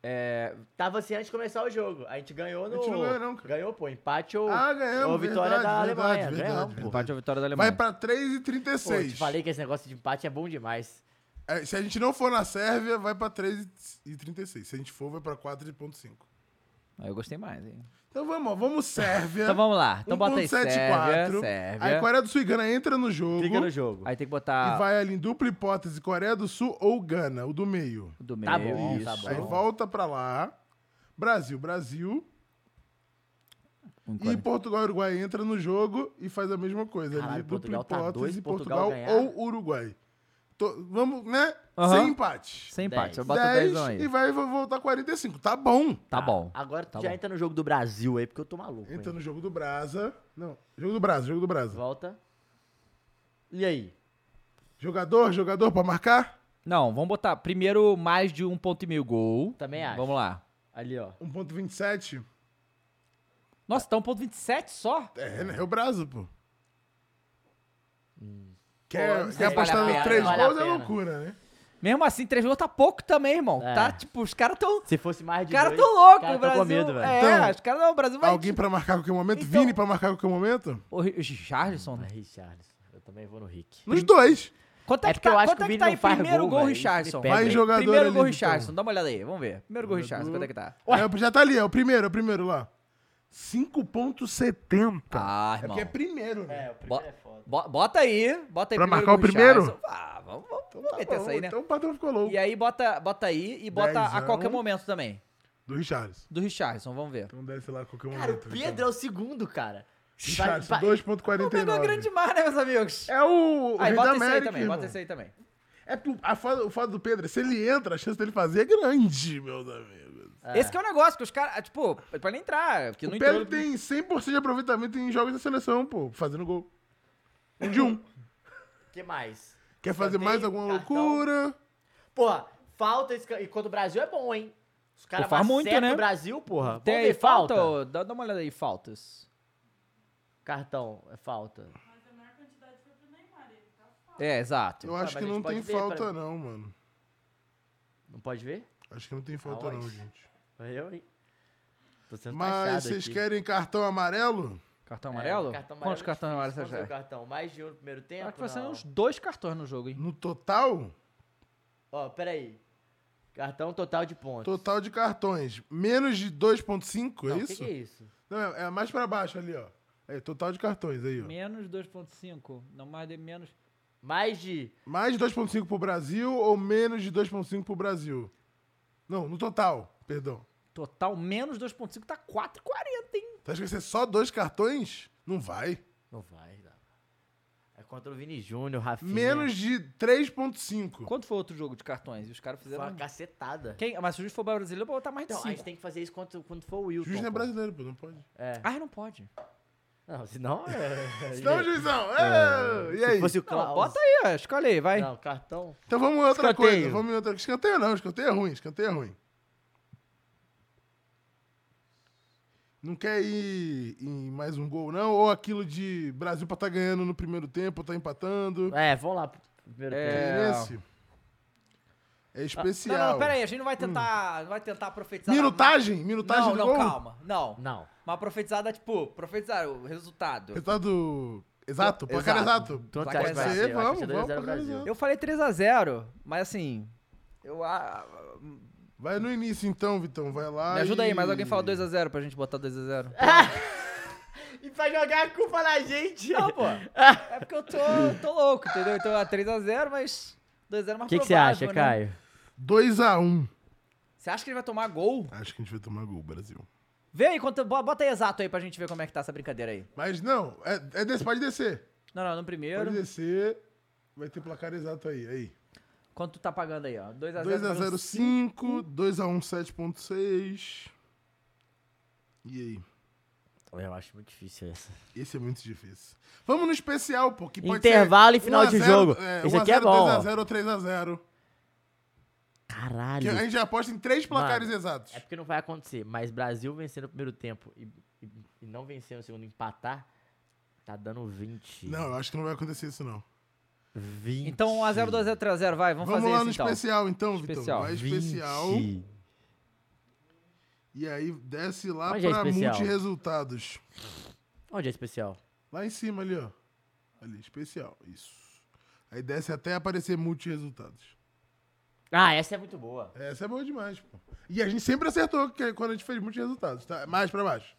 Speaker 1: É,
Speaker 2: Tava assim antes de começar o jogo. A gente ganhou no.
Speaker 3: gente não ganhou, não, cara.
Speaker 2: Ganhou, pô. Empate ou,
Speaker 3: Ah, ganhamos,
Speaker 2: ou vitória da
Speaker 3: verdade,
Speaker 2: Alemanha.
Speaker 3: verdade,
Speaker 2: ganhamos,
Speaker 3: verdade,
Speaker 2: pô.
Speaker 3: verdade.
Speaker 1: empate é a vitória da Alemanha.
Speaker 3: Vai pra
Speaker 2: Pô, eu te
Speaker 3: 3,36.
Speaker 2: falei que esse negócio de empate é bom demais.
Speaker 3: É, se a gente não for na Sérvia, vai pra 3,36. Se a gente for, vai pra 4,5.
Speaker 1: Aí Ah, eu gostei mais, hein.
Speaker 3: Então vamos, ó, vamos Sérvia.
Speaker 1: Então vamos lá. Então bota
Speaker 3: 1,74.
Speaker 1: aí Sérvia, Sérvia.
Speaker 3: Aí Coreia do Sul e Gana entra no jogo.
Speaker 2: Fica no jogo.
Speaker 1: Aí tem que
Speaker 3: E
Speaker 1: botar
Speaker 3: vai ali em dupla hipótese, Coreia do Sul ou Gana, o do meio.
Speaker 1: o do meio.
Speaker 2: Tá bom,
Speaker 1: isso.
Speaker 2: tá
Speaker 3: Aí
Speaker 2: bom.
Speaker 3: volta pra lá. Brasil, Brasil.
Speaker 1: Um
Speaker 3: E
Speaker 1: quarenta.
Speaker 3: Portugal e Uruguai entra no jogo e faz a mesma coisa.
Speaker 2: Caralho,
Speaker 3: ali, dupla
Speaker 2: Portugal tá
Speaker 3: hipótese,
Speaker 2: dois,
Speaker 3: Portugal,
Speaker 2: Portugal ganhar.
Speaker 3: ou Uruguai. to- vamos, né?
Speaker 1: Aham.
Speaker 3: Sem empate.
Speaker 1: Sem empate, eu boto dezão aí.
Speaker 3: E vai voltar 45. Tá bom.
Speaker 1: Tá bom.
Speaker 2: Agora tu
Speaker 3: Tá
Speaker 2: já
Speaker 3: bom.
Speaker 2: entra no jogo do Brasil aí, porque eu tô maluco.
Speaker 3: Entra
Speaker 2: hein?
Speaker 3: no jogo do Brasa. Não, jogo do Brasa, jogo do Brasa.
Speaker 2: Volta. E aí?
Speaker 3: Jogador, jogador pra marcar?
Speaker 1: Não, vamos botar primeiro mais de um ponto e meio gol.
Speaker 2: Também acho.
Speaker 1: Vamos lá.
Speaker 2: Ali, ó.
Speaker 3: 1.27.
Speaker 1: Nossa, tá 1.27 só?
Speaker 3: É, né? É o Brasa, pô.
Speaker 2: Hum.
Speaker 1: Pô,
Speaker 3: Quer,
Speaker 1: não
Speaker 3: quer
Speaker 1: sei se
Speaker 3: apostar
Speaker 1: vale a
Speaker 3: no
Speaker 1: pena,
Speaker 3: 3
Speaker 1: vale a
Speaker 3: gols é
Speaker 1: pena.
Speaker 3: loucura, né?
Speaker 1: Mesmo assim, 3 gols tá pouco também, irmão. Tá, tipo, os caras tão...
Speaker 2: É. Se fosse mais
Speaker 1: Os
Speaker 2: de
Speaker 1: caras
Speaker 2: dois,
Speaker 1: tão loucos,
Speaker 2: cara
Speaker 1: o
Speaker 2: tá
Speaker 1: Brasil.
Speaker 2: com medo, velho.
Speaker 1: é,
Speaker 3: Então,
Speaker 1: os caras não, o Brasil vai...
Speaker 3: Alguém pra marcar a qualquer momento? Vini pra marcar a qualquer momento?
Speaker 1: O Ri- o Richarlison, né?
Speaker 2: Richarlison. Eu também vou no Rick.
Speaker 3: Nos dois.
Speaker 1: Quanto é,
Speaker 2: É
Speaker 1: que
Speaker 2: porque
Speaker 1: tá,
Speaker 2: eu acho
Speaker 1: quanto
Speaker 2: que
Speaker 1: é
Speaker 2: o
Speaker 1: que
Speaker 2: Vini
Speaker 1: tá aí
Speaker 2: não faz
Speaker 1: primeiro
Speaker 2: gol,
Speaker 1: gol,
Speaker 2: velho. Isso me
Speaker 1: Richardson?
Speaker 2: pega,
Speaker 3: hein? jogador
Speaker 1: Primeiro
Speaker 3: ali,
Speaker 1: gol,
Speaker 3: então.
Speaker 1: Richardson. Dá uma olhada aí, vamos ver. Primeiro gol, Richardson, quanto é que tá?
Speaker 3: É, já tá ali, é o primeiro, é o primeiro lá. 5.70.
Speaker 1: Ah, irmão.
Speaker 3: É porque é primeiro, né?
Speaker 1: Bo- bo- bota aí, bota aí
Speaker 3: Pra
Speaker 1: primeiro
Speaker 3: marcar o
Speaker 1: gol,
Speaker 3: primeiro?
Speaker 1: Richarlison. Ah, vamos, vamos, vamos meter essa aí, né?
Speaker 3: Então o patrão ficou louco.
Speaker 1: E aí bota, bota aí e bota a
Speaker 3: Dezão.
Speaker 1: qualquer momento também.
Speaker 3: Do Richarlison.
Speaker 1: Do Richardson, vamos ver.
Speaker 3: Então desce lá a qualquer
Speaker 2: Cara, o
Speaker 3: momento.
Speaker 2: Pedro é o segundo, cara.
Speaker 3: Richarlison,
Speaker 2: Vai- vai-
Speaker 1: Não pegou a
Speaker 3: 2.49.
Speaker 1: grande mar, né, meus amigos?
Speaker 3: É o, o rei
Speaker 1: Aí,
Speaker 3: da
Speaker 1: Ah, bota esse aí
Speaker 3: América,
Speaker 1: também,
Speaker 3: irmão.
Speaker 1: bota esse aí também.
Speaker 3: É, pro- a foda, o foda do Pedro, é se ele entra, a chance dele fazer é grande, meus amigos.
Speaker 1: Esse que é o negócio, que os caras, tipo, pra ele entrar, porque
Speaker 3: o
Speaker 1: não
Speaker 3: Pedro
Speaker 1: entrou...
Speaker 3: tem 100% de aproveitamento em jogos da seleção, pô, fazendo gol. Um de um.
Speaker 2: que mais?
Speaker 3: Quer
Speaker 2: Só
Speaker 3: fazer
Speaker 2: tem
Speaker 3: mais alguma
Speaker 2: cartão.
Speaker 3: loucura?
Speaker 2: Porra, falta esse... ca- E quando o Brasil é bom, hein? Os caras
Speaker 1: Pô, faz muito,
Speaker 2: acertam
Speaker 1: né?
Speaker 2: o Brasil, porra.
Speaker 1: Tem
Speaker 2: Vamos
Speaker 1: aí
Speaker 2: ver,
Speaker 1: falta?
Speaker 2: falta.
Speaker 1: ô, Dá, dá uma olhada aí, faltas.
Speaker 2: Cartão, é falta.
Speaker 1: É, exato.
Speaker 3: Eu
Speaker 2: Ah,
Speaker 3: acho
Speaker 2: mas
Speaker 3: que
Speaker 2: a gente
Speaker 3: não
Speaker 2: pode
Speaker 3: tem
Speaker 2: ver, Tá
Speaker 3: falta,
Speaker 2: pera-
Speaker 3: não, mano.
Speaker 2: Não pode ver?
Speaker 3: Acho que não tem falta,
Speaker 2: Ah,
Speaker 3: não,
Speaker 2: mas-
Speaker 3: gente.
Speaker 2: Eu, hein? Tô sendo
Speaker 3: Mas
Speaker 2: taxado
Speaker 3: vocês
Speaker 2: aqui.
Speaker 3: querem cartão amarelo?
Speaker 1: Cartão amarelo?
Speaker 2: É, cartão amarelo
Speaker 1: Quantos
Speaker 2: é
Speaker 1: cartões amarelos
Speaker 2: difícil
Speaker 1: você
Speaker 2: fazer o
Speaker 1: acha?
Speaker 2: cartão? Mais de um no primeiro tempo?
Speaker 1: Acho que vai ser
Speaker 2: Não.
Speaker 1: uns dois cartões no jogo, hein?
Speaker 3: No total?
Speaker 2: Ó, peraí. Cartão total de pontos.
Speaker 3: Total de cartões. Menos de 2.5, é
Speaker 2: Não, o que
Speaker 3: isso?
Speaker 2: que é isso?
Speaker 3: Não, é, é mais pra baixo ali, ó. É, total de cartões aí, ó.
Speaker 1: Menos 2.5. Não mais de menos.
Speaker 2: Mais de.
Speaker 3: Mais de 2.5 pro Brasil ou menos de 2.5 pro Brasil? Não, no total, perdão.
Speaker 1: Total menos 2.5 tá 4,40, hein?
Speaker 3: Tu acha que vai ser Tá só dois cartões? Não vai.
Speaker 2: Não vai, dá. É contra o Vini Júnior, Rafinha.
Speaker 3: Menos de 3.5.
Speaker 1: Quanto foi outro jogo de cartões? E os caras
Speaker 2: Foi uma
Speaker 1: fizeram. um-
Speaker 2: cacetada.
Speaker 1: Quem? Mas se o juiz for brasileiro, eu vou botar mais de
Speaker 2: Então, a gente
Speaker 1: 5.
Speaker 2: tem que fazer isso quando, quando for o Wilton.
Speaker 3: Juiz não é
Speaker 2: pô.
Speaker 3: brasileiro, pô, não pode.
Speaker 2: É.
Speaker 1: Ah, não pode.
Speaker 2: Não, senão é.
Speaker 3: Então, juizão, é, e aí?
Speaker 2: Se fosse o
Speaker 1: Não,
Speaker 2: Klaus.
Speaker 1: bota aí, ó. Escolhe aí, vai.
Speaker 2: Não, cartão.
Speaker 3: Então vamos em outra
Speaker 1: Escanteio.
Speaker 3: coisa. Vamos em outra Escanteio não, escanteio é ruim, escanteio é ruim. Não quer ir em mais um gol, não? Ou aquilo de Brasil pra tá ganhando no primeiro tempo, tá empatando.
Speaker 2: É, vamos lá pro primeiro tempo.
Speaker 3: É, esse. É especial.
Speaker 1: Ah,
Speaker 3: Hum.
Speaker 1: Não, não, não, pera aí. A gente não vai tentar. Não vai tentar profetizar.
Speaker 3: Minutagem? Minutagem
Speaker 1: não,
Speaker 3: do
Speaker 1: não,
Speaker 3: gol?
Speaker 1: calma. Não.
Speaker 2: Não.
Speaker 1: Mas profetizada, tipo, profetizar o resultado.
Speaker 3: Resultado Tá exato? Placar
Speaker 1: Exato.
Speaker 3: exato.
Speaker 2: Quanto
Speaker 1: Vai
Speaker 2: você acha que vai
Speaker 1: acontecer,
Speaker 2: ser? Eu acho
Speaker 3: Vamos,
Speaker 2: que vai ser
Speaker 3: vamos,
Speaker 2: 2x0
Speaker 3: placar
Speaker 2: Brasil.
Speaker 3: exato.
Speaker 1: Eu falei 3x0, mas assim. Eu. ah,
Speaker 3: Vai no início então, Vitão, vai lá
Speaker 1: Me ajuda aí,
Speaker 3: e-
Speaker 1: mas alguém fala 2x0 pra gente botar 2x0.
Speaker 2: E pra jogar a culpa na gente.
Speaker 1: Não, pô. É porque eu tô, tô louco, entendeu? Então é 3x0, mas 2x0 é mais
Speaker 2: O que, que você
Speaker 1: provável,
Speaker 2: acha,
Speaker 1: né?
Speaker 2: Caio?
Speaker 3: 2x1.
Speaker 1: Você acha que ele vai tomar gol?
Speaker 3: Acho que a gente vai tomar gol, Brasil.
Speaker 1: Vê aí, quanto, bo- bota aí exato aí pra gente ver como é que tá essa brincadeira aí.
Speaker 3: Mas não, é, é desse, pode descer.
Speaker 1: Não, não, no
Speaker 3: Pode
Speaker 1: primeiro.
Speaker 3: descer. Vai ter placar exato aí. aí.
Speaker 1: Quanto tu tá pagando aí, ó? 2x0.
Speaker 3: 2x0, 5. 2x1, 7.6. E aí?
Speaker 2: Eu acho muito difícil essa.
Speaker 3: Esse é muito difícil. Vamos no especial, pô. Que pode
Speaker 2: Intervalo
Speaker 3: ser
Speaker 2: e final
Speaker 3: 1 a
Speaker 2: de
Speaker 3: 0,
Speaker 2: jogo. Esse
Speaker 3: 1 a
Speaker 2: aqui é
Speaker 3: 0,
Speaker 2: bom,
Speaker 3: 2x0 ou 3x0.
Speaker 2: Caralho.
Speaker 3: Que a gente aposta em três placares
Speaker 2: Mano,
Speaker 3: exatos.
Speaker 2: É porque não vai acontecer, mas Brasil vencendo no primeiro tempo e, e- e não vencer no segundo, empatar, tá dando 20.
Speaker 3: Não, eu acho que não vai acontecer isso, não.
Speaker 2: 20.
Speaker 1: Então 1x0, 2x0, 3x0, vai, vamos,
Speaker 3: Vamos,
Speaker 1: fazer
Speaker 3: lá
Speaker 1: isso
Speaker 3: no
Speaker 1: então.
Speaker 3: especial, então, Vitão.
Speaker 1: Especial.
Speaker 3: Vai
Speaker 2: 20.
Speaker 3: especial. E aí desce lá
Speaker 2: Onde é
Speaker 3: pra
Speaker 2: especial?
Speaker 3: multi-resultados.
Speaker 2: Onde é especial?
Speaker 3: Lá em cima ali, ó. Ali, especial. Isso. Aí desce até aparecer multi-resultados.
Speaker 2: Ah, essa é muito boa.
Speaker 3: Essa é boa demais, pô. E a gente sempre acertou que- é quando a gente fez multi-resultados, tá? Mais pra baixo.